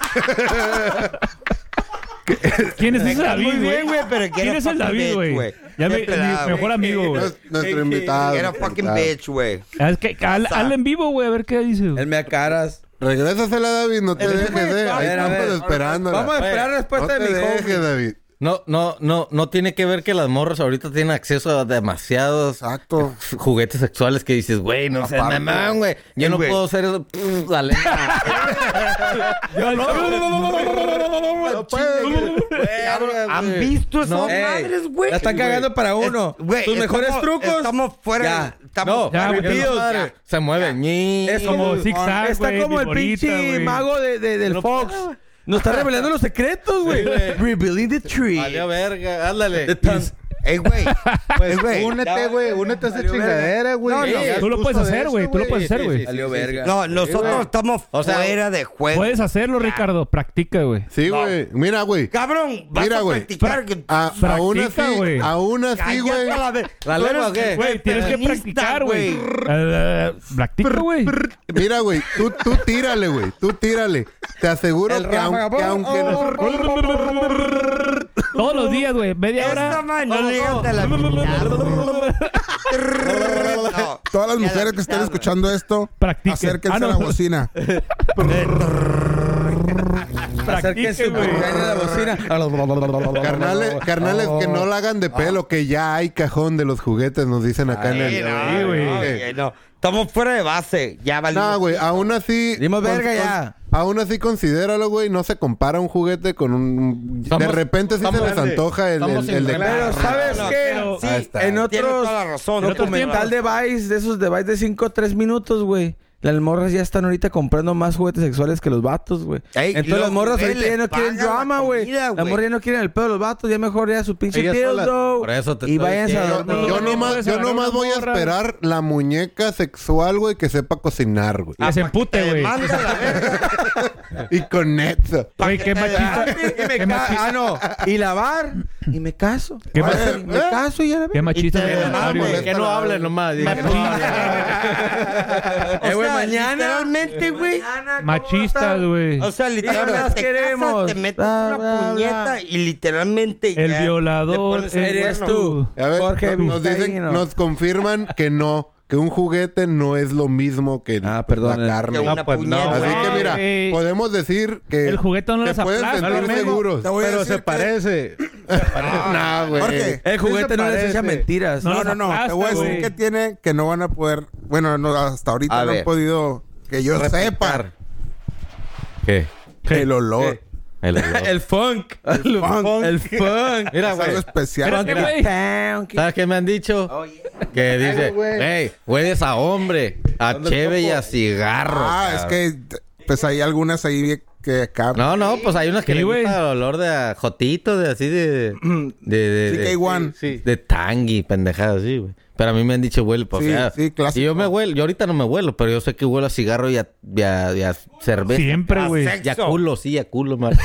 Speaker 4: ¿Quién es ese
Speaker 6: caes
Speaker 4: David,
Speaker 6: muy
Speaker 4: güey?
Speaker 6: bien, güey, pero que
Speaker 4: ¿Quién
Speaker 6: era
Speaker 4: es el
Speaker 6: fucking
Speaker 4: David,
Speaker 6: bitch,
Speaker 4: güey?
Speaker 6: güey.
Speaker 4: Ya me,
Speaker 6: Qué pelada,
Speaker 4: mi mejor
Speaker 6: güey.
Speaker 4: amigo,
Speaker 1: Pues,
Speaker 4: güey. Ah,
Speaker 5: Nuestro- Nuestro invitado.
Speaker 6: Get a fucking bitch, güey.
Speaker 4: Es que al,
Speaker 6: Pasa.
Speaker 4: al en vivo, güey, a ver qué dice. güey.
Speaker 1: Él me acaras.
Speaker 5: Regrésasela, David, no te dejes, eh.
Speaker 1: a
Speaker 5: Ahí
Speaker 1: ver, a ver.
Speaker 5: estamos esperándola.
Speaker 1: Vamos a esperar
Speaker 5: Oye,
Speaker 1: respuesta
Speaker 5: no
Speaker 1: de mi
Speaker 5: te
Speaker 1: homie.
Speaker 5: dejes, David.
Speaker 8: No, no, no, no tiene que ver que las morras ahorita tienen acceso a demasiados
Speaker 3: Exacto.
Speaker 8: juguetes sexuales que dices, güey, no seas
Speaker 3: Aparte.
Speaker 8: mamón, güey. Yo
Speaker 6: Sí,
Speaker 8: no
Speaker 6: güey.
Speaker 8: puedo ser eso. Pff, la lengua.
Speaker 5: No
Speaker 8: pues,
Speaker 5: puede.
Speaker 6: ¿Han visto esas
Speaker 8: No.
Speaker 6: madres,
Speaker 1: Ey,
Speaker 6: güey?
Speaker 1: ya están cagando para uno.
Speaker 6: Es- güey,
Speaker 1: Tus
Speaker 6: estamos-
Speaker 1: mejores trucos.
Speaker 6: Estamos fuera.
Speaker 1: Ya.
Speaker 6: Estamos
Speaker 1: No, ya,
Speaker 4: güey,
Speaker 8: Porque
Speaker 1: Dios,
Speaker 8: no,
Speaker 1: ya.
Speaker 8: Se mueve. Ñi.
Speaker 1: Es
Speaker 4: como
Speaker 1: el-
Speaker 4: zigzag,
Speaker 1: Está
Speaker 4: güey,
Speaker 1: como el
Speaker 4: viborita,
Speaker 1: pinche
Speaker 4: güey.
Speaker 1: mago de, de- del Fox. Nos está revelando los secretos, güey. Revealing the
Speaker 8: Valió
Speaker 1: tree.
Speaker 8: verga, ándale.
Speaker 1: The tongue.
Speaker 6: Ey, güey. Pues, güey.
Speaker 7: Únete, güey. Únete a esa chingadera, güey.
Speaker 8: No, no,
Speaker 7: Ya
Speaker 4: Tú lo
Speaker 7: justo
Speaker 4: puedes
Speaker 7: de
Speaker 4: hacer,
Speaker 7: eso,
Speaker 4: güey. Tú lo puedes hacer, güey.
Speaker 1: Valió verga.
Speaker 6: No, nosotros estamos
Speaker 8: O sea,
Speaker 6: fuera de juego.
Speaker 4: Puedes hacerlo, Ricardo. Practica, güey.
Speaker 5: Sí, güey. Mira, güey.
Speaker 6: Cabrón, vas
Speaker 5: Mira,
Speaker 6: a
Speaker 5: güey.
Speaker 6: practicar. que-
Speaker 5: A- Aún así,
Speaker 4: Practica, güey.
Speaker 5: aún así,
Speaker 6: Cállate
Speaker 5: güey.
Speaker 6: a la ver-
Speaker 8: ¿La
Speaker 6: Tú
Speaker 8: lengua
Speaker 6: eres-
Speaker 8: o qué?
Speaker 4: Güey, tienes que
Speaker 6: Perfeccionista,
Speaker 4: practicar, güey. Eh, Practica, güey.
Speaker 5: Mira, güey. Tú, tú tírale, güey. Tú tírale. Te aseguro que, aun- que aunque no-
Speaker 4: Todos los días, güey. Media
Speaker 6: Esta
Speaker 4: hora.
Speaker 6: madre, no le digas de la No.
Speaker 3: Todas las mujeres que estén escuchando esto,
Speaker 4: Practiquen.
Speaker 3: acérquense
Speaker 4: Ah, no.
Speaker 3: a la bocina.
Speaker 4: Practica,
Speaker 1: Acérquense,
Speaker 4: güey.
Speaker 1: güey. Caen en la
Speaker 7: güey.
Speaker 3: eh,
Speaker 5: Carnales, carnales que no la hagan de pelo, que ya hay cajón de los juguetes, nos dicen acá en
Speaker 6: Sí,
Speaker 5: el...
Speaker 6: no,
Speaker 4: Sí, güey.
Speaker 6: no, güey, no. Estamos fuera de base. Ya valimos.
Speaker 5: No, güey, aún así.
Speaker 1: Dimos
Speaker 5: con-
Speaker 1: verga
Speaker 5: con-
Speaker 1: ya.
Speaker 5: Aún así, considéralo, güey. No se compara un juguete con un. de
Speaker 8: Somos-
Speaker 5: repente sí se
Speaker 8: somos-
Speaker 5: les antoja el,
Speaker 8: somos
Speaker 5: el, el de
Speaker 8: sin reglas.
Speaker 1: Pero ¿sabes
Speaker 6: no,
Speaker 1: qué?
Speaker 4: pero-
Speaker 1: Sí,
Speaker 8: Ahí está.
Speaker 1: en
Speaker 6: Tienes
Speaker 1: otros
Speaker 6: toda la razón.
Speaker 4: en otros
Speaker 1: documental de Vice, de esos de Vice de 5 o 3 minutos, güey. Las morras ya están ahorita comprando más juguetes sexuales que los vatos, güey.
Speaker 6: Ey,
Speaker 1: Entonces
Speaker 6: los
Speaker 1: las morras
Speaker 6: güeyes
Speaker 1: ahorita ya
Speaker 6: les
Speaker 1: no quieren
Speaker 6: pagan la
Speaker 1: drama, güey.
Speaker 6: comida,
Speaker 1: Las
Speaker 6: güey.
Speaker 1: morras ya no quieren el pedo de los vatos, ya mejor ya su pinche
Speaker 8: Ellas solas.
Speaker 1: dildo.
Speaker 8: Por eso te
Speaker 1: Y
Speaker 8: estoy
Speaker 1: váyanse a
Speaker 8: diciendo.
Speaker 1: dormir.
Speaker 5: Yo nomás,
Speaker 4: puedes
Speaker 5: yo
Speaker 4: agarrar
Speaker 5: nomás
Speaker 4: una
Speaker 5: voy a
Speaker 4: morra.
Speaker 5: esperar la muñeca sexual, güey, que sepa cocinar, güey.
Speaker 7: Ah,
Speaker 4: Que se empute, güey.
Speaker 6: Manda la verga.
Speaker 5: Y con eso.
Speaker 4: Güey, qué machista. Qué
Speaker 1: Ah,
Speaker 4: machista.
Speaker 1: no. Y lavar. Y me caso.
Speaker 4: ¿Qué
Speaker 1: Ahora
Speaker 4: pasa?
Speaker 1: sí, Me caso y ya la
Speaker 4: Qué
Speaker 1: verga.
Speaker 4: machista.
Speaker 6: te
Speaker 4: güey,
Speaker 6: ven,
Speaker 4: Mario,
Speaker 6: güey.
Speaker 4: güey.
Speaker 8: Que no hable nomás. dije, no
Speaker 1: Eh,
Speaker 6: O
Speaker 1: güey,
Speaker 6: sea,
Speaker 1: mañana.
Speaker 6: Literalmente, güey.
Speaker 4: Machistas, güey.
Speaker 6: O sea,
Speaker 1: Las
Speaker 6: literalmente te
Speaker 1: queremos.
Speaker 6: casas, te metes
Speaker 1: Bla,
Speaker 6: una
Speaker 1: bla, bla.
Speaker 6: puñeta y literalmente
Speaker 4: El
Speaker 6: ya
Speaker 4: violador.
Speaker 6: te pones
Speaker 4: el
Speaker 6: el
Speaker 1: Eres
Speaker 4: bueno.
Speaker 1: tú.
Speaker 5: A ver,
Speaker 1: Jorge
Speaker 5: nos, dicen,
Speaker 1: Vizcaíno.
Speaker 5: nos confirman que no. Que un juguete no es lo mismo que
Speaker 1: Ah, perdón.
Speaker 7: eh.
Speaker 5: la
Speaker 6: que
Speaker 5: carne.
Speaker 6: una
Speaker 8: pues, no,
Speaker 6: puñeta.
Speaker 5: Así
Speaker 4: Ah, güey.
Speaker 5: que mira,
Speaker 4: güey.
Speaker 5: podemos decir que
Speaker 4: El juguete no
Speaker 5: se
Speaker 4: las
Speaker 5: pueden
Speaker 4: aplaca,
Speaker 5: sentir
Speaker 4: lo mismo.
Speaker 5: seguros.
Speaker 3: Te voy a
Speaker 7: Pero
Speaker 3: decir
Speaker 7: se
Speaker 3: que-
Speaker 7: parece.
Speaker 5: No, güey.
Speaker 3: Jorge,
Speaker 1: El juguete no les echa mentiras.
Speaker 4: No,
Speaker 3: No, no, no.
Speaker 4: Hasta,
Speaker 3: te voy a decir
Speaker 4: güey.
Speaker 3: que tiene que no van a poder. Bueno, no, hasta ahorita
Speaker 6: A
Speaker 3: no
Speaker 6: ver.
Speaker 3: han podido. Que yo sepa
Speaker 8: ¿Qué?
Speaker 3: el
Speaker 7: Eh,
Speaker 3: olor.
Speaker 8: El
Speaker 1: El funk. El funk. El funk.
Speaker 8: Mira,
Speaker 3: Es algo
Speaker 8: güey.
Speaker 3: especial.
Speaker 4: Espérate, güey.
Speaker 8: ¿Sabes qué me han dicho? Que dice, hey, hueles a hombre, a cheve y a cigarro.
Speaker 3: Ah, es
Speaker 8: cabrón".
Speaker 3: que pues hay algunas ahí que acá.
Speaker 8: No, no, pues hay unas que
Speaker 4: Sí,
Speaker 8: le
Speaker 4: güey.
Speaker 8: gusta el olor de a jotito, de así de... De, de, de,
Speaker 3: CK1.
Speaker 8: sí, de tangui, pendejada, sí, güey. Pero a mí me han dicho huele, pues,
Speaker 3: Sí,
Speaker 8: ya.
Speaker 3: sí, clásico.
Speaker 8: Y yo me huelo, yo ahorita no me huelo, pero yo sé que huelo a cigarro y a, y a, y a cerveza.
Speaker 6: ah,
Speaker 4: Siempre, güey.
Speaker 8: Y a culo, sí, a culo, me acuerdo.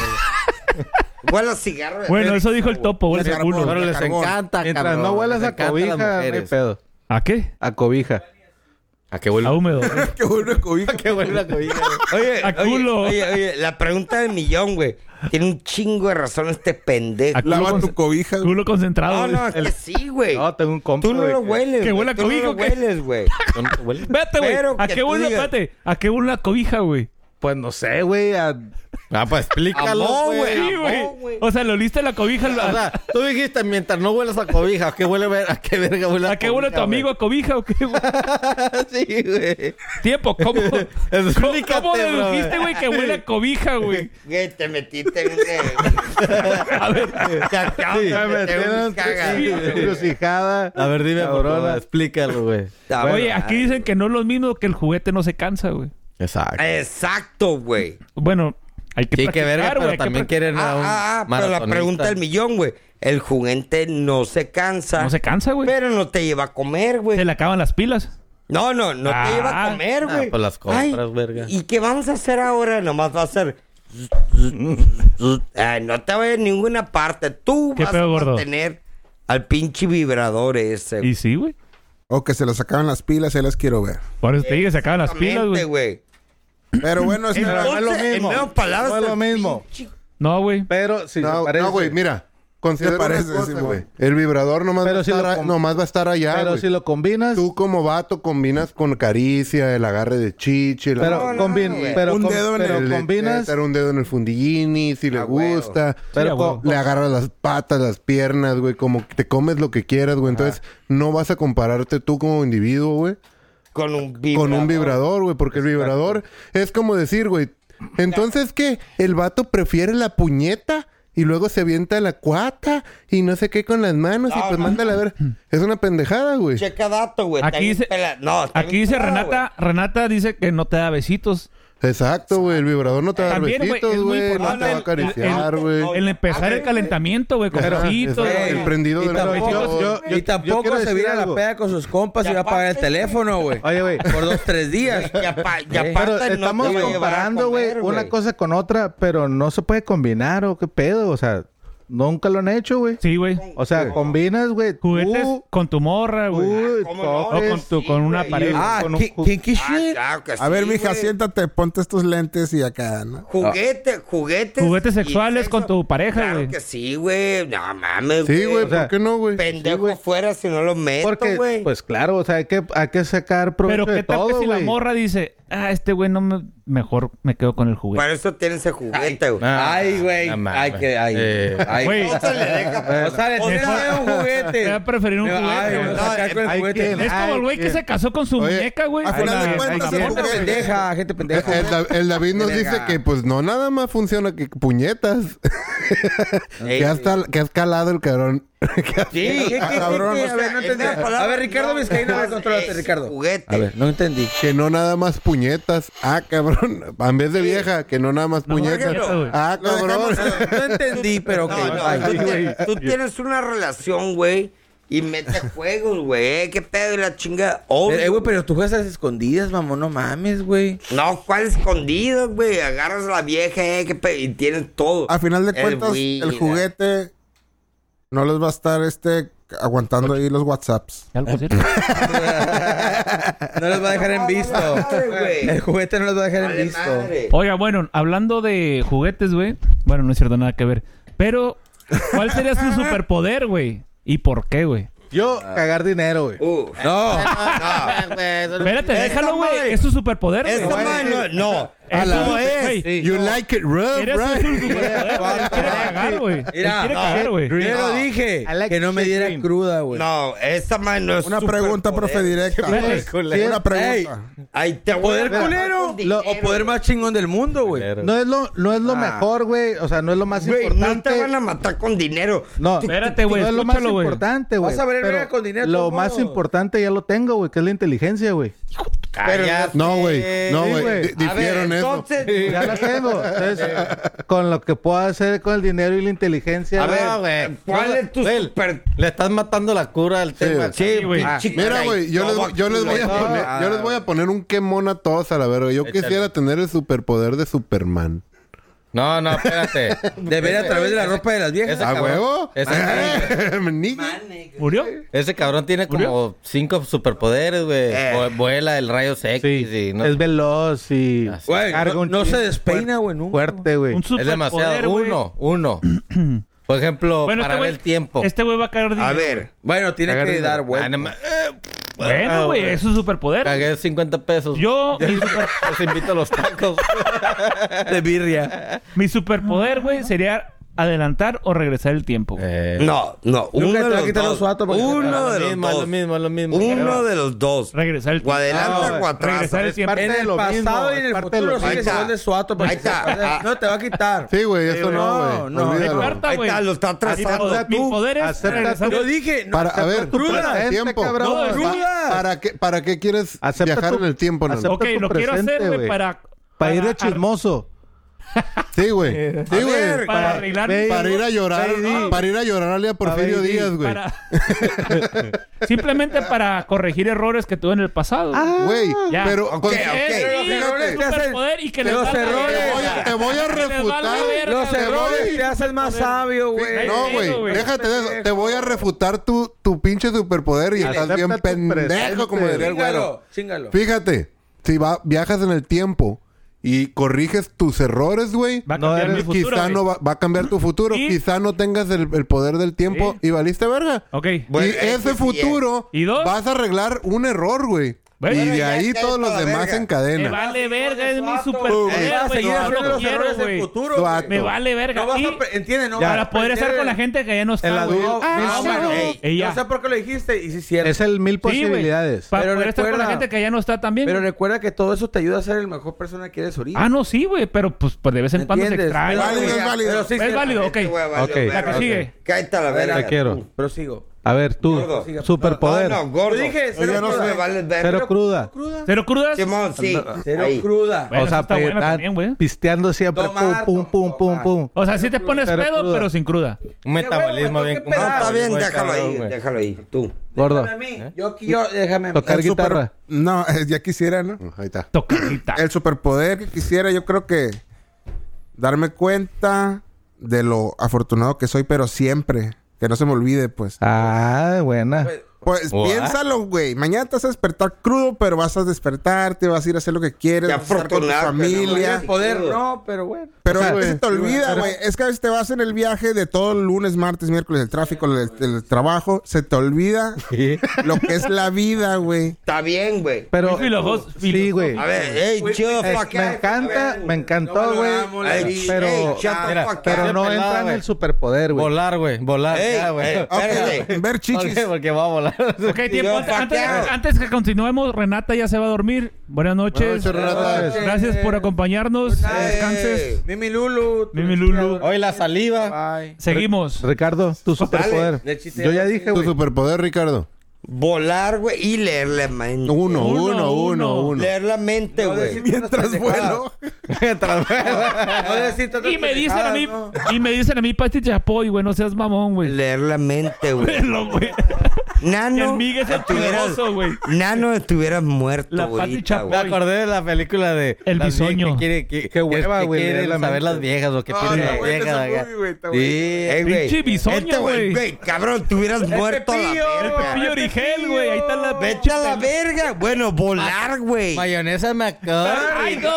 Speaker 6: Huele a cigarro. de
Speaker 4: Bueno,
Speaker 6: Félix,
Speaker 4: eso dijo el
Speaker 6: güey.
Speaker 4: topo, huele a
Speaker 3: carbón.
Speaker 4: culo.
Speaker 8: Pero
Speaker 3: de
Speaker 8: les
Speaker 3: carbón.
Speaker 8: encanta,
Speaker 7: Mientras
Speaker 8: cabrón.
Speaker 7: no
Speaker 8: huelas
Speaker 7: huelas a cobija, no hay pedo.
Speaker 4: ¿A qué?
Speaker 7: A cobija.
Speaker 8: ¿A qué
Speaker 4: A
Speaker 8: huele?
Speaker 4: húmedo.
Speaker 3: Qué bueno, cobija.
Speaker 8: qué huele a cobija?
Speaker 6: Oye,
Speaker 4: A culo.
Speaker 6: Oye, oye, oye, la pregunta del millón, güey. Tiene un chingo de razón este pendejo.
Speaker 4: A
Speaker 3: Lava
Speaker 4: culo,
Speaker 3: tu cobija. güey.
Speaker 4: culo concentrado.
Speaker 6: No, no,
Speaker 4: güey.
Speaker 6: es que sí, güey.
Speaker 7: No, tengo un compa.
Speaker 6: Tú no
Speaker 7: güey,
Speaker 6: lo
Speaker 7: que-
Speaker 6: hueles.
Speaker 4: que
Speaker 6: güey.
Speaker 4: huele a
Speaker 6: Tú no
Speaker 4: cobijo,
Speaker 6: lo
Speaker 4: ¿qué?
Speaker 6: hueles, güey.
Speaker 8: ¿Tú no te hueles?
Speaker 4: Espérate,
Speaker 6: Pero
Speaker 4: güey. ¿A
Speaker 6: que
Speaker 4: qué
Speaker 6: tú
Speaker 4: huele?
Speaker 6: digas-
Speaker 4: Espérate. ¿A qué huele la cobija, güey?
Speaker 7: Pues no sé, güey. a-
Speaker 8: Ah,
Speaker 6: Amor,
Speaker 8: pues explícalo, güey.
Speaker 4: Sí,
Speaker 6: amor,
Speaker 4: güey. O sea, lo oliste la cobija.
Speaker 8: O sea, tú dijiste mientras no huelas a cobija, ¿a qué huele ver- a qué verga huele
Speaker 4: ¿A qué huele tu
Speaker 8: cobija,
Speaker 4: amigo a cobija o qué, güey?
Speaker 8: güey? sí, güey.
Speaker 4: Tiempo, ¿cómo? ¿Cómo,
Speaker 8: Explícate,
Speaker 4: cómo
Speaker 8: bro.
Speaker 4: dedujiste, güey, que huele a cobija, güey?
Speaker 6: Güey, te metiste en un... eh,
Speaker 4: A ver,
Speaker 6: Te acabas de meter un caga.
Speaker 7: Encrucijada.
Speaker 8: A ver, dime, por favor,
Speaker 7: Cabrona.
Speaker 8: explícalo, güey.
Speaker 4: oye, aquí dicen que no es lo mismo que el juguete no se cansa, güey.
Speaker 8: Exacto.
Speaker 6: Exacto, güey.
Speaker 4: Bueno, hay que
Speaker 8: Sí, que
Speaker 4: practicar,
Speaker 8: verga,
Speaker 4: güey,
Speaker 8: pero
Speaker 4: hay que
Speaker 8: también
Speaker 4: practicar.
Speaker 8: quieren a un
Speaker 6: Ah, ah, ah, pero la
Speaker 8: maratonista.
Speaker 6: pregunta del millón, güey. El juguete no se cansa.
Speaker 4: No se cansa, güey.
Speaker 6: Pero no te lleva a comer, güey.
Speaker 4: Se le acaban las pilas.
Speaker 6: No, no, no
Speaker 4: Ah.
Speaker 6: te lleva a comer,
Speaker 8: Ah,
Speaker 6: güey.
Speaker 8: pues las compras,
Speaker 6: Ay,
Speaker 8: verga.
Speaker 6: ¿Y qué vamos a hacer ahora? Nomás va a ser... Ay, no te vayas a ninguna parte. Tú
Speaker 4: ¿Qué
Speaker 6: vas
Speaker 4: pedo,
Speaker 6: a
Speaker 4: gordo?
Speaker 6: tener al pinche vibrador ese.
Speaker 4: Y
Speaker 6: güey.
Speaker 4: sí, güey.
Speaker 3: O que se las sacaban las pilas, ahí las quiero ver.
Speaker 4: Por eso te digo, se acaban las pilas,
Speaker 6: Exactamente,
Speaker 4: güey.
Speaker 6: güey.
Speaker 3: Pero bueno, es
Speaker 7: no es lo
Speaker 6: Entonces,
Speaker 7: mismo.
Speaker 6: En menos palabras,
Speaker 7: No es lo
Speaker 6: el
Speaker 7: mismo.
Speaker 6: pinche-
Speaker 4: No, güey.
Speaker 7: Pero si se
Speaker 5: No,
Speaker 7: parece.
Speaker 5: no, güey, mira. Considera
Speaker 3: Me parece,
Speaker 5: una cosa,
Speaker 3: sí,
Speaker 5: güey.
Speaker 3: güey.
Speaker 5: El vibrador nomás,
Speaker 7: Pero
Speaker 5: va, a
Speaker 7: si lo
Speaker 5: estar a-
Speaker 7: com-
Speaker 5: nomás va a estar allá,
Speaker 7: Pero
Speaker 5: güey.
Speaker 7: si lo combinas.
Speaker 5: Tú como vato combinas con caricia, el agarre de chichi, la-
Speaker 7: Pero,
Speaker 6: no,
Speaker 7: combin-
Speaker 6: güey.
Speaker 7: pero,
Speaker 3: Un
Speaker 7: com-
Speaker 3: dedo en
Speaker 7: pero
Speaker 5: el
Speaker 7: combinas.
Speaker 5: etcétera, un dedo en el fundillini, si le
Speaker 6: Ah, güey.
Speaker 5: gusta.
Speaker 7: Pero
Speaker 4: Sí, a
Speaker 7: co-
Speaker 4: huevo.
Speaker 5: Le agarras las patas, las piernas, güey, como que te comes lo que quieras, güey. Entonces,
Speaker 8: Ah.
Speaker 5: no vas a compararte tú como individuo, güey,
Speaker 6: Con un
Speaker 5: con un vibrador, güey, porque el vibrador es como decir, güey, entonces que el vato prefiere la puñeta y luego se avienta la cuata y no sé qué con las manos y
Speaker 6: No,
Speaker 5: pues
Speaker 6: no.
Speaker 5: mándala a ver. Es una pendejada, güey.
Speaker 6: Checa dato, güey. Está
Speaker 4: Aquí
Speaker 6: bien
Speaker 4: dice,
Speaker 6: pela- No, está
Speaker 4: aquí
Speaker 6: bien
Speaker 4: dice
Speaker 6: pelado,
Speaker 4: Renata, Renata dice que no te da besitos.
Speaker 5: Exacto, güey. El vibrador no te va a dar
Speaker 4: También, güey,
Speaker 5: besitos,
Speaker 4: es muy
Speaker 5: güey. No te
Speaker 4: importante
Speaker 5: va a
Speaker 4: el-
Speaker 5: acariciar,
Speaker 6: el-
Speaker 5: güey.
Speaker 6: No,
Speaker 4: El empezar
Speaker 6: a
Speaker 4: el
Speaker 6: ver,
Speaker 4: calentositos, güey, con
Speaker 5: Ajá,
Speaker 4: besitos,
Speaker 5: exacto,
Speaker 4: güey.
Speaker 5: el prendido Eh,
Speaker 1: Y
Speaker 5: del
Speaker 1: tampoco,
Speaker 5: yo-
Speaker 7: yo-
Speaker 1: y
Speaker 7: yo
Speaker 1: tampoco
Speaker 7: quiero
Speaker 1: se
Speaker 7: decir
Speaker 1: viera la
Speaker 7: algo.
Speaker 1: peda con sus compas y
Speaker 6: Y
Speaker 1: va a pagar el
Speaker 6: aparte-
Speaker 1: teléfono, güey.
Speaker 7: Oye, güey.
Speaker 1: Por dos, tres días.
Speaker 6: güey. Y apa- y
Speaker 1: Eh,
Speaker 6: aparte
Speaker 7: Pero
Speaker 6: no
Speaker 7: estamos
Speaker 6: te va a llevar a
Speaker 7: comparando, güey,
Speaker 6: comer,
Speaker 7: una cosa con otra, pero no se puede combinar o qué pedo, o sea, nunca lo han hecho, güey.
Speaker 4: Sí, güey.
Speaker 7: O sea, combinas, güey, tú,
Speaker 4: Juguetes con tu morra,
Speaker 7: tú,
Speaker 4: güey.
Speaker 6: ¿Cómo no?
Speaker 4: O con, tu, con una
Speaker 6: Sí,
Speaker 4: pareja.
Speaker 1: Ah,
Speaker 7: con un
Speaker 1: ki-
Speaker 7: ju-
Speaker 1: kinky
Speaker 6: Ah,
Speaker 1: shit.
Speaker 6: claro que
Speaker 3: A ver,
Speaker 6: sí,
Speaker 3: mija,
Speaker 6: güey.
Speaker 3: siéntate, ponte estos lentes y acá, ¿no?
Speaker 6: Juguete, juguetes.
Speaker 4: Juguetes
Speaker 6: y
Speaker 4: sexuales
Speaker 6: sexo.
Speaker 4: con tu pareja,
Speaker 6: Claro
Speaker 4: güey.
Speaker 6: que sí, güey. No mames,
Speaker 5: Sí, güey. ¿Por
Speaker 7: sea,
Speaker 5: qué no, güey?
Speaker 6: Pendejo fuera si no lo meto,
Speaker 7: pues, porque
Speaker 6: güey.
Speaker 7: pues claro, o sea, hay que hay que sacar provecho
Speaker 4: Pero qué
Speaker 7: de
Speaker 4: tal que
Speaker 7: todo,
Speaker 4: si la
Speaker 7: güey.
Speaker 4: morra dice, ah, este güey no me, mejor me quedo con el juguete.
Speaker 6: Para eso tiene ese juguete, güey.
Speaker 8: Ay, güey.
Speaker 6: No mames.
Speaker 8: ay, que. Ay.
Speaker 1: Eh.
Speaker 8: ay.
Speaker 4: Güey.
Speaker 8: No se le deja. O sea, le
Speaker 4: Mejor-
Speaker 8: tiene un juguete.
Speaker 4: Voy a preferir un
Speaker 8: Me va-
Speaker 4: juguete,
Speaker 8: ay,
Speaker 4: güey.
Speaker 8: me va a sacar con el
Speaker 5: Ay,
Speaker 8: juguete.
Speaker 5: ¿quién?
Speaker 4: Es como el güey que
Speaker 5: Ay,
Speaker 4: se casó con su
Speaker 5: Oye,
Speaker 4: muñeca, güey.
Speaker 3: al final de
Speaker 4: Ay,
Speaker 3: cuentas,
Speaker 4: ay,
Speaker 3: el
Speaker 4: ay,
Speaker 3: juguete-
Speaker 7: pendeja, gente
Speaker 5: El,
Speaker 7: pendeja.
Speaker 5: Da- el David nos
Speaker 8: Verga.
Speaker 5: dice que pues no nada más funciona que puñetas. que, hasta, que has calado el cabrón.
Speaker 7: ¿Qué,
Speaker 8: Sí,
Speaker 7: qué, qué,
Speaker 3: Cabrón,
Speaker 7: qué?
Speaker 3: o
Speaker 7: a ver, no entendí. A ver, Ricardo Vizcaíno, a ver, contrólate, Ricardo.
Speaker 1: A ver, no entendí.
Speaker 5: que no nada más puñetas. Ah, cabrón. En vez de vieja, que no nada más puñetas.
Speaker 4: puñetas, güey.
Speaker 5: ah, cabrón.
Speaker 7: No entendí, pero ok.
Speaker 6: No, no,
Speaker 7: ay.
Speaker 6: tú, tienes- tú tienes una relación, güey, y metes juegos, güey. Eh, ¿Qué pedo y la chinga? Obvio.
Speaker 1: Eh, güey, pero tú juegas a las escondidas, mamón. No mames, güey.
Speaker 6: No, ¿cuál escondido, güey? Agarras a la vieja, eh, qué pedo, y tienes todo.
Speaker 3: A final de
Speaker 6: El
Speaker 3: cuentas,
Speaker 6: Wii,
Speaker 3: el, juguete no les va a estar este aguantando ahí los WhatsApps.
Speaker 4: algo así.
Speaker 7: No los va a dejar en visto.
Speaker 6: madre, güey.
Speaker 7: El juguete no los va a dejar
Speaker 6: Vale
Speaker 7: en visto.
Speaker 6: madre.
Speaker 4: Oiga, bueno, hablando de juguetes, güey. Bueno, no es cierto, nada que ver. Pero, ¿cuál sería su superpoder, güey? ¿Y por qué, güey?
Speaker 7: Yo, cagar dinero, güey.
Speaker 6: Uh,
Speaker 7: No.
Speaker 4: Espérate, déjalo, güey.
Speaker 6: madre-
Speaker 4: Es su superpoder, güey.
Speaker 6: Esta madre no, no.
Speaker 4: Es
Speaker 5: la-
Speaker 4: su-
Speaker 5: es.
Speaker 4: güey,
Speaker 7: Sí.
Speaker 5: You like it rough,
Speaker 4: Quiere hacer su
Speaker 5: right?
Speaker 4: superpoder, güey. Él quiere cagar, güey. Él
Speaker 7: Mira,
Speaker 4: quiere
Speaker 7: no,
Speaker 4: cagar, güey.
Speaker 7: Yo lo dije. Que no me diera cruda, güey.
Speaker 6: No, esta madre no es
Speaker 3: Una pregunta, profe,
Speaker 6: superpoder.
Speaker 3: directa.
Speaker 4: Espérate.
Speaker 3: Sí, una pregunta.
Speaker 6: Ay, te voy a
Speaker 7: Poder
Speaker 6: agarrar
Speaker 7: culero.
Speaker 6: con
Speaker 7: Lo-
Speaker 1: O
Speaker 6: dinero,
Speaker 1: poder más chingón del mundo, güey.
Speaker 7: No es lo, no es lo mejor, güey. O sea, no es lo más
Speaker 6: Güey, no te
Speaker 7: importante.
Speaker 6: van a matar con dinero.
Speaker 7: No,
Speaker 4: Espérate, güey,
Speaker 7: No es lo más
Speaker 4: escúchalo, güey.
Speaker 7: importante, güey.
Speaker 1: Vas a ver,
Speaker 7: Pero
Speaker 1: verga, con dinero,
Speaker 7: Lo
Speaker 1: todo.
Speaker 7: más importante ya lo tengo, güey, que es la inteligencia, güey.
Speaker 6: Cállate.
Speaker 5: No, güey. No,
Speaker 7: Sí,
Speaker 5: güey.
Speaker 7: güey.
Speaker 5: Di- Difieron eso.
Speaker 6: entonces,
Speaker 7: Ya la tengo. Entonces, con lo que puedo hacer con el dinero y la inteligencia.
Speaker 6: a
Speaker 7: güey.
Speaker 8: No,
Speaker 6: ver,
Speaker 8: güey.
Speaker 6: ¿cuál
Speaker 8: No,
Speaker 6: es tu
Speaker 8: güey.
Speaker 6: super...
Speaker 8: Le estás matando la cura al tema.
Speaker 4: Sí, güey.
Speaker 6: Ah,
Speaker 5: Mira, güey, yo les,
Speaker 6: todo
Speaker 5: yo les voy a
Speaker 6: culo.
Speaker 5: poner, yo les voy a poner un quemón a todos a la verga. Yo
Speaker 8: Échale.
Speaker 5: quisiera tener el superpoder de Superman.
Speaker 8: No, no, espérate.
Speaker 7: De ver a través de la ropa de las viejas. Ah.
Speaker 8: Ese
Speaker 5: ¿A
Speaker 8: cabrón-
Speaker 5: huevo?
Speaker 8: Ese,
Speaker 5: Nigga.
Speaker 4: ¿Murió?
Speaker 8: ese cabrón tiene como cinco superpoderes, güey.
Speaker 7: Eh.
Speaker 8: Vu- Vuela el rayo X y no.
Speaker 7: Es veloz y
Speaker 8: Así.
Speaker 7: carga un
Speaker 1: No se
Speaker 7: chingo
Speaker 1: despeina, güey, nunca.
Speaker 7: fuerte, güey.
Speaker 4: Un
Speaker 8: Es demasiado.
Speaker 4: superpoder, güey.
Speaker 8: uno, uno. Por ejemplo,
Speaker 4: Bueno, este
Speaker 8: parar
Speaker 4: güey,
Speaker 8: el tiempo.
Speaker 4: Este güey va a caer
Speaker 6: A
Speaker 4: dinero.
Speaker 6: ver,
Speaker 1: Bueno, tiene
Speaker 8: Cagar
Speaker 1: que
Speaker 8: dinero.
Speaker 1: dar
Speaker 8: Ah,
Speaker 1: vuelta.
Speaker 8: no ma- eh,
Speaker 4: Bueno, güey,
Speaker 8: güey.
Speaker 4: es su superpoder.
Speaker 8: Cagué 50 pesos.
Speaker 4: Yo, mi, super-
Speaker 8: Los invito a los tacos.
Speaker 1: De birria.
Speaker 4: mi superpoder, güey, sería adelantar o regresar el tiempo. güey.
Speaker 8: Eh,
Speaker 6: no, no. Uno
Speaker 7: te va a
Speaker 6: de
Speaker 7: quitar
Speaker 6: los
Speaker 7: los suatos
Speaker 6: dos.
Speaker 7: porque-
Speaker 6: Uno
Speaker 8: lo
Speaker 6: de los
Speaker 8: mismo,
Speaker 6: dos.
Speaker 8: lo mismo, lo mismo.
Speaker 6: Uno de los dos.
Speaker 4: Regresar el
Speaker 6: O
Speaker 4: tiempo.
Speaker 6: adelante
Speaker 7: No,
Speaker 6: o atrás.
Speaker 4: regresar el tiempo.
Speaker 7: En el pasado y en el futuro
Speaker 6: Ahí
Speaker 7: sigue
Speaker 6: está.
Speaker 7: igual de suato.
Speaker 6: Ahí está.
Speaker 7: No te va a quitar.
Speaker 5: Sí, güey, eso no,
Speaker 1: no,
Speaker 5: güey.
Speaker 1: no.
Speaker 4: De
Speaker 5: Olvídalo.
Speaker 4: carta,
Speaker 6: Ahí
Speaker 4: güey.
Speaker 6: está, lo está trazando
Speaker 4: Mi poder- Mi
Speaker 5: tú.
Speaker 4: poder es
Speaker 5: Acepta
Speaker 4: regresar
Speaker 5: tú.
Speaker 7: Yo dije, no,
Speaker 5: Para, a ver,
Speaker 7: tu
Speaker 5: para
Speaker 7: presente,
Speaker 5: el tiempo.
Speaker 7: cabrón.
Speaker 4: No, es
Speaker 5: Pa-
Speaker 7: cruda.
Speaker 5: ¿Para qué, ¿Para qué quieres
Speaker 7: Acepta
Speaker 5: viajar
Speaker 7: tu-
Speaker 5: en el tiempo? no?
Speaker 7: acepta-
Speaker 4: Ok,
Speaker 7: tu
Speaker 4: lo quiero
Speaker 7: presente,
Speaker 4: hacer, güey,
Speaker 7: güey.
Speaker 4: para...
Speaker 7: Para ir de
Speaker 4: para-
Speaker 7: chismoso.
Speaker 5: Sí, güey. Sí, güey.
Speaker 4: Para arreglar...
Speaker 7: ve-
Speaker 5: Para ir a llorar,
Speaker 7: Baby.
Speaker 5: para ir a llorarle a Porfirio
Speaker 7: Baby.
Speaker 5: Díaz, güey.
Speaker 4: para- Simplemente para corregir errores que tuve en el pasado. güey.
Speaker 5: Güey,
Speaker 4: Ya.
Speaker 5: Ah, pero
Speaker 4: Ok,
Speaker 5: con-
Speaker 4: Sí,
Speaker 5: Pero
Speaker 4: sí,
Speaker 5: fíjate,
Speaker 7: que hacen-
Speaker 4: superpoder y que
Speaker 7: los
Speaker 4: valga
Speaker 7: errores-
Speaker 5: te voy a-
Speaker 4: verga.
Speaker 5: te voy a
Speaker 4: Que les valga
Speaker 5: refutar.
Speaker 4: verga,
Speaker 7: Los
Speaker 5: Te
Speaker 4: güey.
Speaker 7: errores
Speaker 5: voy.
Speaker 7: te hacen más sabio, güey.
Speaker 5: No,
Speaker 4: Ay,
Speaker 5: güey,
Speaker 4: güey.
Speaker 5: déjate de eso. Te voy a refutar tu, tu pinche superpoder y estás
Speaker 7: Acepta
Speaker 5: bien
Speaker 7: tu
Speaker 5: pendejo,
Speaker 7: presente.
Speaker 5: como diría el güero.
Speaker 7: Chíngalo, chíngalo.
Speaker 5: Fíjate, si va, viajas en el tiempo y corriges tus errores, güey,
Speaker 4: Va a
Speaker 7: No
Speaker 4: cambiar
Speaker 7: eres-
Speaker 4: mi futuro,
Speaker 5: quizá
Speaker 4: güey.
Speaker 5: no va, va a cambiar tu futuro,
Speaker 4: Y-
Speaker 5: quizá no tengas el, el poder del tiempo y valiste verga.
Speaker 4: Ok.
Speaker 5: y ese futuro
Speaker 4: ¿Y dos?
Speaker 5: vas a arreglar un error, güey.
Speaker 4: Bueno,
Speaker 5: y
Speaker 4: ya
Speaker 5: de ahí
Speaker 6: está
Speaker 5: todos los
Speaker 6: toda
Speaker 5: demás
Speaker 6: verga.
Speaker 5: en
Speaker 4: Me
Speaker 5: cadena.
Speaker 4: vale verga, es mi
Speaker 5: güey.
Speaker 4: superpoder,
Speaker 7: Vas a
Speaker 4: güey.
Speaker 7: seguir
Speaker 4: Yo
Speaker 7: haciendo
Speaker 4: lo
Speaker 7: los
Speaker 4: quiero,
Speaker 7: errores del
Speaker 4: güey.
Speaker 7: futuro,
Speaker 5: Tu
Speaker 7: güey.
Speaker 5: acto.
Speaker 4: Me vale verga.
Speaker 7: No vas
Speaker 4: Y
Speaker 7: a... pre- Entiende, no vas
Speaker 4: para
Speaker 7: a
Speaker 4: poder estar
Speaker 7: perder
Speaker 4: con la gente que ya no
Speaker 7: el
Speaker 4: está, güey.
Speaker 7: adulto.
Speaker 4: Ah,
Speaker 7: No,
Speaker 4: sí,
Speaker 7: mano.
Speaker 4: güey. Ella.
Speaker 7: No sé por qué lo dijiste y sí es cierto.
Speaker 1: Es el mil
Speaker 4: Sí, güey. Para
Speaker 7: Pero
Speaker 4: poder estar con la
Speaker 7: recuerda-
Speaker 4: gente que ya no está también.
Speaker 1: Pero
Speaker 4: güey.
Speaker 1: recuerda que todo eso te ayuda a ser el mejor persona que eres ahorita.
Speaker 4: Ah, no, sí, güey. Pero pues, pues, de vez en cuando se
Speaker 1: ¿Entiendes?
Speaker 4: extrae.
Speaker 1: Pero-
Speaker 4: güey.
Speaker 3: Válido, es válido.
Speaker 1: Pero sí,
Speaker 4: Es
Speaker 1: sí,
Speaker 4: válido, ok.
Speaker 6: Este güey valió
Speaker 7: Ok.
Speaker 6: verga.
Speaker 4: La que sigue.
Speaker 6: Cállate a la verga.
Speaker 7: Te quiero.
Speaker 1: Pero sigo.
Speaker 7: A ver, tú,
Speaker 6: Gordo.
Speaker 7: superpoder.
Speaker 6: No, no, gordo.
Speaker 7: Yo dije,
Speaker 6: Oye,
Speaker 7: cero
Speaker 6: no
Speaker 7: cruda.
Speaker 6: se vale verga.
Speaker 7: Cero cruda.
Speaker 4: ¿Cero crudas?
Speaker 6: Simón, sí.
Speaker 7: Cero
Speaker 6: Ahí.
Speaker 7: cruda.
Speaker 4: Bueno,
Speaker 7: o sea,
Speaker 4: eso está
Speaker 7: pe-
Speaker 4: bueno
Speaker 7: ah,
Speaker 4: también, güey.
Speaker 7: pisteando siempre.
Speaker 1: Tomar,
Speaker 7: pum, pum, pum,
Speaker 1: tomar.
Speaker 7: pum, pum.
Speaker 4: O sea, sí te pones
Speaker 7: Cero
Speaker 4: pedo,
Speaker 7: cruda.
Speaker 4: pero sin cruda.
Speaker 8: Un metabolismo bien
Speaker 6: No, está
Speaker 8: complicado,
Speaker 6: bien,
Speaker 8: güey,
Speaker 6: déjalo ahí,
Speaker 8: cabrón, güey.
Speaker 6: déjalo ahí. Tú.
Speaker 7: Gordo.
Speaker 1: Déjame a mí.
Speaker 4: ¿Eh?
Speaker 1: Yo, yo, déjame.
Speaker 7: Tocar
Speaker 3: El super-
Speaker 7: guitarra.
Speaker 3: No, ya quisiera, ¿no?
Speaker 5: Ahí está.
Speaker 4: Tocarita.
Speaker 3: El superpoder que quisiera, yo creo que darme cuenta de lo afortunado que soy, pero siempre. Que no se me olvide, pues.
Speaker 7: Ah, buena.
Speaker 3: Pues
Speaker 7: What?
Speaker 3: piénsalo, güey. Mañana te vas a despertar crudo, pero vas a despertarte, vas a ir a hacer lo que quieres,
Speaker 6: Qué
Speaker 3: vas a estar con tu
Speaker 6: afortunado,
Speaker 3: familia.
Speaker 6: no,
Speaker 1: Poder, no, pero bueno.
Speaker 3: Pero
Speaker 5: O sea,
Speaker 3: güey, se
Speaker 5: güey,
Speaker 3: te olvida, güey. Es que a veces te vas en el viaje de todo el lunes, martes, miércoles, el tráfico, el, el trabajo. Se te olvida lo que es la vida, güey.
Speaker 6: Está bien, güey.
Speaker 8: Pero.
Speaker 4: Muy filojos-
Speaker 8: sí, güey.
Speaker 6: A ver, hey, chill the
Speaker 8: Eh,
Speaker 6: fuck
Speaker 8: me
Speaker 6: out.
Speaker 8: encanta, me encantó,
Speaker 1: valoramos
Speaker 8: güey.
Speaker 1: la
Speaker 8: Ay,
Speaker 6: vida.
Speaker 8: Pero,
Speaker 6: Ey, shut the
Speaker 8: mira,
Speaker 6: fuck up.
Speaker 8: pero no
Speaker 7: Pelado,
Speaker 8: entra en
Speaker 7: güey.
Speaker 8: el superpoder, güey.
Speaker 7: Volar, güey. Volar.
Speaker 6: Ey,
Speaker 7: ya, güey.
Speaker 6: ey,
Speaker 7: ¿Por
Speaker 6: espérate.
Speaker 7: qué?
Speaker 3: Ver chichis.
Speaker 7: Porque va a volar.
Speaker 4: Ok, tiempo.
Speaker 6: Yo,
Speaker 4: Antes,
Speaker 6: fuck
Speaker 4: antes-
Speaker 6: out.
Speaker 4: antes que continuemos, Renata ya se va a dormir. Buenas noches.
Speaker 5: Buenas noches, Renata.
Speaker 4: Gracias por acompañarnos.
Speaker 6: night.
Speaker 4: Descanses.
Speaker 1: Mimi Lulu.
Speaker 4: Mimi Lulu.
Speaker 7: Hoy la saliva.
Speaker 1: Bye.
Speaker 4: Seguimos.
Speaker 8: Ricardo, tu superpoder.
Speaker 1: Del chiste
Speaker 8: Yo ya
Speaker 1: de-
Speaker 8: dije,
Speaker 5: Tu
Speaker 8: güey.
Speaker 5: superpoder, Ricardo.
Speaker 6: Volar, güey, y leerle, man.
Speaker 5: Uno,
Speaker 4: Uno,
Speaker 5: uno,
Speaker 4: uno.
Speaker 5: uno, uno.
Speaker 6: Leer la mente, güey.
Speaker 1: Mientras vuelo.
Speaker 7: Tras-
Speaker 4: Y me dicen a mí, y me dicen a mí, Pati Chapoy, güey, no seas mamón, güey.
Speaker 6: Leer la mente, güey.
Speaker 4: Lo, güey. El
Speaker 6: Nano.
Speaker 4: Miguel es el
Speaker 6: estuvieras-
Speaker 4: piloso, güey.
Speaker 6: Nano estuvieras muerto,
Speaker 4: La Pati
Speaker 6: güey.
Speaker 7: Me acordé de la película de.
Speaker 4: El
Speaker 7: las vie-
Speaker 4: bisoño.
Speaker 7: Que quiere, que,
Speaker 8: Qué hueva,
Speaker 7: que
Speaker 8: güey,
Speaker 7: quieren
Speaker 8: leer la
Speaker 7: saber
Speaker 8: mente.
Speaker 7: las viejas o que
Speaker 1: No,
Speaker 7: tienen
Speaker 1: está
Speaker 7: las
Speaker 1: bueno ese
Speaker 7: viejas. acá.
Speaker 1: movie, güey, está bueno.
Speaker 7: Sí.
Speaker 6: Eh, güey.
Speaker 4: Pinche bisoño,
Speaker 6: Este, güey.
Speaker 4: güey. Este
Speaker 6: Güey, cabrón, tuvieras muerto a la verga.
Speaker 4: Pepillo Origel, güey. Ahí está la
Speaker 6: Vete a la verga. Bueno, volar, güey.
Speaker 7: Mayonesa
Speaker 4: ¡Ay,
Speaker 7: McCormick.
Speaker 4: no!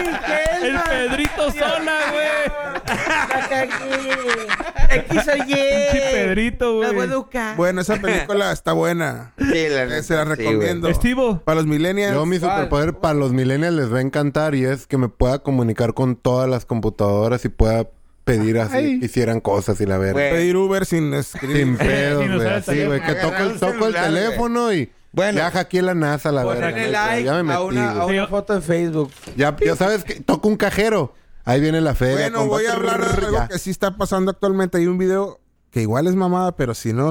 Speaker 4: El Pedrito Sola, güey.
Speaker 1: X o Y.
Speaker 4: Pinche Pedrito,
Speaker 1: La voy a
Speaker 4: güey.
Speaker 1: educar.
Speaker 3: Bueno, esa película está buena.
Speaker 6: Sí, la
Speaker 3: Eh,
Speaker 6: neta,
Speaker 3: Se la
Speaker 6: sí,
Speaker 3: recomiendo.
Speaker 4: Estivo.
Speaker 3: Para los millennials.
Speaker 5: Yo mi superpoder para los millennials les va a encantar y es que me pueda comunicar con todas las computadoras y pueda pedir así, hicieran cosas y la verga.
Speaker 6: Güey.
Speaker 3: pedir Uber sin escribir.
Speaker 5: Sin pedos,
Speaker 4: Sin
Speaker 5: güey.
Speaker 4: usar el
Speaker 5: Así,
Speaker 4: teléfono.
Speaker 5: güey. Que toco
Speaker 6: Agarrar
Speaker 5: el,
Speaker 6: un
Speaker 5: toco el
Speaker 6: celular, güey.
Speaker 5: teléfono y
Speaker 6: Bueno.
Speaker 5: viaja aquí en la NASA, la verga.
Speaker 1: Ponerle
Speaker 5: neta.
Speaker 1: like
Speaker 5: ya me metí,
Speaker 1: a una, a
Speaker 5: güey.
Speaker 1: una
Speaker 4: Sí.
Speaker 1: foto en Facebook.
Speaker 5: Ya, ya sabes que toco un cajero. Ahí viene la feria.
Speaker 3: Bueno,
Speaker 5: compa-
Speaker 3: voy a hablar de algo
Speaker 5: Ya.
Speaker 3: que sí está pasando actualmente. Hay un video que igual es mamada, pero si no...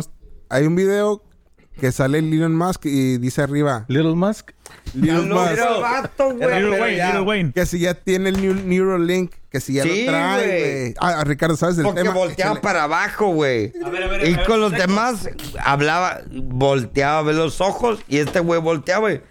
Speaker 3: Hay un video que sale Elon Musk y dice arriba...
Speaker 8: Little Musk.
Speaker 3: Elon Musk.
Speaker 6: Pero vato, güey.
Speaker 4: Little
Speaker 6: pero
Speaker 4: Wayne,
Speaker 6: ya.
Speaker 4: Little Wayne.
Speaker 3: Que si ya tiene el Neu- Neuralink, que si ya
Speaker 6: Sí,
Speaker 3: lo trae,
Speaker 6: güey.
Speaker 3: güey. Ah, ah, Ricardo, ¿sabes del
Speaker 6: Porque
Speaker 3: tema?
Speaker 6: volteaba
Speaker 3: Échale.
Speaker 6: para abajo, güey. Y con los demás hablaba, volteaba, ve los ojos y este güey volteaba güey,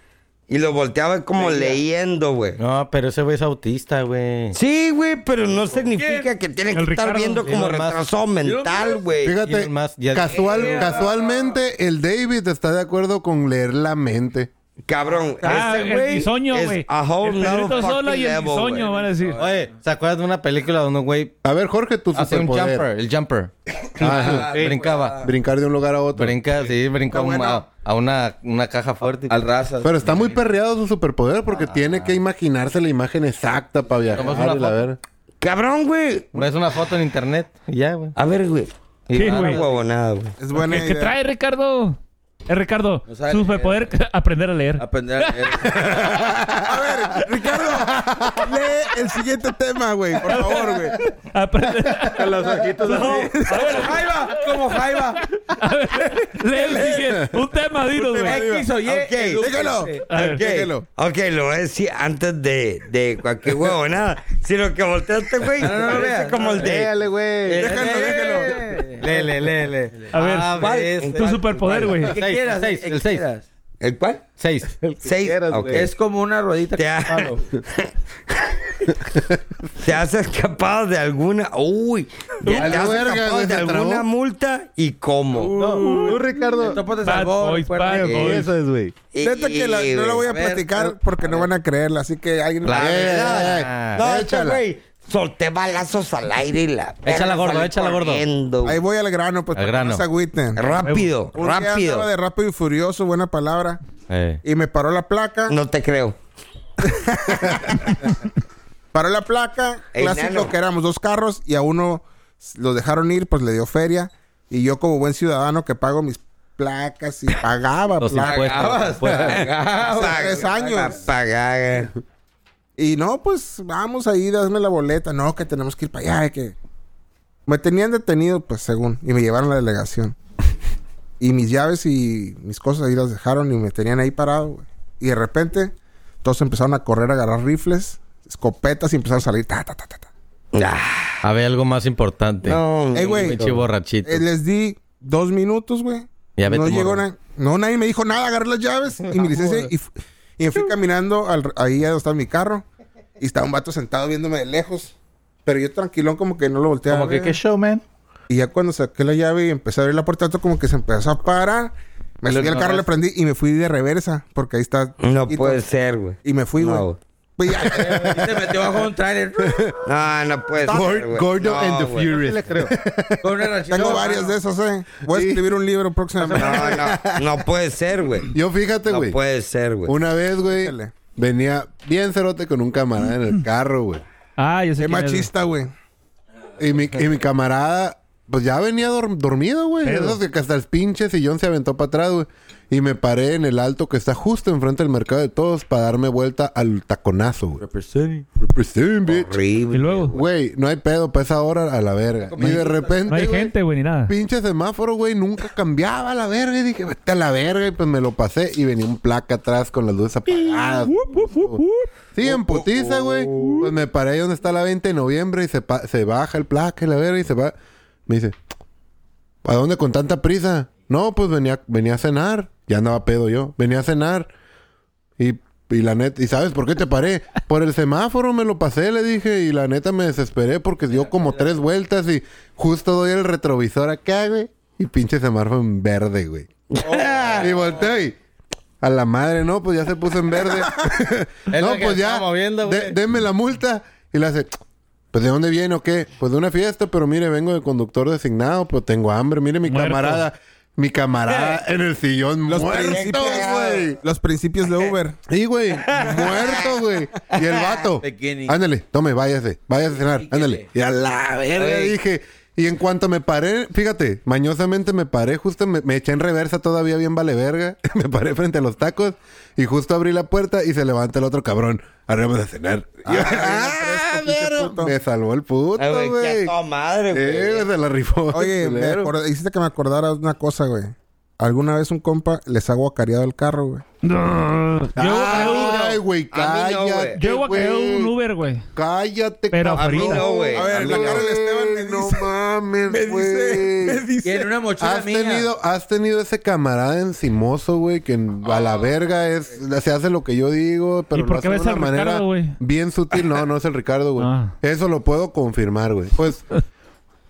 Speaker 6: y lo volteaba como leyendo, güey.
Speaker 7: No, pero ese güey es autista, güey.
Speaker 6: Sí, güey, pero no significa que tiene que
Speaker 4: El
Speaker 6: estar
Speaker 4: Ricardo.
Speaker 6: viendo como
Speaker 7: Elon Musk.
Speaker 6: retraso mental, güey.
Speaker 5: Fíjate,
Speaker 7: Elon Musk ya-
Speaker 5: casual, casualmente el David está de acuerdo con leer la mente.
Speaker 6: Cabrón,
Speaker 4: Ah,
Speaker 6: ese
Speaker 4: el
Speaker 6: güey
Speaker 4: bisoño,
Speaker 6: es
Speaker 4: güey.
Speaker 6: a whole
Speaker 4: El Pedrito
Speaker 6: nother
Speaker 4: Sola
Speaker 6: fucking
Speaker 4: y el
Speaker 6: level,
Speaker 4: bisoño,
Speaker 6: güey.
Speaker 4: van a decir.
Speaker 7: Oye, ¿se acuerdan de una película donde un güey
Speaker 5: A ver, Jorge, tu
Speaker 7: hace un
Speaker 5: superpoder.
Speaker 7: jumper? El jumper.
Speaker 1: Ah,
Speaker 5: Ajá.
Speaker 7: Sí. Brincaba.
Speaker 5: Brincar de un lugar a otro.
Speaker 7: Brinca, sí, brinca a, a una, una caja fuerte.
Speaker 1: Al raza.
Speaker 5: Pero está muy perreado su superpoder porque tiene que imaginarse la imagen exacta para
Speaker 7: Nomás una
Speaker 5: viajar y la
Speaker 7: foto.
Speaker 5: ver.
Speaker 6: Cabrón, güey.
Speaker 7: Ves una foto en internet y ya, güey.
Speaker 6: A ver, güey.
Speaker 4: Sí,
Speaker 7: Ah,
Speaker 4: güey.
Speaker 6: Huevonada, güey.
Speaker 3: Es buena
Speaker 4: ¿Qué, qué
Speaker 3: idea.
Speaker 4: trae, Ricardo? Eh, Ricardo,
Speaker 1: No sabe
Speaker 4: superpoder aprender a leer.
Speaker 1: Aprender a leer.
Speaker 3: A ver, Ricardo, lee el siguiente tema, güey. Por favor, güey.
Speaker 4: Aprender. No, a ver,
Speaker 1: Jaiba, como Jaiba.
Speaker 4: a ver, lee el siguiente. Un tema, dinos, güey.
Speaker 1: X o Y.
Speaker 6: Ok,
Speaker 1: edúquense.
Speaker 3: déjalo.
Speaker 4: A ver.
Speaker 3: Déjelo.
Speaker 6: Ok, lo voy a decir antes de, de cualquier huevo, nada. Si lo que volteaste, güey,
Speaker 1: no, no,
Speaker 6: parece
Speaker 1: vea.
Speaker 6: como el de. Eh,
Speaker 8: Dale, güey.
Speaker 3: Déjalo,
Speaker 1: Eh,
Speaker 3: déjalo.
Speaker 7: Lele, lele.
Speaker 4: A ver,
Speaker 1: ¿cuál?
Speaker 4: Tu superpoder, güey.
Speaker 1: El que
Speaker 7: Seis,
Speaker 1: quieras.
Speaker 7: seis,
Speaker 1: el
Speaker 7: el
Speaker 1: que
Speaker 7: seis.
Speaker 1: quieras.
Speaker 6: ¿El cuál?
Speaker 7: Seis.
Speaker 6: Seis.
Speaker 8: quieras,
Speaker 6: ok.
Speaker 1: Es como una ruedita
Speaker 6: Te, ha- te has escapado de alguna. Uy, te
Speaker 5: Vale,
Speaker 6: has
Speaker 5: verga,
Speaker 6: escapado
Speaker 5: güey,
Speaker 6: de
Speaker 5: se trabó.
Speaker 6: alguna multa y cómo.
Speaker 5: Tú,
Speaker 1: El
Speaker 5: Ricardo.
Speaker 1: topo te
Speaker 4: Bad
Speaker 1: salvó.
Speaker 4: boys,
Speaker 1: recuerda.
Speaker 4: bad
Speaker 6: Eh,
Speaker 4: boys.
Speaker 5: Eso es, güey.
Speaker 6: Y-
Speaker 3: Neta que la- no la voy a
Speaker 1: ver,
Speaker 3: platicar
Speaker 1: a-
Speaker 3: porque no van a creerla, así que alguien...
Speaker 6: La
Speaker 5: Eh,
Speaker 6: verdad.
Speaker 5: eh,
Speaker 6: No, este
Speaker 5: échala.
Speaker 6: güey, solté balazos al aire y la.
Speaker 7: Échala, gordo,
Speaker 6: sale
Speaker 7: échala, gordo.
Speaker 6: corriendo, güey.
Speaker 3: Ahí voy al grano, pues,
Speaker 7: Al
Speaker 3: para que no
Speaker 7: grano.
Speaker 3: se agüiten.
Speaker 6: Rápido,
Speaker 3: Un día andaba
Speaker 6: rápido.
Speaker 3: de rápido y furioso, buena palabra.
Speaker 7: Eh.
Speaker 3: Y me paró la placa.
Speaker 6: No te creo.
Speaker 3: Paró la placa,
Speaker 6: Ey,
Speaker 3: clásico
Speaker 6: nano.
Speaker 3: que éramos dos carros y a uno lo dejaron ir, pues le dio feria. Y yo como buen ciudadano que pago mis placas y pagaba
Speaker 7: Los
Speaker 3: placas.
Speaker 7: impuestos. los impuestos.
Speaker 3: Ah, tres años.
Speaker 6: Pagar.
Speaker 3: Y no, pues vamos ahí, dame la boleta. No, que tenemos que ir para allá. eh, Que... Me tenían detenido, pues según. Y me llevaron a la delegación. y mis llaves y mis cosas ahí las dejaron y me tenían ahí parado. güey. Y de repente todos empezaron a correr, a agarrar rifles, escopetas y empezaron a salir. Ta, ta, ta, ta, ta.
Speaker 2: Ah,
Speaker 7: Había algo más importante.
Speaker 6: No,
Speaker 3: Ey, güey.
Speaker 7: Pinche borrachito.
Speaker 3: Eh, les di dos minutos, güey.
Speaker 7: Ya vete,
Speaker 3: no llegó
Speaker 7: morro.
Speaker 3: na- No, nadie me dijo nada. Agarré las llaves y mi licencia y, fu- y me fui caminando al- ahí a donde estaba mi carro. Y estaba un vato sentado viéndome de lejos. Pero yo tranquilón como que no lo volteaba.
Speaker 8: Como que qué show, man.
Speaker 3: Y ya cuando saqué la llave y empecé a abrir la puerta, el vato como que se empezó a parar. Me subí al carro, le prendí y me fui de reversa. Porque ahí está.
Speaker 2: No
Speaker 3: y to-
Speaker 2: puede ser, güey.
Speaker 3: Y me fui, güey.
Speaker 2: No, güey.
Speaker 3: Pues ya-
Speaker 1: Se metió bajo un trailer
Speaker 2: No, no puede ser,
Speaker 5: Gor-
Speaker 2: güey.
Speaker 5: Gordo
Speaker 2: No,
Speaker 5: and the
Speaker 2: güey.
Speaker 5: Furious.
Speaker 1: con una ranchera.
Speaker 3: tengo varias de esas, eh. Voy a escribir un libro próximamente.
Speaker 2: No, no, no puede ser, güey.
Speaker 5: Yo fíjate,
Speaker 2: No
Speaker 5: güey.
Speaker 2: puede ser, güey.
Speaker 5: Una vez, güey,
Speaker 3: Ándale.
Speaker 5: venía bien cerote con un camarada en el carro, güey.
Speaker 4: Ah, yo sé
Speaker 3: Qué
Speaker 4: quién es, güey.
Speaker 3: machista, güey.
Speaker 5: Y mi, y mi camarada, pues ya venía dor- dormido, güey.
Speaker 4: Pedo.
Speaker 5: Esos que hasta el pinche sillón se aventó para atrás, güey. Y me paré en el alto que está justo enfrente del mercado de todos para darme vuelta al taconazo, güey. Represent, bitch.
Speaker 2: Horrible.
Speaker 4: Y luego,
Speaker 5: Güey, no hay pedo para esa hora a la verga. Y de repente,
Speaker 4: no hay
Speaker 5: güey,
Speaker 4: gente, güey, ni nada.
Speaker 5: pinche semáforo, güey, nunca cambiaba a la verga. Y dije, vete a la verga. Y pues me lo pasé y venía un placa atrás con las luces apagadas. Sí, en putiza, güey. Pues me paré ahí donde está la 20 de noviembre y se, pa- se baja el placa y la verga y se va. Me dice, ¿a dónde con tanta prisa? No, pues venía, venía a cenar. Ya andaba pedo yo. Venía a cenar. Y, y la neta, ¿y sabes por qué te paré? Por el semáforo me lo pasé, le dije, y la neta me desesperé porque dio como tres vueltas y justo doy el retrovisor acá, güey. Y pinche semáforo en verde, güey.
Speaker 8: Oh.
Speaker 5: y volteo y. A la madre, no, pues ya se puso en verde.
Speaker 8: Es
Speaker 5: no,
Speaker 8: lo que
Speaker 5: pues ya.
Speaker 8: estamos viendo, güey.
Speaker 5: de- denme la multa. Y le hace, pues ¿de dónde viene o qué? Pues de una fiesta, pero mire, vengo de conductor designado, pero tengo hambre. Mire mi
Speaker 4: Muerto.
Speaker 5: camarada, mi camarada en el sillón
Speaker 3: Los
Speaker 5: muerto,
Speaker 3: principios,
Speaker 5: güey.
Speaker 3: Los principios de Uber.
Speaker 5: Sí, güey. Muerto, güey. Y el vato.
Speaker 1: Bikini.
Speaker 5: Ándale, tome, váyase. Váyase a cenar. Ándale. Y a la verga
Speaker 1: Oye.
Speaker 5: dije. Y en cuanto me paré, fíjate, mañosamente me paré, justo me, me eché en reversa todavía bien vale verga. me paré frente a los tacos y justo abrí la puerta y se levanta el otro cabrón. Arriba de cenar. Y yo,
Speaker 3: Ah, pero-
Speaker 5: me salvó el
Speaker 2: Ay,
Speaker 5: puto,
Speaker 2: Ah, güey, qué a
Speaker 5: güey.
Speaker 2: toda madre,
Speaker 5: Eh,
Speaker 2: güey.
Speaker 5: se la rifó.
Speaker 3: Oye, me
Speaker 5: culero.
Speaker 3: acordé- hiciste que me acordara una cosa, güey. Alguna vez un compa les ha guacareado el carro, güey.
Speaker 4: No.
Speaker 5: Ay,
Speaker 4: Yo-
Speaker 5: Ah, güey,
Speaker 2: A mí no, güey.
Speaker 5: cállate.
Speaker 4: Yo voy a caer
Speaker 5: güey.
Speaker 4: un Uber, güey.
Speaker 5: Cállate,
Speaker 4: Pero
Speaker 5: cabrón.
Speaker 4: ahorita.
Speaker 2: No, güey.
Speaker 3: A ver, la cara de Esteban me
Speaker 5: No
Speaker 3: dice-
Speaker 5: mames,
Speaker 3: me
Speaker 5: güey.
Speaker 1: Y en una mochila
Speaker 5: Has
Speaker 1: mía.
Speaker 5: tenido, has tenido ese camarada encimoso, güey, que en- a la verga es, se hace lo que yo digo, pero
Speaker 4: Ah. ¿Y por
Speaker 5: lo
Speaker 4: qué
Speaker 5: hace
Speaker 4: ves
Speaker 5: de
Speaker 4: al
Speaker 5: una manera
Speaker 4: Ricardo, güey?
Speaker 5: bien sutil. No, no es el Ricardo, güey.
Speaker 4: Ah.
Speaker 5: Eso lo puedo confirmar, güey. Pues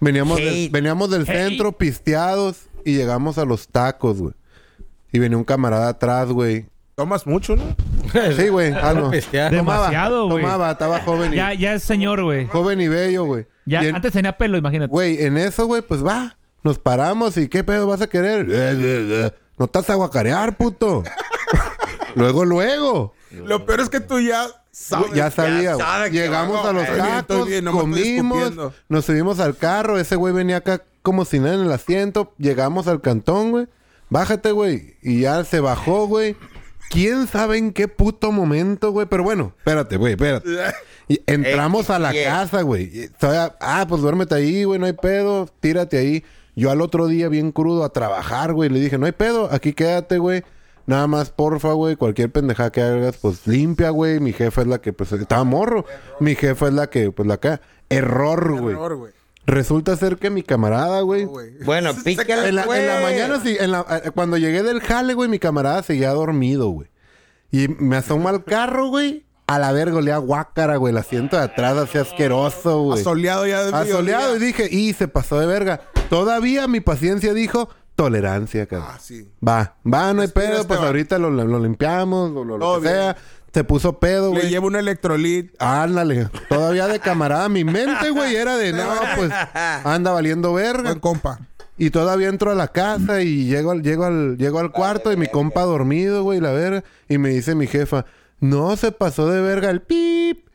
Speaker 5: veníamos del,
Speaker 2: Hate.
Speaker 5: veníamos del centro pisteados y llegamos a los tacos, güey. Y venía un camarada atrás, güey.
Speaker 3: Tomas mucho, ¿no?
Speaker 5: Sí, güey, algo.
Speaker 8: Pistear.
Speaker 5: Tomaba,
Speaker 4: Demasiado, güey.
Speaker 5: Tomaba, estaba joven y,
Speaker 4: Ya, ya es señor, güey.
Speaker 5: joven y bello, güey.
Speaker 4: Ya,
Speaker 5: Y en-
Speaker 4: antes tenía pelo, imagínate.
Speaker 5: Güey, en eso, güey, pues va. Nos paramos y ¿qué pedo vas a querer? Eh, no estás a guacarear, puto. luego, luego.
Speaker 3: Lo peor es que tú ya sabes.
Speaker 5: ya sabía. güey.
Speaker 2: sabe que
Speaker 5: Llegamos
Speaker 2: va,
Speaker 5: a los
Speaker 3: eh, estoy bien, estoy
Speaker 5: tacos,
Speaker 3: bien, no me estoy escupiendo.
Speaker 5: comimos, nos subimos al carro. Ese güey venía acá como si nada en el asiento. Llegamos al cantón, güey. Bájate, güey. Y ya se bajó, güey. ¿Quién sabe en qué puto momento, güey? Pero bueno, espérate, güey, espérate. Y entramos a la
Speaker 2: Ey, yeah.
Speaker 5: casa, güey. Y todavía, ah, pues duérmete ahí, güey, no hay pedo, tírate ahí. Yo al otro día, bien crudo, a trabajar, güey. Le dije, no hay pedo, aquí quédate, güey. Nada más, porfa, güey, cualquier pendeja que hagas, pues limpia, güey. Mi jefa es la que, pues, estaba morro. Mi jefa es la que, pues, la acá. Error, güey.
Speaker 3: Error, güey.
Speaker 5: Resulta ser que mi camarada, güey.
Speaker 3: güey.
Speaker 2: Bueno, pícala,
Speaker 5: En la, en la
Speaker 2: güey.
Speaker 5: mañana, sí, en la- eh, cuando llegué del jale, güey, mi camarada seguía dormido, güey. Y me asomo al carro, güey. A la verga, olía a guácara, güey. El asiento de atrás hacía asqueroso, güey.
Speaker 3: Asoleado ya. de
Speaker 5: Asoleado. Y
Speaker 3: mediodía.
Speaker 5: dije, y se pasó de verga. Todavía mi paciencia dijo, tolerancia, cabrón.
Speaker 3: Ah, sí.
Speaker 5: Va, va, no hay
Speaker 3: Respira,
Speaker 5: pedo. Pues
Speaker 3: Esteban.
Speaker 5: ahorita lo, lo limpiamos, o lo, lo
Speaker 3: Todo
Speaker 5: que
Speaker 3: bien.
Speaker 5: sea. Se puso pedo,
Speaker 3: Le
Speaker 5: güey.
Speaker 3: llevo un electrolit.
Speaker 5: Ándale, todavía de camarada. Mi mente, güey, era de no, pues anda valiendo verga.
Speaker 3: Buen compa.
Speaker 5: Y todavía entro a la casa y llego al, llego al, llego al cuarto y mi compa dormido, güey, la verga. Y me dice mi jefa, no se pasó de verga el pip.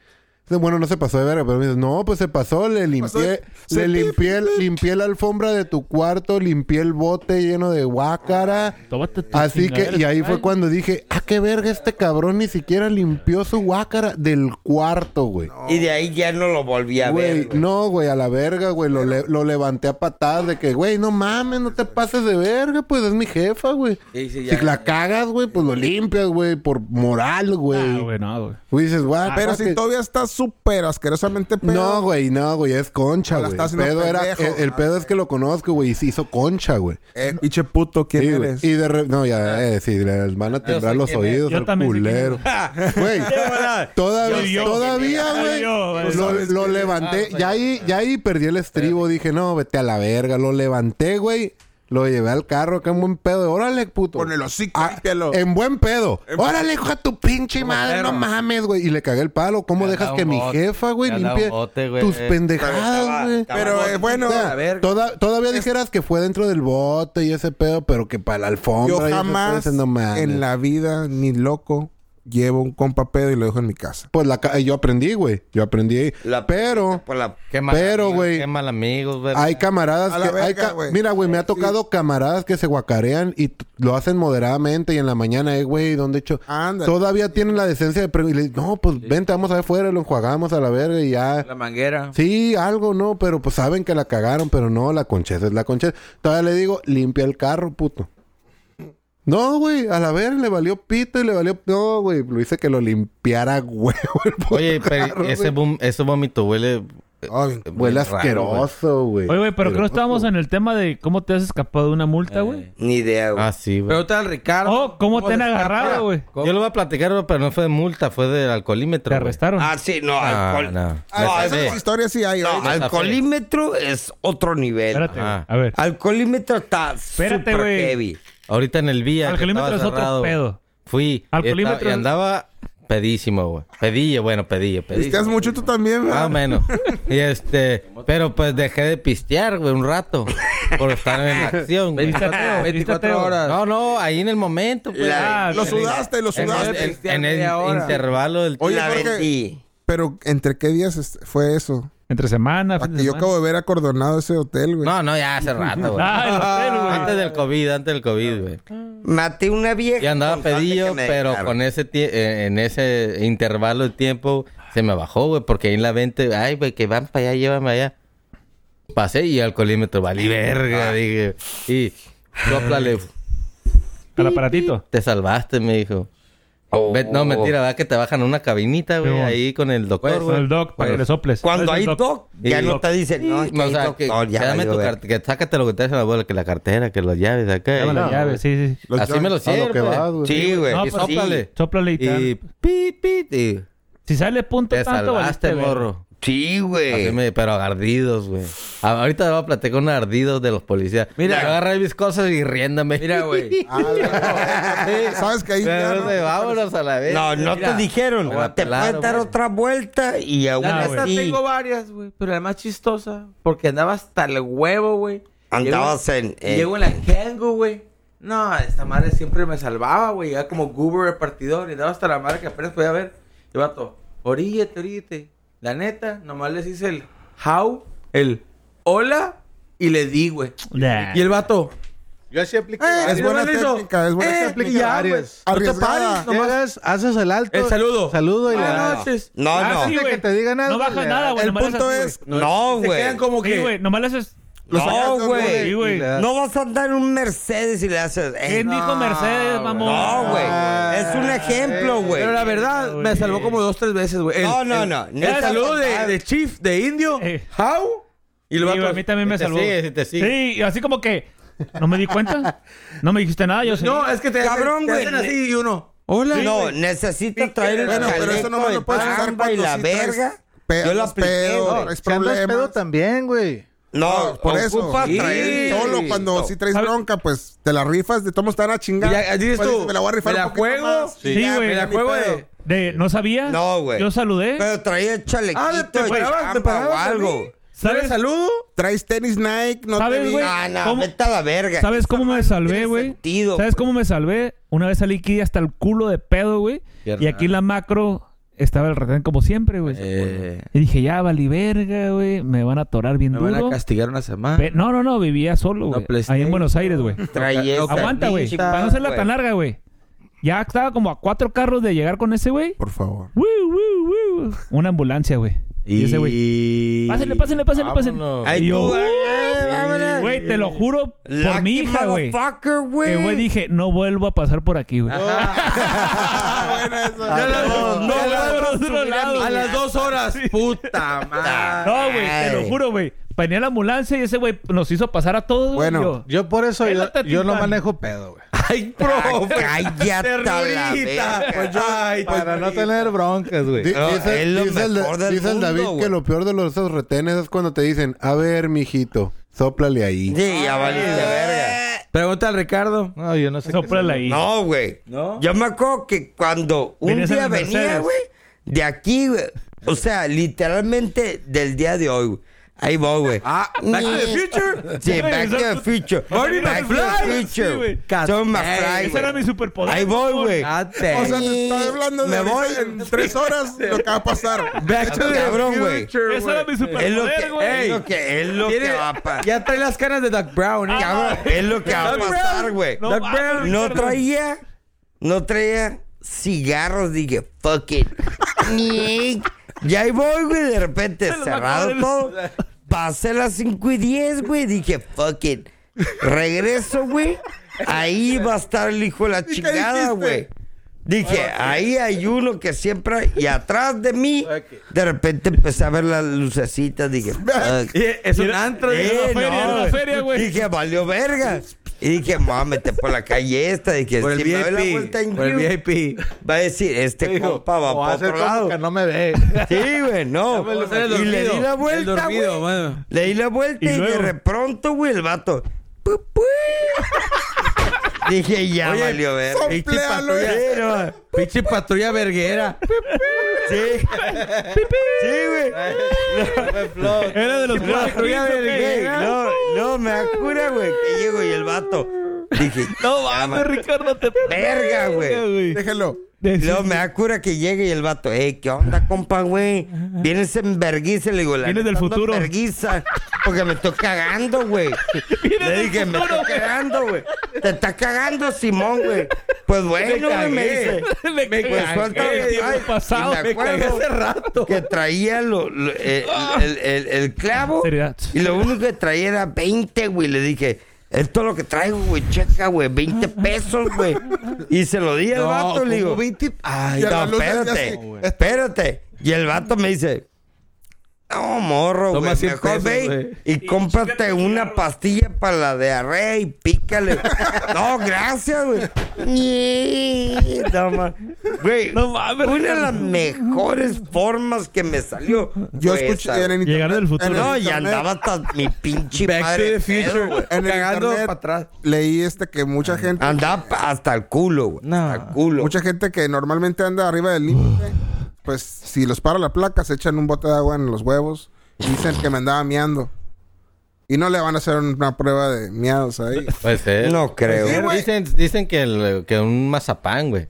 Speaker 5: Dice, Bueno, no se pasó de verga, pero me dice, no, pues se pasó, le
Speaker 3: pasó
Speaker 5: limpié,
Speaker 3: de-
Speaker 5: le
Speaker 3: se-
Speaker 5: limpié, el- limpié la alfombra de tu cuarto, limpié el bote lleno de guácara.
Speaker 4: Tómate tu
Speaker 5: Así que,
Speaker 4: chingadera.
Speaker 5: y ahí
Speaker 4: Ay,
Speaker 5: fue cuando dije, ah, qué verga, este cabrón ni siquiera limpió su guácara del cuarto, güey.
Speaker 2: Y de ahí ya no lo volví a ver.
Speaker 5: Güey,
Speaker 2: güey.
Speaker 5: no, güey, a la verga, güey. Lo, le- lo levanté a patadas de que, güey, no mames, no te pases de verga, pues es mi jefa, güey.
Speaker 1: Y sí, ya.
Speaker 5: Si la cagas, güey, pues lo limpias, güey, por moral,
Speaker 4: Ah,
Speaker 5: güey.
Speaker 4: güey, no, güey.
Speaker 5: Güey, dices, guau,
Speaker 3: Pero
Speaker 5: fuck
Speaker 3: si
Speaker 5: it".
Speaker 3: todavía está súper asquerosamente pedo.
Speaker 5: Ah, No, güey, no, güey, es concha,
Speaker 3: O la
Speaker 5: güey.
Speaker 3: estás
Speaker 5: El
Speaker 3: haciendo
Speaker 5: pedo era,
Speaker 3: pendejo.
Speaker 5: el, el pedo es que lo conozco, güey, y se hizo concha, güey.
Speaker 3: Eh, pinche puto, ¿quién
Speaker 5: Sí, güey.
Speaker 3: eres?
Speaker 5: Y de re- No, ya,
Speaker 3: Ah.
Speaker 5: eh, sí, le van a temblar los oídos
Speaker 4: Yo
Speaker 5: al
Speaker 4: también sé quién
Speaker 5: culero. Güey, todavía,
Speaker 4: Yo, yo.
Speaker 5: todavía,
Speaker 4: Yo,
Speaker 5: güey.
Speaker 4: yo, güey.
Speaker 5: Lo, lo levanté. Ya ahí, ya ahí perdí el estribo. Dije, no, vete a la verga. Lo levanté, güey. Lo llevé al carro acá en buen pedo. Órale, puto.
Speaker 3: Con el hocico,
Speaker 5: Ah,
Speaker 3: límpialo.
Speaker 5: En buen pedo.
Speaker 3: En-
Speaker 5: Órale, hijo de tu pinche madre.
Speaker 1: perro.
Speaker 5: No mames, güey. Y le cagué el palo. ¿Cómo
Speaker 8: Me
Speaker 5: dejas
Speaker 8: da un
Speaker 5: que mi
Speaker 8: bote,
Speaker 5: jefa, güey,
Speaker 8: me da un
Speaker 5: limpie
Speaker 8: bote, güey.
Speaker 5: tus
Speaker 8: Eh,
Speaker 5: pendejadas, güey?
Speaker 3: Pero eh, bueno,
Speaker 5: O sea,
Speaker 1: A ver.
Speaker 5: toda- todavía dijeras que fue dentro del bote y ese pedo, pero que para la alfombra.
Speaker 3: yo
Speaker 5: y esas
Speaker 3: jamás
Speaker 5: cosas, no mames.
Speaker 3: en la vida, ni loco, llevo un compa pedo y lo dejo en mi casa.
Speaker 5: Pues la ca- yo aprendí, güey. Yo aprendí.
Speaker 2: La-
Speaker 5: pero
Speaker 2: Por la-
Speaker 8: Qué mal
Speaker 5: Pero,
Speaker 8: amigo,
Speaker 5: güey,
Speaker 8: Qué mal amigos, güey.
Speaker 5: hay camaradas
Speaker 3: A
Speaker 5: que...
Speaker 3: la
Speaker 5: hay
Speaker 3: verga,
Speaker 5: ca-
Speaker 3: güey.
Speaker 5: Mira, güey, me ha tocado camaradas que se guacarean y t- lo hacen moderadamente y en la mañana, eh, güey, ¿dónde he hecho?
Speaker 3: Ándale.
Speaker 5: Todavía tienen la decencia de... pre- y le dicen, no, pues vente, vamos allá afuera, lo enjuagamos a la verga y ya...
Speaker 1: La manguera.
Speaker 5: Sí, algo, ¿no? Pero pues saben que la cagaron, pero no, la concheza es la concheza. Todavía le digo, limpia el carro, puto. No, güey, a la ver, le valió pito y le valió... No, güey, lo hice que lo limpiara huevo el puto
Speaker 8: Oye, pero
Speaker 5: carro,
Speaker 8: ese,
Speaker 5: güey.
Speaker 8: vom- ese vómito huele.
Speaker 3: Oh, bien.
Speaker 5: Huele
Speaker 8: raro,
Speaker 5: asqueroso, güey.
Speaker 4: Oye, güey, pero creo
Speaker 5: Asqueroso.
Speaker 4: que estábamos en el tema de cómo te has escapado de una multa, güey.
Speaker 2: Ni idea, güey.
Speaker 8: Ah, sí, güey.
Speaker 1: Pregunta al Ricardo.
Speaker 4: Oh, ¿cómo te han
Speaker 1: escapa?
Speaker 4: agarrado, güey?
Speaker 8: Yo lo voy a platicar, güey, pero no fue de multa, fue del alcoholímetro.
Speaker 4: Te
Speaker 8: güey.
Speaker 4: arrestaron.
Speaker 2: Ah, sí, no,
Speaker 8: Ah,
Speaker 2: alcohol.
Speaker 8: no.
Speaker 3: Ah,
Speaker 8: Me
Speaker 3: esas
Speaker 8: zafé.
Speaker 3: historias sí hay.
Speaker 2: No,
Speaker 5: ¿eh?
Speaker 3: ahorita.
Speaker 2: alcoholímetro es otro nivel.
Speaker 4: Espérate, güey.
Speaker 8: Ajá.
Speaker 4: a ver.
Speaker 2: Alcoholímetro está
Speaker 4: Espérate,
Speaker 2: super
Speaker 4: güey.
Speaker 2: heavy.
Speaker 8: Ahorita en el vía. que
Speaker 4: Alcoholímetro
Speaker 8: estaba
Speaker 4: es otro
Speaker 8: cerrado,
Speaker 4: pedo.
Speaker 8: Fui. y
Speaker 4: Alcoholímetro
Speaker 8: estaba- Y
Speaker 4: es-
Speaker 8: andaba pedísimo, güey. Pedillo, bueno, pedillo, pedillo.
Speaker 3: Pisteas mucho tú también,
Speaker 8: Más o
Speaker 3: ¿verdad?
Speaker 8: menos. Y este, pero pues dejé de pistear, güey, un rato. Por estar en acción, güey.
Speaker 1: 24, 24
Speaker 4: Vístete.
Speaker 1: horas.
Speaker 8: No, no, ahí en el momento, pues.
Speaker 4: La-
Speaker 3: Lo
Speaker 4: ah, Sí.
Speaker 3: sudaste, lo
Speaker 8: en,
Speaker 1: no,
Speaker 8: el-
Speaker 3: sudaste.
Speaker 8: en-
Speaker 1: pistear
Speaker 8: en el
Speaker 1: media hora.
Speaker 8: intervalo del
Speaker 3: Oye,
Speaker 2: la
Speaker 3: Jorge.
Speaker 2: vendí.
Speaker 3: Pero, ¿entre qué días este, fue eso?
Speaker 4: Entre semana, fin de
Speaker 3: Porque Ah, yo
Speaker 4: semana.
Speaker 3: acabo de ver acordonado ese hotel, güey.
Speaker 8: No, no, ya hace rato, güey.
Speaker 4: Ah, el hotel, güey.
Speaker 8: Antes del COVID, antes del COVID, güey.
Speaker 2: Maté una vieja.
Speaker 8: Y andaba
Speaker 2: con tal de
Speaker 8: pedillo,
Speaker 2: que me
Speaker 8: pero
Speaker 2: dejaran.
Speaker 8: con ese tie- eh, en ese intervalo de tiempo se me bajó, güey, porque ahí en la vente, ay, güey, que van para allá, llévame allá. Pasé y al colímetro, vale, verga,
Speaker 2: Ah.
Speaker 8: dije. Y soplale,
Speaker 4: Al aparatito.
Speaker 8: te salvaste, me dijo. Ve-
Speaker 2: Oh.
Speaker 8: No, mentira, va que te bajan a una cabinita, güey,
Speaker 4: Sí, bueno.
Speaker 8: ahí con el
Speaker 2: Pues,
Speaker 8: doctor,
Speaker 4: Con
Speaker 8: güey. Pues,
Speaker 4: el doc, para que le soples.
Speaker 2: Cuando
Speaker 4: Es el
Speaker 2: hay doc, ya
Speaker 8: Y-
Speaker 2: no te dicen, no, es que
Speaker 8: No, o
Speaker 2: hay
Speaker 8: sea, que,
Speaker 2: doctor, ya
Speaker 8: que dame
Speaker 2: valió
Speaker 8: tu
Speaker 2: ver.
Speaker 8: car- que sácate lo que te hace la abuela, que la cartera, que las llaves, acá.
Speaker 4: Dame
Speaker 8: y-
Speaker 4: la llave, sí, sí.
Speaker 5: Los
Speaker 8: Así
Speaker 5: joints,
Speaker 8: me lo
Speaker 5: a que
Speaker 8: sirve.
Speaker 5: vas, güey.
Speaker 2: Sí, güey.
Speaker 4: No,
Speaker 8: Y
Speaker 4: pues sí.
Speaker 8: sóplale.
Speaker 4: Sóplale y tal.
Speaker 8: Y pit, pit, y
Speaker 4: Si sale punto
Speaker 8: te
Speaker 4: tanto,
Speaker 8: salvaste,
Speaker 4: valiste, güey.
Speaker 8: morro.
Speaker 2: Sí,
Speaker 8: Así
Speaker 2: güey.
Speaker 8: me- pero ardidos, güey. A- Ahorita voy a platicar con ardidos de los policías. Mira, yo agarré mis cosas y riéndome.
Speaker 1: Mira, güey.
Speaker 3: Ah, la- Sabes que ahí ya
Speaker 8: Pero,
Speaker 3: no-
Speaker 8: güey, vámonos a la vez.
Speaker 2: No, no
Speaker 1: Mira.
Speaker 2: te dijeron.
Speaker 8: Me la
Speaker 2: Te
Speaker 8: pelaron,
Speaker 2: puedes dar
Speaker 8: güey.
Speaker 2: otra vuelta y aún
Speaker 4: Ah,
Speaker 1: La
Speaker 4: güey.
Speaker 1: neta
Speaker 2: así
Speaker 1: tengo varias, güey. Pero la más chistosa, porque andaba hasta el huevo, güey.
Speaker 2: andabas
Speaker 1: Llego-
Speaker 2: en...
Speaker 6: Eh,
Speaker 2: en-
Speaker 1: Llego en la Kengu, güey. No, esta madre siempre me salvaba, güey. Era como Goober repartidor. Y andaba hasta la madre que apenas podía ver. Y vato, oríllate, oríllate. La neta, nomás les hice el how, el hola y le di, güey.
Speaker 4: Nah.
Speaker 1: Y el vato,
Speaker 5: Yo así apliqué.
Speaker 7: "Ah,
Speaker 1: eh,
Speaker 3: es
Speaker 1: y
Speaker 3: buena
Speaker 1: nomás le hizo, "Eh,
Speaker 3: técnica, es buena técnica.
Speaker 1: y ya, güey.
Speaker 5: Varias.
Speaker 1: No te
Speaker 3: Arriesgada.
Speaker 1: pares, nomás.
Speaker 7: Llegas, haces el alto.
Speaker 1: El saludo.
Speaker 7: Saludo y le
Speaker 1: Buenas
Speaker 7: das.
Speaker 1: noches.
Speaker 2: No,
Speaker 4: Ah,
Speaker 2: no.
Speaker 4: sí,
Speaker 7: Antes de
Speaker 4: güey.
Speaker 7: que te diga nada,
Speaker 4: No
Speaker 7: güey,
Speaker 4: baja
Speaker 7: le
Speaker 4: nada,
Speaker 7: das.
Speaker 4: güey.
Speaker 3: El
Speaker 4: nomás le
Speaker 3: punto
Speaker 4: haces-
Speaker 3: es...
Speaker 2: No,
Speaker 1: Se
Speaker 2: güey.
Speaker 1: quedan como
Speaker 4: Sí,
Speaker 1: que...
Speaker 4: güey. Nomás le haces...
Speaker 2: No,
Speaker 3: hallazgos,
Speaker 2: güey.
Speaker 4: Sí, güey.
Speaker 2: No vas a andar en un Mercedes y le haces... eh,
Speaker 4: ¿Quién
Speaker 2: no,
Speaker 4: dijo Mercedes, mamón?
Speaker 2: No, güey.
Speaker 1: Ah.
Speaker 2: Es un ejemplo, güey.
Speaker 1: Pero la verdad,
Speaker 4: güey.
Speaker 1: me salvó como dos, tres veces, güey. El-
Speaker 2: No, no,
Speaker 1: el-
Speaker 2: no.
Speaker 1: El, saludo de, de Chief, de Indio.
Speaker 4: ah. Eh.
Speaker 1: How? Y
Speaker 4: Sí,
Speaker 1: lo
Speaker 4: güey, a mí también me
Speaker 8: Te
Speaker 4: salvó.
Speaker 8: sigue, te sigue.
Speaker 4: Sí, así como que... No me di cuenta. No me dijiste nada, yo sé.
Speaker 1: No, es que te
Speaker 2: Cabrón,
Speaker 1: hacen, te
Speaker 2: güey.
Speaker 1: hacen así y uno. Hola.
Speaker 2: No,
Speaker 1: güey.
Speaker 2: necesita traer el
Speaker 3: Bueno, pero eso
Speaker 2: chaleco
Speaker 3: no me
Speaker 2: de
Speaker 3: lo puedes usar
Speaker 2: chamba
Speaker 3: cuando
Speaker 2: y la
Speaker 3: sí traes
Speaker 2: verga.
Speaker 3: pe-
Speaker 2: Yo lo apliqué,
Speaker 3: pedo,
Speaker 2: güey.
Speaker 3: traes
Speaker 7: Si andas
Speaker 3: problemas.
Speaker 7: pedo también, güey.
Speaker 2: No,
Speaker 3: No, por eso.
Speaker 2: ocupa
Speaker 3: Sí.
Speaker 2: traer-
Speaker 3: Solo cuando si traes
Speaker 4: ¿Sabes?
Speaker 3: bronca, pues te la rifas, de tomo estar a
Speaker 1: Y
Speaker 3: chingar.
Speaker 1: ya, dices
Speaker 3: Pues,
Speaker 1: tú,
Speaker 3: me la voy a rifar
Speaker 1: me la
Speaker 3: un poquito
Speaker 1: juego.
Speaker 3: más.
Speaker 4: Sí,
Speaker 3: Ya,
Speaker 4: güey.
Speaker 3: me la juego de...
Speaker 4: De, ¿No sabía?
Speaker 2: No, güey.
Speaker 4: Yo saludé.
Speaker 2: Pero traía el chalequito
Speaker 1: Ah, te
Speaker 2: de
Speaker 1: parabas, te
Speaker 2: chamba o
Speaker 1: parabas
Speaker 2: algo.
Speaker 1: ¿Sabes?
Speaker 4: ¿Sabes?
Speaker 1: saludo?
Speaker 3: Traes tenis Nike, no
Speaker 4: ¿Sabes,
Speaker 3: te vi.
Speaker 4: güey?
Speaker 2: Ah, no,
Speaker 4: ¿Cómo?
Speaker 2: vete a la verga.
Speaker 4: ¿Sabes cómo me salvé,
Speaker 2: tiene
Speaker 4: güey?
Speaker 2: sentido, pues".
Speaker 4: ¿Sabes
Speaker 2: güey.
Speaker 4: cómo me salvé? Una vez salí aquí hasta el culo de pedo, güey.
Speaker 8: Pierna.
Speaker 4: Y aquí en la macro estaba el retén como siempre, güey.
Speaker 1: Eh,
Speaker 4: Y dije, ya, vali verga, güey. Me van a atorar bien
Speaker 1: me van
Speaker 4: duro.
Speaker 1: a castigar una semana.
Speaker 4: Ve- No, no, no. Vivía solo,
Speaker 1: No,
Speaker 4: güey.
Speaker 1: PlayStation.
Speaker 4: Ahí en Buenos Aires, güey.
Speaker 2: Traía esa
Speaker 4: Aguanta, güey.
Speaker 2: pinche
Speaker 4: Para no
Speaker 2: pan,
Speaker 4: hacerla
Speaker 2: güey.
Speaker 4: tan larga, güey. Ya estaba como a cuatro carros de llegar con ese, güey.
Speaker 3: Por favor.
Speaker 4: Wuu, wuu, wuu. Una ambulancia, güey. Y, ese, güey. Pásenle, pásenle, pásenle,
Speaker 8: Vámonos.
Speaker 4: pásenle.
Speaker 2: Ay,
Speaker 4: Y yo,
Speaker 2: tú, eh, vámonos.
Speaker 4: güey, te lo juro por
Speaker 2: Lucky
Speaker 4: mi hija, güey.
Speaker 2: motherfucker,
Speaker 4: Que, güey,
Speaker 2: güey.
Speaker 4: dije, no vuelvo a pasar por aquí, güey.
Speaker 3: Buena esa.
Speaker 1: Ya la-
Speaker 4: no,
Speaker 1: ya
Speaker 4: no,
Speaker 1: la-
Speaker 4: no, no, no, no, no,
Speaker 1: A
Speaker 4: no.
Speaker 1: las dos horas. Puta madre.
Speaker 4: No, güey, te lo juro, güey. Venía la ambulancia y ese güey nos hizo pasar a todos. güey,
Speaker 3: Bueno,
Speaker 4: y yo,
Speaker 7: Yo por eso yo,
Speaker 4: Pélate,
Speaker 7: yo no
Speaker 4: Titán.
Speaker 7: manejo pedo, güey.
Speaker 1: Ay, profe.
Speaker 2: Ah, cállate a la
Speaker 1: Ternurita.
Speaker 2: verga.
Speaker 1: Pues yo- Ay,
Speaker 7: Para no tener broncas,
Speaker 5: Di-
Speaker 7: güey.
Speaker 2: No,
Speaker 5: dice
Speaker 2: es lo
Speaker 5: dice el,
Speaker 2: mejor del
Speaker 5: dice el
Speaker 2: mundo,
Speaker 5: David
Speaker 2: güey.
Speaker 5: que lo peor de los esos retenes es cuando te dicen, a ver, mijito, sóplale ahí.
Speaker 2: Sí, ya valiste verga.
Speaker 1: Pregunta al Ricardo.
Speaker 7: No, yo no sé. qué
Speaker 4: Sóprala
Speaker 7: sea.
Speaker 4: ahí.
Speaker 6: No, güey.
Speaker 1: ¿No?
Speaker 6: Yo me acuerdo que cuando un
Speaker 4: Venías en
Speaker 6: día
Speaker 4: el
Speaker 6: venía,
Speaker 4: Mercedes.
Speaker 6: güey, de aquí, güey. O sea, literalmente del día de hoy, güey. Ahí voy, güey.
Speaker 1: Ah, Back to the Future.
Speaker 6: Sí, Back to the Future.
Speaker 4: Marty
Speaker 6: Back to
Speaker 4: McFly.
Speaker 6: the
Speaker 4: Sí,
Speaker 6: Future.
Speaker 4: güey.
Speaker 6: Son
Speaker 1: Ey,
Speaker 6: McFly,
Speaker 4: Ese era mi
Speaker 6: güey.
Speaker 4: superpoder.
Speaker 6: Ahí voy, güey.
Speaker 1: Date.
Speaker 3: O sea, te está hablando de
Speaker 6: Me
Speaker 3: ahorita
Speaker 6: voy.
Speaker 3: en tres horas lo que va a pasar.
Speaker 1: Back to the
Speaker 6: Cabrón, güey.
Speaker 1: Future,
Speaker 4: Ese era mi
Speaker 6: Es lo
Speaker 4: superpoder,
Speaker 6: que,
Speaker 4: güey.
Speaker 6: es lo que, es lo que
Speaker 1: Tiene-
Speaker 6: va a pasar.
Speaker 1: Ya trae las caras de Doc Brown. ¿eh?
Speaker 6: Cabrón, es lo que va a
Speaker 1: Doc
Speaker 6: pasar,
Speaker 1: Brown.
Speaker 6: güey.
Speaker 1: Doc
Speaker 4: mames,
Speaker 1: Brown
Speaker 6: No
Speaker 4: Ricardo.
Speaker 6: traía, no traía cigarros, dije, fuck it. Ni- y ahí voy, güey, de repente,
Speaker 4: los
Speaker 6: cerrado
Speaker 4: acabo de-
Speaker 6: todo. Pasé las 5 y 10, güey, dije, fuck it. Regreso, güey. Ahí va a estar el hijo de la chingada,
Speaker 3: dijiste?
Speaker 6: güey. Dije, ahí hay uno que siempre. hay- Y atrás de mí, de repente empecé a ver las lucecitas. Dije, fuck.
Speaker 1: Y Es un antro.
Speaker 6: Eh,
Speaker 1: digo.
Speaker 4: feria,
Speaker 6: no,
Speaker 4: era la
Speaker 6: güey.
Speaker 4: feria, güey.
Speaker 6: Dije, valió verga. Y dije, mámete por la calle esta. Dije,
Speaker 1: Por el
Speaker 6: si me doy la
Speaker 1: VIP.
Speaker 6: vuelta en
Speaker 1: Por el
Speaker 6: U,
Speaker 1: VIP.
Speaker 6: Va a decir, este compa va
Speaker 7: O va a
Speaker 6: para
Speaker 7: hacer
Speaker 6: otro
Speaker 7: como
Speaker 6: lado.
Speaker 7: que no me ve.
Speaker 6: Sí, güey, no. Y le di la
Speaker 1: El
Speaker 6: vuelta,
Speaker 1: dormido,
Speaker 6: güey.
Speaker 1: mano.
Speaker 6: Le di la vuelta
Speaker 4: Y
Speaker 6: y, de
Speaker 4: luego.
Speaker 6: de pronto, güey, el vato. pu, pu. dije, ya
Speaker 1: Oye,
Speaker 6: valió verga.
Speaker 1: pinche
Speaker 3: Sopléalo,
Speaker 1: patrulla.
Speaker 6: Sí, no.
Speaker 1: Pinche patrulla verguera.
Speaker 6: Sí. Sí, güey.
Speaker 4: Era de los cuatro.
Speaker 1: patrulla
Speaker 4: ¿sí, o qué?
Speaker 1: verguera.
Speaker 6: No, no, me acura, güey. Que llego y el vato. Dije,
Speaker 4: No mames, Ricardo, te
Speaker 6: Verga, güey.
Speaker 3: Déjelo.
Speaker 4: De-
Speaker 6: Y luego me da cura que llegue y el vato, hey, ¿qué onda, compa, güey? Vienes en verguiza, le digo, la
Speaker 4: Vienes
Speaker 6: neta
Speaker 4: del
Speaker 6: ando
Speaker 4: futuro.
Speaker 6: Verguiza, porque me estoy cagando, güey.
Speaker 4: Vienes
Speaker 6: Le
Speaker 4: del
Speaker 6: dije, me
Speaker 4: futuro,
Speaker 6: estoy
Speaker 4: güey.
Speaker 6: cagando, güey. Te está cagando, Simón, güey. Pues bueno, güey, me dice.
Speaker 4: Me
Speaker 6: Pues
Speaker 4: cagué,
Speaker 6: suelta
Speaker 4: el tiempo pasado.
Speaker 6: y me acuerdo que traía lo- lo- eh, el,
Speaker 3: Ah.
Speaker 6: el- el- el clavo
Speaker 4: Seriedad.
Speaker 6: y lo único que traía era 20, güey. Le dije, esto es lo que traigo, güey, checa, güey, 20 pesos, güey. Y se lo di al vato, le digo.
Speaker 3: Y
Speaker 6: Ay,
Speaker 3: a la
Speaker 6: no,
Speaker 3: luz del día
Speaker 6: espérate,
Speaker 3: siguiente.
Speaker 6: espérate. Y el vato me dice, no, morro,
Speaker 1: Toma
Speaker 6: güey,
Speaker 1: 100
Speaker 6: mejor
Speaker 1: pesos,
Speaker 6: ve
Speaker 1: güey.
Speaker 6: y y cómprate una pastilla para la diarrea y pícale. no, gracias, güey. Ñe, No, ma- güey,
Speaker 4: No mames,
Speaker 6: Una de
Speaker 4: Ricardo.
Speaker 6: las mejores formas que me salió.
Speaker 3: Yo
Speaker 6: fue
Speaker 3: escuché
Speaker 6: esa.
Speaker 3: en internet-
Speaker 4: Llegar del futuro.
Speaker 3: en el
Speaker 6: Pues, No, y
Speaker 3: internet-
Speaker 6: andaba hasta mi pinche
Speaker 1: Back to
Speaker 6: madre
Speaker 1: the future.
Speaker 6: pedo, güey.
Speaker 3: En el
Speaker 1: Cagando
Speaker 3: internet
Speaker 1: para atrás.
Speaker 3: Leí este que
Speaker 6: Ah,
Speaker 3: mucha gente,
Speaker 6: Andaba pa- hasta el culo, güey.
Speaker 1: No.
Speaker 6: Hasta el culo.
Speaker 3: mucha gente que normalmente anda arriba del límite, pues si los para la placa se echan un bote de agua en los huevos. y Dicen que me andaba miando. Y no le van a hacer una prueba de miados ahí.
Speaker 8: Puede ser.
Speaker 6: No creo.
Speaker 8: Pero
Speaker 3: güey.
Speaker 8: dicen, dicen que, el- que un mazapán, güey.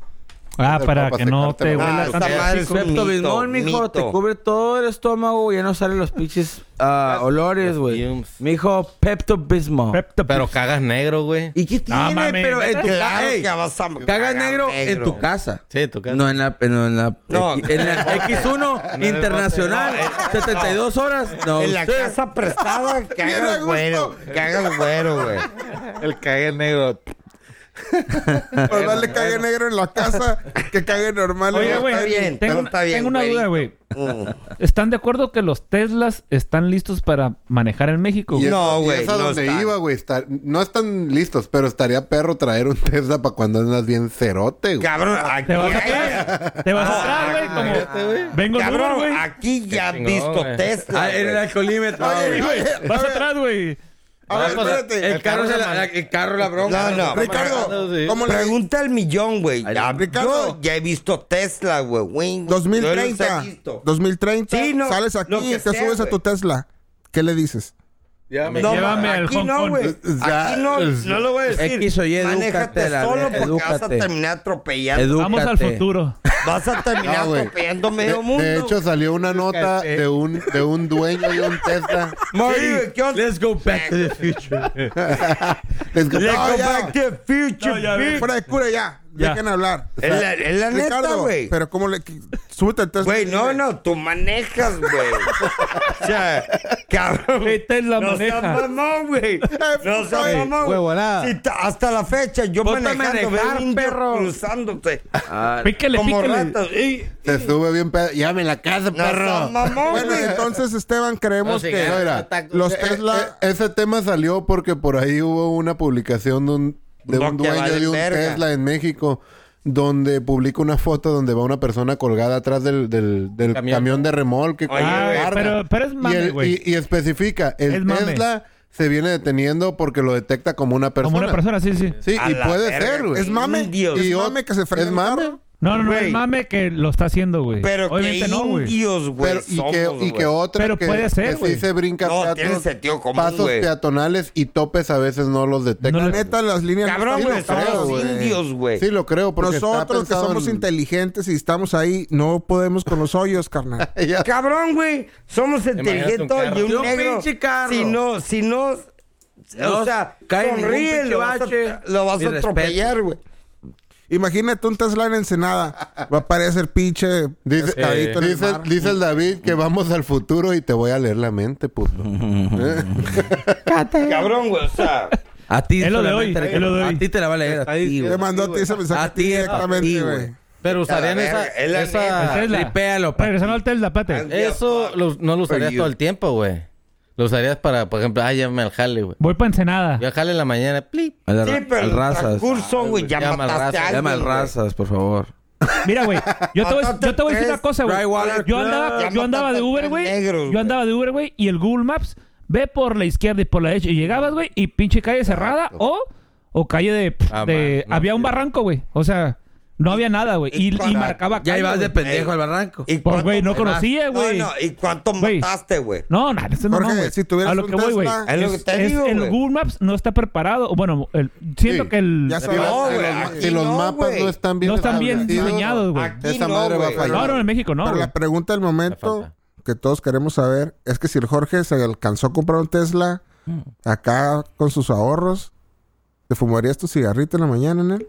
Speaker 4: Ah, para
Speaker 5: Para
Speaker 4: que no
Speaker 5: secártelo.
Speaker 4: te
Speaker 5: Ah,
Speaker 4: huela
Speaker 6: esa
Speaker 4: tanto.
Speaker 6: madre es un
Speaker 1: Excepto
Speaker 6: mito,
Speaker 1: bismol, mijo.
Speaker 6: mito.
Speaker 1: Te cubre todo el estómago. Ya no salen los pinches ah, olores, güey.
Speaker 8: fumes.
Speaker 1: Mijo, Pepto Bismol.
Speaker 4: Pepto-
Speaker 8: Pero cagas negro, güey.
Speaker 1: ¿Y qué tiene?
Speaker 4: mames,
Speaker 1: pero en tu
Speaker 6: Claro
Speaker 1: ca- ey,
Speaker 6: que vas a
Speaker 1: Cagas
Speaker 6: cagar
Speaker 1: negro, en tu casa.
Speaker 8: Sí, tu casa.
Speaker 1: No, en la, no, en la, eh,
Speaker 6: No.
Speaker 1: en la X1
Speaker 8: No,
Speaker 1: Internacional, 72 horas. No,
Speaker 6: eh. En la
Speaker 1: usted.
Speaker 6: casa prestada,
Speaker 3: Bien a
Speaker 6: cagas
Speaker 3: gusto.
Speaker 6: güero. Cagas güero, güey.
Speaker 7: El cague negro.
Speaker 3: Pues más le cague negro en la casa que cague normal.
Speaker 4: Oye,
Speaker 3: ¿no?
Speaker 4: güey,
Speaker 6: está bien, pero
Speaker 4: tengo,
Speaker 6: está bien,
Speaker 4: tengo una
Speaker 6: güey.
Speaker 4: duda, güey.
Speaker 6: Mm.
Speaker 4: ¿Están de acuerdo que los Teslas están listos para manejar en México? güey?
Speaker 5: Y es-
Speaker 6: No,
Speaker 5: y
Speaker 6: güey,
Speaker 5: Es a
Speaker 6: no
Speaker 5: donde
Speaker 6: están.
Speaker 5: iba, güey. estar- no están listos, pero estaría perro traer un Tesla para cuando andas bien cerote, güey.
Speaker 6: Cabrón, aquí
Speaker 4: Te vas
Speaker 6: hay-
Speaker 4: atrás, te vas atrás, güey. Como vengo duro,
Speaker 6: Cabrón, ah,
Speaker 4: güey.
Speaker 6: aquí ya han
Speaker 8: chingón,
Speaker 6: visto
Speaker 8: güey.
Speaker 6: Tesla.
Speaker 1: Ah, en el
Speaker 6: güey.
Speaker 1: alcoholímetro.
Speaker 3: Oye,
Speaker 1: güey.
Speaker 3: oye,
Speaker 4: Vas atrás, güey.
Speaker 3: a ver, espérate.
Speaker 1: El carro, se la, la- el carro la bronca.
Speaker 6: No, no.
Speaker 3: Ricardo, ¿cómo le
Speaker 6: Pregunta al millón, güey. Ya-
Speaker 3: Ricardo.
Speaker 6: Yo ya he visto Tesla, güey. Wing. Yo los
Speaker 3: 2030.
Speaker 6: he visto.
Speaker 3: 2030.
Speaker 6: Sí, no,
Speaker 3: sales
Speaker 6: lo
Speaker 3: aquí,
Speaker 6: que
Speaker 3: te
Speaker 6: sea,
Speaker 3: subes a
Speaker 6: güey.
Speaker 3: tu Tesla. ¿Qué le dices?
Speaker 6: No,
Speaker 4: Llévame al
Speaker 6: aquí
Speaker 4: Hong
Speaker 6: no,
Speaker 4: Kong.
Speaker 6: güey. Aquí no, no lo voy a decir.
Speaker 1: X o Y,
Speaker 6: Manéjate
Speaker 1: edúcate, la
Speaker 6: solo
Speaker 1: neta,
Speaker 6: porque vas a
Speaker 1: edúcate.
Speaker 6: terminar atropellando.
Speaker 4: Vamos al
Speaker 1: Edúcate.
Speaker 4: futuro.
Speaker 6: Vas a terminar
Speaker 5: No, güey.
Speaker 6: atropellando
Speaker 5: De,
Speaker 6: medio mundo.
Speaker 5: de hecho, salió una nota de un, de un dueño de un Tesla.
Speaker 6: Marty, ¿qué onda?
Speaker 1: Let's go back to the future.
Speaker 5: Les digo,
Speaker 6: Let's
Speaker 5: "No,
Speaker 6: go
Speaker 5: ya".
Speaker 6: back to the future, bitch.
Speaker 3: Fuera de cura ya.
Speaker 4: Ya.
Speaker 3: Dejen hablar.
Speaker 6: Es la, es la neta, güey.
Speaker 3: pero ¿cómo le. qui- Súbete al Tesla.
Speaker 6: Güey, no,
Speaker 3: Dile,
Speaker 6: no, tú manejas, güey. o sea, cabrón.
Speaker 4: Güey, Tesla
Speaker 6: no seas
Speaker 4: maneja.
Speaker 6: mamón, güey. No seas
Speaker 3: Güey,
Speaker 6: mamón. güey.
Speaker 7: huevonada.
Speaker 6: Si ta- hasta la fecha, yo
Speaker 1: Ponte a
Speaker 6: manejando,
Speaker 1: manejar,
Speaker 6: veo un indio
Speaker 1: perro.
Speaker 6: cruzándote.
Speaker 4: Pícale,
Speaker 6: como
Speaker 4: pícale.
Speaker 6: ratas. Y,
Speaker 5: Se sube bien pedo. Llévame a la casa,
Speaker 6: no
Speaker 5: perro.
Speaker 6: seas mamón,
Speaker 3: Bueno,
Speaker 6: güey.
Speaker 3: entonces, Esteban, creemos
Speaker 8: No, sí,
Speaker 3: que.
Speaker 8: gana,
Speaker 5: Mira,
Speaker 8: Ataco.
Speaker 3: los
Speaker 5: Eh,
Speaker 3: Tesla.
Speaker 5: eh, ese tema salió porque por ahí hubo una publicación de un, de
Speaker 6: No,
Speaker 5: un
Speaker 6: que
Speaker 5: dueño
Speaker 6: vale
Speaker 5: de un
Speaker 6: verga.
Speaker 5: Tesla en México donde publica una foto donde va una persona colgada atrás del, del- del camión.
Speaker 8: Camión.
Speaker 5: de remolque. con
Speaker 6: Oye,
Speaker 5: la
Speaker 4: Ah,
Speaker 5: carga.
Speaker 4: pero, pero es
Speaker 5: y,
Speaker 4: mame,
Speaker 5: el-
Speaker 4: güey.
Speaker 5: y- y especifica, el
Speaker 4: Es mame.
Speaker 5: Tesla se viene deteniendo porque lo detecta como una persona.
Speaker 4: Como una persona, sí, sí.
Speaker 5: Sí,
Speaker 6: A
Speaker 5: y
Speaker 6: la
Speaker 5: puede
Speaker 6: verga,
Speaker 5: ser, güey.
Speaker 6: güey.
Speaker 3: Es mame.
Speaker 6: Indios.
Speaker 3: Es
Speaker 5: Y ot-
Speaker 3: mame que se frena.
Speaker 5: Es
Speaker 3: un
Speaker 5: mame.
Speaker 3: carro.
Speaker 4: No, no, no,
Speaker 6: Güey.
Speaker 4: el mame que lo está haciendo, güey.
Speaker 6: Pero
Speaker 4: Obviamente
Speaker 6: que
Speaker 4: no, güey.
Speaker 6: indios, Pues güey.
Speaker 5: Pero- y, que, y que otra
Speaker 4: Pero
Speaker 5: que,
Speaker 4: puede ser,
Speaker 5: que sí
Speaker 4: güey.
Speaker 5: se brinca
Speaker 6: No,
Speaker 5: peatos-
Speaker 6: tiene sentido común,
Speaker 5: pasos
Speaker 6: güey.
Speaker 5: peatonales y topes a veces no los detectan.
Speaker 4: No
Speaker 3: La
Speaker 4: le-
Speaker 3: neta, las líneas.
Speaker 6: Cabrón,
Speaker 3: Sí,
Speaker 6: güey,
Speaker 3: lo creo,
Speaker 6: son los
Speaker 3: güey.
Speaker 6: indios, güey.
Speaker 5: Sí, lo creo. Porque está
Speaker 3: Nosotros que
Speaker 5: pensado
Speaker 3: somos
Speaker 5: en-
Speaker 3: inteligentes y estamos ahí, no podemos con los hoyos, carnal.
Speaker 5: Ya.
Speaker 6: Cabrón, güey. Somos
Speaker 8: Imagínate un
Speaker 6: inteligentes y
Speaker 8: carro.
Speaker 6: un
Speaker 1: Y un
Speaker 6: negro.
Speaker 1: pinche carro.
Speaker 6: Si no, si no.
Speaker 1: No
Speaker 6: o sea,
Speaker 1: cae ningún
Speaker 6: sonríe,
Speaker 1: pinche
Speaker 6: lo vas a,
Speaker 1: bache.
Speaker 6: lo vas
Speaker 1: Ni
Speaker 6: a
Speaker 1: respeto.
Speaker 6: atropellar, güey.
Speaker 3: Imagínate un Tesla en Ensenada. Va a aparecer pinche
Speaker 5: Dice,
Speaker 3: pescadito en el
Speaker 5: dice,
Speaker 3: mar.
Speaker 5: dice el David
Speaker 4: Mm.
Speaker 5: que vamos al futuro y te voy a leer la mente, pues. puto.
Speaker 6: Cabrón, güey, o sea.
Speaker 1: A ti
Speaker 4: Es lo de
Speaker 1: solamente,
Speaker 4: hoy,
Speaker 1: Ricardo.
Speaker 4: es lo de hoy.
Speaker 1: A ti te la va a leer. A ti,
Speaker 3: Te
Speaker 1: güey.
Speaker 3: mandó a ti ese mensaje.
Speaker 1: A ti
Speaker 3: directamente,
Speaker 1: directamente,
Speaker 3: güey.
Speaker 8: Pero usarían
Speaker 6: A la
Speaker 8: esa.
Speaker 6: verga, es la
Speaker 8: esa-
Speaker 4: El Tesla.
Speaker 1: Tripéalo, pa.
Speaker 4: Regresando al Tesla,
Speaker 6: Ah,
Speaker 4: pate.
Speaker 8: eso lo- no lo usarías
Speaker 6: you.
Speaker 8: todo el tiempo, güey. Lo usarías para, por ejemplo, ay, llámame al jale, güey.
Speaker 4: Voy para Ensenada.
Speaker 8: Yo al jale en la mañana, pli.
Speaker 1: Al de
Speaker 6: Sí,
Speaker 1: ra-
Speaker 6: pero
Speaker 1: al
Speaker 6: el
Speaker 1: razas. Ah,
Speaker 6: transcurso, güey, ya
Speaker 8: Llama al
Speaker 6: mataste a
Speaker 8: Razas,
Speaker 6: alguien,
Speaker 1: Llama al
Speaker 6: güey.
Speaker 1: razas, por favor.
Speaker 4: Mira, güey, yo, te voy a-
Speaker 6: Mataste
Speaker 4: yo te voy a decir
Speaker 6: tres
Speaker 4: una cosa, güey.
Speaker 1: Dry Water
Speaker 4: Yo
Speaker 1: Club.
Speaker 4: andaba, yo
Speaker 6: Ya
Speaker 4: andaba de
Speaker 6: mataste
Speaker 4: Uber,
Speaker 6: tres
Speaker 4: güey.
Speaker 6: negros,
Speaker 4: Yo
Speaker 6: güey.
Speaker 4: andaba de Uber, güey, y el Google Maps ve por la izquierda y por la derecha y llegabas, güey, y pinche calle cerrada o, o calle de...
Speaker 8: Ah,
Speaker 4: de-
Speaker 8: man, no,
Speaker 4: había un
Speaker 8: sí.
Speaker 4: barranco, güey. O sea, no había nada, güey. Y,
Speaker 6: y
Speaker 4: y
Speaker 6: cuando-
Speaker 4: marcaba
Speaker 1: Ya
Speaker 4: calle,
Speaker 1: ibas de
Speaker 4: güey.
Speaker 1: pendejo al barranco.
Speaker 6: ¿Y
Speaker 4: Pues, güey, no
Speaker 6: cuánto-
Speaker 4: conocía, güey.
Speaker 6: No, no, ¿y cuánto
Speaker 4: Güey.
Speaker 6: mataste, güey?
Speaker 4: No, nada, ese no,
Speaker 3: Jorge,
Speaker 4: no, güey.
Speaker 3: si tuvieras
Speaker 4: A lo
Speaker 3: un
Speaker 4: que voy, güey.
Speaker 3: Tesla-
Speaker 6: Es lo que te
Speaker 4: es-
Speaker 6: digo,
Speaker 4: el
Speaker 6: güey.
Speaker 4: Google Maps no está preparado. Bueno, el- siento
Speaker 5: Sí,
Speaker 4: que el...
Speaker 3: Ya
Speaker 5: Si
Speaker 3: sabes.
Speaker 5: los-
Speaker 6: No,
Speaker 5: si
Speaker 6: güey,
Speaker 5: los,
Speaker 6: aquí
Speaker 5: si los
Speaker 6: no,
Speaker 5: mapas
Speaker 6: güey.
Speaker 5: no están bien
Speaker 4: no están bien
Speaker 5: establecidos,
Speaker 4: diseñados, güey.
Speaker 6: Aquí
Speaker 5: Esa
Speaker 6: no,
Speaker 5: madre va a
Speaker 6: güey.
Speaker 5: fallar.
Speaker 4: No, no, en México no,
Speaker 3: Pero
Speaker 4: güey.
Speaker 3: la pregunta del
Speaker 8: Me
Speaker 3: momento
Speaker 8: falta.
Speaker 3: que todos queremos saber es que si el Jorge se alcanzó a comprar un Tesla
Speaker 8: Mm.
Speaker 3: acá con sus ahorros, ¿te fumarías tu cigarrito en la mañana, Nel?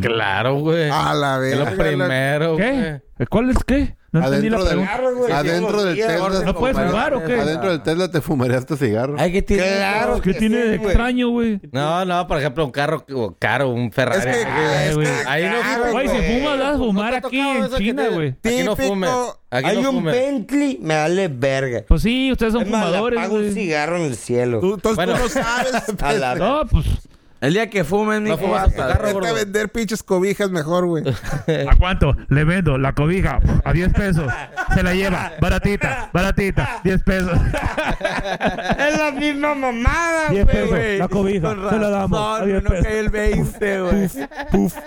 Speaker 8: Claro, güey.
Speaker 3: A la
Speaker 8: Mm. es lo
Speaker 3: verga. la-
Speaker 8: primero, güey.
Speaker 4: ¿Qué? ¿Cuál es qué? No entendí
Speaker 5: Adentro
Speaker 4: la
Speaker 5: del,
Speaker 4: pregunta.
Speaker 6: Claro, güey.
Speaker 5: adentro del
Speaker 6: Sí, sí,
Speaker 5: Tesla.
Speaker 6: orden.
Speaker 5: te
Speaker 4: ¿No puedes
Speaker 5: fumarías-
Speaker 4: jugar o qué?
Speaker 5: Adentro del Tesla te fumarías tu cigarro.
Speaker 1: Hay que tirar.
Speaker 6: Claro.
Speaker 4: ¿Qué
Speaker 6: que
Speaker 4: tiene
Speaker 6: sí,
Speaker 4: de
Speaker 6: güey.
Speaker 4: extraño, güey?
Speaker 8: No, no, por ejemplo, un carro o caro, un Ferrari.
Speaker 3: Es que-
Speaker 8: Ay,
Speaker 4: Eh,
Speaker 8: Ah, güey.
Speaker 4: güey.
Speaker 8: ahí no
Speaker 6: Ah, Claro,
Speaker 8: fumes,
Speaker 4: Güey, si
Speaker 6: güey.
Speaker 4: fumas, vas a fumar
Speaker 5: ¿No te ha
Speaker 4: aquí
Speaker 5: tocado
Speaker 4: en
Speaker 5: eso que
Speaker 4: China,
Speaker 5: tiene-
Speaker 4: güey.
Speaker 8: Aquí no
Speaker 3: Típico.
Speaker 8: fumes. Aquí
Speaker 6: Hay
Speaker 8: no
Speaker 6: un
Speaker 8: fumes.
Speaker 6: Bentley, me vale verga.
Speaker 4: Pues sí, ustedes son
Speaker 6: Es más, le
Speaker 4: fumadores,
Speaker 6: apago un
Speaker 4: güey.
Speaker 6: cigarro en el cielo.
Speaker 3: Tú- Entonces
Speaker 8: Bueno.
Speaker 3: tú no sabes.
Speaker 6: A la verga.
Speaker 4: No, pues,
Speaker 1: El día que fumen,
Speaker 8: No
Speaker 1: mijo,
Speaker 8: fumas
Speaker 1: hasta-
Speaker 8: cigarro,
Speaker 3: Vete a
Speaker 8: gordo.
Speaker 3: vender pinches cobijas mejor, güey.
Speaker 4: ¿a cuánto? Le vendo la cobija a 10 pesos. Se la lleva, baratita, baratita, 10 pesos.
Speaker 6: Es la misma mamada,
Speaker 4: 10
Speaker 6: güey.
Speaker 4: pesos, la cobija,
Speaker 1: Con
Speaker 4: se la damos a
Speaker 1: razón,
Speaker 4: 10
Speaker 1: no cae
Speaker 4: pesos.
Speaker 1: el 20, güey.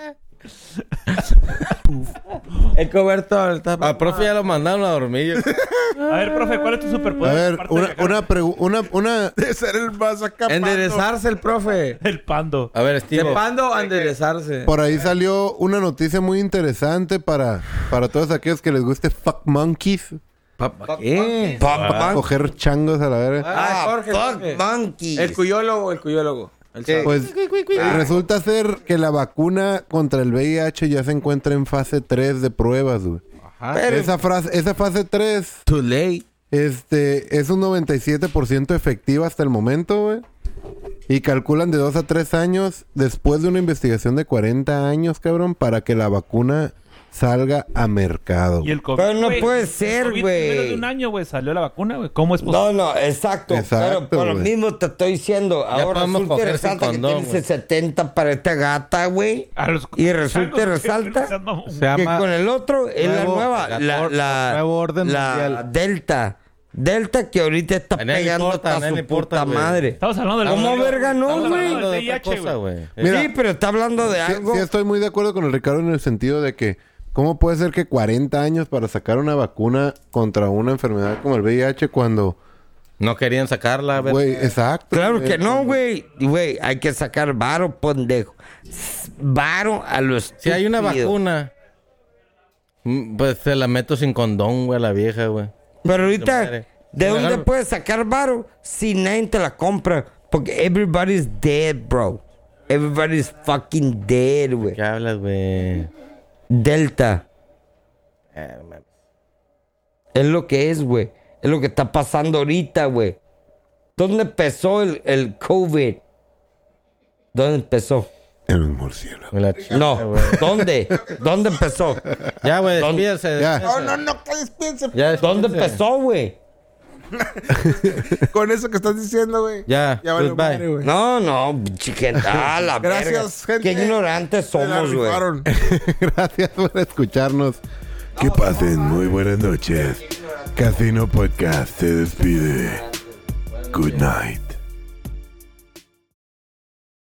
Speaker 1: El cobertor está
Speaker 8: Al profe ya lo mandaron a dormir.
Speaker 4: A ver, profe, ¿cuál es tu
Speaker 5: A
Speaker 4: superpoder?
Speaker 5: ver,
Speaker 4: Aparte
Speaker 5: una,
Speaker 4: de-
Speaker 5: una, pregu- una, una,
Speaker 3: De ser el más acá.
Speaker 1: Enderezarse el profe.
Speaker 4: El pando.
Speaker 8: A ver, Steve.
Speaker 1: Trepando a enderezarse.
Speaker 5: Por ahí salió una noticia muy interesante para, para todos aquellos que les guste fuck monkeys.
Speaker 1: Pa- pa- ¿Qué?
Speaker 5: Ah,
Speaker 6: Papá.
Speaker 5: Coger changos a la verga.
Speaker 1: Ah,
Speaker 6: Ah,
Speaker 1: Jorge, Jorge.
Speaker 6: fuck monkeys.
Speaker 1: El cuyólogo, el cuyólogo. El chavo.
Speaker 5: Pues resulta ser que la vacuna contra el VIH ya se encuentra en fase 3 de pruebas, güey. Esa, frase, esa fase 3
Speaker 1: Too late.
Speaker 5: este, es un 97% efectiva hasta el momento, güey. Y calculan de 2 a 3 años después de una investigación de 40 años, cabrón, para que la vacuna salga a mercado.
Speaker 4: Y el COVID.
Speaker 6: Pero no
Speaker 4: güey.
Speaker 6: puede
Speaker 4: El
Speaker 6: ser,
Speaker 4: COVID,
Speaker 6: güey.
Speaker 4: Menos de un año, güey, salió la vacuna, güey. ¿Cómo es posible?
Speaker 6: No, no, exacto.
Speaker 5: Exacto,
Speaker 6: pero por lo
Speaker 5: güey.
Speaker 6: mismo te estoy diciendo. Ahora resulta
Speaker 8: podemos
Speaker 6: y
Speaker 8: coger
Speaker 6: resalta
Speaker 8: sin
Speaker 6: que
Speaker 8: condón,
Speaker 6: tienes
Speaker 8: güey.
Speaker 6: el 70 para esta gata, güey.
Speaker 4: A los-
Speaker 6: Y resulta y
Speaker 4: Seas
Speaker 6: resalta
Speaker 4: mamón, güey.
Speaker 7: Se
Speaker 6: que
Speaker 7: llama
Speaker 6: con el otro es la
Speaker 7: Nuevo-
Speaker 6: nueva.
Speaker 7: la
Speaker 6: La,
Speaker 7: or-
Speaker 6: la-
Speaker 7: nuevo orden
Speaker 6: la
Speaker 7: mundial.
Speaker 6: Delta. Delta que ahorita está
Speaker 8: A nadie le
Speaker 6: pegando
Speaker 8: importa, a
Speaker 6: hasta
Speaker 8: nadie le
Speaker 6: su
Speaker 8: importa,
Speaker 6: puta
Speaker 8: güey.
Speaker 6: madre.
Speaker 4: Estamos hablando del
Speaker 6: ¿Cómo
Speaker 4: COVID.
Speaker 6: verga no,
Speaker 4: Estamos
Speaker 6: güey?
Speaker 4: hablando
Speaker 8: Hablando de
Speaker 4: del
Speaker 8: otra
Speaker 4: VIH,
Speaker 8: cosa, güey.
Speaker 6: sí, pero está hablando de
Speaker 5: Sí,
Speaker 6: algo.
Speaker 5: sí estoy muy de acuerdo con el Ricardo en el sentido de que cómo puede ser que 40 años para sacar una vacuna contra una enfermedad como el VIH cuando
Speaker 8: No querían sacarla, a ver.
Speaker 5: güey, exacto.
Speaker 6: Claro
Speaker 5: güey,
Speaker 6: que no,
Speaker 5: cuando-
Speaker 6: güey. Güey, hay que sacar varo, pendejo. S- Varo a los.
Speaker 8: Si hay una vacuna, mm, pues se la meto sin condón, güey, a la vieja, güey.
Speaker 6: Pero ahorita,
Speaker 8: madre.
Speaker 6: ¿de
Speaker 8: Mejor-
Speaker 6: dónde puedes sacar varo si nadie te la compra? Porque everybody's dead, bro. Everybody's fucking dead, güey.
Speaker 8: ¿Qué hablas, güey?
Speaker 6: Delta.
Speaker 8: Eh,
Speaker 6: Es lo que es, güey. Es lo que está pasando ahorita, güey. ¿Dónde empezó el, el COVID? ¿Dónde empezó?
Speaker 5: En un murciélago.
Speaker 8: Me la ch-
Speaker 6: No, ¿dónde? ¿Dónde empezó?
Speaker 8: Ya, güey,
Speaker 6: ¿Dónde?
Speaker 8: despídase.
Speaker 5: Ya.
Speaker 8: despídase.
Speaker 3: No, no, que despídense
Speaker 8: Ya, despídase.
Speaker 6: ¿Dónde empezó, güey?
Speaker 3: con eso que estás diciendo, güey.
Speaker 8: Ya,
Speaker 3: Ya vale,
Speaker 8: goodbye.
Speaker 3: madre, güey.
Speaker 6: No, no, chiquita, ah, la
Speaker 3: Gracias, gente.
Speaker 6: verga. Qué ignorantes
Speaker 3: Se la
Speaker 6: somos, güey.
Speaker 3: rifaron.
Speaker 5: Gracias por escucharnos. Que pasen muy buenas noches. Casino Podcast se despide. Good night.